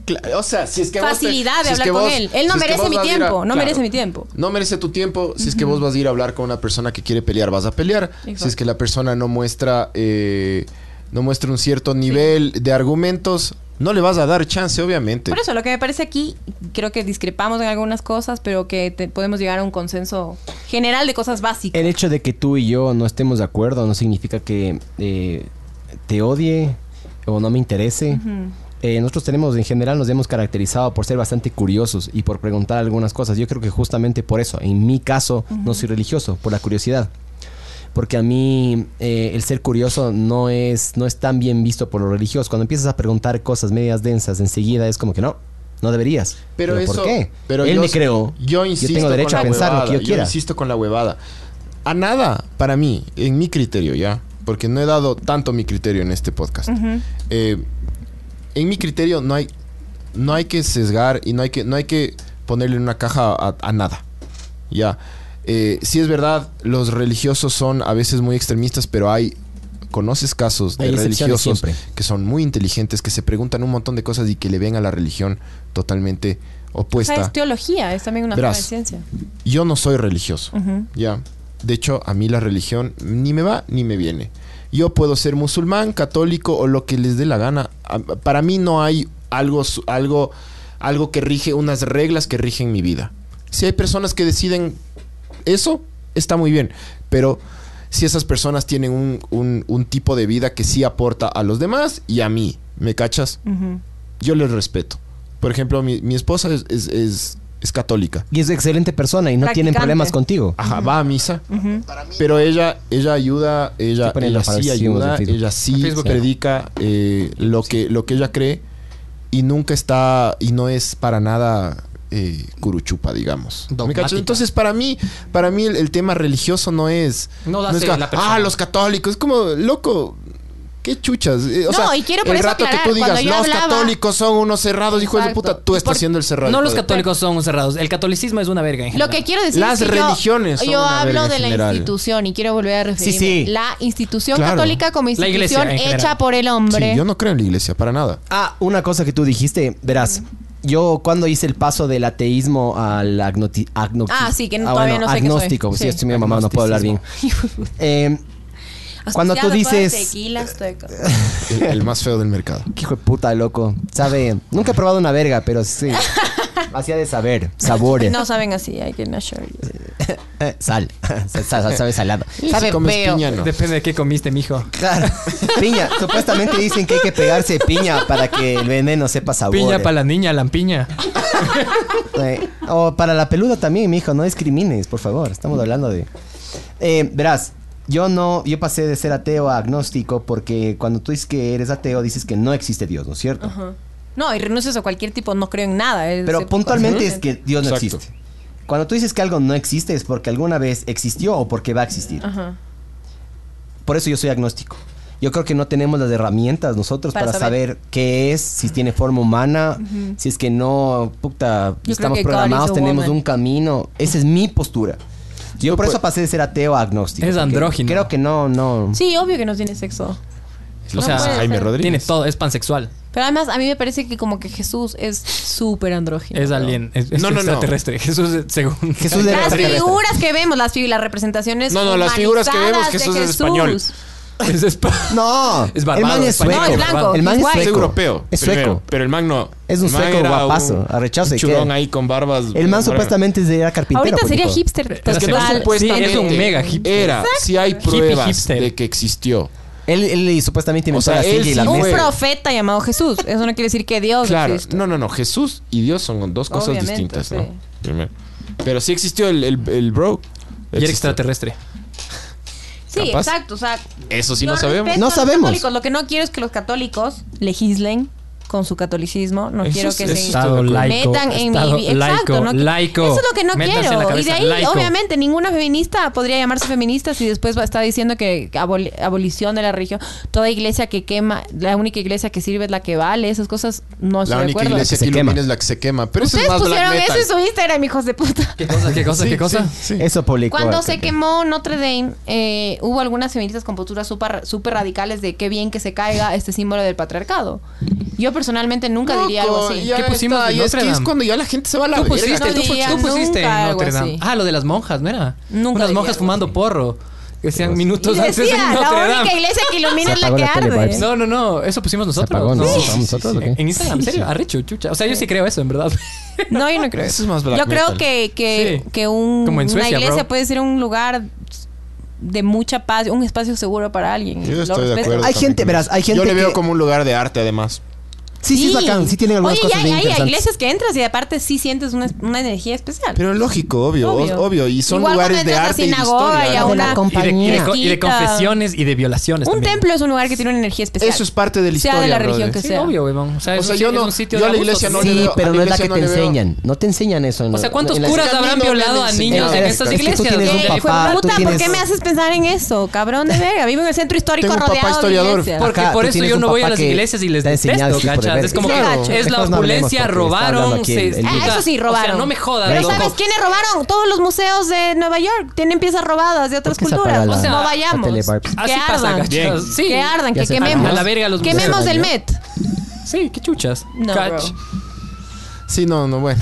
G: Cla- O sea, si es que vos te-
C: facilidad de
G: si es
C: hablar
G: que
C: con
G: vos-
C: él. Él no
G: si es que
C: merece
G: vos
C: mi
G: vas a ir a-
C: tiempo, no
G: claro.
C: merece mi tiempo.
G: No merece tu tiempo. Si es que vos vas a ir a hablar con una persona que quiere pelear, vas a pelear. Si es que la persona no muestra, eh, no muestra un cierto nivel de argumentos, no le vas a dar chance, obviamente.
C: Por eso, lo que me parece aquí, creo que discrepamos en algunas cosas, pero que te- podemos llegar a un consenso general de cosas básicas.
B: El hecho de que tú y yo no estemos de acuerdo no significa que eh, te odie o no me interese. Eh, nosotros tenemos, en general, nos hemos caracterizado por ser bastante curiosos y por preguntar algunas cosas. Yo creo que justamente por eso, en mi caso, no soy religioso, por la curiosidad. Porque a mí eh, el ser curioso no es, no es tan bien visto por los religiosos. Cuando empiezas a preguntar cosas medias densas, enseguida es como que no, no deberías.
G: Pero, eso,
B: ¿por qué?
G: Pero
B: Él
G: yo,
B: me creó.
G: Yo insisto.
B: tengo derecho
G: con
B: a
G: la
B: pensar lo
G: huevada,
B: que yo quiera.
G: insisto con la huevada. A nada, para mí, en mi criterio ya, porque no he dado tanto mi criterio en este podcast. Eh, en mi criterio no hay, no hay que sesgar y no hay que, no hay que ponerle en una caja a, a nada. Ya. Eh, sí es verdad, los religiosos son a veces muy extremistas, pero hay... Conoces casos de
B: Hay excepciones
G: religiosos
B: siempre.
G: que son muy inteligentes, que se preguntan un montón de cosas y que le ven a la religión totalmente
C: O sea,
G: opuesta.
C: es teología, es también una
G: Verás.
C: forma de ciencia.
G: Yo no soy religioso.
C: Ujú.
G: Ya. De hecho, a mí la religión ni me va ni me viene. Yo puedo ser musulmán, católico o lo que les dé la gana. A- Para mí no hay algo, su- algo, algo que rige, unas reglas que rigen mi vida. Si hay personas que deciden eso, está muy bien. Pero si esas personas tienen un, un- un tipo de vida que sí aporta a los demás y a mí, ¿me cachas?
C: Ujú.
G: yo les respeto. Por ejemplo, mi, mi esposa es, es- es- es católica.
B: Y es excelente persona y no tienen
C: Practicante.
B: problemas contigo.
G: Ajá, va a misa. Pero ella, ella ayuda, ella,
B: Estoy poniendo
G: ella sí
B: falsivos de
G: ayuda,
B: Facebook.
G: ella sí
E: Facebook.
G: predica eh, lo, que, lo que ella cree y nunca está, y no es para nada eh, curuchupa, digamos. ¿Me
E: Dogmática.
G: cachas? Entonces, para mí, para mí el, el tema religioso no es.
E: No da
G: es
E: ser la persona.
G: Ah, los católicos, es como, loco. Qué chuchas. eh, o
C: No,
G: sea,
C: y quiero por
G: el
C: eso
G: rato que tú
C: aclarar,
G: digas,
C: cuando yo
G: los
C: hablaba-
G: católicos son unos cerrados, hijo de
C: Exacto.
G: puta, tú estás
C: Por-
G: siendo el cerrado.
E: No
G: hijo
E: los
G: de puta.
E: católicos son cerrados. El catolicismo es una verga. en
C: Lo
E: general.
C: que quiero decir
G: Las
C: es que yo-
G: religiones son
C: yo,
G: una verga
C: hablo
G: en
C: de la
G: general.
C: institución y quiero volver a referirme.
B: sí.
C: La institución
G: Claro.
C: católica como
E: La iglesia,
C: institución
E: en general.
C: hecha por el hombre.
G: Sí, yo no creo en la iglesia, para nada.
B: Ah, una cosa que tú dijiste, verás. Yo cuando hice el paso del ateísmo al agnoti- agno-
C: Ah, sí, que todavía no sé qué soy.
B: agnóstico, pues,
C: Sí.
B: sí, estoy medio mamado, no puedo hablar bien. Eh, cuando tú
C: Asociado a todas
B: dices-
C: tequilas, teca.
G: El, el más feo del mercado.
B: qué hijo de puta, loco. Sabe, nunca he probado una verga, pero sí. Hacía de saber, sabores,
C: No saben así, hay que no sure.
B: eh, sal, Sa- sa- sabe salado. Sabe
G: si comes
B: feo.
G: piña, no.
E: Depende de qué comiste, mijo.
B: Claro. Piña. Supuestamente dicen que hay que pegarse piña para que el veneno sepa sabor.
E: Piña para la niña, lampiña.
B: Eh, o para la peluda también, mijo. No discrimines, por favor. Estamos hablando de... Eh, verás, yo no... Yo pasé de ser ateo a agnóstico porque cuando tú dices que eres ateo, dices que no existe Dios, ¿no es cierto?
C: No, y renuncias a cualquier tipo, no creo en nada. es-
B: Pero
C: es-
B: puntualmente es que Dios no
G: Exacto.
B: existe. Cuando tú dices que algo no existe es porque alguna vez existió o porque va a existir.
C: Ajá.
B: Por eso yo soy agnóstico. Yo creo que no tenemos las herramientas nosotros para,
C: Para
B: saber.
C: saber.
B: qué es, si tiene forma humana, si es que no, puta,
C: creo
B: estamos
C: que God is
B: programados,
C: a
B: tenemos
C: woman.
B: un camino. Esa es mi postura. Yo por eso pasé de ser ateo a agnóstico.
E: Es
B: porque
E: andrógino.
B: Creo que no, no.
C: Sí, obvio que no tiene sexo.
G: Lo
E: o sea,
G: que hace Jaime Rodríguez.
E: Tiene todo, es pansexual.
C: Pero además, a mí me parece que como que Jesús es súper andrógino.
E: Es alien. Es, es
G: No, no, no.
E: extraterrestre. Jesús, eh, según.
B: Jesús de
C: Las
B: Rodríguez.
C: figuras que vemos, las, fig- las representaciones.
G: No, no, las figuras que vemos,
C: humanizadas de
G: Jesús es español.
E: Es espa-
B: No,
E: Es
B: el
E: barbado,
B: man es
E: es español,
B: sueco.
C: No, es blanco,
B: El man
C: es
B: es
C: guay.
G: Es
B: sueco.
G: europeo.
B: Es
G: primero,
B: sueco.
G: pero el man no.
B: Es un
G: El man
B: sueco
G: era
B: guapazo,
G: un
B: arrechazo, ¿y qué?
G: Churón ahí con barbas.
B: El man
G: morena.
B: supuestamente era carpintero.
C: Ahorita
B: pues,
C: sería
B: hijo.
C: hipster.
E: Pero
G: Es que
E: se
G: no
E: va-
C: total.
G: supuestamente.
E: Sí, es un mega hipster.
G: Era, si hay
E: Hippie
G: pruebas
E: hipster.
G: de que existió.
B: Él, él supuestamente inventó
G: sea,
B: la
G: él
B: silla y la
G: sí
C: Un
G: Amén.
B: mesa.
C: profeta llamado Jesús. Eso no quiere decir que Dios
G: Claro.
C: existe.
G: No, no, no. Jesús y Dios son dos cosas
C: Obviamente,
G: distintas,
C: sí.
G: ¿no? Primero. Pero sí existió el, el, el bro.
E: Y era
G: Existió.
E: extraterrestre.
C: Sí,
G: Capaz.
C: exacto. O sea,
G: Eso sí
C: yo
G: no sabemos.
C: respeto
B: No
C: a los
B: sabemos.
C: católicos. Lo que no quiero es que los católicos legislen con su catolicismo. No
G: Eso
C: quiero
G: es-
C: que
G: eso
C: se
G: está
E: Estado laico.
C: metan en
E: estado
C: mi vida. Exacto.
E: laico,
C: no qui-
E: laico.
C: Eso es lo que no
E: Métanse en la
C: quiero. Y de
E: cabeza,
C: ahí,
E: laico.
C: obviamente, ninguna feminista podría llamarse feminista si después va a estar diciendo que abol- abolición de la religión. Toda iglesia que quema, la única iglesia que sirve es la que vale. Esas cosas no estoy
G: La
C: de
G: única
C: acuerdo.
G: iglesia
B: que se
G: que ilumina
B: quema.
G: es la que se quema. Pero eso es
C: Ustedes
G: más black
C: pusieron eso
G: metal.
C: en su Instagram, hijos de puta.
E: ¿Qué cosa? ¿Qué cosa?
G: Sí,
E: ¿Qué cosa?
G: sí, sí.
B: Eso publicó.
C: Cuando
B: acá.
C: se quemó Notre Dame, eh, hubo algunas feministas con posturas súper súper radicales de qué bien que se caiga este símbolo del patriarcado. Yo personalmente nunca diría algo
G: Loco,
C: así.
G: ya
E: ¿Qué pusimos
G: está,
E: de
G: y es
E: Notre
G: que es
E: Dame?
G: cuando ya la gente se va a la
E: Tú
G: verga.
E: pusiste,
C: no
E: tú, pu-
C: diría
E: tú pusiste
C: nunca
E: en
C: algo
E: Notre Dame.
C: así.
E: Ah, lo de las monjas, ¿no era?
C: Nunca
E: Unas
C: diría
E: monjas
C: algo
E: fumando porro. Que decían minutos
C: Y
E: antes de
C: decía, la
E: Notre Dame.
C: única iglesia que ilumina
B: Se
C: es la
B: apagó
C: que
B: la tele,
C: arde.
B: vibes.
E: No, no, no, eso pusimos nosotros.
B: apagó, ¿no?
E: Sí,
B: ¿Estamos nosotros o qué?
E: En Instagram, ¿en serio? Arrecho, chucha. O sea, yo sí creo eso, en verdad.
C: No, yo no creo.
G: Eso es más black
C: yo creo
G: metal.
C: que, que,
E: Sí.
C: que un-
E: Como en
C: una
E: Suecia,
C: iglesia
E: bro.
C: puede ser un lugar de mucha paz, un espacio seguro para alguien.
G: Yo
C: Lo
G: estoy de
C: respeto.
G: acuerdo.
B: Hay
G: también
B: gente,
G: con
B: verás,
G: eso.
B: hay gente
G: Yo le veo
B: que-
G: como un lugar de arte, además.
B: Sí, sí, es bacán. Sí tienen algunas
C: Oye,
B: cosas
C: ya-
B: bien
C: ya hay
B: interesantes.
C: iglesias que entras y aparte sí sientes una, una energía especial.
G: Pero lógico, obvio, o- obvio.
C: Obvio.
G: Y son
C: Igual
G: lugares
C: cuando
G: de
C: entras a
G: arte y de
C: sinagoga
G: historia.
C: y a
G: ¿no?
C: una-
E: Y de, y de co- y de
C: Mezquita.
E: confesiones y de violaciones.
C: un
E: también.
C: templo es un lugar que tiene una energía especial.
G: Eso es parte de la
C: Sea
G: historia.
C: de la
G: brother.
C: religión que
E: Sí,
C: sea.
E: obvio, weón. O sea,
G: O
E: es
G: sea,
E: un-
G: yo
E: es
G: no-
E: un sitio de
G: yo a la
E: abuso
G: iglesia no
E: también.
G: le
B: Sí,
G: veo- a
B: pero no
G: la
B: es la
G: iglesia
B: que
G: no
B: te
G: le veo-
B: enseñan. No te enseñan eso. en
E: O
B: la-
E: sea, ¿cuántos
B: en la-
E: curas
G: Es que a mí
E: habrán
G: no me
E: violado a
G: han
E: niños
G: enseñado.
E: en
G: Es
E: estas
G: que tú
E: iglesias?
B: tienes un
E: donde hay-
B: papá,
C: Puta,
B: tú
C: ¿por
B: tienes-
C: qué me haces pensar en eso? Cabrón de verga. Vivo en el centro histórico
G: Tengo un papá
C: rodeado
G: historiador.
C: de iglesias.
E: Porque
B: Acá,
E: por
B: tú
E: eso
B: tienes
E: yo
B: un
E: no voy a
B: papá
E: las
B: que
E: iglesias y les
B: te ha enseñado
E: detesto,
B: ese tipo de
E: cachas. Es como que
C: verga. Claro.
E: es la
B: Mejor no hablemos
E: opulencia,
B: porque está hablando
E: robaron,
B: aquí
E: se...
B: el- el-
E: puta,
C: Ah, eso sí,
E: O sea,
C: robaron.
E: no me jodas,
C: Pero
E: loco.
C: ¿sabes quiénes robaron? Todos los museos de Nueva York tienen piezas robadas de otras
B: ¿Por qué se apaga
C: culturas.
B: la-
C: O sea, no
E: la
C: vayamos.
B: tele, Barbs?
C: Que
E: Así pasa,
C: ardan.
E: cachas.
G: Bien.
E: Sí.
C: Que ardan,
B: Ya
C: que
B: se apagó.
C: quememos.
B: A la
E: verga los
C: quememos
B: museos.
C: del Met.
E: Sí, qué chuchas.
C: No,
E: Cach.
C: bro.
G: Sí, no, no, bueno.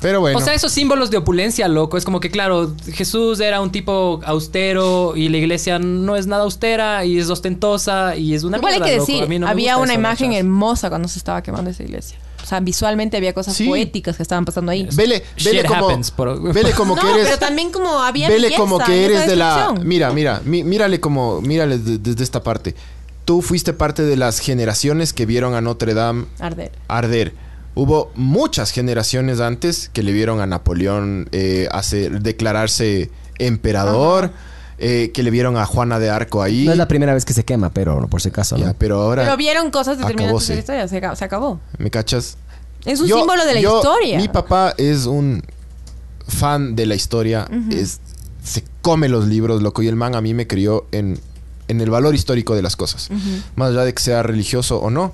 G: Pero bueno.
E: O sea, esos símbolos de opulencia, loco, es como que, claro, Jesús era un tipo austero y la iglesia no es nada austera y es ostentosa y es una
C: Igual hay
E: mierda,
C: que
E: loco.
C: decir,
E: A mí no me
C: había
E: gusta
C: una
E: eso,
C: imagen
E: cachas.
C: hermosa cuando se estaba quemando esa iglesia. O sea, visualmente había cosas
G: Sí.
C: poéticas que estaban pasando ahí.
G: vele,
E: Shit
G: vele como.
E: happens, pero-
G: Vele como
C: no,
G: que eres.
C: pero también como había
G: Vele
C: belleza
G: como
C: en
G: que
C: esa
G: eres de la.
C: destrucción.
G: Mira, mira, mí- mírale como. Mírale de- desde esta parte. Tú fuiste parte de las generaciones que vieron a Notre Dame
C: Arder.
G: arder. Hubo muchas generaciones antes que le vieron a Napoleón eh, hacer, declararse emperador, eh, que le vieron a Juana de Arco ahí.
B: No es la primera vez que se quema, pero por si acaso. ¿no?
G: Ya, pero ahora,
C: Pero vieron cosas determinantes
G: acabóse.
C: de la historia, se, acab- se acabó.
G: ¿me cachas?
C: Es un
G: Yo-
C: símbolo de la
G: yo-
C: historia.
G: Mi papá es un fan de la historia. es, se come los libros, loco. Y el man a mí me crió en, en el valor histórico de las cosas. Más allá de que sea religioso o no,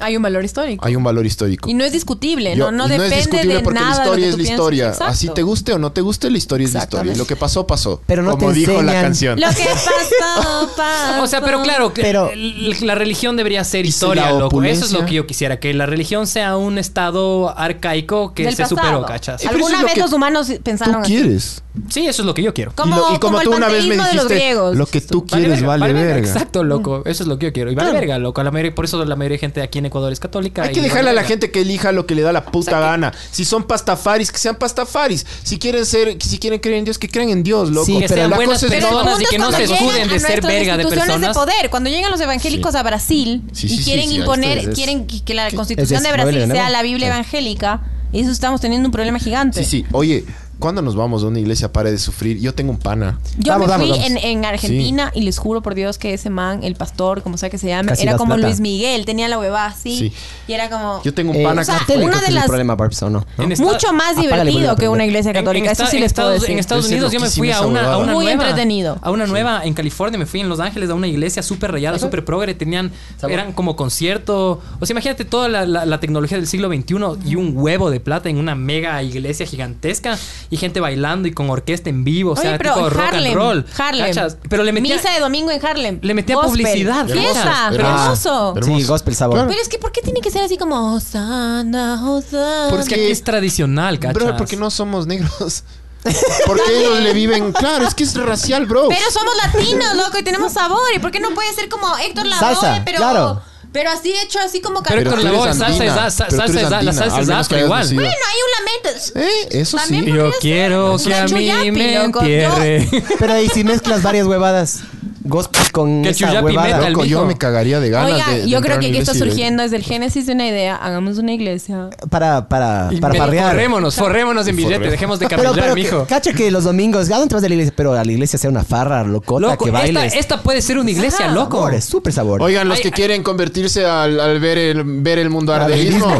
C: Hay un valor histórico.
G: hay un valor histórico.
C: Y no es discutible,
G: Yo-
C: no, no
G: y
C: depende de
G: porque
C: nada.
G: la
C: de lo que
G: historia es
C: tú
G: la
C: piensas.
G: historia.
C: Exacto.
G: Así te guste o no te guste, la historia es la historia. Y
C: Exactamente.
G: lo que pasó, pasó.
B: Pero no
G: Como
B: te
G: dijo la
B: enseñan.
G: canción.
C: Lo que pasó, pasó.
E: O sea, pero claro, que
B: Pero-
E: l- la religión debería ser
G: Y si la
E: historia, loco. Eso es
G: opulencia-
E: lo que yo quisiera, que la religión sea un estado arcaico que
C: Del
E: se
C: pasado.
E: superó, ¿cachas?
G: Eh, pero eso es
C: Alguna
G: lo
C: vez
G: que
C: los humanos pensaron
G: Tú
C: así.
G: quieres.
E: Sí, eso es lo que yo quiero.
C: Como,
G: y, lo- y
C: como el panteísmo de los griegos.
G: lo que tú
E: Vale
G: quieres
E: verga,
G: vale, verga. Mm.
E: Exacto, loco. Eso es lo que yo quiero. Y vale verga, loco. La mayoría, por eso la mayoría de gente aquí en Ecuador es católica.
G: Hay
E: y
G: que
E: vale
G: dejarle a la
E: verga.
G: gente que elija lo que le da la puta gana. Si son pastafaris, que sean pastafaris. Si quieren ser, si quieren creer en Dios, que crean en Dios, loco.
B: Sí,
E: Que sean
G: la
E: buenas
G: cosa es
E: personas
G: no-
E: y que no se escuden de ser verga de personas.
C: de poder. Cuando llegan los evangélicos a Brasil
G: Sí, sí,
C: y
G: sí,
C: quieren
G: sí,
C: imponer,
B: esto es-
C: quieren que que la constitución
B: es
C: de
B: novel,
C: Brasil
B: ¿no?
C: sea la Biblia evangélica, y eso estamos teniendo un problema gigante.
G: Sí, sí. Oye, ¿cuándo nos vamos a una iglesia para de sufrir? Yo tengo un pana.
C: Yo
B: Vamos,
C: me
B: vamos,
C: fui
B: vamos.
C: En, en Argentina y les juro por Dios que ese man, el pastor, como sea que se llame,
B: Casi
C: era
B: das
C: como
B: plata.
C: Luis Miguel, tenía la huevada así
G: Sí.
C: y era como
G: Yo tengo un
B: Eh,
G: pana
C: o sea,
G: que-
B: ¿te le
C: una de
B: coges el
C: las-
B: problema, Barbson, no?
E: En esta-
C: mucho más
B: Apágale, vuelve a
C: divertido que una
B: prender.
C: iglesia
E: en- en
C: católica. Eso
E: esta-
C: sí
E: en
C: les puedo
E: Estados-
C: decir.
E: En Estados
G: Debe ser
E: Unidos yo me
G: loquísima
E: fui a
G: esa
E: una, a
G: huevada.
E: una
C: Muy
E: nueva.
C: entretenido.
E: A una nueva en California. Me fui en Los Ángeles a una iglesia súper rayada, súper progre. Tenían, eran como concierto. O sea, imagínate toda la, la- la tecnología del siglo XXI y un huevo de plata en una mega iglesia gigantesca y gente bailando y con orquesta en vivo. O sea,
C: Oye, pero
E: tipo rock
C: Harlem,
E: and roll.
C: Harlem.
E: ¿cachas? Pero le metía...
C: Misa de domingo en Harlem.
E: Le metía
C: Gospel.
E: publicidad,
C: Fiesta,
G: Ah, hermoso,
C: hermoso.
B: Sí, gospel sabor.
G: Claro.
C: Pero es que, ¿por qué tiene que ser así como Osana, Osana?
E: Es que aquí es tradicional, ¿cachas?
G: Bro, porque no somos negros. Porque ellos le viven. Claro, es que es racial, bro.
C: Pero somos latinos, loco, y tenemos sabor. ¿Y por qué no puede ser como Héctor Lavoe,
B: Salsa,
C: pero,
B: claro.
C: pero así hecho, así como
E: Pero
G: Pero
E: con
G: tú
E: la
G: eres
E: voz, salsa
G: andina,
E: es da- sa-
G: pero tú
E: salsa es
G: eres
E: da- la
G: andina,
E: salsa
G: al
E: es
G: menos
E: afro
G: que hayas
E: igual.
G: nacido.
C: Bueno, hay un lamento.
G: Eh, eso
C: También
G: sí.
C: podría
E: Yo
C: ser.
E: quiero
C: Una
E: que a mí
C: chuyapi,
E: me
C: loco. Yo-
E: entierre.
B: Pero ahí si mezclas varias huevadas. Gospel con
E: Que
B: esa
E: chuyapi
B: huevada.
E: meta el-
G: Loco, yo
E: mijo.
G: me cagaría de ganas.
C: Oiga,
G: de- de
C: yo
G: entrar a
C: creo
G: una
C: que aquí está
G: iglesia ¿eh? y de-
C: surgiendo desde el génesis de una idea. Hagamos una iglesia.
B: Para, para,
E: Y
B: para
E: me-
B: parrear.
E: Forrémonos, forrémonos en billete.
G: Forré-
E: Dejemos de
B: Pero,
E: carrillar,
B: pero, que-
E: mijo.
B: cacha que los domingos, ¿a dónde te vas de la iglesia? Pero a la iglesia sea una farra locota
E: Loco,
B: que
E: esta,
B: bailes.
E: esta puede ser una iglesia,
C: Ajá.
E: loco.
B: Sabores, súper sabor.
G: Oigan, los
E: Ay,
G: que
E: ay.
G: quieren convertirse al, al ver, el, ver el mundo ardeísmo,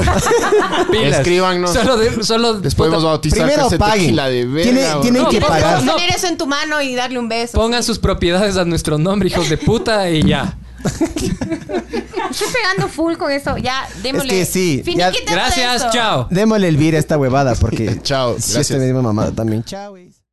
E: Pilas.
G: escríbanos.
E: Solo, de- solo
G: Después vamos a bautizar
B: Primero
G: con ese
B: paguen.
G: tequila de verga,
B: Tiene-
G: bro.
B: tienen
E: No,
B: que
E: pero-
B: pagar.
E: no.
C: Tener eso en tu mano y darle un beso.
E: pongan sus propiedades a nuestro nombre, hijos de puta, y ya.
C: Estoy pegando full con eso. Ya, démosle.
B: que sí, ya-
C: Finiquitemos
E: Gracias,
C: esto.
E: chao.
B: Démosle el vir a esta huevada porque.
G: Chao,
B: Sí,
G: gracias.
B: esta misma mamada también. Chao, güey.